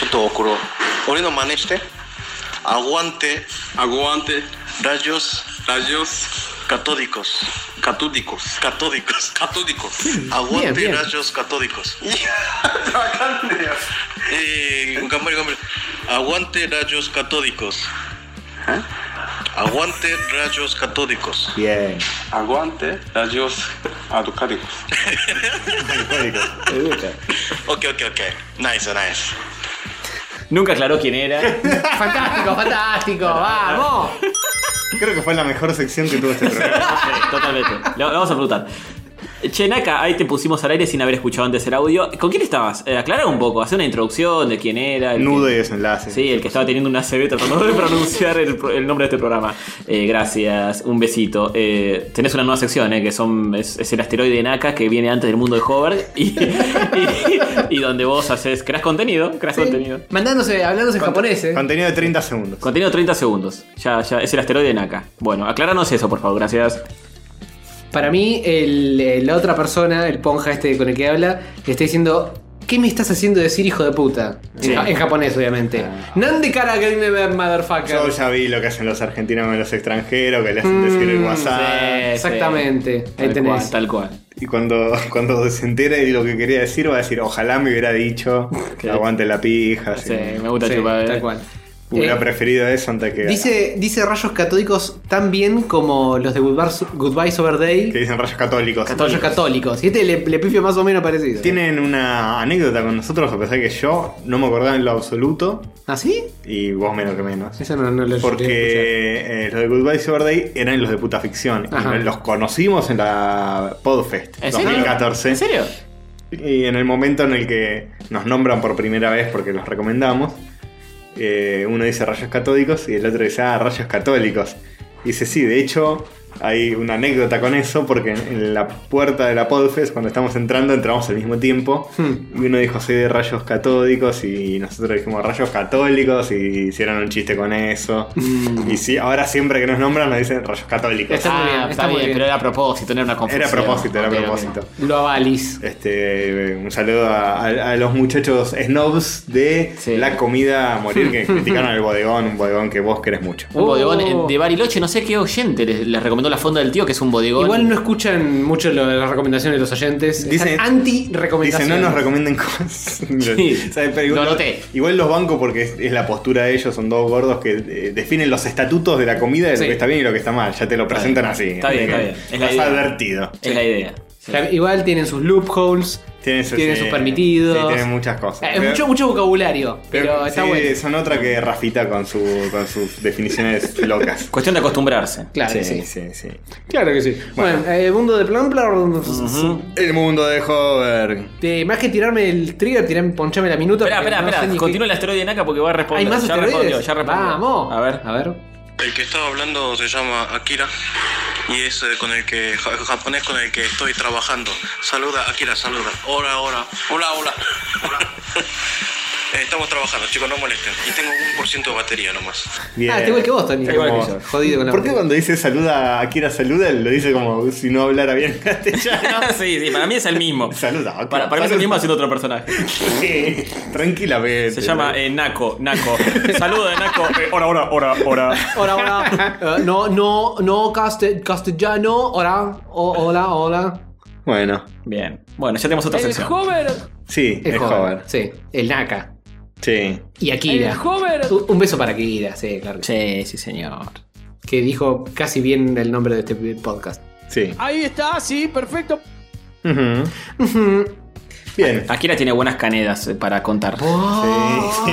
[SPEAKER 8] ちょっと送ろう俺の真似してアゴアンテアゴアンテラジオスラジオスカトディコスカトディコスカトディコスカトディコスアゴアンテ
[SPEAKER 2] bien.
[SPEAKER 8] ラジオスカトディコスいやわかんねえよえー、頑張れ頑張れアゴアンテラジオスカトディコスアゴアンテラジオスカトディコス
[SPEAKER 1] Bien.
[SPEAKER 8] Aguante, adiós, aducadicos. ok, ok, ok. Nice, nice.
[SPEAKER 3] Nunca aclaró quién era.
[SPEAKER 2] Fantástico, fantástico, vamos.
[SPEAKER 1] Creo que fue la mejor sección que tuvo este
[SPEAKER 3] <laughs>
[SPEAKER 1] programa.
[SPEAKER 3] Sí, Totalmente. Lo, lo vamos a preguntar. Che, Naka, ahí te pusimos al aire sin haber escuchado antes el audio. ¿Con quién estabas? Eh, aclara un poco, hacer una introducción de quién era. el
[SPEAKER 1] Nudo
[SPEAKER 3] que-
[SPEAKER 1] y desenlace.
[SPEAKER 3] Sí, el que estaba teniendo una CB tratando de pronunciar el, pro- el nombre de este programa. Eh, gracias, un besito. Eh, tenés una nueva sección, eh, que son es, es el asteroide de Naka que viene antes del mundo de Hover y, y- y donde vos haces, creas contenido, creas contenido.
[SPEAKER 2] Mandándose, hablándose en japonés, eh.
[SPEAKER 1] Contenido de 30 segundos.
[SPEAKER 3] Contenido 30 segundos. Ya, ya, es el asteroide de Naka. Bueno, acláranos eso, por favor, gracias.
[SPEAKER 2] Para mí, el- eh, la otra persona, el ponja este con el que habla, le está diciendo. ¿Qué me estás haciendo decir, hijo de puta?
[SPEAKER 3] Sí. Ah.
[SPEAKER 2] En, en japonés, obviamente. Nan de cara gamer, motherfucker.
[SPEAKER 1] Yo ya vi lo que hacen los argentinos con los extranjeros, que le hacen decir el WhatsApp.
[SPEAKER 2] Exactamente. Ahí
[SPEAKER 3] Tal
[SPEAKER 2] tenés.
[SPEAKER 3] cual, tal cual.
[SPEAKER 1] Y cuando, <laughs> cuando se entere de lo que quería decir, va a decir, ojalá me hubiera dicho, que aguante la pija. así.
[SPEAKER 3] Sí, me gusta
[SPEAKER 2] Sí,
[SPEAKER 3] chupar. eh.
[SPEAKER 2] tal cual.
[SPEAKER 1] Hubiera
[SPEAKER 2] Eh,
[SPEAKER 1] preferido eso antes que...
[SPEAKER 2] Dice, dice rayos catódicos tan bien como los de Goodbyes, Goodbyes Over Day,
[SPEAKER 1] Que dicen rayos católicos.
[SPEAKER 2] rayos católicos. Y este le, le pifio más o menos parecido.
[SPEAKER 1] Tienen una anécdota con nosotros, a pesar que yo no me acordaba en lo absoluto,
[SPEAKER 2] ¿Ah, sí?
[SPEAKER 1] y vos menos que menos.
[SPEAKER 2] Eso no, no lo
[SPEAKER 1] Porque eh, los de Goodbye Silver Day eran los de puta ficción. y
[SPEAKER 2] Ajá.
[SPEAKER 1] los conocimos en la Podfest
[SPEAKER 3] ¿En serio?
[SPEAKER 1] 2014.
[SPEAKER 3] ¿En serio?
[SPEAKER 1] Y en el momento en el que nos nombran por primera vez porque los recomendamos, eh, uno dice rayos catódicos y el otro dice, ah, rayos católicos. Y dice, sí, de hecho, hay una anécdota con eso porque en- en la puerta de la Podfest, cuando estamos entrando, entramos al mismo tiempo. Y uno dijo, soy de rayos catódicos y nosotros dijimos rayos católicos y hicieron un chiste con eso. y sí, ahora siempre que nos nombran nos dicen rayos católicos.
[SPEAKER 2] Está muy bien,
[SPEAKER 3] Ah,
[SPEAKER 2] está
[SPEAKER 3] está
[SPEAKER 2] muy
[SPEAKER 3] bien,
[SPEAKER 2] bien.
[SPEAKER 3] pero era a propósito, no era una
[SPEAKER 1] Era
[SPEAKER 3] confusión.
[SPEAKER 1] a propósito, era a
[SPEAKER 3] Ok, ok.
[SPEAKER 1] propósito.
[SPEAKER 2] Lo avalis.
[SPEAKER 1] Este, un saludo a, a- a los muchachos snobs de
[SPEAKER 3] Sí.
[SPEAKER 1] la comida a morir que criticaron el bodegón, un bodegón que vos querés mucho.
[SPEAKER 3] Un
[SPEAKER 2] Oh.
[SPEAKER 3] bodegón eh, de Bariloche, no sé qué oyente les, les recomendó la fonda del tío, que es un bodegón.
[SPEAKER 2] Oh. Igual no escuchan mucho lo de las recomendaciones de los oyentes.
[SPEAKER 1] Dicen- Dicen,
[SPEAKER 2] anti-recomendaciones.
[SPEAKER 1] no nos recomienden cosas. <laughs> O sea, pero igual,
[SPEAKER 3] Lo noté.
[SPEAKER 1] igual los bancos, porque es, es la postura de ellos, son dos gordos que eh, definen los estatutos de la comida, de
[SPEAKER 2] Sí.
[SPEAKER 1] lo que está bien y lo que está mal. Ya te lo presentan
[SPEAKER 3] bien.
[SPEAKER 1] así.
[SPEAKER 3] Está
[SPEAKER 1] así
[SPEAKER 3] bien,
[SPEAKER 1] que
[SPEAKER 3] está bien. Es la
[SPEAKER 1] estás
[SPEAKER 3] idea.
[SPEAKER 1] advertido.
[SPEAKER 3] Es la idea.
[SPEAKER 2] O sea, Igual tienen sus loopholes.
[SPEAKER 1] Tienen sus,
[SPEAKER 2] Tienen
[SPEAKER 1] sí,
[SPEAKER 2] sus permitidos.
[SPEAKER 1] sí, tienen muchas cosas.
[SPEAKER 2] Eh,
[SPEAKER 1] Pero-
[SPEAKER 2] mucho, mucho vocabulario, pero,
[SPEAKER 1] pero
[SPEAKER 2] está
[SPEAKER 1] sí,
[SPEAKER 2] bueno.
[SPEAKER 1] Son otra que Rafita con, su, con sus definiciones locas.
[SPEAKER 3] Cuestión de acostumbrarse.
[SPEAKER 2] Claro que sí.
[SPEAKER 1] sí, sí, sí.
[SPEAKER 2] Claro que sí. Bueno, eh, mundo de plan, plan,
[SPEAKER 1] El mundo de Hover.
[SPEAKER 2] Eh, más que tirarme el trigger, tirarme, ponchame la minuta.
[SPEAKER 3] Espera,
[SPEAKER 2] porque
[SPEAKER 3] espera,
[SPEAKER 2] no sé
[SPEAKER 3] espera.
[SPEAKER 2] ni qué-
[SPEAKER 3] Continúa el asteroide de Naka porque va a responder.
[SPEAKER 2] ¿Hay más
[SPEAKER 3] ya
[SPEAKER 2] asteroides?
[SPEAKER 3] respondió, ya respondió.
[SPEAKER 2] Vamos.
[SPEAKER 3] A ver.
[SPEAKER 2] A ver.
[SPEAKER 8] El que estaba hablando se llama Akira y es eh, con el que ja- japonés con el que estoy trabajando. Saluda Akira, saluda. Hola, hola. Hola, hola. <laughs> Eh, Estamos trabajando, chicos, no molesten. Y tengo un por ciento de batería nomás.
[SPEAKER 1] Bien.
[SPEAKER 2] Ah, está igual que vos, Tony.
[SPEAKER 1] Está igual que yo.
[SPEAKER 2] Jodido con la
[SPEAKER 1] ¿Por qué
[SPEAKER 2] batería.
[SPEAKER 1] cuando dice saluda a Akira saluda, lo dice como si no hablara bien <laughs> castellano?
[SPEAKER 3] <laughs> sí, sí, para mí es el
[SPEAKER 2] <laughs>
[SPEAKER 3] mismo.
[SPEAKER 1] Saluda, Akira.
[SPEAKER 3] Para, para mí es el mismo haciendo otro personaje.
[SPEAKER 1] Sí, Eh, tranquilamente.
[SPEAKER 3] Se llama eh, Naco,
[SPEAKER 2] <laughs>
[SPEAKER 3] Naco. Saludo de Naco. Eh, hola, hola, hola, hola.
[SPEAKER 2] Hola,
[SPEAKER 3] <laughs>
[SPEAKER 2] hola. Eh, no, no, no, caste- castellano. Hola, o- hola, hola.
[SPEAKER 1] Bueno,
[SPEAKER 3] Bien. Bueno, ya tenemos otra
[SPEAKER 4] El
[SPEAKER 3] sección.
[SPEAKER 4] Hover,
[SPEAKER 1] sí, es,
[SPEAKER 2] joven,
[SPEAKER 1] joven.
[SPEAKER 2] Sí, el Naka.
[SPEAKER 1] Sí.
[SPEAKER 2] Y
[SPEAKER 4] el
[SPEAKER 2] Akira.
[SPEAKER 4] Hover.
[SPEAKER 2] Un un beso para Akira, sí, claro.
[SPEAKER 3] Sí, sí, señor.
[SPEAKER 2] Que dijo casi bien el nombre de este podcast.
[SPEAKER 1] Sí.
[SPEAKER 4] Ahí está, sí, perfecto.
[SPEAKER 1] Ujú. Bien.
[SPEAKER 3] Akira tiene buenas canedas eh, para contar. Oh.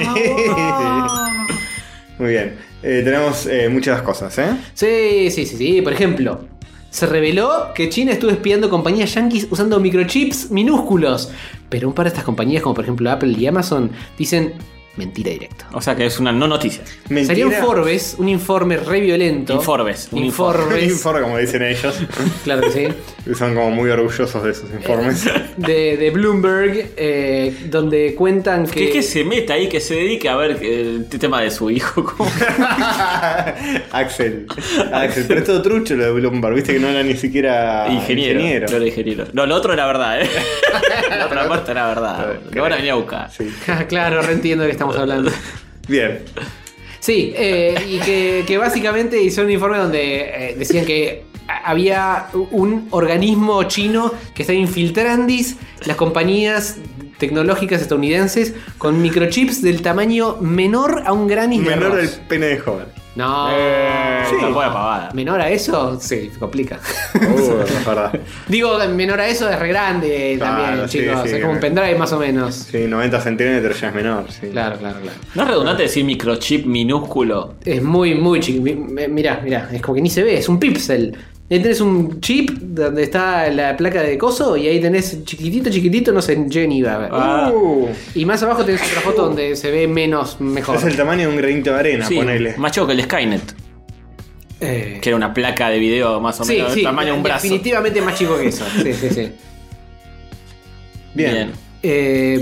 [SPEAKER 2] Ah. <laughs>
[SPEAKER 1] Sí. <laughs> Muy bien. Eh, tenemos eh, muchas cosas, ¿eh?
[SPEAKER 2] Sí, sí, sí, sí. Por ejemplo, se reveló que China estuvo espiando compañías yankees usando microchips minúsculos. Pero un par de estas compañías, como por ejemplo Apple y Amazon, dicen mentira directa.
[SPEAKER 3] O sea que es una no noticia.
[SPEAKER 2] Sería un
[SPEAKER 1] <laughs>
[SPEAKER 2] Forbes, un informe re violento.
[SPEAKER 3] Informes, un
[SPEAKER 2] Informes.
[SPEAKER 1] Informe, como dicen ellos.
[SPEAKER 2] Claro que sí.
[SPEAKER 1] Son como muy orgullosos de sus
[SPEAKER 2] <laughs>
[SPEAKER 1] informes.
[SPEAKER 2] De, de Bloomberg, eh, donde cuentan que. <laughs>
[SPEAKER 3] Que, que se meta ahí, que se dedique a ver eh, el t- tema de su hijo. <laughs> ¿cómo?
[SPEAKER 1] <laughs> Axel. Axel, pero es todo trucho lo de Bloomberg, viste que no era ni siquiera
[SPEAKER 3] ingeniero.
[SPEAKER 1] Ah, ingeniero.
[SPEAKER 3] No, era ingeniero. No, lo otro era
[SPEAKER 1] <laughs>
[SPEAKER 3] verdad, ¿eh? la otra parte era verdad.
[SPEAKER 1] Claro,
[SPEAKER 3] Lo van a venir a buscar.
[SPEAKER 1] Sí.
[SPEAKER 2] Ah, claro, re entiendo de qué estamos hablando.
[SPEAKER 1] Bien.
[SPEAKER 2] Sí, eh, y que, que básicamente hicieron un informe donde eh, decían que a- había un organismo chino que está infiltrando las compañías tecnológicas estadounidenses con microchips del tamaño menor a un gran isla
[SPEAKER 1] Menor Eh. del
[SPEAKER 2] arroz.
[SPEAKER 1] pene de joven.
[SPEAKER 2] No.
[SPEAKER 3] Sí. Tampoco era pavada.
[SPEAKER 2] Menor a eso, se complica. <laughs>
[SPEAKER 1] Uh, <laughs> es verdad.
[SPEAKER 2] Digo, menor a eso es re grande
[SPEAKER 1] Claro,
[SPEAKER 2] también,
[SPEAKER 1] sí,
[SPEAKER 2] chicos.
[SPEAKER 1] sí. eh.
[SPEAKER 2] es como un pendrive más o menos.
[SPEAKER 1] Sí, 90 centímetros ya es menor. Sí.
[SPEAKER 2] Claro, claro, claro.
[SPEAKER 3] ¿No es redundante decir microchip minúsculo?
[SPEAKER 2] Es muy, muy chico. Mi- mi- Mirá, mirá, es como que ni se ve, es un pixel. Ahí tenés un chip donde está la placa de coso y ahí tenés chiquitito, chiquitito, no se llega ni va a ver.
[SPEAKER 3] Ah.
[SPEAKER 1] Uh,
[SPEAKER 2] Y más abajo tenés otra foto donde se ve menos, mejor.
[SPEAKER 1] es el tamaño de un granito de arena,
[SPEAKER 3] Sí,
[SPEAKER 1] ponele.
[SPEAKER 3] más chico que el Skynet,
[SPEAKER 2] Eh,
[SPEAKER 3] que era una placa de video más o
[SPEAKER 2] sí,
[SPEAKER 3] menos,
[SPEAKER 2] sí,
[SPEAKER 3] del tamaño de un brazo.
[SPEAKER 2] definitivamente más chico que eso. Sí, sí,
[SPEAKER 3] <laughs>
[SPEAKER 2] sí.
[SPEAKER 1] Bien.
[SPEAKER 2] Eh,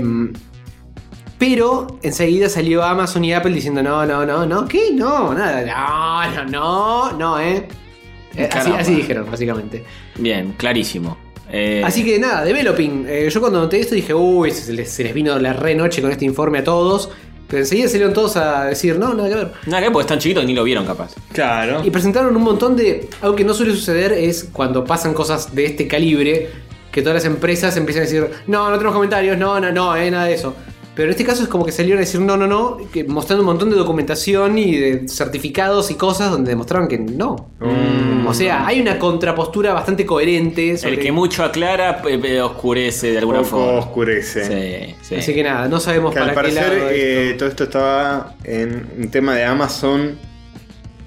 [SPEAKER 2] pero enseguida salió Amazon y Apple diciendo no, no, no, no, ¿qué? No, nada, no, no, no, no, eh. Eh, Así,
[SPEAKER 3] Caramba.
[SPEAKER 2] así dijeron, básicamente.
[SPEAKER 3] bien, bien, clarísimo. Eh,
[SPEAKER 2] Así que nada, developing. Eh, yo cuando noté esto dije, uy, se les, se les vino la re noche con este informe a todos. Pero enseguida salieron todos a decir, no, nada que ver.
[SPEAKER 3] Nada que ver, porque están chiquitos que ni lo vieron capaz.
[SPEAKER 1] Claro.
[SPEAKER 2] Y presentaron un montón de. Algo que no suele suceder es cuando pasan cosas de este calibre, que todas las empresas empiezan a decir, no, no tenemos comentarios, no, no, no, eh, nada de eso. Pero en este caso es como que salieron a decir, no, no, no, que- mostrando un montón de documentación y de certificados y cosas donde demostraron que no.
[SPEAKER 1] Mm.
[SPEAKER 2] O sea, hay una contrapostura bastante coherente. sobre-
[SPEAKER 3] El que mucho aclara, eh, eh, oscurece de alguna
[SPEAKER 1] Poco
[SPEAKER 3] forma.
[SPEAKER 1] oscurece.
[SPEAKER 3] Sí, sí.
[SPEAKER 2] Así que nada, no sabemos
[SPEAKER 1] Que al
[SPEAKER 2] para qué
[SPEAKER 1] parecer
[SPEAKER 2] lado esto.
[SPEAKER 1] eh, todo esto estaba en un tema de Amazon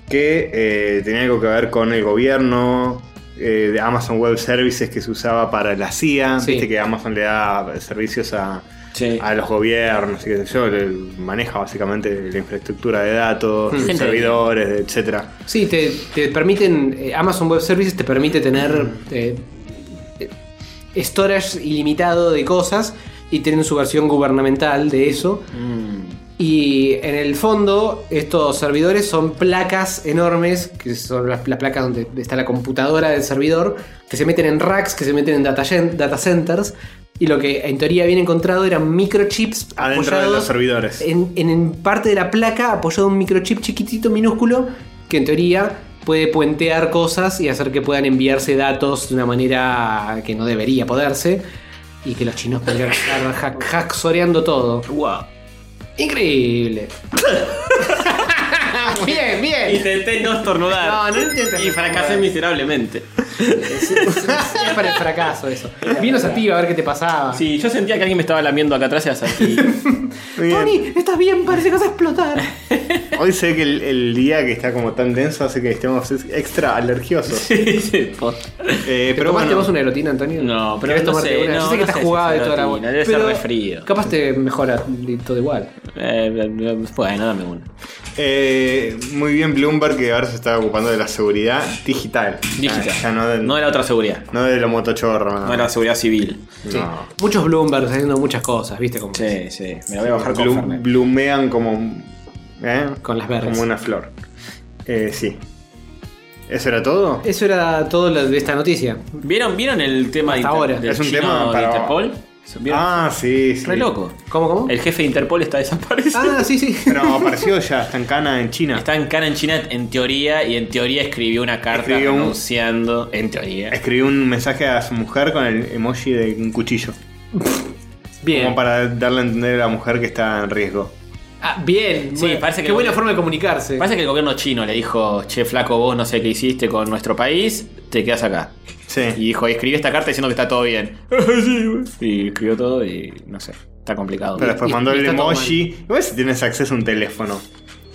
[SPEAKER 1] que eh, tenía algo que ver con el gobierno eh, de Amazon Web Services que se usaba para la CIA.
[SPEAKER 2] Sí.
[SPEAKER 1] Viste que Amazon le da servicios a,
[SPEAKER 9] Sí.
[SPEAKER 3] Ah,
[SPEAKER 1] a los gobiernos y qué sé yo. le- maneja básicamente la infraestructura de datos, los
[SPEAKER 9] Gente.
[SPEAKER 1] servidores, etcétera.
[SPEAKER 2] Sí, te, te permiten. eh, Amazon Web Services te permite tener eh, eh, storage ilimitado de cosas y tienen su versión gubernamental de eso.
[SPEAKER 1] Mm.
[SPEAKER 2] Y en el fondo, estos servidores son placas enormes, que son las, las placas donde está la computadora del servidor, que se meten en racks, que se meten en data, gen- data centers. Y lo que en teoría habían encontrado eran microchips
[SPEAKER 1] Adentro de
[SPEAKER 2] apoyados- eh,
[SPEAKER 1] los servidores.
[SPEAKER 2] en, en- en parte de la placa apoyado un microchip chiquitito, minúsculo, que en teoría puede puentear cosas y hacer que puedan enviarse datos de una manera que no debería poderse. Y que los chinos podrían estar hack- hacksoreando todo.
[SPEAKER 3] Wow.
[SPEAKER 2] Increíble. <laughs> bien, bien.
[SPEAKER 3] Intenté no estornudar.
[SPEAKER 2] No, no intentes
[SPEAKER 3] Y fracasé
[SPEAKER 2] estornudar.
[SPEAKER 3] miserablemente.
[SPEAKER 2] Es para el fracaso eso. Vino Sativa a ver qué te pasaba.
[SPEAKER 3] Sí, yo sentía que alguien me estaba lamiendo acá atrás y así.
[SPEAKER 1] Muy bien.
[SPEAKER 2] Tony, estás bien, parece que vas a explotar.
[SPEAKER 1] Hoy sé que el, el día que está como tan denso hace que estemos extra alergiosos.
[SPEAKER 3] Sí, sí, posta.
[SPEAKER 1] Eh,
[SPEAKER 2] ¿Te
[SPEAKER 1] pero
[SPEAKER 2] tomaste
[SPEAKER 1] bueno,
[SPEAKER 2] vos una erotina, Antonio?
[SPEAKER 3] No, pero
[SPEAKER 2] ¿Querés
[SPEAKER 3] no
[SPEAKER 2] tomarte
[SPEAKER 3] sé,
[SPEAKER 2] una?
[SPEAKER 3] no,
[SPEAKER 2] Yo sé que
[SPEAKER 3] no
[SPEAKER 2] estás
[SPEAKER 3] sé
[SPEAKER 2] jugada
[SPEAKER 3] si
[SPEAKER 2] de toda la
[SPEAKER 3] erotina, debe ser resfrío.
[SPEAKER 2] Capaz te mejora y todo igual.
[SPEAKER 3] Eh, eh, bueno, dame una.
[SPEAKER 1] eh, muy bien Bloomberg que ahora se está ocupando de la seguridad digital.
[SPEAKER 3] Digital.
[SPEAKER 1] Ah, ya no, Ah. de,
[SPEAKER 3] No
[SPEAKER 1] no,
[SPEAKER 3] de la otra seguridad.
[SPEAKER 1] de lo motochorro.
[SPEAKER 3] No de la seguridad civil.
[SPEAKER 1] No.
[SPEAKER 2] Muchos Bloomberg haciendo muchas cosas, ¿viste? Como
[SPEAKER 3] Sí, sí. Me la voy a bajar con
[SPEAKER 1] Blum-
[SPEAKER 3] Fernet.
[SPEAKER 1] Blumean como. ¿eh?
[SPEAKER 2] Con las verdes.
[SPEAKER 1] Como una flor. Eh, sí. ¿Eso era todo?
[SPEAKER 3] Eh,
[SPEAKER 2] Eso era todo lo de esta noticia.
[SPEAKER 3] ¿Vieron, ¿Vieron el tema de
[SPEAKER 2] Hasta ahora.
[SPEAKER 3] del
[SPEAKER 1] Es un
[SPEAKER 3] chino
[SPEAKER 1] tema
[SPEAKER 3] de
[SPEAKER 1] para-
[SPEAKER 3] Interpol? ¿Vieron?
[SPEAKER 1] Ah, sí, sí.
[SPEAKER 3] Re loco.
[SPEAKER 2] ¿Cómo, cómo?
[SPEAKER 3] El jefe de Interpol está desaparecido.
[SPEAKER 2] Ah, sí,
[SPEAKER 1] <laughs>
[SPEAKER 2] sí.
[SPEAKER 1] Pero apareció ya, está en Cana, en China.
[SPEAKER 3] Está en Cana en China en teoría y en teoría escribió una carta
[SPEAKER 1] Escribió un-
[SPEAKER 3] renunciando. En teoría.
[SPEAKER 1] Escribió un mensaje a su mujer con el emoji de un cuchillo.
[SPEAKER 2] Bien.
[SPEAKER 1] Como para darle a entender a la mujer que está en riesgo.
[SPEAKER 2] Ah, bien.
[SPEAKER 3] Sí,
[SPEAKER 2] bueno,
[SPEAKER 3] parece que
[SPEAKER 2] Qué buena
[SPEAKER 3] voy-
[SPEAKER 2] forma de comunicarse.
[SPEAKER 3] Parece que el gobierno chino le dijo, che, flaco, vos no sé qué hiciste con nuestro país, te quedas acá.
[SPEAKER 1] Sí.
[SPEAKER 3] Y dijo, y escribí esta carta diciendo que está todo bien. Sí, güey. y escribió todo y no sé, está complicado.
[SPEAKER 1] Pero después
[SPEAKER 2] y-
[SPEAKER 1] mandó
[SPEAKER 2] y
[SPEAKER 1] el
[SPEAKER 2] está todo
[SPEAKER 1] emoji. Igual si tienes acceso a un teléfono.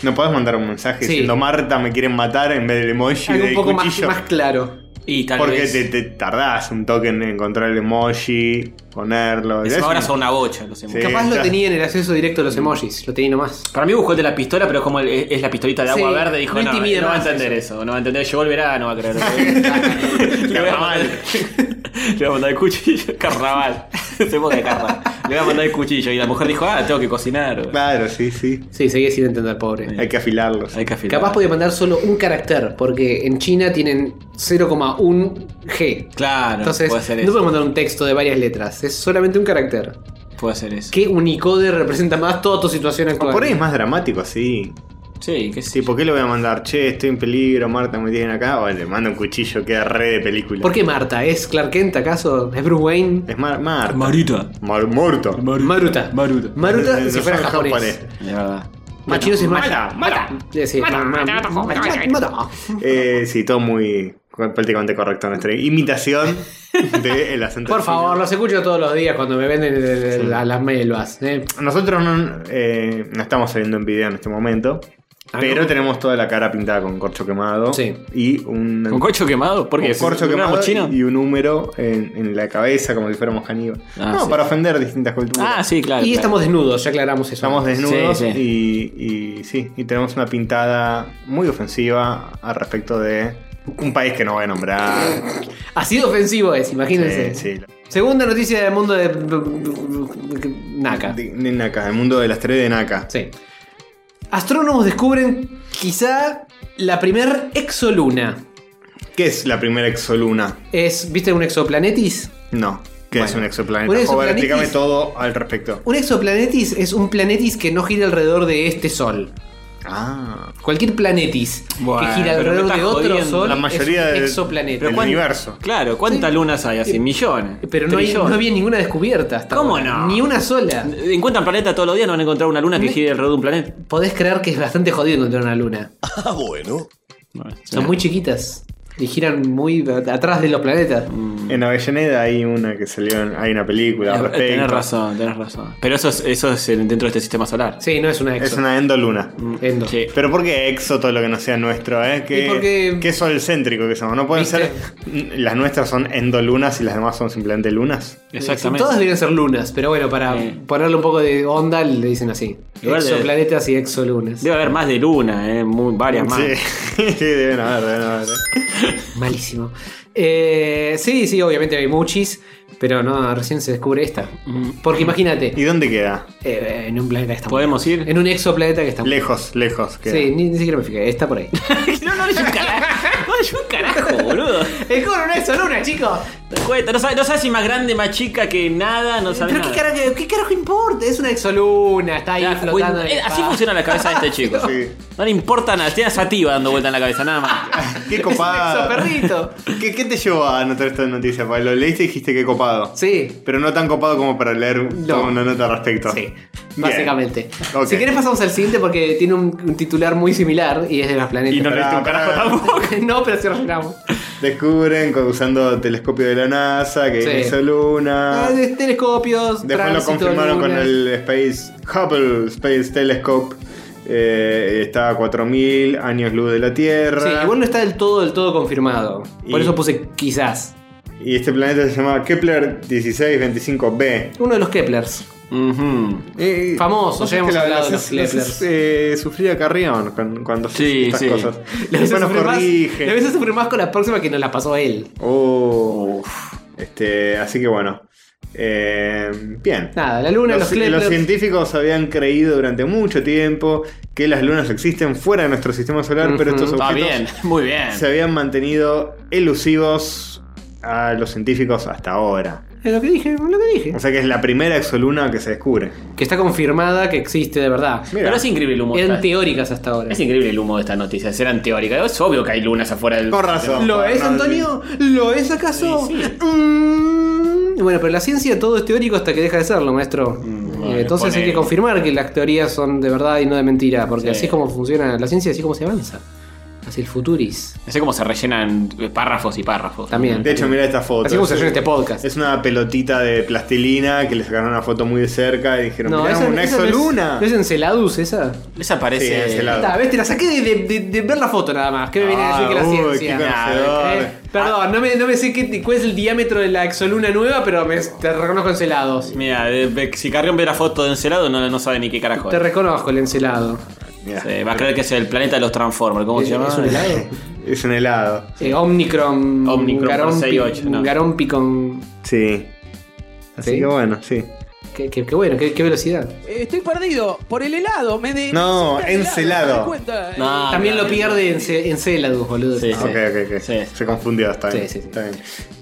[SPEAKER 1] No podés mandar un mensaje
[SPEAKER 2] Sí.
[SPEAKER 1] diciendo Marta me quieren matar en vez del emoji
[SPEAKER 2] Algo un
[SPEAKER 1] del
[SPEAKER 2] poco más,
[SPEAKER 1] cuchillo.
[SPEAKER 2] más claro.
[SPEAKER 3] y tal
[SPEAKER 1] Porque
[SPEAKER 3] vez...
[SPEAKER 1] te, te tardás un toque en encontrar el emoji, ponerlo.
[SPEAKER 3] encima
[SPEAKER 1] Es
[SPEAKER 3] ahora
[SPEAKER 1] un-
[SPEAKER 3] son una bocha los emojis.
[SPEAKER 1] Sí,
[SPEAKER 2] Capaz lo
[SPEAKER 1] ya.
[SPEAKER 2] tenía en el acceso directo a los emojis. Lo tenía nomás.
[SPEAKER 3] Para mí buscó el de la pistola, pero es como el- es la pistolita de agua
[SPEAKER 2] Sí,
[SPEAKER 3] verde, dijo,
[SPEAKER 2] no
[SPEAKER 3] no,
[SPEAKER 2] intimida
[SPEAKER 3] no va a
[SPEAKER 2] más
[SPEAKER 3] entender eso. no va a entender, llegó el verano, va
[SPEAKER 2] <laughs>
[SPEAKER 3] a creer. <laughs> Le voy a mandar- <laughs> le voy a mandar el cuchillo, carnaval. <laughs> Se pone de carnaval. Le voy a mandar el cuchillo y la mujer dijo, ah, tengo que cocinar. güey.
[SPEAKER 1] Claro, sí, sí.
[SPEAKER 2] Sí, seguía sin entender, pobre.
[SPEAKER 1] Hay que afilarlos.
[SPEAKER 3] Hay que afilar.
[SPEAKER 2] Capaz podía mandar solo un carácter, porque en China tienen 0,1 G.
[SPEAKER 3] Claro,
[SPEAKER 2] Entonces,
[SPEAKER 3] puede ser
[SPEAKER 2] no
[SPEAKER 3] eso.
[SPEAKER 2] puedes mandar un texto de varias letras, es solamente un carácter.
[SPEAKER 3] Puede ser eso.
[SPEAKER 2] ¿Qué Unicode representa más toda tu situación actual?
[SPEAKER 1] Por ahí es más dramático, sí.
[SPEAKER 3] Sí, qué sé
[SPEAKER 1] Sí, ¿por qué lo voy a mandar? Che, estoy en peligro, Marta, me tienen acá. O le mando un cuchillo, queda re de película.
[SPEAKER 2] ¿Por qué Marta? ¿Es Clark Kent acaso? ¿Es Bruce Wayne?
[SPEAKER 1] Es Mar Marta.
[SPEAKER 3] Marita.
[SPEAKER 1] Mar Morto.
[SPEAKER 2] Maruta. Maruta.
[SPEAKER 1] Eh,
[SPEAKER 2] Maruta si
[SPEAKER 1] no
[SPEAKER 2] fuera
[SPEAKER 1] son
[SPEAKER 2] japonés.
[SPEAKER 1] japonés.
[SPEAKER 3] De verdad.
[SPEAKER 2] Machino es
[SPEAKER 1] Mata,
[SPEAKER 2] mata.
[SPEAKER 1] mata.
[SPEAKER 2] Sí, sí. Ma- ma- Mata.
[SPEAKER 1] Eh, sí, todo muy prácticamente correcto. Nuestra imitación del acento.
[SPEAKER 2] Por
[SPEAKER 1] chino.
[SPEAKER 2] favor, los escucho todos los días cuando me venden el- el- a las melvas. ¿eh?
[SPEAKER 1] Nosotros no, eh, no estamos saliendo en video en este momento.
[SPEAKER 3] Ah,
[SPEAKER 1] Pero tenemos toda la cara pintada con corcho quemado.
[SPEAKER 2] Sí.
[SPEAKER 1] Y un,
[SPEAKER 3] ¿Con cocho quemado? ¿Por qué?
[SPEAKER 1] un corcho
[SPEAKER 3] ¿Un
[SPEAKER 1] quemado
[SPEAKER 3] chino?
[SPEAKER 1] y un número en, en la cabeza, como si fuéramos caníbales.
[SPEAKER 3] Ah,
[SPEAKER 1] no,
[SPEAKER 3] sí.
[SPEAKER 1] para ofender distintas culturas.
[SPEAKER 3] Ah, sí, claro.
[SPEAKER 2] Y
[SPEAKER 3] claro.
[SPEAKER 2] estamos desnudos, ya aclaramos eso.
[SPEAKER 1] Estamos desnudos
[SPEAKER 3] Sí,
[SPEAKER 1] Y, y sí, y tenemos una pintada muy ofensiva al respecto de un país que no voy a nombrar. eh,
[SPEAKER 2] Así de ofensivo es, imagínense.
[SPEAKER 1] Sí, sí.
[SPEAKER 2] Segunda noticia del mundo de. Naka.
[SPEAKER 1] De, de Naka, el mundo de las teorías de Naka.
[SPEAKER 2] Sí. Astrónomos descubren quizá la primer exoluna.
[SPEAKER 1] ¿Qué es la primera exoluna?
[SPEAKER 2] Es, ¿viste un exoplanetis?
[SPEAKER 1] No. ¿Qué es un exoplaneta?
[SPEAKER 2] un
[SPEAKER 1] Joven,
[SPEAKER 2] exoplaneta
[SPEAKER 1] explícame
[SPEAKER 2] es-
[SPEAKER 1] todo al respecto.
[SPEAKER 2] Un exoplanetis es un planetis que no gira alrededor de este sol.
[SPEAKER 1] Ah.
[SPEAKER 2] Cualquier planetis
[SPEAKER 3] Bueno,
[SPEAKER 2] que gira
[SPEAKER 3] pero me
[SPEAKER 2] alrededor
[SPEAKER 3] estás
[SPEAKER 2] de otro
[SPEAKER 3] jodiendo.
[SPEAKER 2] sol
[SPEAKER 1] La mayoría
[SPEAKER 2] es un
[SPEAKER 1] de-
[SPEAKER 2] exoplaneta.
[SPEAKER 1] del
[SPEAKER 2] Pero,
[SPEAKER 1] universo.
[SPEAKER 3] Claro, ¿cuántas
[SPEAKER 2] Sí.
[SPEAKER 3] lunas hay así? Millones.
[SPEAKER 2] no, hay-
[SPEAKER 3] trillones.
[SPEAKER 2] no había ninguna descubierta hasta
[SPEAKER 3] ¿Cómo
[SPEAKER 2] ahora.
[SPEAKER 3] no?
[SPEAKER 2] Ni una sola.
[SPEAKER 3] Encuentran planeta todos los días, no van a encontrar una luna que gire alrededor de un planeta.
[SPEAKER 2] Podés creer que es bastante jodido encontrar una luna.
[SPEAKER 8] Ah, bueno.
[SPEAKER 2] Son muy chiquitas. Y giran muy a- atrás de los planetas.
[SPEAKER 1] en Avellaneda hay una que salió, en- hay una película
[SPEAKER 2] Eh,
[SPEAKER 1] al respecto.
[SPEAKER 3] Eh, Tenés razón, tenés razón. Pero eso es, eso es el- dentro de este sistema solar.
[SPEAKER 2] Sí, no es una
[SPEAKER 1] Es
[SPEAKER 2] exo.
[SPEAKER 1] una endoluna.
[SPEAKER 2] Endo.
[SPEAKER 3] Sí.
[SPEAKER 1] Pero ¿por qué exo todo lo que no sea nuestro? Eh? ¿Qué,
[SPEAKER 2] Y porque-
[SPEAKER 1] qué solcéntrico que somos? ¿No pueden
[SPEAKER 2] Viste.
[SPEAKER 1] ser las nuestras son endolunas y las demás son simplemente lunas?
[SPEAKER 3] Exactamente.
[SPEAKER 2] Todas deberían ser lunas, pero bueno, para
[SPEAKER 3] Sí.
[SPEAKER 2] ponerle un poco de onda le dicen así.
[SPEAKER 3] Igual de-
[SPEAKER 2] Exoplanetas y exolunas.
[SPEAKER 3] Debe haber más de luna, eh, muy- varias más.
[SPEAKER 1] Sí. <laughs> sí, deben haber, deben haber. eh.
[SPEAKER 2] Malísimo. Eh, sí, sí, obviamente hay muchis, pero no, recién se descubre esta.
[SPEAKER 3] Mm.
[SPEAKER 2] Porque imagínate,
[SPEAKER 1] ¿Y dónde queda?
[SPEAKER 2] eh, en un planeta que está
[SPEAKER 3] Podemos
[SPEAKER 2] muy-
[SPEAKER 3] ir.
[SPEAKER 2] En un exoplaneta que está muy-
[SPEAKER 1] Lejos, lejos queda.
[SPEAKER 2] Sí, ni, ni siquiera me fijé, está por
[SPEAKER 3] <laughs>
[SPEAKER 2] ahí.
[SPEAKER 3] no, no es un carajo. No es un carajo, boludo.
[SPEAKER 2] El coro no es soluna, chicos.
[SPEAKER 3] Te cuenta, no sabes, no sabes si más grande, más chica que nada, no sabes.
[SPEAKER 2] Pero qué carajo, qué carajo importa, es una exoluna, está ahí flotando. en el
[SPEAKER 3] eh, así
[SPEAKER 2] espacio.
[SPEAKER 3] funciona la cabeza de
[SPEAKER 2] <laughs>
[SPEAKER 3] este chico.
[SPEAKER 1] Sí.
[SPEAKER 3] No le importa nada, tiene a Sativa dando vuelta en la cabeza,
[SPEAKER 2] <laughs>
[SPEAKER 3] nada más.
[SPEAKER 1] Qué
[SPEAKER 2] Exo
[SPEAKER 1] copada.
[SPEAKER 3] <laughs>
[SPEAKER 2] perrito.
[SPEAKER 1] ¿Qué, qué te llevó a anotar esta noticia, Pablo? Leíste y dijiste que copado.
[SPEAKER 2] Sí,
[SPEAKER 1] Pero no tan copado como para leer toda una nota al respecto.
[SPEAKER 2] sí,
[SPEAKER 1] Bien.
[SPEAKER 2] básicamente.
[SPEAKER 1] Ok.
[SPEAKER 2] Si querés pasamos al siguiente porque tiene un, un titular muy similar y es de los planetas.
[SPEAKER 3] Y no le
[SPEAKER 1] Pará,
[SPEAKER 3] diste un carajo
[SPEAKER 1] pará.
[SPEAKER 3] tampoco.
[SPEAKER 2] <laughs> no, pero sí relacionamos.
[SPEAKER 1] Descubren co- usando telescopio de la NASA que
[SPEAKER 2] Sí.
[SPEAKER 1] es luna.
[SPEAKER 2] Ah, de telescopios,
[SPEAKER 1] Después lo
[SPEAKER 2] tránsito,
[SPEAKER 1] confirmaron con
[SPEAKER 2] lunas.
[SPEAKER 1] el Space Hubble Space Telescope. eh, está a 4000 años luz de la Tierra.
[SPEAKER 2] Sí, igual no está del todo, del todo confirmado. Por
[SPEAKER 1] Y-
[SPEAKER 2] eso puse quizás.
[SPEAKER 1] Y este planeta se llama Kepler 1625b.
[SPEAKER 2] Uno de los Keplers.
[SPEAKER 3] Ujú.
[SPEAKER 1] Eh,
[SPEAKER 2] Famoso,
[SPEAKER 1] vos
[SPEAKER 2] ya hemos
[SPEAKER 1] sabés que
[SPEAKER 2] hablado de
[SPEAKER 1] haces-
[SPEAKER 2] los
[SPEAKER 1] haces,
[SPEAKER 2] Keplers.
[SPEAKER 1] eh, sufrir a Carrión con- cuando haces
[SPEAKER 3] Sí,
[SPEAKER 1] estas
[SPEAKER 2] <laughs>
[SPEAKER 3] sí.
[SPEAKER 1] cosas.
[SPEAKER 2] La
[SPEAKER 1] Después
[SPEAKER 2] ves a
[SPEAKER 1] nos
[SPEAKER 2] sufrir más-
[SPEAKER 1] corrige.
[SPEAKER 2] la ves a sufrir más con la próxima que nos la pasó él.
[SPEAKER 1] Oh, este, así que bueno. Eh, bien.
[SPEAKER 2] Nada, la luna, los,
[SPEAKER 1] Los,
[SPEAKER 2] Keplers.
[SPEAKER 1] los científicos habían creído durante mucho tiempo que las lunas existen fuera de nuestro sistema solar, pero estos
[SPEAKER 3] Está
[SPEAKER 2] Ah,
[SPEAKER 1] objetos
[SPEAKER 3] bien, muy bien.
[SPEAKER 1] se habían mantenido elusivos a los científicos hasta ahora.
[SPEAKER 2] Es lo que dije, es lo que dije.
[SPEAKER 1] O sea que es la primera exoluna que se descubre.
[SPEAKER 2] Que está confirmada que existe de verdad.
[SPEAKER 1] Mira.
[SPEAKER 3] Pero es increíble el humo. de
[SPEAKER 2] Eran
[SPEAKER 3] esta-
[SPEAKER 2] teóricas hasta ahora.
[SPEAKER 3] Es increíble el humo de estas noticias. Eran teóricas. Es obvio que hay lunas afuera del.
[SPEAKER 1] Con razón.
[SPEAKER 2] ¿Lo es,
[SPEAKER 1] No,
[SPEAKER 2] Antonio? ¿Lo es acaso?
[SPEAKER 3] Sí, sí.
[SPEAKER 2] Mm, Bueno, pero la ciencia todo es teórico hasta que deja de serlo,
[SPEAKER 1] Mm,
[SPEAKER 2] maestro. Eh,
[SPEAKER 3] vale,
[SPEAKER 2] Entonces hay
[SPEAKER 3] ponele.
[SPEAKER 2] que confirmar que las teorías son de verdad y no de mentira, porque
[SPEAKER 3] Sí.
[SPEAKER 2] así es como funciona la ciencia, así es como se avanza. Hacia el futuris.
[SPEAKER 3] No sé cómo se rellenan eh, párrafos y párrafos.
[SPEAKER 2] También.
[SPEAKER 1] De hecho, mira esta foto.
[SPEAKER 2] así como se
[SPEAKER 1] Es-
[SPEAKER 2] llena este podcast.
[SPEAKER 1] Es una pelotita de plastilina que le sacaron una foto muy de cerca y dijeron, mirá,
[SPEAKER 2] esa-
[SPEAKER 1] una
[SPEAKER 2] esa no es-
[SPEAKER 1] exoluna.
[SPEAKER 2] ¿No es Enceladus esa?
[SPEAKER 3] Esa
[SPEAKER 1] Sí,
[SPEAKER 3] parece.
[SPEAKER 1] ese lado.
[SPEAKER 2] Ta, ¿ves? Te la saqué de, de- de- de ver la foto nada más. ¿Qué me viene a decir que la
[SPEAKER 1] Ah, uy,
[SPEAKER 2] ciencia?
[SPEAKER 1] qué conocedor.
[SPEAKER 2] Eh, perdón, no me, no me sé qué, cuál es el diámetro de la exoluna nueva, pero me, te reconozco Encelados.
[SPEAKER 3] Mira, de- de- si Carrión ve la foto de Encelado, no, no sabe ni qué carajo.
[SPEAKER 2] Te
[SPEAKER 3] es.
[SPEAKER 2] reconozco el encelado.
[SPEAKER 1] Mirá,
[SPEAKER 3] Sí, va a creer que es el planeta de los Transformers. ¿Cómo
[SPEAKER 2] ¿Es,
[SPEAKER 3] se llama?
[SPEAKER 2] es un
[SPEAKER 3] <laughs>
[SPEAKER 2] helado?
[SPEAKER 1] es un helado.
[SPEAKER 2] Eh, Omnicron.
[SPEAKER 3] Omnicron
[SPEAKER 2] Garompi,
[SPEAKER 3] 6.8, no.
[SPEAKER 2] Garompi con.
[SPEAKER 1] Sí. Así
[SPEAKER 2] ¿Sí?
[SPEAKER 1] que bueno, sí.
[SPEAKER 2] Qué, qué- qué bueno, qué, qué velocidad.
[SPEAKER 4] Eh, Estoy perdido por el helado. Me de-
[SPEAKER 1] No,
[SPEAKER 4] me excita el
[SPEAKER 1] encelado.
[SPEAKER 4] helado, me doy cuenta.
[SPEAKER 3] No,
[SPEAKER 4] Eh,
[SPEAKER 2] También lo pierde en Enceladus, boludo.
[SPEAKER 3] Ah, Sí.
[SPEAKER 1] Ok, ok, ok.
[SPEAKER 3] Sí.
[SPEAKER 1] Se confundió, está
[SPEAKER 2] Sí,
[SPEAKER 1] bien.
[SPEAKER 2] sí, sí.
[SPEAKER 1] está bien.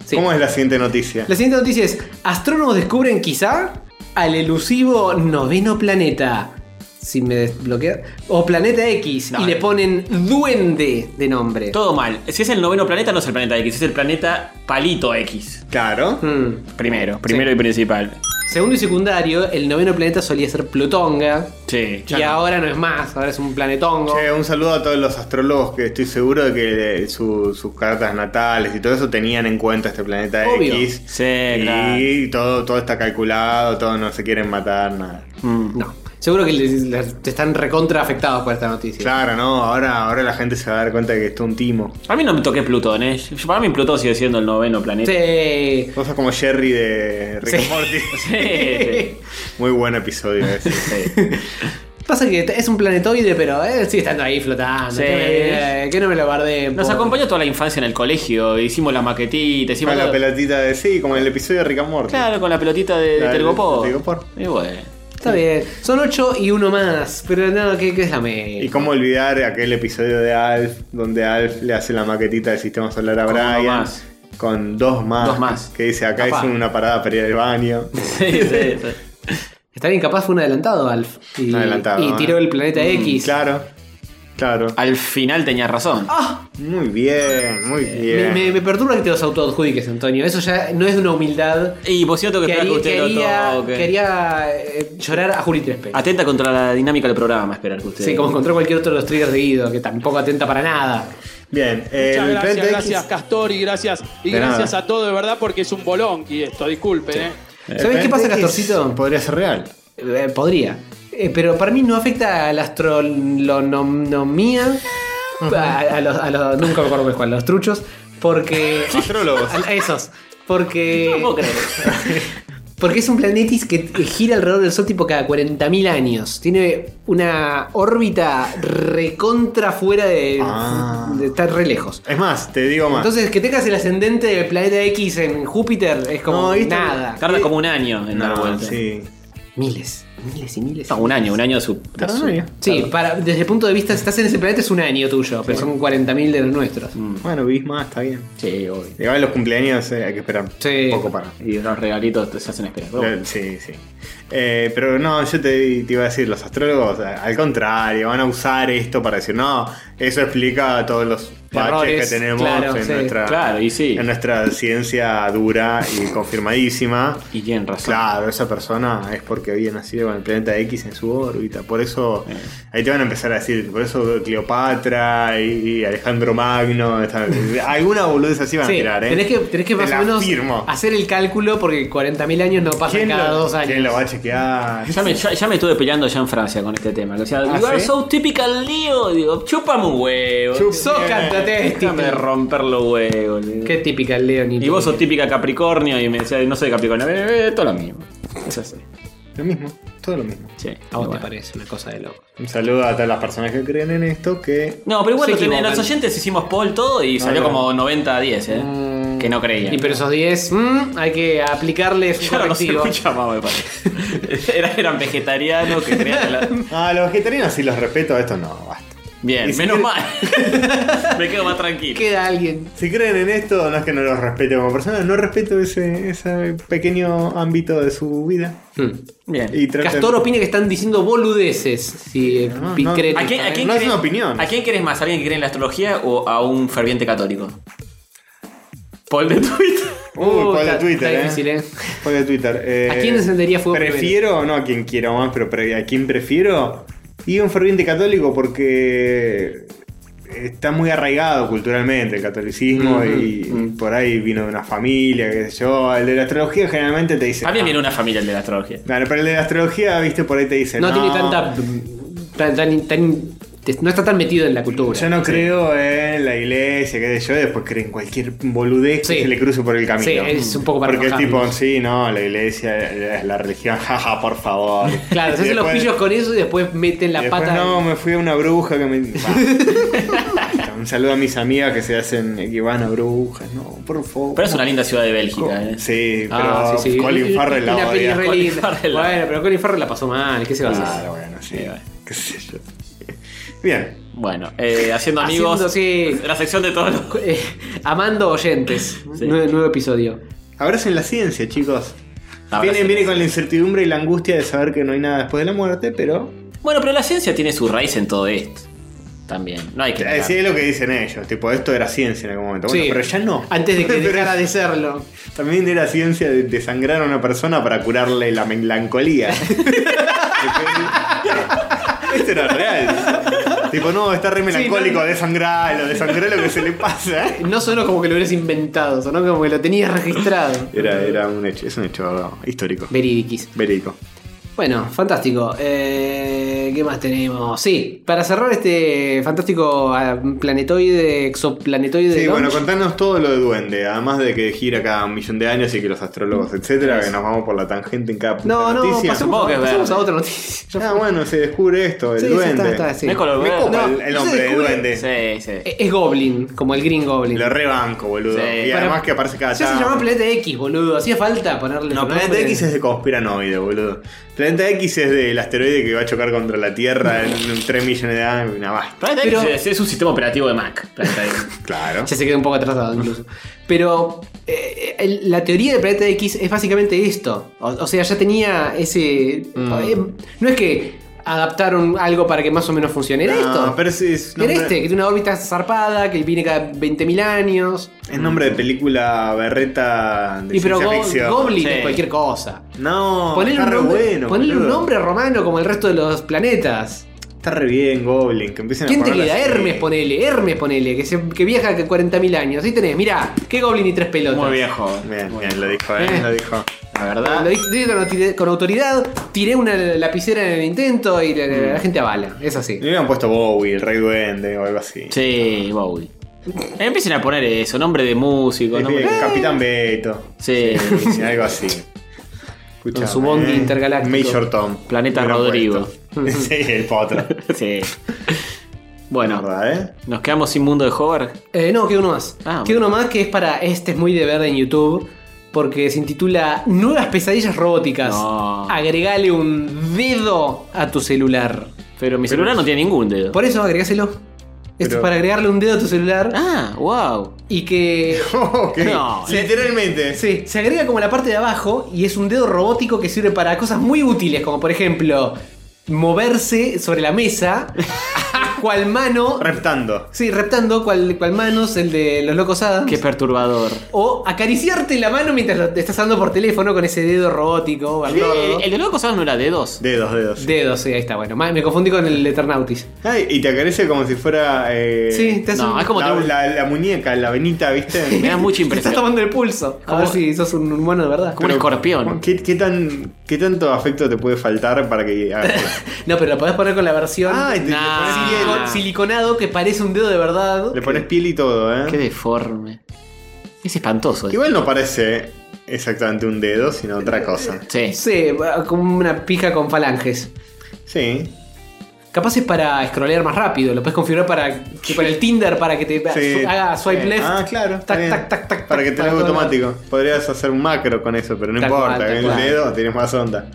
[SPEAKER 2] Sí.
[SPEAKER 1] ¿Cómo es la siguiente noticia?
[SPEAKER 2] La siguiente noticia es: astrónomos descubren quizá al elusivo noveno planeta. Si me desbloquea. O planeta X.
[SPEAKER 3] No,
[SPEAKER 2] y le
[SPEAKER 3] eh.
[SPEAKER 2] ponen duende de nombre.
[SPEAKER 3] Todo mal. Si es el noveno planeta, no es el planeta X, es el planeta Palito X.
[SPEAKER 1] Claro.
[SPEAKER 2] Mm.
[SPEAKER 3] Primero, primero y principal.
[SPEAKER 2] Segundo y secundario, el noveno planeta solía ser Plutonga.
[SPEAKER 3] Sí.
[SPEAKER 2] Y ahora no es más, ahora es un planetongo.
[SPEAKER 1] Che, un saludo a todos los astrólogos que estoy seguro de que eh, su- sus cartas natales y todo eso tenían en cuenta este planeta
[SPEAKER 2] Obvio.
[SPEAKER 1] X.
[SPEAKER 3] Sí,
[SPEAKER 1] y
[SPEAKER 3] claro.
[SPEAKER 1] todo, todo está calculado, todos no se quieren matar, nada.
[SPEAKER 3] Mm.
[SPEAKER 2] No. Seguro que les- les- están recontra afectados por esta noticia.
[SPEAKER 1] Claro, no, ahora, ahora la gente se va a dar cuenta de que está un timo.
[SPEAKER 3] A mí no me toqué Plutón, ¿eh? Yo- Para mí Plutón sigue siendo el noveno planeta.
[SPEAKER 2] Sí.
[SPEAKER 1] Cosas como Jerry de Rick and
[SPEAKER 2] Sí.
[SPEAKER 1] Morty.
[SPEAKER 3] Sí,
[SPEAKER 1] Muy buen episodio
[SPEAKER 2] <laughs>
[SPEAKER 1] ese.
[SPEAKER 3] <laughs>
[SPEAKER 1] <laughs>
[SPEAKER 2] Pasa que es un planetoide, pero eh, sigue estando ahí flotando.
[SPEAKER 3] Sí.
[SPEAKER 2] Que, me- eh, que no me lo guardé.
[SPEAKER 3] Nos acompañó toda la infancia en el colegio, hicimos la maquetita, hicimos
[SPEAKER 1] Con la
[SPEAKER 3] todo.
[SPEAKER 1] pelotita de sí, como en el episodio de Rick and Morty.
[SPEAKER 3] Claro, con la pelotita de,
[SPEAKER 1] La
[SPEAKER 3] de
[SPEAKER 1] del-
[SPEAKER 3] Telgopor.
[SPEAKER 1] de Telgopor.
[SPEAKER 3] Y bueno.
[SPEAKER 2] Está bien. Son ocho y uno más. Pero no, ¿qué, qué es la media?
[SPEAKER 1] Y cómo olvidar aquel episodio de Alf, donde Alf le hace la maquetita del sistema solar a
[SPEAKER 3] Con uno
[SPEAKER 1] Brian.
[SPEAKER 3] más.
[SPEAKER 1] Con dos más.
[SPEAKER 3] Dos más.
[SPEAKER 1] Que dice, acá
[SPEAKER 3] Capaz.
[SPEAKER 1] hice una parada para ir al baño.
[SPEAKER 3] Sí,
[SPEAKER 1] <laughs>
[SPEAKER 3] sí, sí.
[SPEAKER 2] Está bien, capaz fue un adelantado, Alf. Y,
[SPEAKER 1] Un adelantado,
[SPEAKER 2] y
[SPEAKER 1] ¿eh?
[SPEAKER 2] tiró el planeta X.
[SPEAKER 1] Claro. Claro.
[SPEAKER 3] Al final tenías razón.
[SPEAKER 1] Ah. Muy bien, muy
[SPEAKER 2] Me,
[SPEAKER 1] bien.
[SPEAKER 2] me- me perturba que te los autoadjudiques, Antonio. Eso ya no es de una humildad
[SPEAKER 3] Y vos si no tengo que
[SPEAKER 2] que
[SPEAKER 3] esperar que
[SPEAKER 2] haría,
[SPEAKER 3] usted
[SPEAKER 2] que
[SPEAKER 3] lo
[SPEAKER 2] haría-
[SPEAKER 3] toque.
[SPEAKER 2] que haría, eh, llorar a Juli Trespe.
[SPEAKER 1] Ah,
[SPEAKER 3] Atenta contra la dinámica del programa, esperar que usted.
[SPEAKER 1] Eh,
[SPEAKER 2] Sí, como encontró cualquier otro de los triggers de Guido, que tampoco atenta para nada.
[SPEAKER 1] Bien,
[SPEAKER 4] Muchas
[SPEAKER 1] el
[SPEAKER 4] gracias,
[SPEAKER 1] 30X
[SPEAKER 4] gracias Castor y gracias, y
[SPEAKER 1] De
[SPEAKER 4] gracias
[SPEAKER 1] nada.
[SPEAKER 4] a todo de verdad porque es un bolonqui esto, disculpen, ¿eh?
[SPEAKER 1] el
[SPEAKER 2] ¿Sabés qué pasa,
[SPEAKER 1] 30X
[SPEAKER 2] Castorcito?
[SPEAKER 1] Podría ser real.
[SPEAKER 2] Eh, podría. Eh, pero para mí no afecta a la astronomía. A, a los, a los- Nunca me acuerdo cuál es cuál, los truchos. Porque.
[SPEAKER 1] Astrólogos.
[SPEAKER 2] a- a <laughs> esos. Porque.
[SPEAKER 3] No puedo
[SPEAKER 1] <laughs>
[SPEAKER 3] creer.
[SPEAKER 2] Porque es un planetis que gira alrededor del Sol tipo cada 40.000 años. Tiene una órbita recontra fuera de,
[SPEAKER 1] Ah.
[SPEAKER 2] de estar re lejos.
[SPEAKER 1] Es más, te digo más.
[SPEAKER 2] Entonces, que tengas el ascendente del planeta X en Júpiter es
[SPEAKER 1] No,
[SPEAKER 2] como
[SPEAKER 1] ¿viste?
[SPEAKER 2] nada.
[SPEAKER 3] Tarda como un año en
[SPEAKER 1] No,
[SPEAKER 3] dar vuelta.
[SPEAKER 1] sí.
[SPEAKER 2] Miles, miles y miles.
[SPEAKER 3] No, un año, un año de su. de su-
[SPEAKER 2] Sí, para, desde el punto de vista, si estás en ese planeta es un año tuyo, pero son 40.000 de los nuestros.
[SPEAKER 1] Bueno, vivís más, está bien.
[SPEAKER 3] Mm. Sí, obvio.
[SPEAKER 1] Igual los cumpleaños eh, hay que esperar
[SPEAKER 2] Sí.
[SPEAKER 1] un poco para.
[SPEAKER 3] Y los regalitos te- se hacen esperar. Pero bueno.
[SPEAKER 1] Eh, Sí, sí. Eh, pero no, yo te, te iba a decir, los astrólogos, a- al contrario, van a usar esto para decir, no, eso explica todos los baches
[SPEAKER 2] Errores,
[SPEAKER 1] que tenemos
[SPEAKER 2] claro,
[SPEAKER 1] en,
[SPEAKER 2] sí.
[SPEAKER 1] nuestra,
[SPEAKER 3] Claro, y sí.
[SPEAKER 1] en nuestra ciencia dura
[SPEAKER 2] <laughs>
[SPEAKER 1] y confirmadísima.
[SPEAKER 3] Y tienen razón.
[SPEAKER 1] Claro, esa persona es porque había nacido con el planeta X en su órbita. Por eso, ahí te van a empezar a decir, por eso Cleopatra y, y Alejandro Magno, esta- alguna boludez así van
[SPEAKER 2] Sí,
[SPEAKER 1] a tirar, ¿eh?
[SPEAKER 2] tenés que, tenés que
[SPEAKER 1] Te
[SPEAKER 2] más
[SPEAKER 1] la
[SPEAKER 2] o menos
[SPEAKER 1] firmo.
[SPEAKER 2] hacer el cálculo porque 40.000 años no pasan
[SPEAKER 1] ¿Quién
[SPEAKER 2] cada
[SPEAKER 1] lo,
[SPEAKER 2] dos años.
[SPEAKER 1] quién lo va a chequear?
[SPEAKER 2] <laughs>
[SPEAKER 3] Ya me, ya, ya me estuve peleando ya en Francia con este tema. que decía,
[SPEAKER 2] ¿Ah,
[SPEAKER 3] you are
[SPEAKER 1] ¿sí?
[SPEAKER 3] so typical Leo. Digo, chúpame un huevo.
[SPEAKER 1] Chup-
[SPEAKER 2] Sos cantatés,
[SPEAKER 3] Déjame de romper los huevos. le digo.
[SPEAKER 2] Qué típica el León.
[SPEAKER 3] Y vos sos típica Capricornio y me decía, no soy Capricornio. Eh, eh, todo lo mismo. Es así.
[SPEAKER 1] Lo mismo, todo lo mismo.
[SPEAKER 3] Sí,
[SPEAKER 2] A vos
[SPEAKER 3] bueno.
[SPEAKER 2] te parece una cosa de loco.
[SPEAKER 1] Un saludo a todas las personas que creen en esto que...
[SPEAKER 3] No, pero igual
[SPEAKER 2] Se
[SPEAKER 3] lo tenés.
[SPEAKER 2] equivocan.
[SPEAKER 3] los oyentes hicimos poll todo y salió
[SPEAKER 1] no.
[SPEAKER 3] como 90 a 10, ¿eh? Que no creían.
[SPEAKER 2] Mm.
[SPEAKER 3] <laughs>
[SPEAKER 2] Y pero esos 10, mm, hay que aplicarles un
[SPEAKER 3] Claro, no se
[SPEAKER 2] correctivo.
[SPEAKER 3] escucha más, me parece. <laughs> Era- eran vegetarianos que creían
[SPEAKER 2] <laughs>
[SPEAKER 3] que la-
[SPEAKER 1] Ah, los vegetarianos sí los respeto, a estos no, basta.
[SPEAKER 3] Bien,
[SPEAKER 1] Y si
[SPEAKER 3] menos
[SPEAKER 1] quiere- <laughs>
[SPEAKER 3] mal. me quedo más tranquilo.
[SPEAKER 2] Queda alguien.
[SPEAKER 1] Si creen en esto, no es que no los respete como personas, no respeto ese, ese pequeño ámbito de su vida.
[SPEAKER 3] Hmm. Bien.
[SPEAKER 1] Y traten-
[SPEAKER 2] Castor opina que están diciendo boludeces. Si eh,
[SPEAKER 1] No,
[SPEAKER 2] pi-
[SPEAKER 1] no.
[SPEAKER 2] creen
[SPEAKER 3] ¿A quién,
[SPEAKER 2] esta
[SPEAKER 3] a
[SPEAKER 2] vez.
[SPEAKER 3] quién
[SPEAKER 1] No es
[SPEAKER 3] querés-
[SPEAKER 1] una opinión.
[SPEAKER 3] ¿A quién querés más? ¿A alguien que cree en la astrología o a un ferviente católico? Paul de Twitter.
[SPEAKER 1] Uy,
[SPEAKER 2] Uh,
[SPEAKER 1] cuál de
[SPEAKER 2] está-
[SPEAKER 1] Twitter,
[SPEAKER 2] está
[SPEAKER 1] eh.
[SPEAKER 2] difícil, eh.
[SPEAKER 1] Cuál de Twitter. eh,
[SPEAKER 2] ¿A quién encendería fuego
[SPEAKER 1] Prefiero, no a quien quiero más, pero pre- a quién prefiero. Y un ferviente católico porque está muy arraigado culturalmente el catolicismo y por ahí vino de una familia, qué sé yo. El de la astrología generalmente te dice...
[SPEAKER 3] También
[SPEAKER 1] "Ah,
[SPEAKER 3] viene una familia el de la astrología.
[SPEAKER 1] Claro, pero el de la astrología, viste, por ahí te dice.
[SPEAKER 2] No,
[SPEAKER 1] Este, No,
[SPEAKER 2] tiene tanta. tan- tan- tan- no está tan metido en la cultura.
[SPEAKER 1] Yo no creo en la iglesia, qué sé yo, después creen cualquier boludez
[SPEAKER 2] Sí.
[SPEAKER 1] que se le cruce por el camino.
[SPEAKER 2] Sí, es un poco para
[SPEAKER 1] Porque es tipo,
[SPEAKER 2] enojarnos.
[SPEAKER 1] sí, no, la iglesia es la religión, <laughs> jaja, por favor.
[SPEAKER 2] Claro, se
[SPEAKER 1] Y
[SPEAKER 2] hacen los
[SPEAKER 1] después-
[SPEAKER 2] pillos con eso y después meten
[SPEAKER 1] y
[SPEAKER 2] la
[SPEAKER 1] después,
[SPEAKER 2] pata.
[SPEAKER 1] No, me fui a una bruja
[SPEAKER 2] <laughs>
[SPEAKER 1] que me. Bah. un saludo a mis amigas que se hacen que van a brujas, no, por favor.
[SPEAKER 3] Pero es una linda ciudad de Bélgica, ¿eh?
[SPEAKER 1] Sí, pero
[SPEAKER 2] Ah, sí, sí.
[SPEAKER 1] Colin Farrell la
[SPEAKER 2] Una peli
[SPEAKER 1] odia.
[SPEAKER 2] re
[SPEAKER 3] Colin
[SPEAKER 2] linda.
[SPEAKER 3] Farrell la-
[SPEAKER 2] Bueno, pero Colin Farrell la pasó mal. ¿Qué se va a hacer?
[SPEAKER 1] Claro, bueno, sí. Qué sé yo. Bien.
[SPEAKER 3] Bueno, eh, haciendo amigos.
[SPEAKER 2] Haciendo, sí.
[SPEAKER 3] La sección de todos los.
[SPEAKER 2] Eh, amando oyentes. Nuevo, nuevo episodio.
[SPEAKER 1] Abracen la ciencia, chicos.
[SPEAKER 3] Abracen
[SPEAKER 1] Viene,
[SPEAKER 3] la
[SPEAKER 1] viene con la incertidumbre y la angustia de saber que no hay nada después de la muerte, pero. eh,
[SPEAKER 3] Bueno, pero la ciencia tiene su raíz en todo esto. También. No hay que.
[SPEAKER 1] Eh,
[SPEAKER 3] negar.
[SPEAKER 1] sí, es lo que dicen ellos. Tipo, esto era ciencia en algún momento. Bueno,
[SPEAKER 2] Sí.
[SPEAKER 1] pero ya no.
[SPEAKER 2] Antes de que
[SPEAKER 1] <laughs> Pero
[SPEAKER 2] dejara de serlo.
[SPEAKER 1] También era ciencia de desangrar a una persona para curarle
[SPEAKER 2] <laughs>
[SPEAKER 1] la melancolía. <laughs> esto era real. Tipo, no, está re melancólico, desangralo, desangralo lo que se le pasa. ¿eh?
[SPEAKER 2] <laughs> No sonó como que lo hubieras inventado, sonó como que lo tenías registrado.
[SPEAKER 1] Era, era un hecho, es un hecho histórico.
[SPEAKER 2] Veridiquis.
[SPEAKER 1] Verídico.
[SPEAKER 2] Bueno, fantástico. Eh, ¿Qué más tenemos? Sí, para cerrar este fantástico ah, planetoide, exoplanetoide.
[SPEAKER 1] Sí,
[SPEAKER 2] launch,
[SPEAKER 1] bueno, contanos todo lo de Duende, además de que gira cada un millón de años y que los astrólogos, etcétera, que nos vamos por la tangente en cada puta
[SPEAKER 2] No, no,
[SPEAKER 1] noticia.
[SPEAKER 2] pasemos,
[SPEAKER 3] Supongo que es
[SPEAKER 2] pasemos a
[SPEAKER 3] verde.
[SPEAKER 2] otra noticia.
[SPEAKER 1] Ah, bueno, se descubre esto, <laughs> el
[SPEAKER 2] Sí, sí,
[SPEAKER 1] duende.
[SPEAKER 2] está, está, sí.
[SPEAKER 3] No es color
[SPEAKER 1] Me eh.
[SPEAKER 3] verde.
[SPEAKER 1] copa
[SPEAKER 2] No,
[SPEAKER 1] el, el
[SPEAKER 2] no se
[SPEAKER 1] hombre de
[SPEAKER 2] descubre-
[SPEAKER 1] duende.
[SPEAKER 3] Sí, sí.
[SPEAKER 1] Eh,
[SPEAKER 2] Es es Goblin, como el Green Goblin.
[SPEAKER 1] Lo rebanco, boludo.
[SPEAKER 3] Sí.
[SPEAKER 1] Y
[SPEAKER 2] Para-
[SPEAKER 1] además que aparece cada
[SPEAKER 2] Ya se llamaba
[SPEAKER 1] tanto.
[SPEAKER 2] Planeta X, boludo. Hacía falta ponerle.
[SPEAKER 1] No,
[SPEAKER 2] otro
[SPEAKER 1] Planeta
[SPEAKER 2] nombre.
[SPEAKER 1] X es de conspiranoide, boludo. Planeta X es del asteroide que va a chocar contra la Tierra en
[SPEAKER 2] <laughs>
[SPEAKER 1] un 3 millones de años. Una basta.
[SPEAKER 3] Planeta
[SPEAKER 2] Pero-
[SPEAKER 3] X es, es un sistema operativo de Mac. Planeta X.
[SPEAKER 1] Claro.
[SPEAKER 2] Ya se quedó un poco
[SPEAKER 1] <laughs>
[SPEAKER 2] atrasado incluso. Pero eh, el- la teoría del planeta X es básicamente esto. O, o sea, ya tenía ese.
[SPEAKER 1] Mm.
[SPEAKER 2] eh, no es que adaptaron algo para que más o menos funcione. Era
[SPEAKER 1] No,
[SPEAKER 2] esto.
[SPEAKER 1] pero ese es
[SPEAKER 2] Era
[SPEAKER 1] nombre-
[SPEAKER 2] este, que tiene una órbita zarpada, que viene cada 20.000 años.
[SPEAKER 1] Es nombre de película berreta de
[SPEAKER 2] Y pero
[SPEAKER 1] ciencia
[SPEAKER 2] Go-
[SPEAKER 1] ficción.
[SPEAKER 2] Goblin
[SPEAKER 3] Sí.
[SPEAKER 2] es cualquier cosa.
[SPEAKER 1] No,
[SPEAKER 2] Ponle
[SPEAKER 1] está
[SPEAKER 2] un,
[SPEAKER 1] re
[SPEAKER 2] nombre,
[SPEAKER 1] bueno.
[SPEAKER 2] ponele un
[SPEAKER 1] boludo.
[SPEAKER 2] nombre romano como el resto de los planetas.
[SPEAKER 1] está re bien Goblin, que empiecen
[SPEAKER 2] ¿Quién
[SPEAKER 1] a
[SPEAKER 2] te
[SPEAKER 1] poner
[SPEAKER 2] queda?
[SPEAKER 1] las-
[SPEAKER 2] Hermes, ponele, Hermes, ponele, que, se- que viaja que 40.000 años. Ahí tenés, mirá, qué goblin y tres pelotas.
[SPEAKER 3] Muy bien, joven.
[SPEAKER 1] Bien, bien, lo dijo, eh,
[SPEAKER 2] Eh.
[SPEAKER 1] lo dijo.
[SPEAKER 3] La
[SPEAKER 2] Lo
[SPEAKER 3] verdad.
[SPEAKER 2] dije- dije con, autori- con autoridad, tiré una lapicera en el intento y la, la-
[SPEAKER 3] Mm.
[SPEAKER 2] la gente avala. Es así.
[SPEAKER 1] Le hubieran puesto Bowie, el Rey Duende o algo así.
[SPEAKER 3] Sí, Bowie. Empiecen a poner eso, nombre de músico,
[SPEAKER 1] Es
[SPEAKER 3] nombre
[SPEAKER 1] bien, Capitán Beto.
[SPEAKER 3] Sí.
[SPEAKER 1] Sí,
[SPEAKER 2] <laughs>
[SPEAKER 1] algo así. Escuchame, eh.
[SPEAKER 2] Con su bondi intergaláctico.
[SPEAKER 1] Major Tom.
[SPEAKER 3] Planeta
[SPEAKER 1] Hubieran
[SPEAKER 3] Rodrigo.
[SPEAKER 1] puesto. <laughs> sí, el
[SPEAKER 2] <laughs>
[SPEAKER 1] potro.
[SPEAKER 3] sí. Bueno,
[SPEAKER 1] ¿Verdad, eh? <laughs>
[SPEAKER 3] nos quedamos sin mundo de Hover.
[SPEAKER 2] Eh, no, queda uno más.
[SPEAKER 3] Ah,
[SPEAKER 2] queda uno más que es para. Este es muy de ver en YouTube. Porque se intitula Nuevas pesadillas robóticas.
[SPEAKER 3] No.
[SPEAKER 2] Agregale un dedo a tu celular.
[SPEAKER 3] Pero mi celular no tiene ningún dedo.
[SPEAKER 2] Por eso agregáselo. Esto es
[SPEAKER 1] Pero-
[SPEAKER 2] para agregarle un dedo a tu celular
[SPEAKER 3] Ah, wow.
[SPEAKER 2] y
[SPEAKER 3] <laughs>
[SPEAKER 2] que
[SPEAKER 1] Oh, Ok.
[SPEAKER 3] No.
[SPEAKER 1] Literalmente.
[SPEAKER 2] Sí, se agrega como la parte de abajo y es un dedo robótico que sirve para cosas muy útiles, como por ejemplo moverse sobre la mesa, <laughs> cual mano.
[SPEAKER 1] Reptando.
[SPEAKER 2] Sí, reptando, cual, cual manos, el de los locos Adams.
[SPEAKER 3] Qué perturbadras.
[SPEAKER 2] O acariciarte la mano mientras lo- te estás dando por teléfono con ese dedo robótico, Bernardo.
[SPEAKER 3] Eh, El, el de Loco Sam no era dedos.
[SPEAKER 1] Dedos, dedos.
[SPEAKER 2] Dedo, sí, ahí está, bueno. ma- Me confundí con el Eternautis.
[SPEAKER 1] Ay, y te acaricia como si fuera. eh,
[SPEAKER 2] Sí, te Ah, hace
[SPEAKER 3] no,
[SPEAKER 2] un-
[SPEAKER 3] es como
[SPEAKER 1] la,
[SPEAKER 3] te-
[SPEAKER 1] la- la muñeca, la
[SPEAKER 2] <laughs>
[SPEAKER 1] venita,
[SPEAKER 3] Me
[SPEAKER 1] ¿viste?
[SPEAKER 3] da mucha
[SPEAKER 2] Te estás
[SPEAKER 3] impresión.
[SPEAKER 2] tomando el pulso. A
[SPEAKER 3] Como-
[SPEAKER 2] ver si sos un humano de verdad.
[SPEAKER 3] Como un escorpión.
[SPEAKER 1] ¿Qué, qué tan, ¿Qué tanto afecto te puede faltar para que hagas
[SPEAKER 2] <laughs>
[SPEAKER 1] eso?
[SPEAKER 2] No, pero lo podés poner con la versión
[SPEAKER 1] Ay, te-
[SPEAKER 3] Nah.
[SPEAKER 1] le,
[SPEAKER 2] silicon-
[SPEAKER 1] pones piel,
[SPEAKER 2] siliconado que parece un dedo de verdad.
[SPEAKER 1] le pones piel y todo, ¿eh?
[SPEAKER 3] Qué deforme. Es espantoso. eso.
[SPEAKER 1] Igual no parece exactamente un dedo, sino otra cosa.
[SPEAKER 3] Sí.
[SPEAKER 2] Sí, como una pija con falanges.
[SPEAKER 1] Sí.
[SPEAKER 2] Capaz es para scrollear más rápido, lo puedes configurar para que con el Tinder para que te
[SPEAKER 1] Sí.
[SPEAKER 2] haga swipe left.
[SPEAKER 1] Ah, claro. está
[SPEAKER 2] Tac,
[SPEAKER 1] bien.
[SPEAKER 2] tac, tac, tac,
[SPEAKER 1] para
[SPEAKER 2] tac,
[SPEAKER 1] que tengas
[SPEAKER 2] todos
[SPEAKER 1] automático. Podrías hacer un macro con eso, pero no
[SPEAKER 2] Tal
[SPEAKER 1] importa.
[SPEAKER 2] cual, tal
[SPEAKER 1] en el
[SPEAKER 2] cual.
[SPEAKER 1] dedo tienes más onda.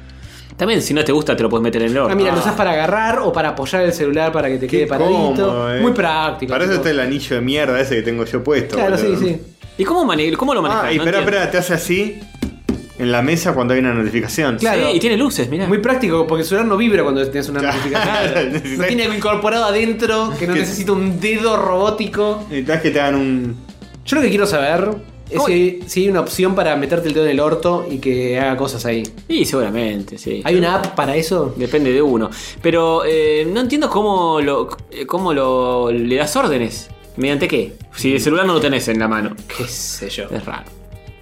[SPEAKER 3] También, si no te gusta, te lo puedes meter en el
[SPEAKER 2] lados.
[SPEAKER 3] horno.
[SPEAKER 2] Ah, mira, lo usas para agarrar o para apoyar el celular para que te
[SPEAKER 1] Qué
[SPEAKER 2] quede paradito.
[SPEAKER 1] cómodo, eh.
[SPEAKER 2] Muy práctico.
[SPEAKER 1] Para eso
[SPEAKER 2] tipo.
[SPEAKER 1] está el anillo de mierda ese que tengo yo puesto.
[SPEAKER 2] Claro, sí,
[SPEAKER 1] boludo.
[SPEAKER 2] sí.
[SPEAKER 3] ¿Y cómo, mane- cómo lo manejas?
[SPEAKER 1] Ah, y
[SPEAKER 3] No
[SPEAKER 1] espera,
[SPEAKER 3] entiendo.
[SPEAKER 1] espera, te hace así en la mesa cuando hay una notificación.
[SPEAKER 2] Claro.
[SPEAKER 3] Sí, y tiene luces, mira.
[SPEAKER 2] Muy práctico porque el celular no vibra cuando tienes una
[SPEAKER 1] <laughs>
[SPEAKER 2] notificación. No tiene algo incorporado adentro, que no
[SPEAKER 1] Que-
[SPEAKER 2] necesita un dedo robótico.
[SPEAKER 1] Necesitas que te hagan un.
[SPEAKER 2] Yo lo que quiero saber es
[SPEAKER 3] ¿Cómo?
[SPEAKER 2] si, si hay una opción para meterte el dedo en el orto y que haga cosas ahí.
[SPEAKER 3] Sí, seguramente, sí.
[SPEAKER 2] ¿Hay una app para eso?
[SPEAKER 3] Depende de uno. Pero eh, no entiendo cómo lo cómo lo le das órdenes. ¿Mediante qué? Si el celular no lo tenés en la mano.
[SPEAKER 2] ¿Qué sé yo?
[SPEAKER 3] Es raro.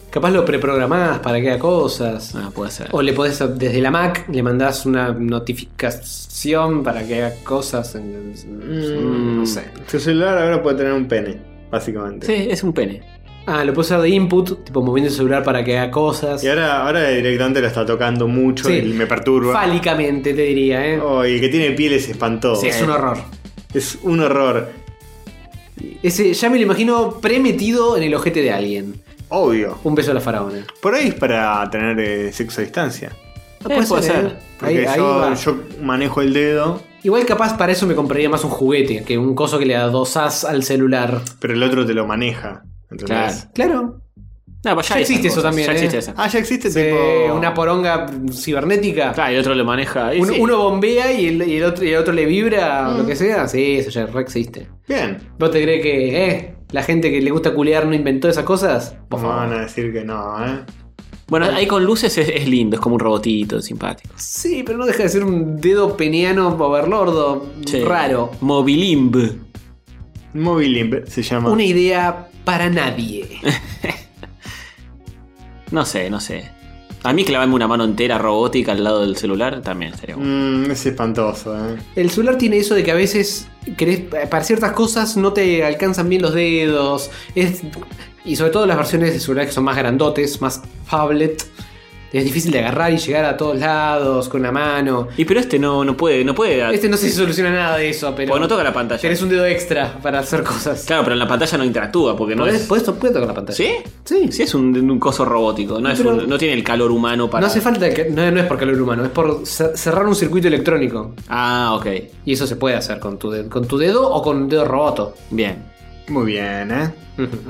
[SPEAKER 2] Capaz lo preprogramás para que haga cosas.
[SPEAKER 3] Ah, puede ser.
[SPEAKER 2] O le podés, desde la Mac, le mandás una notificación para que haga cosas. en- en- No sé.
[SPEAKER 1] Tu celular ahora puede tener un pene, básicamente.
[SPEAKER 3] Mm. Sí, es un pene.
[SPEAKER 2] Ah, lo puedes usar de input, tipo moviendo el celular para que haga cosas.
[SPEAKER 1] Y ahora, ahora directamente lo está tocando mucho
[SPEAKER 2] Sí.
[SPEAKER 1] y me perturba.
[SPEAKER 2] Fálicamente, te diría, ¿eh?
[SPEAKER 1] Oh, y el que tiene piel es espantoso.
[SPEAKER 2] Sí, es un horror.
[SPEAKER 1] Es un horror.
[SPEAKER 2] Ese, ya me lo imagino premetido en el ojete de alguien.
[SPEAKER 1] Obvio.
[SPEAKER 2] Un beso a la
[SPEAKER 3] Eh,
[SPEAKER 2] faraona.
[SPEAKER 1] Por ahí es para tener eh, sexo a distancia.
[SPEAKER 2] Ah,
[SPEAKER 3] Eh, puede ser.
[SPEAKER 2] ¿eh? Ahí,
[SPEAKER 1] Porque
[SPEAKER 2] ahí
[SPEAKER 1] yo,
[SPEAKER 2] va.
[SPEAKER 1] yo manejo el dedo,
[SPEAKER 2] Igual capaz para eso me compraría más un juguete que un coso que le adosás al celular.
[SPEAKER 1] pero el otro te lo maneja. ¿entendés?
[SPEAKER 2] Claro.
[SPEAKER 3] No, pues
[SPEAKER 2] Ya
[SPEAKER 3] hay
[SPEAKER 2] existe
[SPEAKER 3] esas
[SPEAKER 2] eso también,
[SPEAKER 3] Ya
[SPEAKER 2] ¿eh?
[SPEAKER 3] existe esa.
[SPEAKER 1] Ah, ya existe
[SPEAKER 2] Sí,
[SPEAKER 1] tipo-
[SPEAKER 2] una poronga cibernética.
[SPEAKER 3] Claro, y el otro lo maneja. y
[SPEAKER 2] Uno,
[SPEAKER 3] sí.
[SPEAKER 2] uno bombea y el, y el otro, y el otro le vibra o lo que sea. Sí, eso ya re existe.
[SPEAKER 1] Bien.
[SPEAKER 2] ¿Vos te crees que eh, la gente que le gusta culear no inventó esas cosas? Por
[SPEAKER 1] No van
[SPEAKER 2] favor.
[SPEAKER 1] a decir que no, ¿eh?
[SPEAKER 3] Bueno, ahí con luces es, es lindo, es como un robotito, es simpático.
[SPEAKER 2] Sí, pero no deja de ser un dedo peniano overlordo
[SPEAKER 3] Sí.
[SPEAKER 2] raro.
[SPEAKER 3] Movilimb.
[SPEAKER 1] Movilimp se llama.
[SPEAKER 2] Una idea para nadie.
[SPEAKER 3] No sé, no sé. A mí clavarme una mano entera robótica al lado del celular también sería bueno.
[SPEAKER 1] Mm, es espantoso, ¿eh?
[SPEAKER 2] El celular tiene eso de que a veces querés- para ciertas cosas no te alcanzan bien los dedos. es- y sobre todo las versiones de celular que son más grandotes, más tablet. Es difícil de agarrar y llegar a todos lados con la mano.
[SPEAKER 3] Y pero este no, no puede, no puede.
[SPEAKER 2] Mm. Este no sé si soluciona nada de eso, pero.
[SPEAKER 3] porque Pues no toca la pantalla.
[SPEAKER 2] Tenés un dedo extra para hacer cosas.
[SPEAKER 3] Claro, pero en la pantalla no interactúa porque no
[SPEAKER 2] Podés,
[SPEAKER 3] es.
[SPEAKER 2] podés to- podés tocar la pantalla.
[SPEAKER 3] ¿Sí?
[SPEAKER 2] Sí.
[SPEAKER 3] Sí, es un, un coso robótico. No, es
[SPEAKER 2] Pero-
[SPEAKER 3] un- no tiene el calor humano para.
[SPEAKER 2] No hace falta que. No, no es por calor humano, es por cer- cerrar un circuito electrónico.
[SPEAKER 3] Ah, ok.
[SPEAKER 2] Y eso se puede hacer con tu, dedo- con tu dedo o con un dedo roboto.
[SPEAKER 3] Bien.
[SPEAKER 1] Muy bien, ¿eh?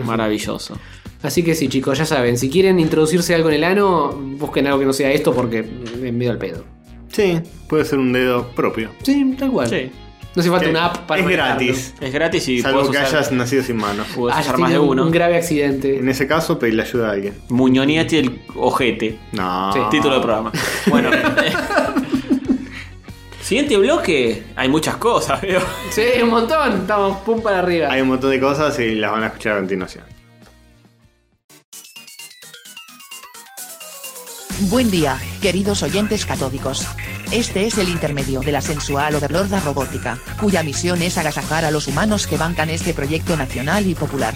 [SPEAKER 3] Maravilloso.
[SPEAKER 2] Así que sí, chicos, ya saben, si quieren introducirse algo en el ano, busquen algo que no sea esto porque es medio al pedo.
[SPEAKER 1] Sí, puede ser un dedo propio.
[SPEAKER 2] Sí, tal cual.
[SPEAKER 3] Sí.
[SPEAKER 2] No hace falta
[SPEAKER 1] Que
[SPEAKER 2] una app para.
[SPEAKER 1] Eh, es
[SPEAKER 2] manejarlo.
[SPEAKER 1] gratis.
[SPEAKER 3] Es gratis y
[SPEAKER 1] salvo
[SPEAKER 3] puedes
[SPEAKER 1] que
[SPEAKER 3] usar,
[SPEAKER 1] hayas nacido sin manos.
[SPEAKER 3] podés
[SPEAKER 2] Ah,
[SPEAKER 3] usar
[SPEAKER 2] ya
[SPEAKER 3] más de
[SPEAKER 2] tiene un-
[SPEAKER 3] uno.
[SPEAKER 2] Un grave accidente.
[SPEAKER 1] En ese caso, pedirle ayuda a alguien.
[SPEAKER 3] Muñoniati el ojete.
[SPEAKER 1] No.
[SPEAKER 3] Ah.
[SPEAKER 2] Sí.
[SPEAKER 3] <laughs> Título del programa. Bueno. eh, Siguiente bloque, hay muchas cosas, <laughs> veo.
[SPEAKER 2] Sí, un montón. Estamos pum para arriba.
[SPEAKER 1] Hay un montón de cosas y las van a escuchar a continuación.
[SPEAKER 5] Buen día, queridos oyentes catódicos. Este es el intermedio de la sensual overlorda robótica, cuya misión es agasajar a los humanos que bancan este proyecto nacional y popular.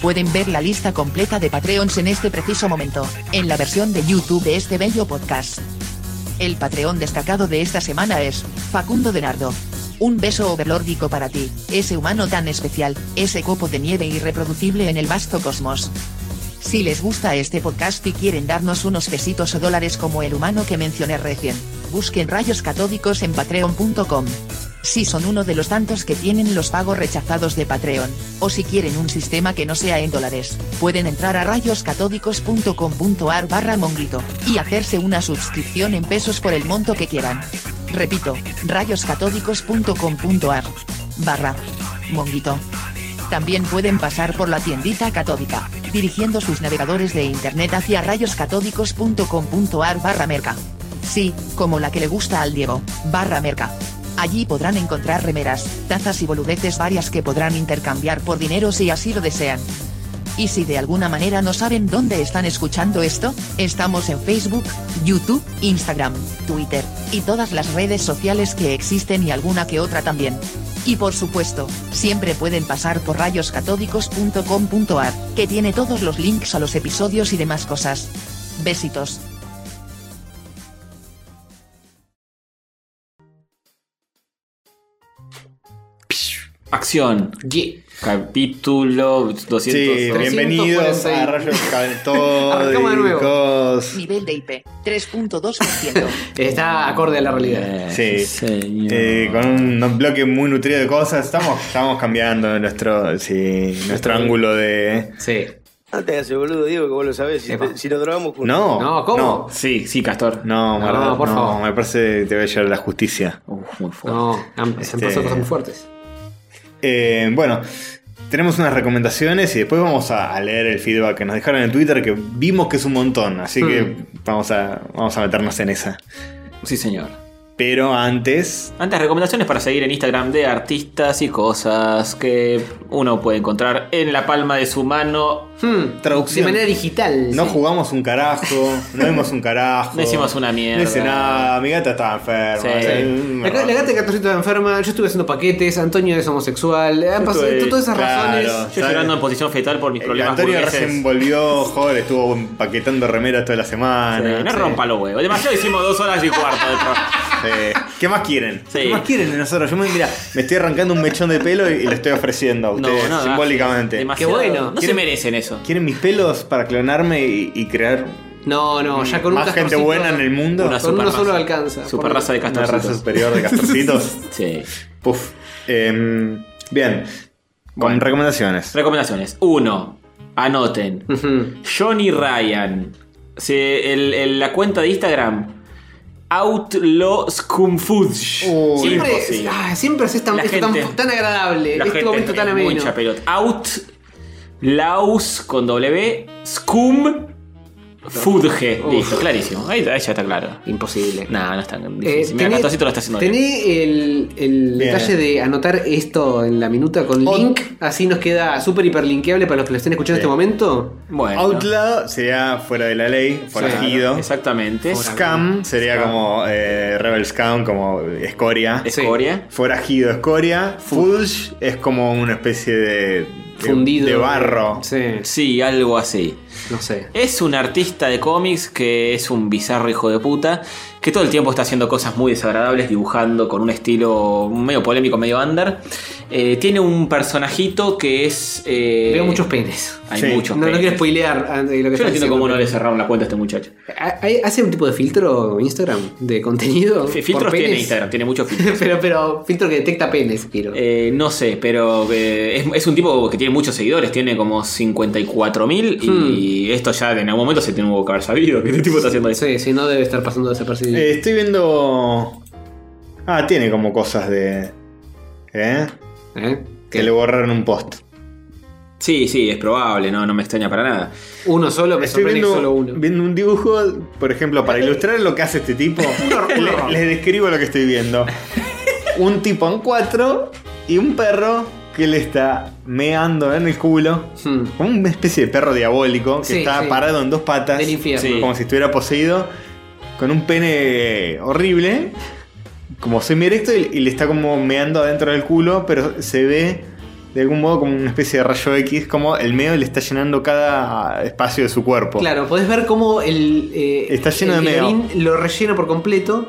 [SPEAKER 5] Pueden ver la lista completa de Patreons en este preciso momento, en la versión de YouTube de este bello podcast. El Patreon destacado de esta semana es, Facundo Denardo. Un beso overlórdico para ti, ese humano tan especial, ese copo de nieve irreproducible en el vasto cosmos. Si les gusta este podcast y quieren darnos unos pesitos o dólares como el humano que mencioné recién, busquen rayos catódicos en patreon.com. Si son uno de los tantos que tienen los pagos rechazados de Patreon, o si quieren un sistema que no sea en dólares, pueden entrar a rayoscatódicos.com.ar barra mongrito, y hacerse una suscripción en pesos por el monto que quieran. Repito, rayoscatódicos.com.ar barra mongrito. También pueden pasar por la tiendita catódica, dirigiendo sus navegadores de internet hacia rayoscatódicos.com.ar barra merca. Sí, como la que le gusta al Diego, barra merca. Allí podrán encontrar remeras, tazas y boludeces varias que podrán intercambiar por dinero si así lo desean. Y si de alguna manera no saben dónde están escuchando esto, estamos en Facebook, YouTube, Instagram, Twitter, y todas las redes sociales que existen y alguna que otra también. Y por supuesto, siempre pueden pasar por rayoscatódicos.com.ar, que tiene todos los links a los episodios y demás cosas. Besitos.
[SPEAKER 3] Acción.
[SPEAKER 2] Yeah.
[SPEAKER 3] Capítulo 200.
[SPEAKER 1] Sí, bienvenidos
[SPEAKER 2] 346.
[SPEAKER 1] a Rayos
[SPEAKER 2] Arrancamos de nuevo.
[SPEAKER 1] Catódicos.
[SPEAKER 5] Nivel de IP, 3.2%.
[SPEAKER 2] Está acorde a la realidad.
[SPEAKER 3] Eh,
[SPEAKER 1] Sí.
[SPEAKER 3] señor.
[SPEAKER 1] Eh, con un bloque muy nutrido de cosas, estamos, estamos cambiando nuestro, sí, nuestro ángulo de.
[SPEAKER 2] Sí.
[SPEAKER 4] No te hagas el boludo, Diego, que vos lo sabés. Si,
[SPEAKER 2] Epa.
[SPEAKER 4] te- si nos drogamos juntos.
[SPEAKER 1] No,
[SPEAKER 2] No, ¿cómo?
[SPEAKER 3] Sí, sí, Castor.
[SPEAKER 1] No, Mardo, no,
[SPEAKER 2] por favor.
[SPEAKER 1] me parece que te voy a llevar la justicia.
[SPEAKER 3] Uf, muy fuerte.
[SPEAKER 2] No, han- se han
[SPEAKER 1] Este-
[SPEAKER 2] pasado cosas muy fuertes.
[SPEAKER 1] Eh, bueno, tenemos unas recomendaciones y después vamos a, a leer el feedback que nos dejaron en Twitter, que vimos que es un montón, así que
[SPEAKER 3] Mm.
[SPEAKER 1] vamos a, vamos a meternos en esa.
[SPEAKER 3] Sí, señor.
[SPEAKER 1] Pero antes,
[SPEAKER 3] Antes, recomendaciones para seguir en Instagram de artistas y cosas que uno puede encontrar en la palma de su mano.
[SPEAKER 2] Hmm,
[SPEAKER 1] Traducción.
[SPEAKER 2] De manera digital.
[SPEAKER 1] no
[SPEAKER 2] sí.
[SPEAKER 1] jugamos un carajo, no vimos un carajo.
[SPEAKER 3] <laughs> No hicimos una
[SPEAKER 1] No
[SPEAKER 3] mierda.
[SPEAKER 1] hice nada, mi gata estaba enferma.
[SPEAKER 3] Sí.
[SPEAKER 1] eh,
[SPEAKER 2] La, la gata de Catorcito está enferma, yo estuve haciendo paquetes, Antonio es homosexual, han pasado
[SPEAKER 3] estuve-
[SPEAKER 2] todas esas
[SPEAKER 1] claro.
[SPEAKER 2] razones.
[SPEAKER 3] Yo
[SPEAKER 1] ¿Sabe?
[SPEAKER 3] llorando en posición fetal por mis
[SPEAKER 1] El
[SPEAKER 3] problemas
[SPEAKER 1] Antonio
[SPEAKER 3] burgueses.
[SPEAKER 1] recién volvió, joder, estuvo empaquetando remeras toda la
[SPEAKER 3] Sí,
[SPEAKER 1] semana.
[SPEAKER 3] no rompa los huevos. Demasiado hicimos dos horas y cuarto. de programa.
[SPEAKER 1] Sí. ¿Qué más quieren?
[SPEAKER 3] Sí.
[SPEAKER 1] ¿Qué más quieren de nosotros? Yo me, mira, me estoy arrancando un mechón de pelo y, y lo estoy ofreciendo a ustedes,
[SPEAKER 3] no,
[SPEAKER 1] simbólicamente.
[SPEAKER 3] demasiado-
[SPEAKER 2] Qué bueno.
[SPEAKER 3] No se merecen eso.
[SPEAKER 1] ¿Quieren mis pelos para clonarme y, y crear
[SPEAKER 2] No, no, ya con un
[SPEAKER 1] más gente
[SPEAKER 2] Castorcito-
[SPEAKER 1] buena en el mundo?
[SPEAKER 3] Una
[SPEAKER 1] Una
[SPEAKER 2] Con uno
[SPEAKER 3] Superraza.
[SPEAKER 2] solo alcanza.
[SPEAKER 3] Super raza de
[SPEAKER 1] raza
[SPEAKER 3] castorcitos.
[SPEAKER 1] superior de castorcitos.
[SPEAKER 3] <laughs> Sí.
[SPEAKER 1] Puf. Em, bien. Con recomendaciones.
[SPEAKER 3] Recomendaciones. Uno, anoten.
[SPEAKER 2] Ujú.
[SPEAKER 3] Johnny Ryan. Se- el- el- la cuenta de Instagram. Outlaw Scumfudge.
[SPEAKER 1] Uy.
[SPEAKER 2] Siempre,
[SPEAKER 3] Imposible.
[SPEAKER 2] ah, siempre haces tan,
[SPEAKER 3] La
[SPEAKER 2] esto tan-
[SPEAKER 3] gente-
[SPEAKER 2] tan agradable,
[SPEAKER 3] La
[SPEAKER 2] este
[SPEAKER 3] gente
[SPEAKER 2] momento
[SPEAKER 3] es
[SPEAKER 2] tan ameno.
[SPEAKER 3] mucha pelota. Out Laus con W Scum Fudge.
[SPEAKER 2] Uf.
[SPEAKER 3] Listo, clarísimo. Ahí, ahí ya está claro.
[SPEAKER 2] Imposible.
[SPEAKER 3] No, no es tan
[SPEAKER 2] Eh,
[SPEAKER 3] difícil. Mira,
[SPEAKER 2] tené-
[SPEAKER 3] Castorcito lo está haciendo bien.
[SPEAKER 2] tené el, el
[SPEAKER 1] Bien.
[SPEAKER 2] detalle de anotar esto en la minuta con
[SPEAKER 1] Ot-
[SPEAKER 2] link, así nos queda súper hiperlinkeable para los que lo estén escuchando en este
[SPEAKER 1] Bien.
[SPEAKER 2] momento.
[SPEAKER 3] Bueno.
[SPEAKER 1] Outlaw sería fuera de la ley, forajido.
[SPEAKER 3] Exactamente.
[SPEAKER 1] Scam sería como eh, Rebel Scam, como escoria.
[SPEAKER 3] Escoria.
[SPEAKER 1] Forajido, escoria. Fudge es como una especie de. de-
[SPEAKER 2] Fundido.
[SPEAKER 1] De barro.
[SPEAKER 2] Sí,
[SPEAKER 3] Sí, algo así.
[SPEAKER 2] no sé.
[SPEAKER 3] Es un artista de cómics que es un bizarro hijo de puta, que todo el tiempo está haciendo cosas muy desagradables, dibujando con un estilo medio polémico, medio under. Eh, tiene un personajito que es... eh,
[SPEAKER 2] Veo muchos penes.
[SPEAKER 3] Hay
[SPEAKER 1] Sí.
[SPEAKER 3] muchos.
[SPEAKER 2] No, no
[SPEAKER 3] penes.
[SPEAKER 2] quiero spoilear antes de lo que
[SPEAKER 3] Yo no
[SPEAKER 2] están
[SPEAKER 3] entiendo
[SPEAKER 2] diciendo,
[SPEAKER 3] cómo no
[SPEAKER 2] pero-
[SPEAKER 3] le cerraron la cuenta a este muchacho.
[SPEAKER 2] ¿Hay- ¿Hace un tipo de filtro Instagram de contenido?
[SPEAKER 3] F-
[SPEAKER 2] por
[SPEAKER 3] Filtros
[SPEAKER 2] penes?
[SPEAKER 3] tiene Instagram, tiene
[SPEAKER 2] <laughs>
[SPEAKER 3] muchos filtros.
[SPEAKER 2] pero, pero filtro que detecta penes, quiero.
[SPEAKER 3] Eh, no sé, pero eh, es, es un tipo que tiene muchos seguidores, tiene como 54.000 y esto ya en algún momento se tiene que haber sabido que este tipo está haciendo eso.
[SPEAKER 2] Hmm. sí, sí, no debe estar pasando desapercibido.
[SPEAKER 1] Eh, estoy viendo. Ah, tiene como cosas de. ¿Eh?
[SPEAKER 2] ¿Eh?
[SPEAKER 1] Que le borraron un post.
[SPEAKER 3] Sí, sí, es probable, no, no me extraña para nada.
[SPEAKER 2] Uno solo, me
[SPEAKER 1] Estoy
[SPEAKER 2] sorprende que
[SPEAKER 1] viendo,
[SPEAKER 2] solo uno.
[SPEAKER 1] viendo un dibujo, por ejemplo,
[SPEAKER 2] <laughs>
[SPEAKER 1] para ilustrar lo que hace este tipo, le- les describo lo que estoy viendo. Un tipo en cuatro y un perro que le está meando en el culo.
[SPEAKER 2] Hmm.
[SPEAKER 1] Como una especie de perro diabólico que
[SPEAKER 2] Sí,
[SPEAKER 1] está
[SPEAKER 2] sí.
[SPEAKER 1] parado en dos patas.
[SPEAKER 2] Del infierno.
[SPEAKER 1] Como si estuviera poseído. Con un pene horrible. Como semi erecto y, y le está como meando adentro del culo. Pero se ve de algún modo como una especie de rayo X. Como el meo le está llenando cada espacio de su cuerpo.
[SPEAKER 2] Claro, podés ver cómo el. eh,
[SPEAKER 1] Está lleno
[SPEAKER 2] el
[SPEAKER 1] de meo.
[SPEAKER 2] violín lo rellena por
[SPEAKER 1] <laughs>
[SPEAKER 2] completo.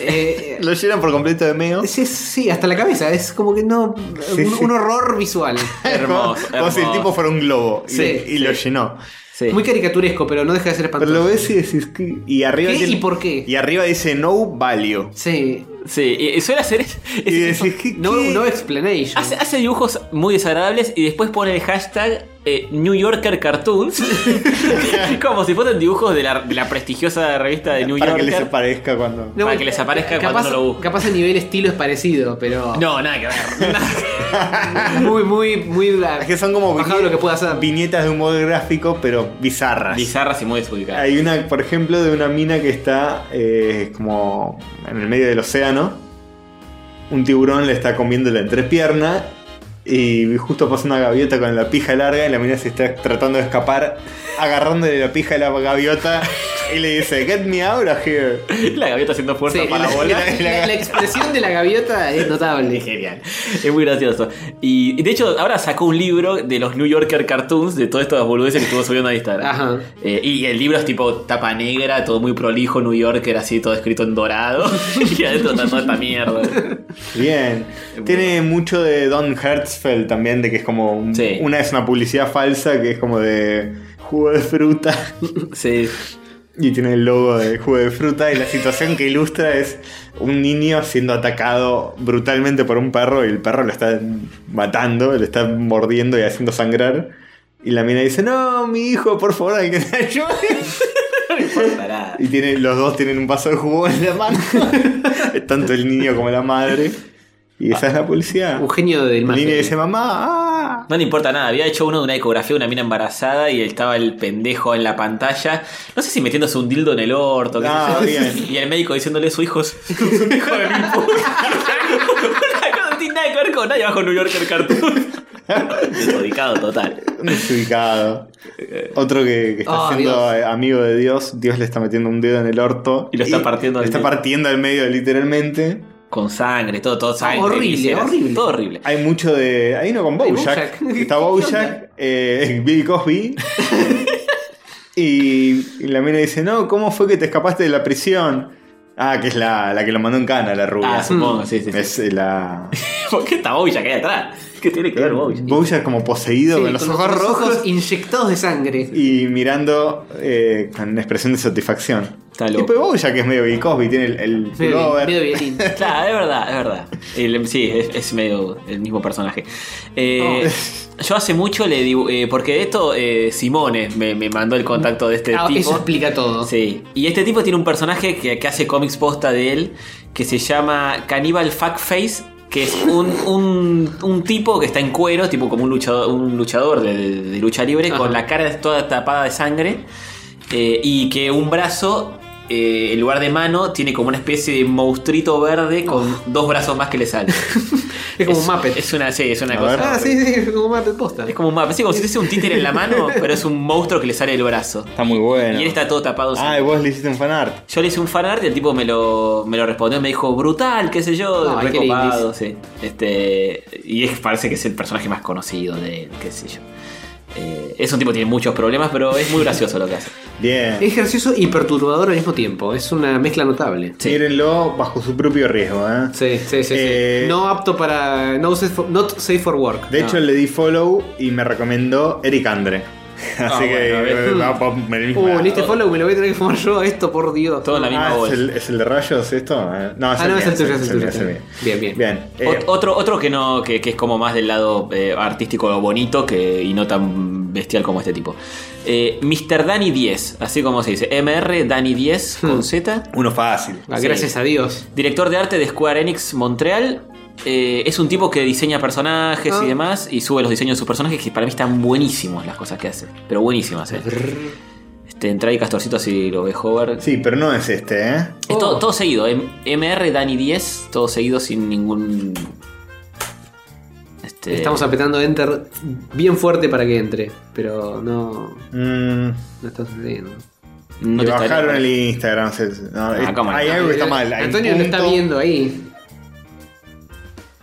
[SPEAKER 2] Eh,
[SPEAKER 1] Lo llenan por completo de meo.
[SPEAKER 2] eh, sí, sí, hasta la cabeza. Es como que no.
[SPEAKER 1] Sí,
[SPEAKER 2] un,
[SPEAKER 1] sí.
[SPEAKER 2] un horror visual.
[SPEAKER 1] <laughs> como,
[SPEAKER 3] Hermoso,
[SPEAKER 1] <laughs> como si el
[SPEAKER 3] hermoso.
[SPEAKER 1] tipo fuera un globo. y-
[SPEAKER 2] Sí,
[SPEAKER 1] y
[SPEAKER 2] sí.
[SPEAKER 1] lo llenó.
[SPEAKER 3] Sí.
[SPEAKER 2] Muy caricaturesco, pero no deja de ser
[SPEAKER 1] Pero
[SPEAKER 2] espantoso.
[SPEAKER 1] lo ves y decís. "¿Qué?". Y arriba
[SPEAKER 2] ¿Qué
[SPEAKER 1] tiene-
[SPEAKER 2] y por qué?
[SPEAKER 1] Y arriba dice no value.
[SPEAKER 2] Sí.
[SPEAKER 3] Sí, y, y suele hacer.
[SPEAKER 1] <laughs> Y
[SPEAKER 3] es-
[SPEAKER 1] decís, "¿Qué-
[SPEAKER 2] <laughs> No,
[SPEAKER 1] qué?".
[SPEAKER 2] no explanation.
[SPEAKER 3] <laughs> hace, hace dibujos muy desagradables y después pone el hashtag eh, New Yorker Cartoons. <laughs>
[SPEAKER 1] <laughs>
[SPEAKER 3] como si fueran dibujos de la, de la prestigiosa revista de New
[SPEAKER 1] para que
[SPEAKER 3] Yorker.
[SPEAKER 1] les aparezca cuando.
[SPEAKER 2] No,
[SPEAKER 3] para que les aparezca cuando
[SPEAKER 2] capaz,
[SPEAKER 3] uno lo busca.
[SPEAKER 2] Capaz el nivel estilo es parecido, pero.
[SPEAKER 3] No, nada que
[SPEAKER 1] <laughs>
[SPEAKER 3] ver. Nada
[SPEAKER 2] <laughs>
[SPEAKER 3] que-
[SPEAKER 2] Muy, muy, muy.
[SPEAKER 1] Es que son como
[SPEAKER 2] Bajado
[SPEAKER 1] viñe-
[SPEAKER 2] lo que pueda hacer.
[SPEAKER 1] viñetas de humor gráfico, pero bizarras.
[SPEAKER 3] Bizarras y muy despoticadas.
[SPEAKER 1] Hay una, por ejemplo, de una mina que está eh, como en el medio del océano. Un tiburón le está comiendo la entrepierna. Y justo pasa una gaviota con la pija larga y la mina se está tratando de escapar, agarrándole la pija a la gaviota y le dice, Get me out of here.
[SPEAKER 3] <laughs> La gaviota haciendo fuerza
[SPEAKER 2] Sí,
[SPEAKER 3] para
[SPEAKER 2] la-
[SPEAKER 3] volar.
[SPEAKER 2] la, la expresión de la gaviota es notable.
[SPEAKER 3] Genial. <laughs> Es muy gracioso. Y y de hecho, ahora sacó un libro de los New Yorker Cartoons, de todas estas boludeces que estuvo subiendo a Instagram.
[SPEAKER 2] Ajá.
[SPEAKER 3] Eh, y el libro es tipo tapa negra, todo muy prolijo, New Yorker, así todo escrito en dorado. <laughs> y adentro está toda esta mierda.
[SPEAKER 1] Bien. Tiene mucho de Don Hertzfeld también, de que es como un-
[SPEAKER 3] Sí.
[SPEAKER 1] una es una publicidad falsa que es como de jugo de fruta. <laughs>
[SPEAKER 3] Sí.
[SPEAKER 1] Y tiene el logo de jugo de fruta. Y la situación que ilustra es un niño siendo atacado brutalmente por un perro. Y el perro lo está matando, lo está mordiendo y haciendo sangrar. Y la mina dice, no, mi hijo, por favor, alguien me ayude. <laughs>
[SPEAKER 3] Pará.
[SPEAKER 1] Y tiene, los dos tienen un vaso de jugo en la mano. <laughs> Tanto el niño como la madre. Y esa es la publicidad.
[SPEAKER 2] Un genio del
[SPEAKER 1] El
[SPEAKER 2] mal.
[SPEAKER 1] niño dice, mamá, ah".
[SPEAKER 3] No le importa nada, había hecho uno de una ecografía de una mina embarazada y estaba el pendejo en la pantalla, no sé si metiéndose un dildo en el orto, qué sé
[SPEAKER 1] Ah,
[SPEAKER 3] yo.
[SPEAKER 1] bien.
[SPEAKER 3] y el médico diciéndole su hijo <laughs> es es un hijo de mil puta. <laughs> no tiene nada que ver con nadie bajo New Yorker Cartoon. Desodicado total.
[SPEAKER 1] Un desubicado. Eh, Otro que, que está
[SPEAKER 2] Oh,
[SPEAKER 1] siendo amigo de Dios, Dios le está metiendo un dedo en el orto.
[SPEAKER 3] Y lo está partiendo
[SPEAKER 1] Lo
[SPEAKER 3] al
[SPEAKER 1] está
[SPEAKER 3] medio.
[SPEAKER 1] partiendo al medio, literalmente.
[SPEAKER 3] Con sangre, todo, todo sangre.
[SPEAKER 2] horrible,
[SPEAKER 3] vísceras,
[SPEAKER 2] horrible.
[SPEAKER 3] Todo horrible.
[SPEAKER 1] Hay mucho de. Hay uno con
[SPEAKER 2] Hay
[SPEAKER 1] Bojack.
[SPEAKER 2] Bojack.
[SPEAKER 1] Está
[SPEAKER 2] ¿Qué
[SPEAKER 1] Bojack,
[SPEAKER 2] onda?
[SPEAKER 1] eh, <laughs> Bill Cosby. y, y la mina dice: No, ¿cómo fue que te escapaste de la prisión? Ah, que es la, la que lo mandó en cana, la rubia.
[SPEAKER 3] Ah, supongo, sí, sí. sí.
[SPEAKER 1] Es la.
[SPEAKER 3] <laughs> ¿Por qué está Bojack ahí atrás? ¿Qué tiene que ver Bojack?
[SPEAKER 1] Bojack como poseído con los ojos rojos
[SPEAKER 2] inyectados de sangre.
[SPEAKER 1] y mirando eh, con una expresión de satisfacción.
[SPEAKER 3] Está
[SPEAKER 1] Y
[SPEAKER 3] loco.
[SPEAKER 1] pues Bojack es medio Bill Cosby, tiene el, el
[SPEAKER 2] Medio
[SPEAKER 1] pullover.
[SPEAKER 2] bien- medio violín.
[SPEAKER 3] Claro, es verdad, es verdad. El- em, sí, es, es medio el mismo personaje. Eh, Yo hace mucho le digo. porque esto, eh, Simone me, me mandó el contacto de este
[SPEAKER 2] Ah,
[SPEAKER 3] tipo.
[SPEAKER 2] eso explica todo.
[SPEAKER 3] Sí. Y este tipo tiene un personaje que, que hace cómics posta de él, que se llama Cannibal Fuckface, que es un, un, un tipo que está en cuero, tipo como un luchador, un luchador de, de lucha libre,
[SPEAKER 2] Ajá.
[SPEAKER 3] con la cara toda tapada de sangre, eh, y que un brazo, eh, en lugar de mano, tiene como una especie de monstruito verde con dos brazos más que le salen.
[SPEAKER 2] <laughs> Es como un Muppet.
[SPEAKER 3] Es una, sí, es una
[SPEAKER 1] A
[SPEAKER 3] cosa.
[SPEAKER 1] ver.
[SPEAKER 2] ah, sí, sí, es como un Muppet posta.
[SPEAKER 3] Es como un Muppet, sí, como si tuviese un títere en la
[SPEAKER 2] <laughs>
[SPEAKER 3] mano, pero es un monstruo que le sale del brazo.
[SPEAKER 1] Está muy bueno.
[SPEAKER 3] Y él está todo tapado. de
[SPEAKER 1] Ah,
[SPEAKER 3] sangre.
[SPEAKER 1] y vos le hiciste un fanart.
[SPEAKER 3] Yo le hice un fanart y el tipo me lo, me lo respondió, me dijo brutal, qué sé yo,
[SPEAKER 2] No,
[SPEAKER 3] re
[SPEAKER 2] qué
[SPEAKER 3] copado, sí. Este, y es- parece que es el personaje más conocido de él, qué sé yo. Eh, es un tipo que tiene muchos problemas, pero es muy gracioso lo que
[SPEAKER 2] <laughs>
[SPEAKER 3] hace.
[SPEAKER 1] Bien.
[SPEAKER 2] Es gracioso y perturbador al mismo tiempo. Es una mezcla notable.
[SPEAKER 3] sí.
[SPEAKER 1] Mírenlo bajo su propio riesgo, ¿eh?
[SPEAKER 2] Sí, sí, sí. sí.
[SPEAKER 1] Eh,
[SPEAKER 2] No apto para. No safe for, not safe for work.
[SPEAKER 1] De
[SPEAKER 3] Ah.
[SPEAKER 1] hecho, le di follow y me recomendó Eric Andre. Así
[SPEAKER 3] Ah, bueno,
[SPEAKER 1] que eh, va por el mismo.
[SPEAKER 2] Uh,
[SPEAKER 1] lado.
[SPEAKER 2] en este follow me lo voy a tener que fumar yo a esto, por Dios.
[SPEAKER 3] Todo en la misma
[SPEAKER 1] Ah, ¿es
[SPEAKER 3] bolsa.
[SPEAKER 1] el, ¿es el de rayos esto? Eh, No,
[SPEAKER 2] Ah, no, es el tuyo, es el tuyo.
[SPEAKER 1] mío, mío.
[SPEAKER 2] Bien, bien.
[SPEAKER 1] Bien. eh,
[SPEAKER 3] Ot- otro, otro que no, que, que es como más del lado eh, artístico bonito que, y no tan bestial como este tipo. Eh, Mr. Danny 10, así como se dice. MR Danny 10 con Z.
[SPEAKER 1] uno fácil.
[SPEAKER 2] Ah,
[SPEAKER 3] sí.
[SPEAKER 2] Gracias a Dios.
[SPEAKER 3] Director de arte de Square Enix Montreal. eh, es un tipo que diseña personajes y demás y sube los diseños de sus personajes que para mí están buenísimos las cosas que hace. Pero buenísimas, eh. Este, entra ahí Castorcito si lo ve Hover.
[SPEAKER 1] Sí, pero no es este, ¿eh?
[SPEAKER 3] Es todo, todo seguido. M- MR Dani 10, todo seguido sin ningún. Este,
[SPEAKER 2] Estamos apretando Enter bien fuerte para que entre, pero no,
[SPEAKER 1] Mm,
[SPEAKER 2] no está sucediendo.
[SPEAKER 3] no
[SPEAKER 1] le
[SPEAKER 3] te estaría-
[SPEAKER 1] bajaron el Instagram. se- se- no, es-
[SPEAKER 3] cómo no.
[SPEAKER 1] hay algo que está mal. hay
[SPEAKER 2] Antonio lo está
[SPEAKER 1] punto.
[SPEAKER 2] viendo ahí.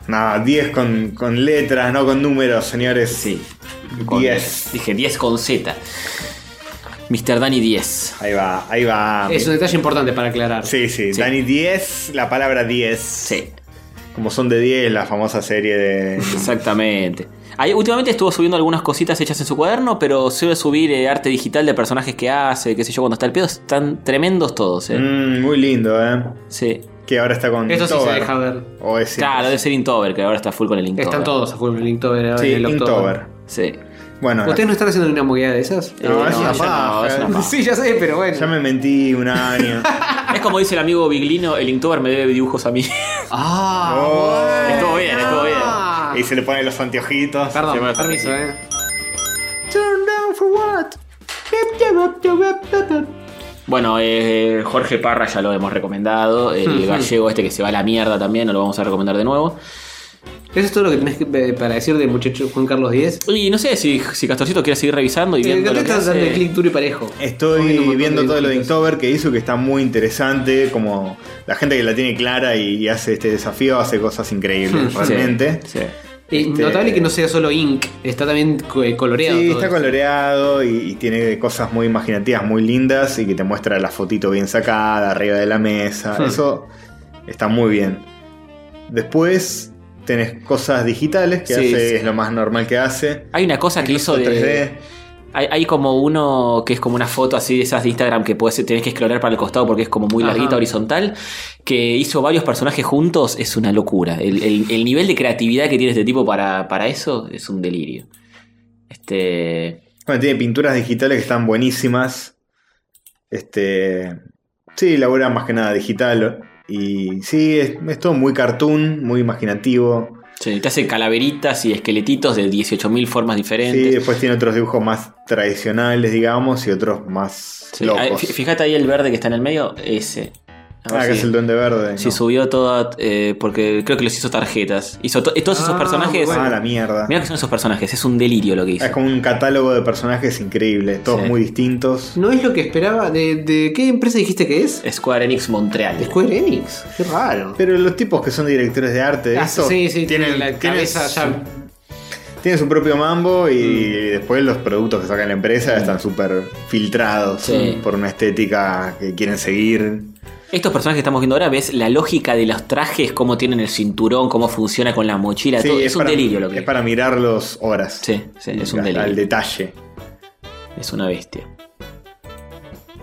[SPEAKER 1] No, 10 con, con letras, no con números, señores.
[SPEAKER 3] Sí.
[SPEAKER 1] 10.
[SPEAKER 3] Dije 10 con Z. Mr. Dani 10.
[SPEAKER 1] Ahí va, ahí
[SPEAKER 3] Ah,
[SPEAKER 1] va.
[SPEAKER 2] Es un detalle importante para aclarar.
[SPEAKER 1] Sí, sí,
[SPEAKER 3] Sí.
[SPEAKER 1] Dani 10, la palabra 10.
[SPEAKER 3] Sí,
[SPEAKER 1] Como son de 10, la famosa serie
[SPEAKER 3] <laughs>
[SPEAKER 1] de.
[SPEAKER 3] exactamente. Ahí, últimamente estuvo subiendo algunas cositas hechas en su cuaderno, pero suele subir eh, arte digital de personajes que hace, qué sé yo, cuando está el pedo. Están tremendos todos, eh.
[SPEAKER 1] Mm, muy lindo, ¿eh?
[SPEAKER 3] Sí.
[SPEAKER 1] Que ahora está con.
[SPEAKER 2] Esto sí se
[SPEAKER 1] Inktober.
[SPEAKER 2] deja ver.
[SPEAKER 1] O es
[SPEAKER 3] claro, debe ser Inktober, que ahora está full con el Inktober.
[SPEAKER 2] Están todos a full en el Inktober ahora
[SPEAKER 1] Sí,
[SPEAKER 2] en el October.
[SPEAKER 1] Inktober.
[SPEAKER 3] Sí.
[SPEAKER 1] Bueno,
[SPEAKER 2] ¿Ustedes no están haciendo una mogueada de esas?
[SPEAKER 1] No,
[SPEAKER 3] Eh,
[SPEAKER 1] es una
[SPEAKER 3] no, ya no, es
[SPEAKER 1] paja.
[SPEAKER 3] una
[SPEAKER 2] <laughs>
[SPEAKER 3] paja.
[SPEAKER 2] Sí, ya sé, pero bueno.
[SPEAKER 1] ya me mentí un año.
[SPEAKER 3] Es como dice el amigo Biglino, el Inktober me debe dibujos a mí.
[SPEAKER 2] <laughs>
[SPEAKER 3] <laughs>
[SPEAKER 2] Ah,
[SPEAKER 1] Oh.
[SPEAKER 3] estuvo bien, estuvo bien.
[SPEAKER 2] ah.
[SPEAKER 1] Y se le ponen los anteojitos.
[SPEAKER 3] Se me-
[SPEAKER 2] Perdón, permiso, eh.
[SPEAKER 3] Bueno, eh, Jorge Parra ya lo hemos
[SPEAKER 1] <laughs>
[SPEAKER 3] recomendado. El gallego este que se va a la mierda también, no lo vamos a recomendar de nuevo.
[SPEAKER 2] Eso es todo lo que tenés que- eh, para decir del muchacho Juan Carlos Eh, X.
[SPEAKER 3] Y no sé si, si Castorcito quiere seguir revisando
[SPEAKER 1] Eh,
[SPEAKER 3] y
[SPEAKER 2] El
[SPEAKER 3] viendo.
[SPEAKER 2] gato
[SPEAKER 3] Lo que
[SPEAKER 2] está dando
[SPEAKER 3] hace.
[SPEAKER 2] el clic duro y parejo. Comiendo un
[SPEAKER 1] Estoy
[SPEAKER 2] montón
[SPEAKER 1] viendo
[SPEAKER 2] de
[SPEAKER 1] todo lo de
[SPEAKER 2] dibujitos.
[SPEAKER 1] Inktober que hizo, que está muy interesante. Como la gente que la tiene clara y, y hace este desafío, hace cosas increíbles,
[SPEAKER 3] Sí,
[SPEAKER 1] realmente.
[SPEAKER 3] sí.
[SPEAKER 2] Y
[SPEAKER 1] Este-
[SPEAKER 2] Eh, Notable que no sea solo ink, está también co- eh, coloreado.
[SPEAKER 1] Sí,
[SPEAKER 2] todo
[SPEAKER 1] está
[SPEAKER 2] eso.
[SPEAKER 1] coloreado y, y tiene cosas muy imaginativas, muy lindas y que te muestra la fotito bien sacada, arriba de la mesa. Eso está muy bien. Después tenés cosas digitales que
[SPEAKER 3] Sí,
[SPEAKER 1] hace,
[SPEAKER 3] sí.
[SPEAKER 1] es lo más normal que hace.
[SPEAKER 3] Hay una cosa que hizo
[SPEAKER 1] 3D.
[SPEAKER 3] de. Hay, hay como uno que es como una foto así de esas de Instagram que puedes, tenés que escrolar para el costado porque es como muy
[SPEAKER 2] Ajá.
[SPEAKER 3] larguita, horizontal. Que hizo varios personajes juntos, es una locura. El, el- el nivel de creatividad que tiene este tipo para, para eso es un delirio. Este.
[SPEAKER 1] Bueno, tiene pinturas digitales que están buenísimas. Este. Sí, labura más que nada digital. Y sí, es, es todo muy cartoon, muy imaginativo.
[SPEAKER 3] sí, te hace calaveritas y esqueletitos de 18.000 formas diferentes.
[SPEAKER 1] Sí, después tiene otros dibujos más tradicionales, digamos, y otros más
[SPEAKER 3] Sí,
[SPEAKER 1] locos.
[SPEAKER 3] ahí, fí- fíjate ahí el verde que está en el medio, ese. A ver
[SPEAKER 1] Ah, que
[SPEAKER 3] si-
[SPEAKER 1] es el duende verde.
[SPEAKER 3] si
[SPEAKER 1] no.
[SPEAKER 3] subió toda. eh, porque creo que los hizo tarjetas. Hizo to- todos esos
[SPEAKER 2] Ah,
[SPEAKER 3] personajes.
[SPEAKER 2] bueno.
[SPEAKER 1] Ah, la mierda.
[SPEAKER 3] Mira que son esos personajes, es un delirio lo que hizo.
[SPEAKER 1] Es como un catálogo de personajes increíbles, todos
[SPEAKER 3] Sí.
[SPEAKER 1] muy distintos.
[SPEAKER 2] No es lo que esperaba. ¿De, de qué empresa dijiste que es?
[SPEAKER 3] Square Enix Montreal.
[SPEAKER 2] Square Enix. Qué raro.
[SPEAKER 1] Pero los tipos que son directores de arte, de
[SPEAKER 2] Ah,
[SPEAKER 1] eso,
[SPEAKER 2] sí, sí, tiene
[SPEAKER 1] tienen,
[SPEAKER 2] la
[SPEAKER 1] tienen
[SPEAKER 2] cabeza ya.
[SPEAKER 1] su- tienen su propio mambo y
[SPEAKER 3] Mm.
[SPEAKER 1] después los productos que sacan la empresa están súper filtrados
[SPEAKER 3] Sí.
[SPEAKER 1] por una estética que quieren seguir.
[SPEAKER 3] Estos personajes que estamos viendo ahora, ves la lógica de los trajes, cómo tienen el cinturón, cómo funciona con la mochila,
[SPEAKER 1] Sí,
[SPEAKER 3] todo. Es, un
[SPEAKER 1] para-
[SPEAKER 3] delirio lo que
[SPEAKER 1] es para mirarlos horas.
[SPEAKER 3] Sí, sí, es un
[SPEAKER 1] Al-
[SPEAKER 3] delirio.
[SPEAKER 1] Al detalle.
[SPEAKER 3] Es una bestia.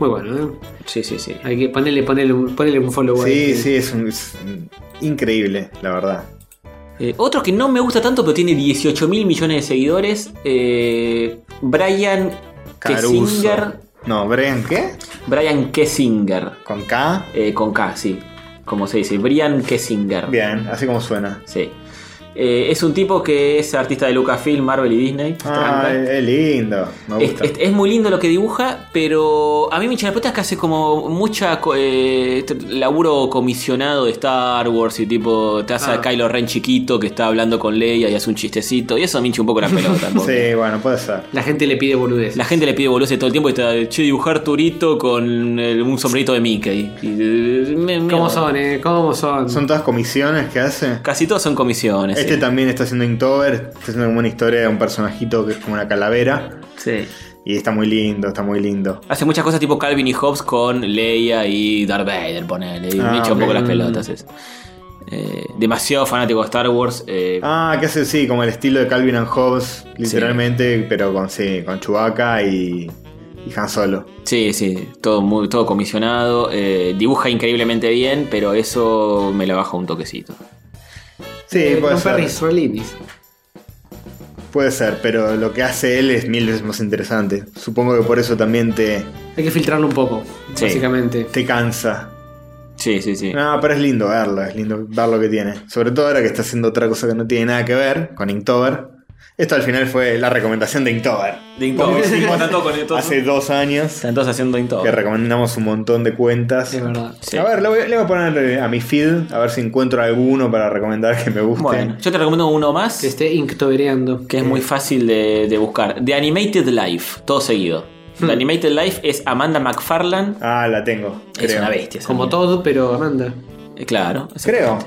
[SPEAKER 2] Muy bueno, ¿eh?
[SPEAKER 3] Sí, sí, sí.
[SPEAKER 2] Hay que ponerle, ponerle, un, ponerle un follow a
[SPEAKER 1] Sí,
[SPEAKER 2] este.
[SPEAKER 1] sí, es, un- es un- increíble, la verdad.
[SPEAKER 3] Eh, otro que no me gusta tanto, pero tiene 18 mil millones de seguidores. eh, Brian Kessinger.
[SPEAKER 1] Caruso. No, Brian, ¿qué?
[SPEAKER 3] Brian Kessinger.
[SPEAKER 1] Con K.
[SPEAKER 3] Eh, con K, sí. Como se dice, Brian Kessinger.
[SPEAKER 1] Bien, así como suena.
[SPEAKER 3] Sí. Eh, es un tipo que es artista de Lucasfilm, Marvel y Disney.
[SPEAKER 1] Ah,
[SPEAKER 3] Tranca.
[SPEAKER 1] es es lindo, me
[SPEAKER 3] Es, este,
[SPEAKER 1] gusta.
[SPEAKER 3] es- es muy lindo lo que dibuja, pero a mí me hincha las pelotas que hace como mucha co- eh, t- laburo comisionado de Star Wars y tipo te hace a
[SPEAKER 2] Ah.
[SPEAKER 3] Kylo Ren chiquito que está hablando con Leia y hace un chistecito y eso me hincha un poco las
[SPEAKER 1] <laughs>
[SPEAKER 3] pelotas. porque
[SPEAKER 1] sí, bueno, puede ser.
[SPEAKER 2] La gente le pide boludez.
[SPEAKER 3] La gente le pide boludeces todo el tiempo y está, che, dibujar Turito con el- un sombrerito de Mickey. Y, eh, me- me-
[SPEAKER 2] ¿Cómo son, eh? ¿Cómo son?
[SPEAKER 1] Son todas comisiones que hace.
[SPEAKER 3] Casi todos son comisiones.
[SPEAKER 1] Este
[SPEAKER 3] sí.
[SPEAKER 1] también está haciendo Inktober, está haciendo como una historia de un personajito que es como una calavera.
[SPEAKER 3] Sí.
[SPEAKER 1] Y está muy lindo, está muy lindo.
[SPEAKER 3] Hace muchas cosas tipo Calvin y Hobbes con Leia y Darth Vader, ponele. Y
[SPEAKER 1] Ah,
[SPEAKER 3] me echa un poco
[SPEAKER 1] ok.
[SPEAKER 3] las pelotas eso. Eh, demasiado fanático de Star Wars. eh,
[SPEAKER 1] Ah, que hace, sí, como el estilo de Calvin and Hobbes, literalmente, pero con, sí, con Chewbacca y, y Han Solo.
[SPEAKER 3] Sí, sí, todo, muy, todo comisionado. eh, dibuja increíblemente bien, pero eso me lo baja un toquecito.
[SPEAKER 1] Sí,
[SPEAKER 2] Eh,
[SPEAKER 1] puede
[SPEAKER 2] un
[SPEAKER 1] ser.
[SPEAKER 2] perro israelinis.
[SPEAKER 1] Puede ser, pero lo que hace él es mil veces más interesante. Supongo que por eso también te,
[SPEAKER 2] Hay que filtrarlo un poco,
[SPEAKER 3] Sí.
[SPEAKER 2] básicamente.
[SPEAKER 1] te cansa.
[SPEAKER 3] Sí, sí, sí.
[SPEAKER 1] No, pero es lindo verlo, es lindo ver lo que tiene. Sobre todo ahora que está haciendo otra cosa que no tiene nada que ver con Inktober. Esto al final fue la recomendación de Inktober.
[SPEAKER 3] De Inktober,
[SPEAKER 1] <laughs>
[SPEAKER 3] sí, como tanto con esto-
[SPEAKER 1] Hace dos años
[SPEAKER 3] Están todos haciendo
[SPEAKER 1] que
[SPEAKER 3] Inktober.
[SPEAKER 1] recomendamos un montón de cuentas.
[SPEAKER 2] Es verdad.
[SPEAKER 3] Sí.
[SPEAKER 1] A ver, le voy, le voy a poner eh, a mi feed, a ver si encuentro alguno para recomendar que me guste.
[SPEAKER 3] Bueno, yo te recomiendo uno más
[SPEAKER 1] este
[SPEAKER 2] Que esté inktobereando.
[SPEAKER 3] que es muy fácil de, de buscar. The Animated Life, todo seguido.
[SPEAKER 1] Hmm.
[SPEAKER 3] The Animated Life es Amanda McFarlane.
[SPEAKER 1] Ah, la tengo.
[SPEAKER 3] Es
[SPEAKER 1] creo.
[SPEAKER 3] una bestia. esa
[SPEAKER 2] Como
[SPEAKER 3] mina.
[SPEAKER 2] todo, pero Amanda.
[SPEAKER 3] Eh, Claro.
[SPEAKER 1] Creo.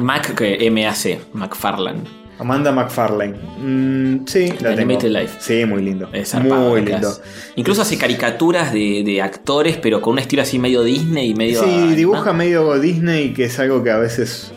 [SPEAKER 3] Mac, que M-A-C, McFarlane.
[SPEAKER 1] Amanda McFarlane. Mm, sí, la tengo.
[SPEAKER 3] Animated Life.
[SPEAKER 1] Sí, muy lindo.
[SPEAKER 3] Es zarpado,
[SPEAKER 1] muy
[SPEAKER 3] lo que
[SPEAKER 1] lindo.
[SPEAKER 3] hace. Incluso hace caricaturas de, de actores, pero con un estilo así medio Disney y medio.
[SPEAKER 1] Sí,
[SPEAKER 3] animado.
[SPEAKER 1] dibuja medio Disney, que es algo que a veces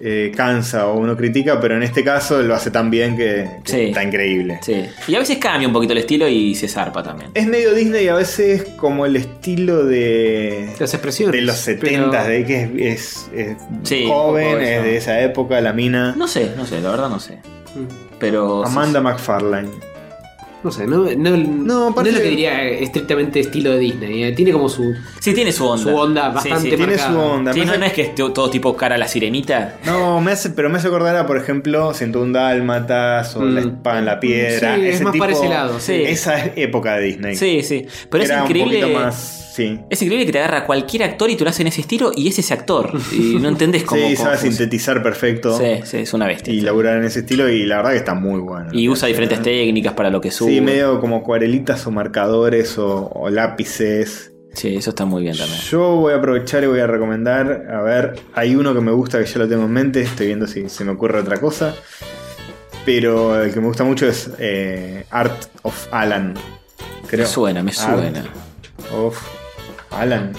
[SPEAKER 1] eh, cansa o uno critica, pero en este caso lo hace tan bien que, que
[SPEAKER 3] Sí.
[SPEAKER 1] está increíble.
[SPEAKER 3] Sí. Y a veces cambia un poquito el estilo y se zarpa también.
[SPEAKER 1] Es medio Disney y a veces como el estilo de.
[SPEAKER 2] Las expresiones.
[SPEAKER 1] De los
[SPEAKER 2] pero-
[SPEAKER 1] 70 de que es, es- es
[SPEAKER 3] Sí, un
[SPEAKER 1] joven,
[SPEAKER 3] poco eso.
[SPEAKER 1] es de esa época, la mina.
[SPEAKER 3] No sé, no sé, la verdad no sé.
[SPEAKER 2] Mm.
[SPEAKER 3] Pero. sí,
[SPEAKER 1] Amanda McFarlane.
[SPEAKER 2] No sé, no, no, no,
[SPEAKER 1] aparte-
[SPEAKER 2] es lo que diría eh, estrictamente estilo de Disney. eh. Tiene como su.
[SPEAKER 3] sí. Sí, tiene su onda.
[SPEAKER 2] Su onda bastante
[SPEAKER 3] Sí, sí.
[SPEAKER 1] Tiene
[SPEAKER 2] marcada.
[SPEAKER 1] su onda.
[SPEAKER 3] Sí,
[SPEAKER 1] me
[SPEAKER 3] no,
[SPEAKER 1] hace-
[SPEAKER 3] no es que esté todo tipo cara a la sirenita.
[SPEAKER 1] No, me hace- pero me hace acordar a, por ejemplo, 101 Dálmatas o
[SPEAKER 2] Mm.
[SPEAKER 1] La espada en la piedra.
[SPEAKER 2] Sí, es
[SPEAKER 1] ese
[SPEAKER 2] más
[SPEAKER 1] tipo,
[SPEAKER 2] para ese lado,
[SPEAKER 3] sí.
[SPEAKER 1] Esa es época de Disney.
[SPEAKER 3] Sí, sí. Pero
[SPEAKER 1] Era
[SPEAKER 3] es
[SPEAKER 1] un
[SPEAKER 3] increíble.
[SPEAKER 1] poquito más. Sí.
[SPEAKER 3] Es increíble que te agarra cualquier actor y tú lo haces en ese estilo y es ese actor. Y
[SPEAKER 1] <laughs>
[SPEAKER 3] no entendés cómo.
[SPEAKER 1] sí,
[SPEAKER 3] cómo
[SPEAKER 1] sabe
[SPEAKER 3] funciona.
[SPEAKER 1] sintetizar perfecto.
[SPEAKER 3] Sí, sí, es una bestia.
[SPEAKER 1] Y laburar en ese estilo, y la verdad que está muy bueno.
[SPEAKER 3] Y usa diferentes técnicas para lo que sube.
[SPEAKER 1] Sí, medio como acuarelitas o marcadores o, o lápices.
[SPEAKER 3] Sí, eso está muy bien también.
[SPEAKER 1] Yo voy a aprovechar y voy a recomendar. A ver, hay uno que me gusta que ya lo tengo en mente. Estoy viendo si se me ocurre otra cosa. Pero el que me gusta mucho es eh, Art of Alan. Creo.
[SPEAKER 3] Me suena, me
[SPEAKER 1] Art
[SPEAKER 3] suena.
[SPEAKER 1] Of Alan.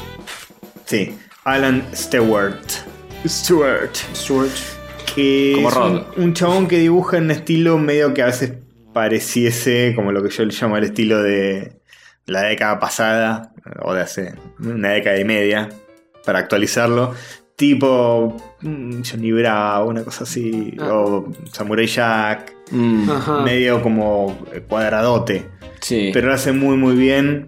[SPEAKER 1] Sí, Alan Stewart. Stewart. Stewart. Que
[SPEAKER 3] Como
[SPEAKER 1] es
[SPEAKER 3] Rod.
[SPEAKER 1] un, un chabón que dibuja en un estilo medio que a veces pareciese como lo que yo le llamo el estilo de la década pasada, o de hace una década y media, para actualizarlo. Tipo mm, Johnny Bravo, una cosa así,
[SPEAKER 2] Ah.
[SPEAKER 1] o Samurai Jack,
[SPEAKER 3] Mm,
[SPEAKER 2] Ajá.
[SPEAKER 1] medio como cuadradote
[SPEAKER 3] sí.
[SPEAKER 1] pero lo hace muy muy bien.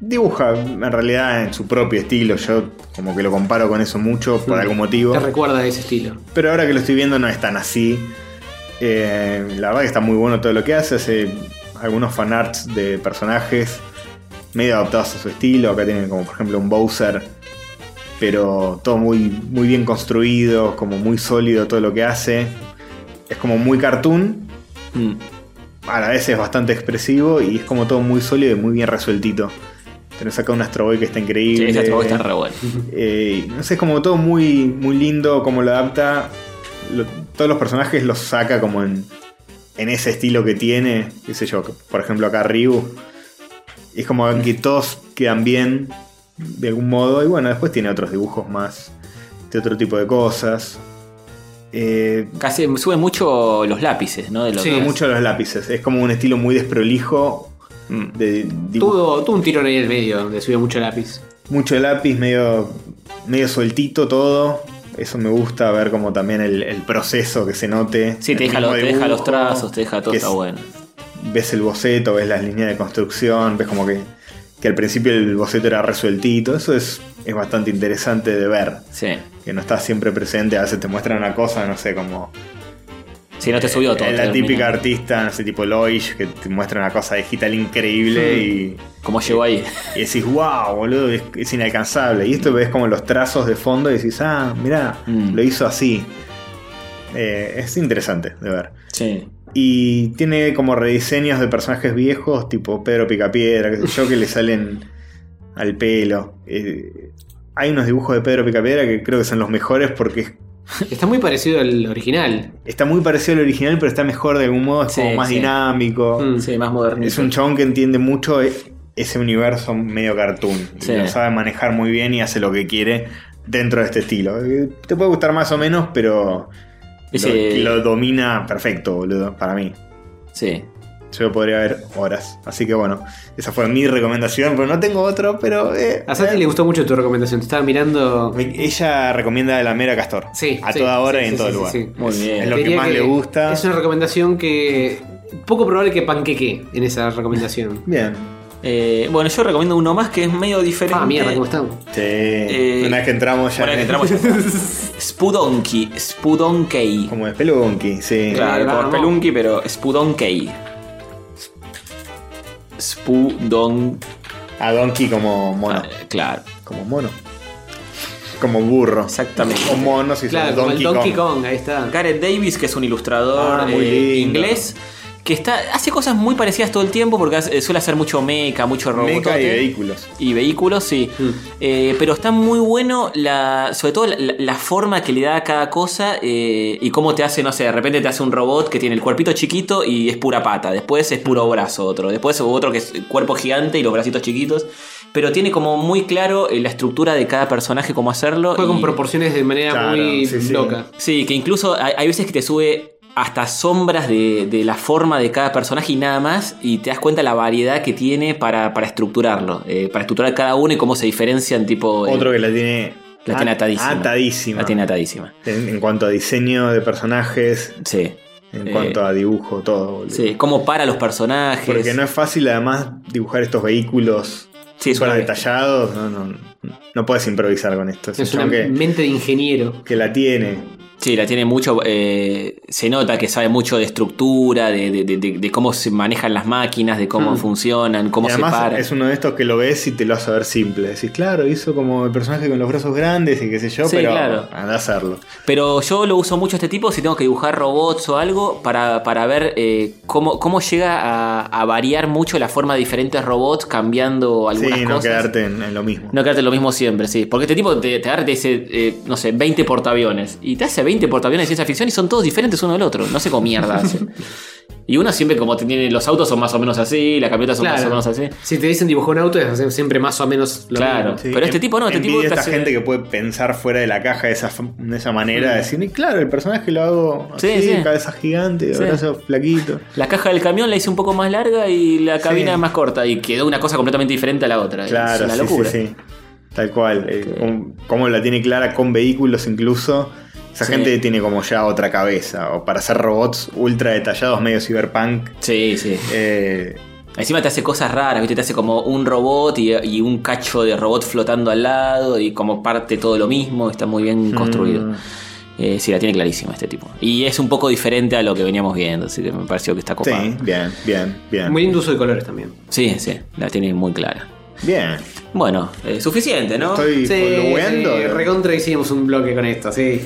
[SPEAKER 1] Dibuja en realidad en su propio estilo, yo como que lo comparo con eso mucho por algún motivo.
[SPEAKER 2] Te recuerda a ese estilo.
[SPEAKER 1] Pero ahora que lo estoy viendo no es tan así. Eh, la verdad que está muy bueno todo lo que hace, hace algunos fanarts de personajes medio adaptados a su estilo. Acá tienen como por ejemplo un Bowser, pero todo muy, muy bien construido, como muy sólido todo lo que hace. Es como muy cartoon,
[SPEAKER 3] Mm.
[SPEAKER 1] a la vez es bastante expresivo y es como todo muy sólido y muy bien resueltito. Tenés acá un Astro Boy que está
[SPEAKER 3] Sí,
[SPEAKER 1] increíble.
[SPEAKER 3] esa tropa está re buena.
[SPEAKER 1] Eh, no sé, es como todo muy, muy lindo, como lo adapta. Lo- todos los personajes los saca como en, en ese estilo que tiene. Qué sé yo, que, por ejemplo acá Ryu. Es como que todos quedan bien de algún modo. Y bueno, después tiene otros dibujos más de otro tipo de cosas. Eh,
[SPEAKER 3] Casi me sube mucho los lápices, ¿no? De los,
[SPEAKER 2] Sí.
[SPEAKER 1] mucho los lápices. Es como un estilo muy desprolijo. De dibujo.
[SPEAKER 2] Tuvo, tuvo un tirón ahí en el medio donde subió mucho lápiz.
[SPEAKER 1] Mucho lápiz, medio, medio sueltito todo. Eso me gusta, ver como también el, el proceso que se note.
[SPEAKER 3] Sí, te
[SPEAKER 1] El
[SPEAKER 3] deja, los,
[SPEAKER 1] mismo
[SPEAKER 3] te deja
[SPEAKER 1] dibujo,
[SPEAKER 3] los trazos, te deja todo,
[SPEAKER 1] que
[SPEAKER 3] está
[SPEAKER 1] es-
[SPEAKER 3] bueno.
[SPEAKER 1] Ves el boceto, ves las líneas de construcción, ves como que, que al principio el boceto era resueltito. Eso es, es bastante interesante de ver.
[SPEAKER 3] Sí.
[SPEAKER 1] Que no está siempre presente, a veces te muestran una cosa, no sé, como
[SPEAKER 3] Sí, no te subió todo.
[SPEAKER 1] eh,
[SPEAKER 3] te
[SPEAKER 1] la típica
[SPEAKER 3] termina.
[SPEAKER 1] artista, no sé, tipo Loish, que te muestra una cosa digital increíble y
[SPEAKER 3] ¿Cómo llegó ahí?
[SPEAKER 1] Y decís, wow, boludo, es, es inalcanzable. Y esto ves como los trazos de fondo y decís, ah, mirá,
[SPEAKER 3] Mm.
[SPEAKER 1] lo hizo así. Eh, es interesante de ver.
[SPEAKER 3] Sí.
[SPEAKER 1] Y tiene como rediseños de personajes viejos, tipo Pedro Picapiedra, qué sé yo, que le salen al pelo. Eh, hay unos dibujos de Pedro Picapiedra que creo que son los mejores porque es-
[SPEAKER 2] Está muy parecido al original.
[SPEAKER 1] está muy parecido al original, pero está mejor de algún modo, es
[SPEAKER 3] Sí,
[SPEAKER 1] como más
[SPEAKER 3] sí.
[SPEAKER 1] dinámico.
[SPEAKER 2] Mm.
[SPEAKER 3] Sí, más moderno.
[SPEAKER 1] Es un chabón que entiende mucho e- ese universo medio cartoon. Y
[SPEAKER 3] Sí.
[SPEAKER 1] Lo sabe manejar muy bien y hace lo que quiere dentro de este estilo. Eh, Te puede gustar más o menos, pero lo-
[SPEAKER 3] Ese-
[SPEAKER 1] lo, domina perfecto, boludo, para mí.
[SPEAKER 3] Sí.
[SPEAKER 1] Yo podría ver horas. Así que bueno, esa fue mi recomendación, pero no tengo otro, pero... eh,
[SPEAKER 2] A Santi
[SPEAKER 1] eh,
[SPEAKER 2] le gustó mucho tu recomendación. Te estaba mirando.
[SPEAKER 1] me- Ella recomienda la mera castor.
[SPEAKER 2] Sí,
[SPEAKER 1] A
[SPEAKER 2] sí,
[SPEAKER 1] toda hora
[SPEAKER 2] sí,
[SPEAKER 1] y en
[SPEAKER 2] sí,
[SPEAKER 1] todo
[SPEAKER 2] sí,
[SPEAKER 1] lugar.
[SPEAKER 2] sí.
[SPEAKER 3] Muy
[SPEAKER 1] Es
[SPEAKER 3] bien.
[SPEAKER 1] lo que
[SPEAKER 2] Diría
[SPEAKER 1] más le gusta. <laughs>
[SPEAKER 2] Es una recomendación que. Poco probable que panqueque en esa recomendación.
[SPEAKER 1] Bien.
[SPEAKER 3] Eh, bueno, yo recomiendo uno más que es medio diferente.
[SPEAKER 2] Ah, mierda, ¿cómo estamos?
[SPEAKER 1] Sí.
[SPEAKER 2] Eh,
[SPEAKER 1] una vez que entramos ya.
[SPEAKER 3] Bueno, que entramos ya está. Spudonki, Spudonkey.
[SPEAKER 1] <laughs> Como de Spelunky, sí.
[SPEAKER 3] Claro,
[SPEAKER 2] vamos.
[SPEAKER 3] por Pelunky, pero Spudonkey. Spudon.
[SPEAKER 1] A Donkey como mono.
[SPEAKER 3] Ah, claro,
[SPEAKER 1] Como mono. Como burro.
[SPEAKER 3] exactamente.
[SPEAKER 1] O mono si
[SPEAKER 2] Claro,
[SPEAKER 1] son
[SPEAKER 2] como el
[SPEAKER 1] Donkey,
[SPEAKER 2] Donkey
[SPEAKER 1] Kong.
[SPEAKER 2] Kong, ahí está.
[SPEAKER 3] Gareth Davis, que es un ilustrador
[SPEAKER 1] Ah, muy
[SPEAKER 3] eh,
[SPEAKER 1] lindo.
[SPEAKER 3] inglés, que está hace cosas muy parecidas todo el tiempo porque hace- suele hacer mucho mecha, mucho robot.
[SPEAKER 1] Mecha y vehículos.
[SPEAKER 3] y vehículos, sí. Eh, pero está muy bueno, la, sobre todo la, la- la forma que le da a cada cosa eh, y cómo te hace, no sé, de repente te hace un robot que tiene el cuerpito chiquito y es pura pata, después es puro brazo otro, después otro que es cuerpo gigante y los bracitos chiquitos. Pero tiene como muy claro eh, la estructura de cada personaje, cómo hacerlo.
[SPEAKER 2] Juega con
[SPEAKER 3] y-
[SPEAKER 2] proporciones de manera
[SPEAKER 1] Claro,
[SPEAKER 2] muy
[SPEAKER 1] sí, sí.
[SPEAKER 2] loca.
[SPEAKER 3] Sí, que incluso hay, hay veces que te sube hasta sombras de, de la forma de cada personaje y nada más, y te das cuenta la variedad que tiene para, para estructurarlo, eh, para estructurar cada uno y cómo se diferencian, tipo. eh,
[SPEAKER 1] Otro que la tiene.
[SPEAKER 3] La tiene
[SPEAKER 1] a-
[SPEAKER 3] atadísima.
[SPEAKER 1] Atadísima.
[SPEAKER 3] La tiene atadísima.
[SPEAKER 1] En, en cuanto a diseño de personajes,
[SPEAKER 3] Sí.
[SPEAKER 1] en
[SPEAKER 3] Eh,
[SPEAKER 1] cuanto a dibujo, todo. boludo.
[SPEAKER 3] Sí, cómo para los personajes.
[SPEAKER 1] Porque no es fácil además dibujar estos vehículos
[SPEAKER 3] Sí, es
[SPEAKER 1] súper
[SPEAKER 3] una-
[SPEAKER 1] detallados. No, no, no puedes improvisar con esto. Es,
[SPEAKER 2] Es
[SPEAKER 1] un
[SPEAKER 2] una
[SPEAKER 1] chabón que,
[SPEAKER 2] mente de ingeniero.
[SPEAKER 1] que la tiene.
[SPEAKER 3] Sí, la tiene mucho. eh, se nota que sabe mucho de estructura, de, de- de- de- de cómo se manejan las máquinas, de cómo funcionan, cómo
[SPEAKER 1] Hmm. Y
[SPEAKER 3] se
[SPEAKER 1] además
[SPEAKER 3] paran.
[SPEAKER 1] es uno de estos que lo ves y te lo hace ver simple. Decís, claro, hizo como el personaje con los brazos grandes y qué sé yo,
[SPEAKER 3] Sí,
[SPEAKER 1] pero
[SPEAKER 3] claro.
[SPEAKER 1] anda a hacerlo.
[SPEAKER 3] Pero yo lo uso mucho este tipo si tengo que dibujar robots o algo para, para ver eh, cómo, cómo llega a, a variar mucho la forma de diferentes robots cambiando algunas
[SPEAKER 1] Sí, no
[SPEAKER 3] cosas.
[SPEAKER 1] quedarte en, en lo mismo.
[SPEAKER 3] No quedarte lo mismo siempre, sí. Porque este tipo te, te agarra y te dice, eh, no sé, 20 portaaviones. Y te hace 20 portaaviones de ciencia ficción y son todos diferentes uno del otro. No sé cómo
[SPEAKER 1] <laughs>
[SPEAKER 3] mierda hace. Y uno siempre como te tiene, los autos son más o menos así, las camionetas son más o
[SPEAKER 2] Claro.
[SPEAKER 3] menos así.
[SPEAKER 2] Si te dicen dibujar un auto, es hacer siempre más o menos lo
[SPEAKER 3] Claro.
[SPEAKER 2] mismo.
[SPEAKER 1] Sí,
[SPEAKER 3] Pero este
[SPEAKER 1] en-
[SPEAKER 3] tipo no, este
[SPEAKER 1] envidio
[SPEAKER 3] tipo te
[SPEAKER 1] esta
[SPEAKER 3] hace-
[SPEAKER 1] gente que puede pensar fuera de la caja de esa, f- de esa manera, de decir, y claro, el personaje lo hago así,
[SPEAKER 3] Sí, sí.
[SPEAKER 1] cabeza gigante,
[SPEAKER 3] Sí.
[SPEAKER 1] brazos flaquitos.
[SPEAKER 3] La caja del camión la hice un poco más larga y la cabina
[SPEAKER 1] Sí.
[SPEAKER 3] más corta. Y quedó una cosa completamente diferente a la otra. es
[SPEAKER 1] Claro,
[SPEAKER 3] una
[SPEAKER 1] sí,
[SPEAKER 3] locura.
[SPEAKER 1] sí, sí. Tal cual. eh, com- como la tiene clara con vehículos incluso. Esa
[SPEAKER 3] Sí.
[SPEAKER 1] gente tiene como ya otra cabeza. O para hacer robots ultra detallados, medio cyberpunk.
[SPEAKER 3] Sí, sí.
[SPEAKER 1] eh,
[SPEAKER 3] Encima te hace cosas raras, ¿viste? Te hace como un robot y, y un cacho de robot flotando al lado y como parte todo lo mismo. Está muy bien construido.
[SPEAKER 1] Mm.
[SPEAKER 3] Eh, sí, la tiene clarísima este tipo. Y es un poco diferente a lo que veníamos viendo, así que me pareció que está copado.
[SPEAKER 1] sí, bien, bien, bien.
[SPEAKER 2] Muy lindo uso de colores también.
[SPEAKER 3] sí, sí, la tiene muy clara.
[SPEAKER 1] bien.
[SPEAKER 3] Bueno, eh, suficiente, ¿no?
[SPEAKER 1] Estoy eh. colugueando.
[SPEAKER 2] sí, recontra hicimos un bloque con esto, sí.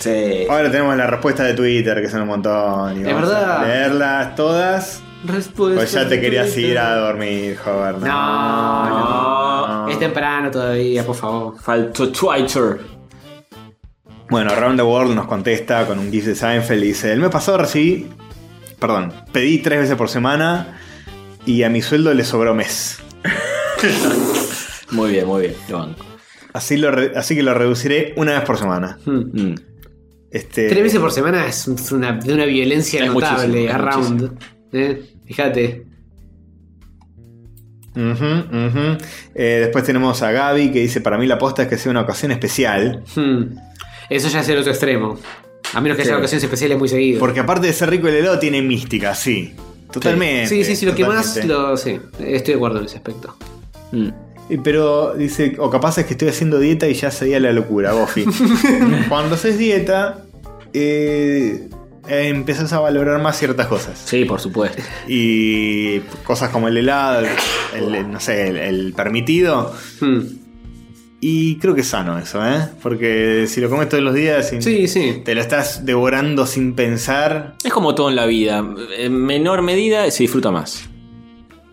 [SPEAKER 3] Sí.
[SPEAKER 1] Ahora tenemos la respuesta de Twitter, que son un montón. y
[SPEAKER 2] Es
[SPEAKER 1] vamos
[SPEAKER 2] verdad.
[SPEAKER 1] a Leerlas todas.
[SPEAKER 2] Respuesta.
[SPEAKER 1] Pues ya te querías ir a dormir, joder.
[SPEAKER 2] No, no, Es temprano todavía, por favor.
[SPEAKER 1] Eh.
[SPEAKER 3] Faltó Twitter.
[SPEAKER 1] Bueno, Round the World nos contesta con un GIF de Seinfeld y dice: El mes pasado recibí. Perdón, pedí tres veces por semana y a mi sueldo le sobró mes.
[SPEAKER 3] Muy bien, muy bien, lo banco.
[SPEAKER 1] Así, lo re- así que lo reduciré una vez por semana.
[SPEAKER 3] Mm.
[SPEAKER 1] Este,
[SPEAKER 2] Tres veces por semana es es una, de una violencia
[SPEAKER 3] Es
[SPEAKER 2] notable.
[SPEAKER 3] muchísimo, es
[SPEAKER 2] Around. ¿eh? Fíjate.
[SPEAKER 1] ujú, ujú. Eh, después tenemos a Gaby que dice: Para mí la posta es que sea una ocasión especial.
[SPEAKER 2] Hmm. Eso ya es el otro extremo. A menos que haya ocasiones especiales muy seguido.
[SPEAKER 1] Porque aparte de ser rico el helado, tiene mística, sí. Totalmente.
[SPEAKER 2] sí, sí, sí, lo que más.
[SPEAKER 1] totalmente.
[SPEAKER 2] Lo, sí, estoy de acuerdo en ese aspecto.
[SPEAKER 3] Mm.
[SPEAKER 1] Y Pero dice, o capaz es que estoy haciendo dieta y ya sería la
[SPEAKER 2] <laughs>
[SPEAKER 1] locura, Gofi. Cuando haces dieta, eh, eh, empezás a valorar más ciertas cosas.
[SPEAKER 3] Sí, por supuesto.
[SPEAKER 1] Y cosas como el helado, el, el- no sé, el, el permitido.
[SPEAKER 2] Hmm.
[SPEAKER 1] Y creo que es sano eso, ¿eh? Porque si lo comes todos los días y
[SPEAKER 2] Sí, sí.
[SPEAKER 1] te lo estás devorando sin pensar.
[SPEAKER 3] Es como todo en la vida. En menor medida se disfruta más.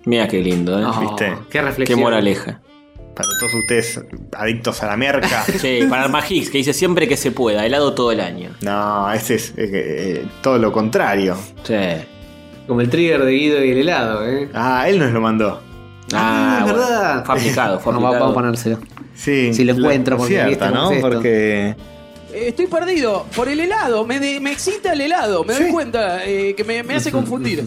[SPEAKER 3] Mira qué lindo, ¿eh?
[SPEAKER 2] Oh,
[SPEAKER 1] ¿viste?
[SPEAKER 2] Qué
[SPEAKER 3] qué
[SPEAKER 2] reflexión.
[SPEAKER 3] moraleja.
[SPEAKER 1] Para todos ustedes adictos a la merca.
[SPEAKER 3] Sí, para Magix, que dice siempre que se pueda, helado todo el año.
[SPEAKER 1] No, ese es eh, eh, todo lo contrario.
[SPEAKER 3] Sí.
[SPEAKER 2] Como el trigger de Guido y el helado, ¿eh?
[SPEAKER 1] Ah, él nos lo mandó.
[SPEAKER 2] Ah, es
[SPEAKER 3] bueno.
[SPEAKER 2] verdad.
[SPEAKER 3] Fue aplicado, fue
[SPEAKER 2] Bueno,
[SPEAKER 3] aplicado.
[SPEAKER 2] <laughs> vamos a ponérselo.
[SPEAKER 1] Sí.
[SPEAKER 2] Si lo encuentro, porque
[SPEAKER 1] cierta,
[SPEAKER 2] viste cómo
[SPEAKER 1] ¿no?
[SPEAKER 2] es esto.
[SPEAKER 1] Porque.
[SPEAKER 4] Eh, Estoy perdido por el helado, me, de- me excita el helado, me doy cuenta eh, que me, me
[SPEAKER 1] <laughs>
[SPEAKER 4] hace confundir.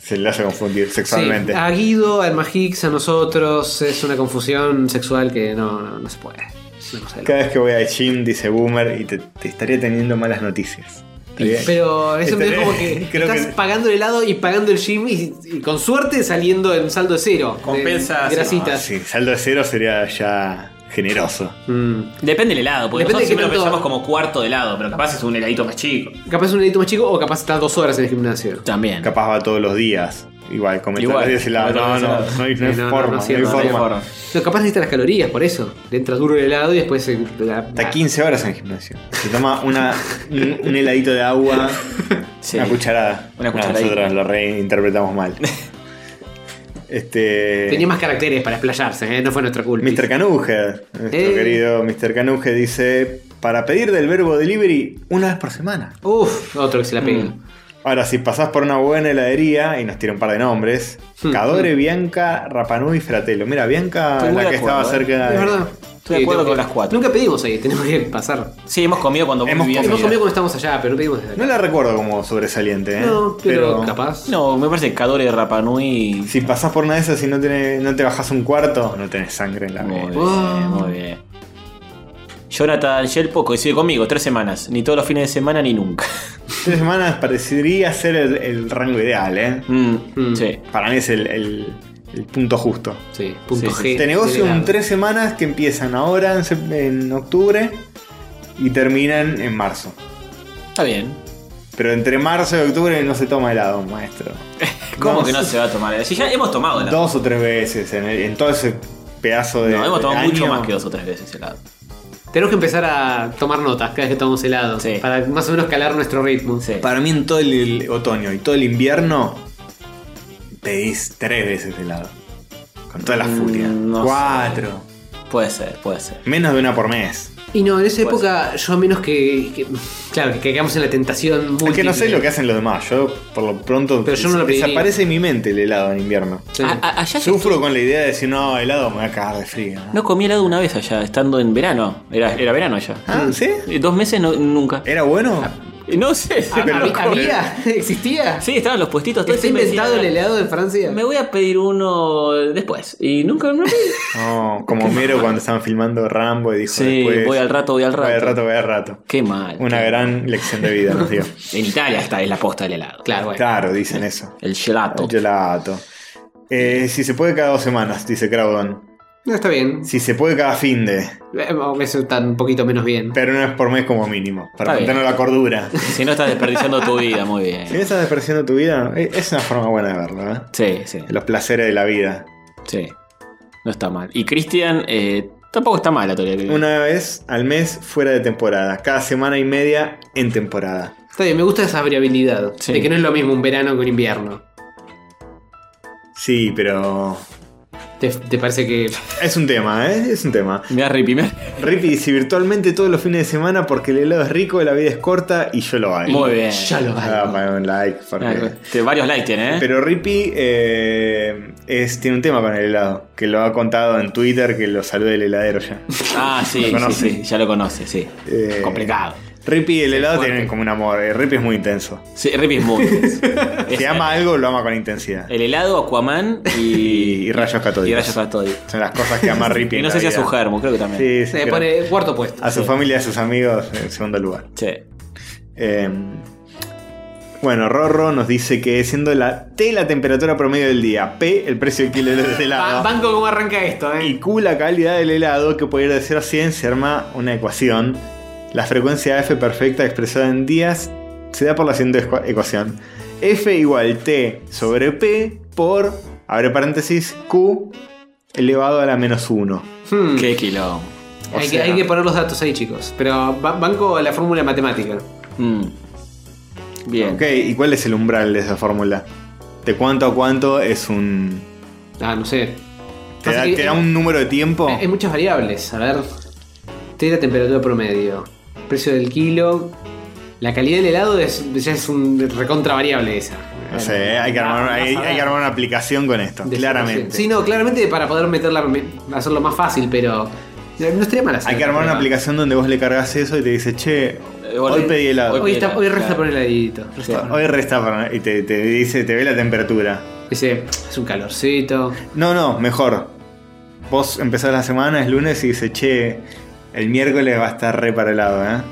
[SPEAKER 1] Se le hace confundir sexualmente.
[SPEAKER 2] Sí, Ah. a Guido, al Magix, a nosotros, es una confusión sexual que no, no, no se puede. Es una cosa de
[SPEAKER 1] Cada vez que voy al gym, dice Boomer, y te, te estaría teniendo malas noticias.
[SPEAKER 2] loco.
[SPEAKER 1] Bien.
[SPEAKER 2] Pero eso me es
[SPEAKER 1] Estaré- <laughs>
[SPEAKER 2] como que
[SPEAKER 1] creo
[SPEAKER 2] estás
[SPEAKER 1] que-
[SPEAKER 2] pagando el helado y pagando el gym y, y con suerte saliendo en saldo de cero. de
[SPEAKER 3] Compensa,
[SPEAKER 2] eh, grasitas.
[SPEAKER 1] Ah, Sí, saldo de cero sería ya generoso.
[SPEAKER 2] Mm.
[SPEAKER 3] Depende del helado, porque
[SPEAKER 2] Depende de
[SPEAKER 3] nosotros
[SPEAKER 2] qué
[SPEAKER 3] siempre lo
[SPEAKER 2] tanto-
[SPEAKER 3] pensamos como cuarto de helado, pero capaz es un heladito más chico.
[SPEAKER 2] Capaz un helado más chico o capaz estás dos horas en el gimnasio.
[SPEAKER 3] También.
[SPEAKER 1] Capaz va todos los días. Igual, come
[SPEAKER 3] Igual,
[SPEAKER 1] todos los días helado.
[SPEAKER 3] come
[SPEAKER 1] No,
[SPEAKER 3] todos
[SPEAKER 1] no,
[SPEAKER 3] los
[SPEAKER 1] no,
[SPEAKER 3] días
[SPEAKER 1] hay, no hay
[SPEAKER 2] No, no,
[SPEAKER 1] forma.
[SPEAKER 2] no,
[SPEAKER 1] No,
[SPEAKER 2] sí,
[SPEAKER 1] hay
[SPEAKER 2] no, no hay
[SPEAKER 1] forma.
[SPEAKER 3] forma.
[SPEAKER 2] No, capaz necesitas las calorías, por eso. Le entras duro el helado y después en la-
[SPEAKER 1] Está 15 horas en el gimnasio. Se toma una, un, un heladito de agua,
[SPEAKER 3] <laughs> Sí.
[SPEAKER 1] una cucharada.
[SPEAKER 3] Una
[SPEAKER 1] No,
[SPEAKER 3] cucharadita.
[SPEAKER 1] nosotros lo reinterpretamos mal.
[SPEAKER 3] <laughs>
[SPEAKER 1] Este.
[SPEAKER 2] Tenía más caracteres para explayarse, ¿eh? no fue nuestra culpa.
[SPEAKER 1] Mr. Canuje, nuestro
[SPEAKER 2] Eh.
[SPEAKER 1] querido Mr. Canuje dice: Para pedir del verbo delivery una vez por semana.
[SPEAKER 2] Uf, otro que se la pega.
[SPEAKER 1] Mm, Ahora, si pasás por una buena heladería, y nos tira un par de nombres,
[SPEAKER 3] Hmm.
[SPEAKER 1] Cadore, Bianca, Rapanui y Fratello. Mira, Bianca
[SPEAKER 3] Estoy
[SPEAKER 1] es la
[SPEAKER 3] muy de
[SPEAKER 1] que
[SPEAKER 3] acuerdo,
[SPEAKER 1] estaba
[SPEAKER 3] eh.
[SPEAKER 1] cerca
[SPEAKER 2] Es verdad.
[SPEAKER 3] Estoy de acuerdo
[SPEAKER 2] tengo que-
[SPEAKER 3] con las cuatro.
[SPEAKER 2] Nunca pedimos ahí, tenemos que pasar.
[SPEAKER 3] Sí, hemos comido cuando
[SPEAKER 1] Hemos
[SPEAKER 3] vivías
[SPEAKER 2] Hemos
[SPEAKER 3] allá.
[SPEAKER 2] comido cuando estamos allá, pero no pedimos desde acá.
[SPEAKER 1] No la recuerdo como sobresaliente, ¿eh?
[SPEAKER 2] No, pero, capaz.
[SPEAKER 3] No, me parece que Cadore de Rapanui.
[SPEAKER 1] Si pasás por una de esas y no, tenés- no te bajás un cuarto, no tenés sangre en la
[SPEAKER 3] Muy
[SPEAKER 1] vena.
[SPEAKER 2] Ah.
[SPEAKER 3] bien, muy bien. Jonathan Yelpo coincide conmigo, tres semanas. Ni todos los fines de semana ni nunca.
[SPEAKER 1] Tres semanas Este parecería ser el, el rango ideal, ¿eh?
[SPEAKER 3] Mm,
[SPEAKER 2] Mm.
[SPEAKER 3] Sí.
[SPEAKER 1] Para mí es el, el- el punto justo.
[SPEAKER 2] Sí, punto
[SPEAKER 3] Sí, sí,
[SPEAKER 2] G.
[SPEAKER 1] Te negocio
[SPEAKER 2] del
[SPEAKER 1] un
[SPEAKER 2] helado.
[SPEAKER 1] tres semanas que empiezan ahora en, sep- en octubre y terminan en marzo.
[SPEAKER 3] Está bien.
[SPEAKER 1] Pero entre marzo y octubre no se toma helado, maestro.
[SPEAKER 3] ¿Cómo
[SPEAKER 1] Dos-
[SPEAKER 3] que no se va a tomar? Si ya hemos tomado helado.
[SPEAKER 1] Dos o tres veces en, el- en todo ese pedazo de.
[SPEAKER 3] No, hemos tomado
[SPEAKER 1] de
[SPEAKER 3] mucho
[SPEAKER 1] año.
[SPEAKER 3] más que dos o tres veces helado.
[SPEAKER 2] Tenemos que empezar a tomar notas cada vez que tomamos helado.
[SPEAKER 3] Sí.
[SPEAKER 2] Para más o menos calar nuestro ritmo.
[SPEAKER 3] Sí.
[SPEAKER 1] Para mí, en todo el, el otoño y todo el invierno, pedís tres veces helado. Con toda la
[SPEAKER 3] Mm,
[SPEAKER 1] furia.
[SPEAKER 3] no
[SPEAKER 1] Cuatro.
[SPEAKER 3] Puede ser, puede ser.
[SPEAKER 1] Menos de una por mes.
[SPEAKER 2] Y no, en esa
[SPEAKER 3] Pues-
[SPEAKER 2] época yo a menos que, que- Claro, que caigamos en la tentación múltiple.
[SPEAKER 1] Es que no sé lo que hacen los demás. Yo, por lo pronto,
[SPEAKER 2] Pero yo no lo pediría.
[SPEAKER 1] desaparece en mi mente el helado en invierno.
[SPEAKER 2] Sí. Ah,
[SPEAKER 3] A- a- allá yo
[SPEAKER 1] Sufro con la idea de decir, no, helado me voy a cagar de frío.
[SPEAKER 3] No comí helado una vez allá, estando en verano. Era, era verano allá.
[SPEAKER 1] Ah, ¿sí?
[SPEAKER 3] Eh, Dos meses no- nunca.
[SPEAKER 1] ¿Era bueno?
[SPEAKER 3] Eh, No sé.
[SPEAKER 2] Ah,
[SPEAKER 1] Pero
[SPEAKER 2] ¿habí-
[SPEAKER 1] ¿cómo?
[SPEAKER 2] ¿Había? ¿Existía?
[SPEAKER 3] Sí, estaban los puestitos. todo
[SPEAKER 2] ¿Está
[SPEAKER 3] siempre decía,
[SPEAKER 2] inventado el helado de Francia?
[SPEAKER 3] Me voy a pedir uno después. Y nunca me lo pedí.
[SPEAKER 1] No, como Mero cuando estaban filmando Rambo y dijo
[SPEAKER 3] Sí,
[SPEAKER 1] después,
[SPEAKER 3] voy al rato, voy al rato.
[SPEAKER 1] Voy al rato, voy al rato.
[SPEAKER 3] Qué mal.
[SPEAKER 1] Una gran lección de vida nos dio.
[SPEAKER 3] En Italia está es la posta del helado.
[SPEAKER 2] Claro, bueno.
[SPEAKER 1] Claro, dicen eso.
[SPEAKER 3] El gelato.
[SPEAKER 1] Gelato. Eh, si se puede cada dos semanas, dice Crowdon.
[SPEAKER 2] No, está bien.
[SPEAKER 1] Si se puede cada fin de.
[SPEAKER 2] Eh, o Eso está un poquito menos bien.
[SPEAKER 1] Pero no es por mes como mínimo. Para
[SPEAKER 3] Está bien.
[SPEAKER 1] mantener la cordura. <laughs>
[SPEAKER 3] Si no estás desperdiciando tu vida, muy
[SPEAKER 1] Si no
[SPEAKER 3] bien.
[SPEAKER 1] estás despreciando tu vida, eh, es una forma buena de verlo, ¿eh?
[SPEAKER 3] Sí, sí,
[SPEAKER 1] Los placeres de la vida.
[SPEAKER 3] sí. No está mal. Y Cristian, eh, tampoco está mal la teoría. que-
[SPEAKER 1] Una vez al mes fuera de temporada. Cada semana y media en temporada.
[SPEAKER 2] Está bien, me gusta esa variabilidad.
[SPEAKER 3] Sí.
[SPEAKER 2] De que no es lo mismo un verano que un invierno.
[SPEAKER 1] Sí, pero.
[SPEAKER 2] ¿Te, te parece
[SPEAKER 1] <laughs>
[SPEAKER 2] que.?
[SPEAKER 1] Es un tema, ¿eh? Es un tema.
[SPEAKER 3] Me da ripi, me da-
[SPEAKER 1] Rippy dice virtualmente todos los fines de semana porque el helado es rico, la vida es corta y yo lo valgo.
[SPEAKER 3] Muy bien.
[SPEAKER 2] Ya lo
[SPEAKER 1] Ah,
[SPEAKER 2] hago.
[SPEAKER 1] para un like. porque-
[SPEAKER 3] Ah, este, varios likes tiene, ¿eh?
[SPEAKER 1] <laughs> Pero Rippy eh, es, tiene un tema con el helado, que lo ha contado en Twitter, que lo saluda el heladero
[SPEAKER 3] <laughs>
[SPEAKER 1] ya.
[SPEAKER 3] ah, sí,
[SPEAKER 1] Lo
[SPEAKER 3] sí,
[SPEAKER 1] conoce.
[SPEAKER 3] sí, ya lo conoce, sí.
[SPEAKER 1] Eh,
[SPEAKER 3] Complicado.
[SPEAKER 1] Rippy y el helado tienen como un amor. eh, Rippy es muy intenso.
[SPEAKER 3] Sí, ripi es muy.
[SPEAKER 1] <laughs>
[SPEAKER 3] Es-
[SPEAKER 1] Si ama algo, lo ama con intensidad.
[SPEAKER 3] El helado, Aquaman
[SPEAKER 1] <laughs>
[SPEAKER 3] y.
[SPEAKER 1] Y rayos catódicos.
[SPEAKER 3] Y rayos catódicos.
[SPEAKER 1] Son las cosas que
[SPEAKER 3] <laughs>
[SPEAKER 1] ama Rippy.
[SPEAKER 3] Y
[SPEAKER 1] en
[SPEAKER 3] no
[SPEAKER 1] la
[SPEAKER 3] sé si a
[SPEAKER 1] vida.
[SPEAKER 3] su germo, creo que también.
[SPEAKER 1] Sí, sí,
[SPEAKER 2] Se
[SPEAKER 1] creo.
[SPEAKER 2] pone cuarto puesto.
[SPEAKER 1] A su familia, a sus amigos, en segundo lugar.
[SPEAKER 3] Sí.
[SPEAKER 1] Eh, bueno, Rorro nos dice que siendo la T la temperatura promedio del día, P el precio del kilo del
[SPEAKER 2] Ba-
[SPEAKER 1] helado
[SPEAKER 2] banco, ¿cómo arranca esto? Eh?
[SPEAKER 1] y Q la calidad del helado, que puede ir de 0 a 100, se arma una ecuación. La frecuencia F perfecta expresada en días se da por la siguiente ecua- ecuación. F igual T sobre P por, abre paréntesis, Q elevado a la menos 1.
[SPEAKER 2] Hmm.
[SPEAKER 3] Qué kilo.
[SPEAKER 1] O
[SPEAKER 2] Hay,
[SPEAKER 1] sea-
[SPEAKER 2] que, hay que poner los datos ahí, chicos. Pero ba- banco la fórmula matemática.
[SPEAKER 3] mm. Bien.
[SPEAKER 1] Ok, ¿y cuál es el umbral de esa fórmula? ¿De cuánto a cuánto es un...
[SPEAKER 2] Ah, no sé.
[SPEAKER 1] ¿Te
[SPEAKER 2] Pasa
[SPEAKER 1] da,
[SPEAKER 2] que
[SPEAKER 1] te da
[SPEAKER 2] hay-
[SPEAKER 1] un número de tiempo?
[SPEAKER 2] Hay muchas variables. A ver. T la temperatura promedio. Precio del kilo. La calidad del helado es- ya es un recontra variable esa.
[SPEAKER 1] No sé, ¿eh? hay que, armar, hay, hay que armar una aplicación con esto,
[SPEAKER 2] De-
[SPEAKER 1] claramente.
[SPEAKER 2] Sí, no, claramente para poder meterla, me- hacerlo más fácil, pero. No estaría mal hacer
[SPEAKER 1] hay que armar una aplicación donde vos le cargas eso y te dice, che,
[SPEAKER 3] Eh, hoy-
[SPEAKER 1] hoy pedí helado.
[SPEAKER 2] Hoy,
[SPEAKER 1] Hoy,
[SPEAKER 2] está, hoy resta
[SPEAKER 3] Claro.
[SPEAKER 2] poner el heladito. Resta
[SPEAKER 3] Sí.
[SPEAKER 2] poner-
[SPEAKER 1] resta para- y te, te dice, te ve la temperatura.
[SPEAKER 2] Dice, es un calorcito.
[SPEAKER 1] No, no, mejor.
[SPEAKER 2] <laughs>
[SPEAKER 1] Vos empezás la semana, es lunes y dice, che, el miércoles va a estar re para helado, ¿eh?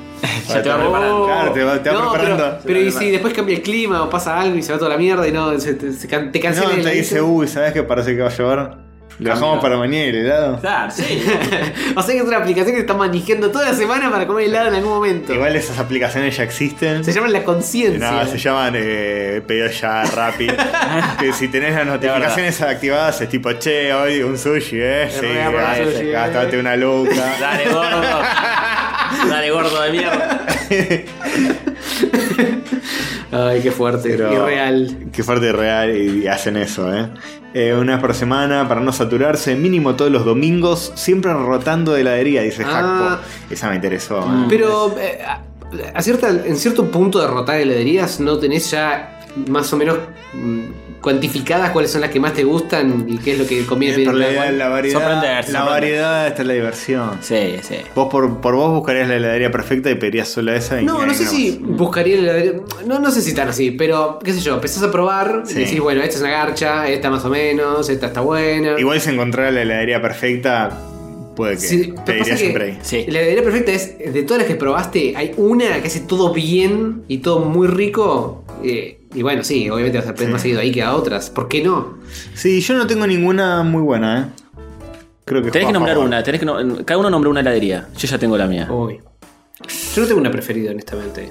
[SPEAKER 1] Ya te va preparando. Claro, te va, te va
[SPEAKER 2] Oh. No,
[SPEAKER 1] preparando.
[SPEAKER 2] pero, pero y si después cambia el clima o pasa algo y se va toda la mierda y no, se, te, se can- te cancela
[SPEAKER 1] no,
[SPEAKER 2] el
[SPEAKER 1] te dice, uy, ¿sabes qué parece que va a llover? Lo dejamos para mañana el helado.
[SPEAKER 3] Claro,
[SPEAKER 2] <laughs>
[SPEAKER 3] sí.
[SPEAKER 1] "Uh".
[SPEAKER 2] O sea que es una aplicación que te está manejando toda la semana para comer helado en algún momento.
[SPEAKER 1] Igual esas aplicaciones ya existen.
[SPEAKER 2] Se llaman la conciencia.
[SPEAKER 1] No, se llaman eh, pedido
[SPEAKER 2] <laughs>
[SPEAKER 1] ya Rappi. que si tenés las notificaciones activadas es tipo, che, hoy un sushi, eh. Sí,
[SPEAKER 2] voy a poner
[SPEAKER 1] ay,
[SPEAKER 2] sushi, eh.
[SPEAKER 1] gastate
[SPEAKER 2] <laughs>
[SPEAKER 1] una luca.
[SPEAKER 3] Dale, gordo. Dale, gordo de mierda.
[SPEAKER 2] Ay, qué fuerte,
[SPEAKER 1] Pero-
[SPEAKER 2] irreal.
[SPEAKER 1] Qué fuerte real y, y hacen eso, ¿eh? Eh, Una vez por semana, para no saturarse, mínimo todos los domingos, siempre rotando de heladería, dice
[SPEAKER 2] Ah.
[SPEAKER 1] Hackpo. Esa me interesó. ¿eh?
[SPEAKER 2] Pero eh, a- a cierta- en cierto punto de rotar heladerías, ¿no tenés ya más o menos mm, cuantificadas cuáles son las que más te gustan y qué es lo que conviene
[SPEAKER 1] Pero
[SPEAKER 2] pedir?
[SPEAKER 1] la,
[SPEAKER 2] cada
[SPEAKER 1] idea-
[SPEAKER 2] cual?
[SPEAKER 1] la variedad,
[SPEAKER 3] Sorprender,
[SPEAKER 1] la
[SPEAKER 3] sorprender.
[SPEAKER 1] variedad está la diversión.
[SPEAKER 3] Sí, sí.
[SPEAKER 1] Vos por, por vos buscarías la heladería perfecta y pedirías solo esa. y
[SPEAKER 2] No,
[SPEAKER 1] hay
[SPEAKER 2] no sé
[SPEAKER 1] una
[SPEAKER 2] si buscaría la heladería- No, no sé si tan así, pero qué sé yo, empezás a probar
[SPEAKER 1] Sí.
[SPEAKER 2] y decís, bueno, esta es una garcha, esta más o menos, esta está buena.
[SPEAKER 1] más. Igual si encontrara la heladería perfecta, puede que
[SPEAKER 2] Sí,
[SPEAKER 1] te
[SPEAKER 2] pero
[SPEAKER 1] diría
[SPEAKER 2] pasa que
[SPEAKER 1] siempre ahí.
[SPEAKER 3] Sí.
[SPEAKER 2] La heladería perfecta es, de todas las que probaste, hay una que hace todo bien y todo muy rico. eh, y bueno, sí, obviamente vas a pedir
[SPEAKER 1] Sí.
[SPEAKER 2] más seguido ahí que a otras. ¿Por qué no?
[SPEAKER 1] Sí, yo no tengo ninguna muy buena, ¿eh? Creo que juega
[SPEAKER 3] Tenés que
[SPEAKER 1] a
[SPEAKER 3] nombrar
[SPEAKER 1] favor.
[SPEAKER 3] una, tenés que nom- cada uno nombra una heladería. Yo ya tengo la mía.
[SPEAKER 2] Uy. Yo no tengo una preferida, honestamente.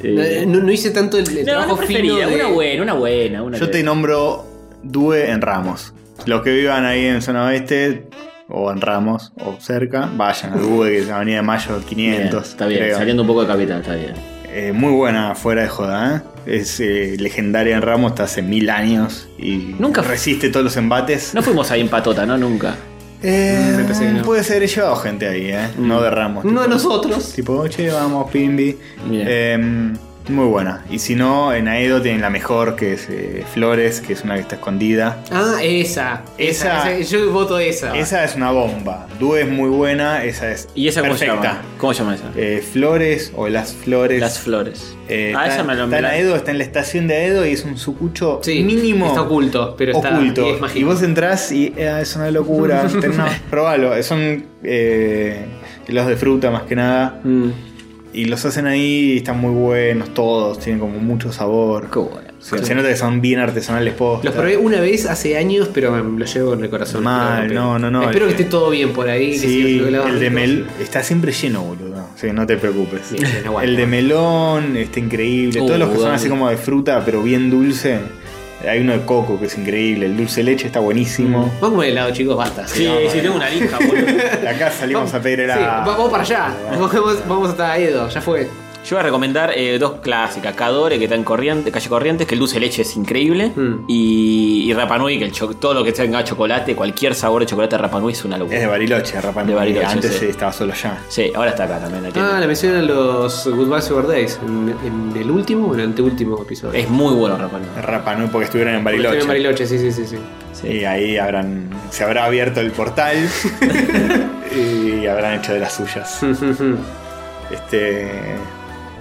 [SPEAKER 3] Eh.
[SPEAKER 2] No, no- no hice tanto el, el
[SPEAKER 3] No,
[SPEAKER 2] trabajo
[SPEAKER 3] no preferida,
[SPEAKER 2] fino de-
[SPEAKER 3] una buena, una buena, una
[SPEAKER 1] Yo
[SPEAKER 3] que-
[SPEAKER 1] te nombro Due en Ramos. Los que vivan ahí en zona oeste o en Ramos o cerca, vayan a Due, que es la Avenida de Mayo
[SPEAKER 3] Bien,
[SPEAKER 1] 500.
[SPEAKER 3] Está bien,
[SPEAKER 1] creo.
[SPEAKER 3] saliendo un poco de capital, está bien.
[SPEAKER 1] Eh, muy buena, fuera de joda, ¿eh? Es eh, legendaria en Ramos, está hace mil años y
[SPEAKER 3] Nunca fue-
[SPEAKER 1] resiste todos los embates.
[SPEAKER 3] No fuimos ahí en patota, ¿no? Nunca.
[SPEAKER 1] Eh,
[SPEAKER 2] me parece que no.
[SPEAKER 1] Puede ser, he llevado gente ahí, ¿eh?
[SPEAKER 3] Mm.
[SPEAKER 1] No de Ramos.
[SPEAKER 2] No
[SPEAKER 1] tipo-
[SPEAKER 2] a nosotros.
[SPEAKER 1] Tipo, che, vamos, Pimbi.
[SPEAKER 3] Bien.
[SPEAKER 1] Eh, muy buena. Y si no, en Aedo tienen la mejor, que es eh, Flores, que es una que está escondida.
[SPEAKER 2] Ah, esa. Esa.
[SPEAKER 1] Esa.
[SPEAKER 2] esa, yo voto esa.
[SPEAKER 1] Esa es una bomba. Due es muy buena, esa es
[SPEAKER 3] Ah. ¿Y esa cómo se
[SPEAKER 1] perfecta.
[SPEAKER 3] llama? ¿Cómo se llama esa?
[SPEAKER 1] Eh, flores o las flores.
[SPEAKER 3] Las flores.
[SPEAKER 1] Eh,
[SPEAKER 3] ah,
[SPEAKER 1] está,
[SPEAKER 3] esa me
[SPEAKER 1] está
[SPEAKER 3] la
[SPEAKER 1] en
[SPEAKER 3] me la-
[SPEAKER 1] Aedo, está en la estación de Aedo y es un sucucho
[SPEAKER 2] Sí,
[SPEAKER 1] mínimo.
[SPEAKER 2] Está oculto, pero está
[SPEAKER 1] oculto.
[SPEAKER 2] y es mágico.
[SPEAKER 1] y vos entrás y "Ah, es una
[SPEAKER 3] <laughs>
[SPEAKER 1] locura. Tená, probalo. Son eh, los de fruta más que nada.
[SPEAKER 3] Mm,
[SPEAKER 1] Y los hacen ahí y están muy buenos todos. Tienen como mucho sabor.
[SPEAKER 3] qué bueno.
[SPEAKER 1] Se, se nota que son bien artesanales postas.
[SPEAKER 2] Los probé una vez hace años, pero me lo llevo en el corazón.
[SPEAKER 1] Mal,
[SPEAKER 2] Pero-
[SPEAKER 1] no, no, no.
[SPEAKER 2] Espero
[SPEAKER 1] El-
[SPEAKER 2] que esté todo bien por ahí. que
[SPEAKER 1] Sí,
[SPEAKER 2] siga logrando
[SPEAKER 1] el de
[SPEAKER 2] ricos.
[SPEAKER 1] mel está siempre lleno, boludo. Sí, no te preocupes.
[SPEAKER 2] Sí, sí, no, bueno.
[SPEAKER 1] el de melón está increíble.
[SPEAKER 3] Uh,
[SPEAKER 1] Todos los que son así
[SPEAKER 3] dale.
[SPEAKER 1] como de fruta, pero bien dulce. Hay uno de coco que es increíble. El dulce de leche está buenísimo.
[SPEAKER 2] Vamos a comer helado, chicos, basta.
[SPEAKER 3] Sí, sí, tengo una lija, boludo. <laughs>
[SPEAKER 1] Acá salimos a pedir
[SPEAKER 2] Sí, va-
[SPEAKER 1] helado.
[SPEAKER 2] vamos para
[SPEAKER 1] <laughs>
[SPEAKER 2] allá. Vamos, vamos hasta Edo, ya fue.
[SPEAKER 3] Yo voy a recomendar eh, dos clásicas: Cadore, que está en Corriente, Calle Corrientes, que el dulce de leche es increíble.
[SPEAKER 2] Mm.
[SPEAKER 3] Y, y Rapa Nui, que el cho- todo lo que tenga chocolate, cualquier sabor de chocolate de Rapa Nui es una locura.
[SPEAKER 1] Es de Bariloche, Rapa Nui.
[SPEAKER 3] De Bariloche,
[SPEAKER 1] Antes
[SPEAKER 3] sí.
[SPEAKER 1] estaba solo allá.
[SPEAKER 3] Sí, ahora está acá también la tienda.
[SPEAKER 2] Ah, la mencionan los Goodbye Silver Days. En, en el último o en el anteúltimo episodio.
[SPEAKER 3] Es muy bueno Rapa Nui.
[SPEAKER 1] Rapa Nui porque estuvieron en Bariloche.
[SPEAKER 2] Estoy en Bariloche, sí, sí, sí. sí.
[SPEAKER 1] Y ahí habrán, se habrá abierto el
[SPEAKER 2] <laughs>
[SPEAKER 1] portal y habrán hecho de las
[SPEAKER 2] Mm.
[SPEAKER 1] suyas. Este,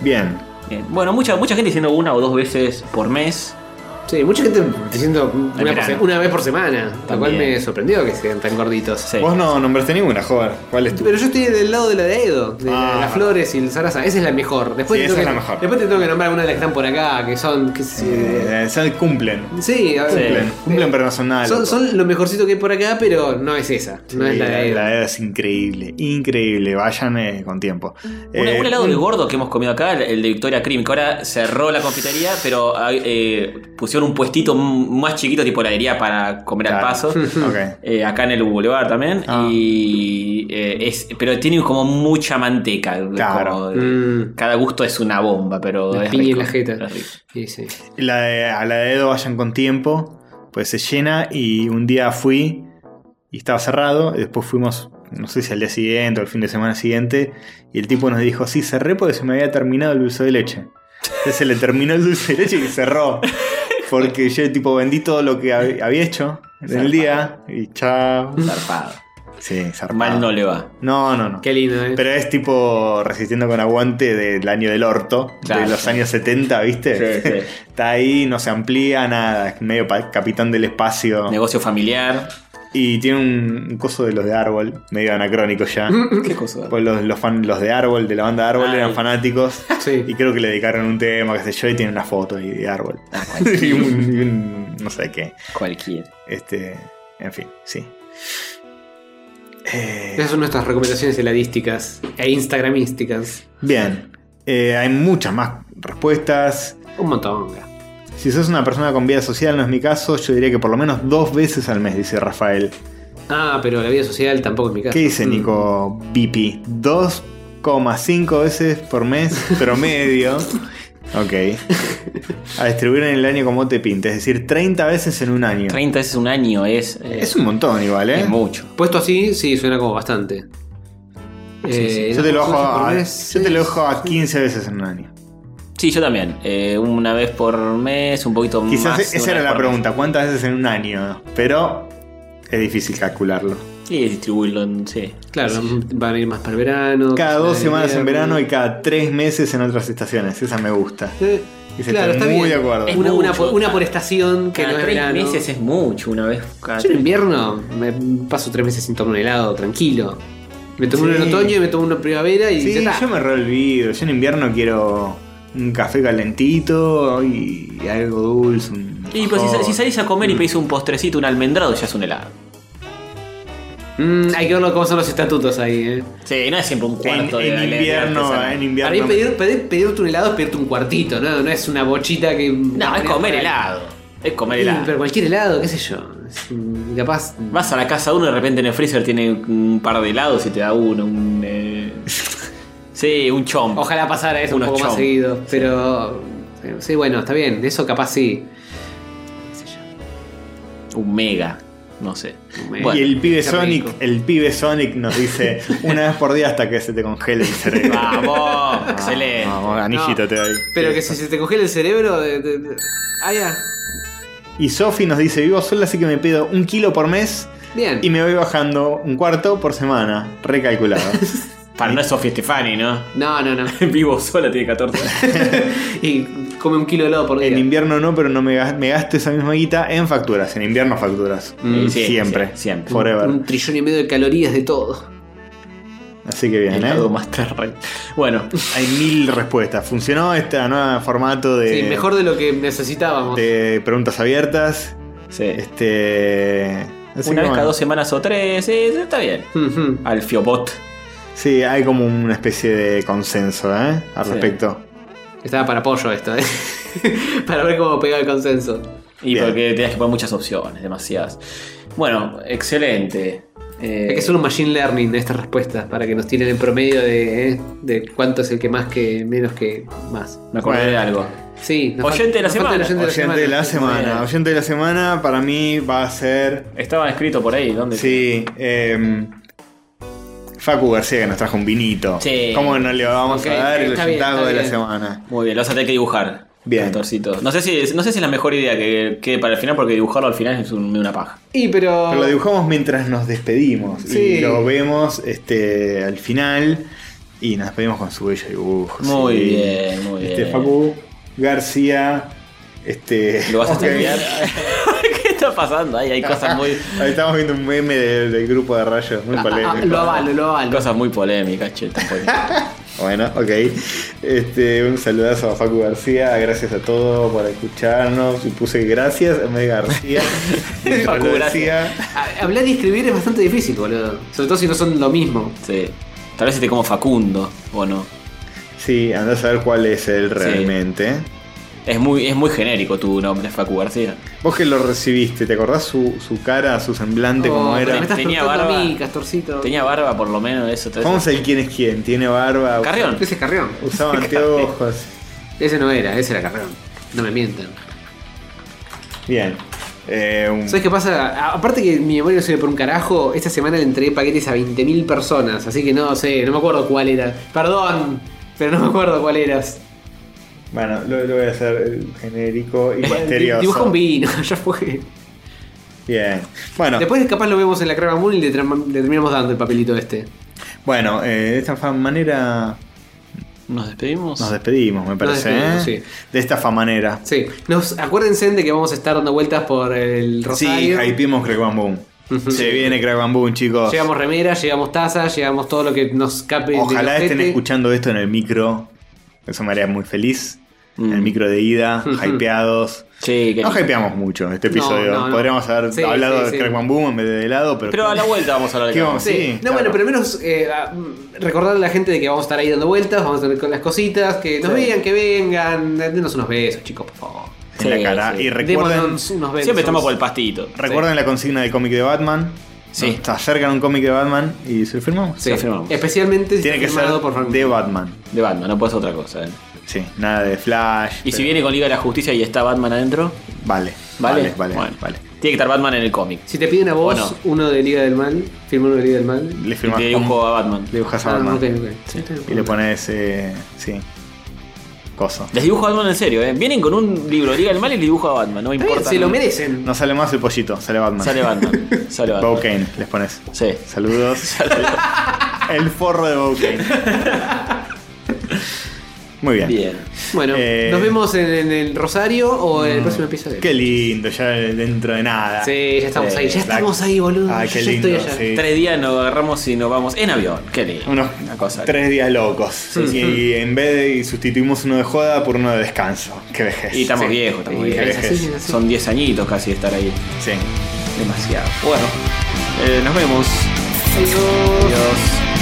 [SPEAKER 1] bien,
[SPEAKER 3] Bien. Bueno, mucha, mucha gente diciendo una o dos veces por mes.
[SPEAKER 2] <laughs> sí, mucha gente diciendo una, por
[SPEAKER 1] verano.
[SPEAKER 2] se- una vez por semana. Lo cual
[SPEAKER 3] También.
[SPEAKER 2] me sorprendió que sean tan gorditos.
[SPEAKER 3] Sí.
[SPEAKER 1] Vos no nombraste ninguna, joven. ¿Cuál es tu?
[SPEAKER 2] Pero yo estoy del lado de la de Edo, de la-
[SPEAKER 1] Ah.
[SPEAKER 2] las flores y el Sarasa. Esa es la mejor. Después
[SPEAKER 1] Sí,
[SPEAKER 2] te tengo
[SPEAKER 1] esa es
[SPEAKER 2] que-
[SPEAKER 1] la mejor.
[SPEAKER 2] Después te tengo que nombrar algunas de las que están por acá, que son. Que, sí,
[SPEAKER 1] Eh, son- cumplen.
[SPEAKER 2] sí, a ver. Eh,
[SPEAKER 1] Cumplen, cumplen, pero no son nada.
[SPEAKER 2] Son,
[SPEAKER 1] loco.
[SPEAKER 2] son lo mejorcito que hay por acá, pero no es esa. no es
[SPEAKER 1] Sí,
[SPEAKER 2] la de Edo.
[SPEAKER 1] la es increíble, increíble. Vayan eh, con tiempo.
[SPEAKER 3] Un-
[SPEAKER 1] Eh,
[SPEAKER 3] un helado
[SPEAKER 1] un-
[SPEAKER 3] de gordo que hemos comido acá, el, el de Victoria Cream, que ahora cerró la confitería, pero ah, eh, pusieron un puestito m- más chiquito, tipo heladería, para comer al
[SPEAKER 1] Claro. <laughs>
[SPEAKER 3] paso.
[SPEAKER 1] Ok.
[SPEAKER 3] Eh, acá en el Boulevard también.
[SPEAKER 1] Ah.
[SPEAKER 3] Y eh, es, pero tiene como mucha manteca.
[SPEAKER 1] Claro.
[SPEAKER 3] como-
[SPEAKER 2] Mm.
[SPEAKER 3] cada gusto es una bomba, pero.
[SPEAKER 2] La
[SPEAKER 3] Oh, es
[SPEAKER 2] piña en
[SPEAKER 3] rico,
[SPEAKER 2] la jeta.
[SPEAKER 3] es rico.
[SPEAKER 2] Sí, sí.
[SPEAKER 1] La de- a la de Edo vayan con tiempo, pues se llena y un día fui y estaba cerrado, y después fuimos, no sé si al día siguiente o el fin de semana siguiente, y el tipo nos dijo, sí, cerré porque se me había terminado el dulce de leche. Entonces se le terminó el dulce de leche y cerró. Porque yo tipo vendí todo lo que hab- había hecho en el día y chao.
[SPEAKER 3] Zarpado.
[SPEAKER 1] Sí, zarpado.
[SPEAKER 3] Mal no le va.
[SPEAKER 1] No, no, no.
[SPEAKER 2] Qué lindo, ¿eh?
[SPEAKER 1] Pero es tipo resistiendo con aguante del año del orto,
[SPEAKER 3] Claro.
[SPEAKER 1] de los años 70, ¿viste?
[SPEAKER 3] Sí, sí. <laughs>
[SPEAKER 1] Está ahí, no se amplía nada, es medio pa- capitán del espacio. <laughs>
[SPEAKER 3] Negocio familiar.
[SPEAKER 1] Y tiene un, un coso de los de árbol, medio anacrónico ya.
[SPEAKER 3] ¿Qué cosa?
[SPEAKER 1] Pues los, los, fan- los de árbol, de la banda árbol, eran fanáticos. Y creo que le dedicaron un tema, qué sé yo, y tiene una foto ahí de árbol. <laughs> y, un, y un no sé qué.
[SPEAKER 3] Ah, Cualquier.
[SPEAKER 1] Este. En fin, sí. Eh,
[SPEAKER 2] Esas son nuestras recomendaciones heladísticas e instagramísticas.
[SPEAKER 1] Bien. Eh, hay muchas más respuestas.
[SPEAKER 2] Un montón.
[SPEAKER 1] Si sos una persona con vida social, no es mi caso, yo diría que por lo menos dos veces al mes, dice Rafael.
[SPEAKER 2] Ah, pero la vida social tampoco es mi caso.
[SPEAKER 1] ¿Qué dice Nico Bipi? 2,5 veces por mes
[SPEAKER 3] <laughs>
[SPEAKER 1] promedio. ok. A distribuir en el año como te pinte, es decir, 30 veces en un año.
[SPEAKER 3] 30 veces un año es.
[SPEAKER 1] Es un montón igual, ¿eh?
[SPEAKER 3] Es mucho.
[SPEAKER 2] Mm. Puesto así, sí, suena como bastante. Eh,
[SPEAKER 1] Yo te lo
[SPEAKER 2] dos
[SPEAKER 1] dejo
[SPEAKER 2] por
[SPEAKER 1] a,
[SPEAKER 2] mes.
[SPEAKER 1] yo te lo dejo a 15 veces en un año.
[SPEAKER 3] Sí, yo también. Eh, una vez por mes, un poquito más.
[SPEAKER 1] Quizás
[SPEAKER 3] de
[SPEAKER 1] esa
[SPEAKER 3] una
[SPEAKER 1] era
[SPEAKER 3] vez
[SPEAKER 1] la
[SPEAKER 3] por
[SPEAKER 1] pregunta, ¿cuántas veces en un año? Pero es difícil calcularlo.
[SPEAKER 3] mes. Sí, distribuirlo en. Sí.
[SPEAKER 2] Claro, van a ir más para el verano.
[SPEAKER 1] Cada
[SPEAKER 2] cosas
[SPEAKER 1] dos
[SPEAKER 2] de
[SPEAKER 1] semanas en
[SPEAKER 2] invierno.
[SPEAKER 1] verano y cada tres meses en otras estaciones. Esa me gusta.
[SPEAKER 2] Eh,
[SPEAKER 1] Dice,
[SPEAKER 2] claro,
[SPEAKER 1] estoy
[SPEAKER 2] está
[SPEAKER 1] muy
[SPEAKER 2] bien.
[SPEAKER 1] de acuerdo.
[SPEAKER 3] Es
[SPEAKER 2] Una, una
[SPEAKER 3] mucho.
[SPEAKER 2] por, una por estación que
[SPEAKER 3] Cada
[SPEAKER 2] no es
[SPEAKER 3] tres
[SPEAKER 2] verano.
[SPEAKER 3] meses es mucho, una vez cada
[SPEAKER 2] Yo en
[SPEAKER 3] tres-
[SPEAKER 2] invierno me paso tres meses sin tomar un helado, tranquilo. Me tomo uno en
[SPEAKER 1] Sí.
[SPEAKER 2] otoño y me tomo uno en primavera y ya
[SPEAKER 1] Sí,
[SPEAKER 2] está.
[SPEAKER 1] yo me reolvido. Yo en invierno quiero un café calentito y algo dulce. un
[SPEAKER 3] Y pues si, sa-
[SPEAKER 1] mejor.
[SPEAKER 3] si salís a
[SPEAKER 1] Mm.
[SPEAKER 3] comer y pedís un postrecito, un almendrado, ya es un helado.
[SPEAKER 2] Mm, hay que verlo cómo son los estatutos ahí, eh.
[SPEAKER 3] Sí, no es siempre un
[SPEAKER 1] En,
[SPEAKER 3] cuarto de
[SPEAKER 1] en
[SPEAKER 3] alegría
[SPEAKER 1] invierno,
[SPEAKER 3] artesanal.
[SPEAKER 1] en
[SPEAKER 2] Para mí
[SPEAKER 1] invierno.
[SPEAKER 2] pedir, pedir- pedirte un helado es pedirte un cuartito, ¿no? No es una bochita que. Ah,
[SPEAKER 3] No, es comer helado. Es comer helado.
[SPEAKER 2] Pero cualquier helado, qué sé yo. Es, mm, capaz.
[SPEAKER 3] Vas a la casa de uno y de repente en el freezer tiene un par de helados y te da uno, un. <laughs> eh, Sí, un chomp.
[SPEAKER 2] Ojalá pasara eso un
[SPEAKER 3] Unos
[SPEAKER 2] poco más
[SPEAKER 3] chomp.
[SPEAKER 2] seguido. Pero. eh, Sí, bueno, está bien. De eso capaz sí. Qué sé yo.
[SPEAKER 3] Un mega. No sé.
[SPEAKER 2] mega.
[SPEAKER 3] Bueno,
[SPEAKER 1] y el pibe
[SPEAKER 2] qué
[SPEAKER 1] Sonic,
[SPEAKER 2] rico.
[SPEAKER 1] el pibe Sonic nos dice una vez por día hasta que se te congele el cerebro. <laughs>
[SPEAKER 3] Vamos, Ah, excelente.
[SPEAKER 1] Vamos, anillito
[SPEAKER 2] No,
[SPEAKER 1] te doy.
[SPEAKER 2] Pero que si se te congela el cerebro. de- de- de- Ah, ya.
[SPEAKER 1] Y Sofi nos dice, vivo sola así que me pido un kilo por mes
[SPEAKER 2] Bien.
[SPEAKER 1] y me voy bajando un cuarto por semana, recalculado.
[SPEAKER 3] Para no es Sofía Stefani, ¿no?
[SPEAKER 2] No, no, no.
[SPEAKER 3] Vivo sola, tiene 14.
[SPEAKER 2] y come un kilo de helado por día.
[SPEAKER 1] En invierno no, pero no me, gas- me gasto esa misma guita en facturas. En invierno facturas.
[SPEAKER 3] Mm, sí,
[SPEAKER 1] siempre.
[SPEAKER 3] sí, siempre.
[SPEAKER 1] Forever.
[SPEAKER 2] Un trillón y medio de calorías de todo.
[SPEAKER 1] Así que bien, ¿eh?
[SPEAKER 3] Helado Master Race. Bueno,
[SPEAKER 1] Hay mil respuestas. Funcionó este nuevo formato de,
[SPEAKER 2] Sí, mejor de lo que necesitábamos.
[SPEAKER 1] de preguntas abiertas.
[SPEAKER 3] sí.
[SPEAKER 1] Este. así que
[SPEAKER 3] Una vez
[SPEAKER 1] bueno.
[SPEAKER 3] cada dos semanas o tres, sí, está bien.
[SPEAKER 2] Ujú.
[SPEAKER 3] Al Fiobot.
[SPEAKER 1] Sí, hay como una especie de consenso, ¿eh? Al
[SPEAKER 3] Sí.
[SPEAKER 1] respecto.
[SPEAKER 2] Estaba para apoyo esto, ¿eh? <laughs> para ver cómo pegaba el consenso.
[SPEAKER 3] Y
[SPEAKER 1] Bien.
[SPEAKER 3] porque tenías que poner muchas opciones, demasiadas. Bueno, excelente. Eh,
[SPEAKER 2] Hay que hacer un machine learning de estas respuestas para que nos tiren el promedio de, ¿eh? de cuánto es el que más que menos que más.
[SPEAKER 3] Me acordé
[SPEAKER 1] Bueno.
[SPEAKER 3] de algo.
[SPEAKER 2] Sí, nos
[SPEAKER 3] Oyente de la
[SPEAKER 2] nos falta el
[SPEAKER 3] semana.
[SPEAKER 2] oyente
[SPEAKER 1] Oyente de la semana.
[SPEAKER 3] Bien.
[SPEAKER 1] Oyente de la semana para mí va a ser.
[SPEAKER 3] Estaba escrito por ahí, ¿dónde?
[SPEAKER 1] Sí. em, Facu García que nos trajo un vinito.
[SPEAKER 3] Sí.
[SPEAKER 1] ¿Cómo no le vamos
[SPEAKER 2] Ok,
[SPEAKER 1] a dar el
[SPEAKER 2] está bien,
[SPEAKER 1] oyentago
[SPEAKER 2] está
[SPEAKER 1] de la
[SPEAKER 2] bien.
[SPEAKER 1] semana?
[SPEAKER 3] Muy bien, lo vas a tener que dibujar.
[SPEAKER 1] Bien.
[SPEAKER 3] Castorcito. No sé si es, no sé si es la mejor idea que quede para el final, porque dibujarlo al final es un- una paja.
[SPEAKER 2] Y pero.
[SPEAKER 1] Pero lo dibujamos mientras nos despedimos.
[SPEAKER 2] Oh. Sí.
[SPEAKER 1] Y lo vemos este, al final. Y nos despedimos con su bello dibujo.
[SPEAKER 3] Muy bien, muy
[SPEAKER 1] Este
[SPEAKER 3] bien.
[SPEAKER 1] Facu García. Este.
[SPEAKER 3] ¿Lo vas
[SPEAKER 1] <laughs>
[SPEAKER 3] a
[SPEAKER 1] ok.
[SPEAKER 3] estudiar? ¿Qué está
[SPEAKER 1] <laughs>
[SPEAKER 3] pasando? Ahí hay cosas muy,
[SPEAKER 1] Ahí estamos viendo un meme del, del grupo de rayos. Muy
[SPEAKER 2] Ah, ah,
[SPEAKER 1] polémico.
[SPEAKER 2] lo avalo, lo avalo.
[SPEAKER 3] cosas muy polémicas, che, tampoco.
[SPEAKER 1] Bueno, ok. Este, un saludazo a Facu García. Gracias a todos por escucharnos. Y puse gracias en vez
[SPEAKER 2] <laughs>
[SPEAKER 1] de García.
[SPEAKER 3] Facu,
[SPEAKER 1] Facu
[SPEAKER 3] gracias.
[SPEAKER 1] García.
[SPEAKER 2] A- Hablar y escribir es bastante difícil, boludo. Sobre todo si no son lo mismo.
[SPEAKER 3] Sí. Tal vez esté como Facundo, o no.
[SPEAKER 1] Sí, andás a ver cuál es él realmente.
[SPEAKER 3] Es muy, es muy genérico tu nombre, Facu García.
[SPEAKER 1] Vos que lo recibiste, ¿te acordás su, su cara, su semblante,
[SPEAKER 2] Oh,
[SPEAKER 1] cómo
[SPEAKER 2] pero
[SPEAKER 1] era?
[SPEAKER 2] Me estás
[SPEAKER 3] Tenía
[SPEAKER 2] preguntando
[SPEAKER 3] barba.
[SPEAKER 2] a mí, Castorcito.
[SPEAKER 3] Tenía barba, por lo menos, eso. todo eso.
[SPEAKER 1] Vamos a ver quién es quién. Tiene barba.
[SPEAKER 3] Carrión.
[SPEAKER 2] Ese es <laughs> Carrión.
[SPEAKER 1] Usaba anteojos.
[SPEAKER 2] Ese no era, ese era Carrión. No me mientan.
[SPEAKER 1] Bien. Eh, un-
[SPEAKER 2] ¿Sabes qué pasa? A- Aparte que mi memoria no sirve por un carajo, esta semana le entregué paquetes a 20.000 personas, así que no sé, no me acuerdo cuál era. Perdón, pero no me acuerdo cuál eras.
[SPEAKER 1] Bueno, lo, lo voy a hacer eh, genérico y
[SPEAKER 2] Di-
[SPEAKER 1] misterioso.
[SPEAKER 2] Dibuja un vino, <laughs> ya fue.
[SPEAKER 1] Bien. Bueno,
[SPEAKER 2] Después capaz lo vemos en la Crema Moon y le, tra- le terminamos dando el papelito este.
[SPEAKER 1] bueno eh, de esta fa- manera
[SPEAKER 3] Nos despedimos.
[SPEAKER 1] nos despedimos, me parece.
[SPEAKER 2] despedimos,
[SPEAKER 1] ¿eh?
[SPEAKER 2] sí.
[SPEAKER 1] De esta fa manera.
[SPEAKER 2] Sí, nos, acuérdense de que vamos a estar dando vueltas por el
[SPEAKER 1] Sí,
[SPEAKER 2] Rosario.
[SPEAKER 1] hypeemos Crack Bam Boom. Se viene Crack Bam Boom, chicos.
[SPEAKER 2] Llegamos remeras, llegamos tazas, llegamos todo lo que nos cape. del
[SPEAKER 1] Ojalá estén
[SPEAKER 2] ojete.
[SPEAKER 1] escuchando esto en el micro. Eso me haría muy feliz. En
[SPEAKER 2] Mm.
[SPEAKER 1] el micro de ida, hypeados.
[SPEAKER 3] Sí, que-
[SPEAKER 1] No hypeamos mucho este
[SPEAKER 2] No,
[SPEAKER 1] episodio.
[SPEAKER 2] no, no.
[SPEAKER 1] Podríamos haber
[SPEAKER 2] Sí,
[SPEAKER 1] hablado
[SPEAKER 2] sí,
[SPEAKER 1] de
[SPEAKER 2] sí.
[SPEAKER 1] Crack Bam Boom en vez de helado, pero.
[SPEAKER 3] Pero a la vuelta vamos a hablar de
[SPEAKER 1] ¿Qué
[SPEAKER 3] Crack
[SPEAKER 1] vamos?
[SPEAKER 2] Sí.
[SPEAKER 1] Sí,
[SPEAKER 2] no,
[SPEAKER 1] claro.
[SPEAKER 2] bueno, pero al menos eh, a- mm, recordarle a la gente de que vamos a estar ahí dando vueltas, vamos a tener con las cositas, que nos vean, que vengan, denos unos besos, chicos, por favor.
[SPEAKER 1] en la
[SPEAKER 3] Sí,
[SPEAKER 1] cara.
[SPEAKER 3] sí.
[SPEAKER 1] Y recuerden,
[SPEAKER 2] Démonos unos besos.
[SPEAKER 3] Siempre estamos por el pastito.
[SPEAKER 1] recuerden la consigna del cómic de Batman.
[SPEAKER 3] Sí.
[SPEAKER 1] Nos acercan un cómic de Batman y se lo firmamos.
[SPEAKER 2] Sí.
[SPEAKER 3] Lo firmamos.
[SPEAKER 2] Especialmente si
[SPEAKER 1] Tiene
[SPEAKER 2] está
[SPEAKER 1] que ser
[SPEAKER 2] firmado por Frank
[SPEAKER 1] de Batman.
[SPEAKER 3] De Batman, no puede ser otra cosa. ¿eh?
[SPEAKER 1] Sí, nada de Flash.
[SPEAKER 3] Y si
[SPEAKER 1] pero-
[SPEAKER 3] viene con Liga de la Justicia y está Batman adentro,
[SPEAKER 1] Vale,
[SPEAKER 3] ¿vale?
[SPEAKER 1] vale, vale.
[SPEAKER 3] Bueno,
[SPEAKER 1] vale.
[SPEAKER 3] Tiene que estar Batman en el cómic.
[SPEAKER 2] Si te piden a vos
[SPEAKER 3] Bueno.
[SPEAKER 2] uno de Liga del Mal, firma uno de Liga del Mal.
[SPEAKER 1] Le
[SPEAKER 3] Y
[SPEAKER 1] firmas
[SPEAKER 3] te dibujo a Batman.
[SPEAKER 1] le dibujas a
[SPEAKER 2] Ah,
[SPEAKER 1] Batman.
[SPEAKER 2] ok, ok.
[SPEAKER 1] Y le pones. eh, sí. Coso.
[SPEAKER 3] Les dibujo a Batman en serio, ¿eh? Vienen con un libro, Liga del Mal y le dibujo a Batman, no me
[SPEAKER 2] Está bien,
[SPEAKER 3] importa.
[SPEAKER 2] Se lo merecen.
[SPEAKER 1] No sale más el pollito, sale Batman.
[SPEAKER 3] Sale Batman. Sale
[SPEAKER 1] Bob
[SPEAKER 3] Batman.
[SPEAKER 1] Kane, les pones.
[SPEAKER 3] Sí.
[SPEAKER 1] Saludos. el forro de Bob Kane. Muy bien.
[SPEAKER 3] Bien.
[SPEAKER 2] Bueno,
[SPEAKER 1] Eh, mm,
[SPEAKER 2] nos vemos en, en el Rosario o en el próximo episodio.
[SPEAKER 1] Qué lindo, ya dentro de nada. Eh,
[SPEAKER 2] Sí, ya estamos
[SPEAKER 3] Sí,
[SPEAKER 2] ahí, ya
[SPEAKER 1] la-
[SPEAKER 2] estamos ahí, boludo.
[SPEAKER 1] Ah, qué
[SPEAKER 2] Yo ya estoy
[SPEAKER 1] lindo,
[SPEAKER 2] allá.
[SPEAKER 1] sí.
[SPEAKER 3] Tres días nos agarramos y nos vamos en avión. Qué lindo.
[SPEAKER 1] Unos
[SPEAKER 3] Una cosa. Mm.
[SPEAKER 1] tres días locos. Y en vez de y sustituimos uno de joda por uno de descanso. Qué vejez.
[SPEAKER 3] Y estamos
[SPEAKER 1] Sí.
[SPEAKER 3] viejos, estamos
[SPEAKER 1] Sí, qué
[SPEAKER 3] viejos.
[SPEAKER 1] vejez.
[SPEAKER 2] sí, sí.
[SPEAKER 3] Son 10 añitos casi de estar ahí.
[SPEAKER 1] Sí.
[SPEAKER 3] Demasiado. Bueno, eh, nos vemos. Adiós.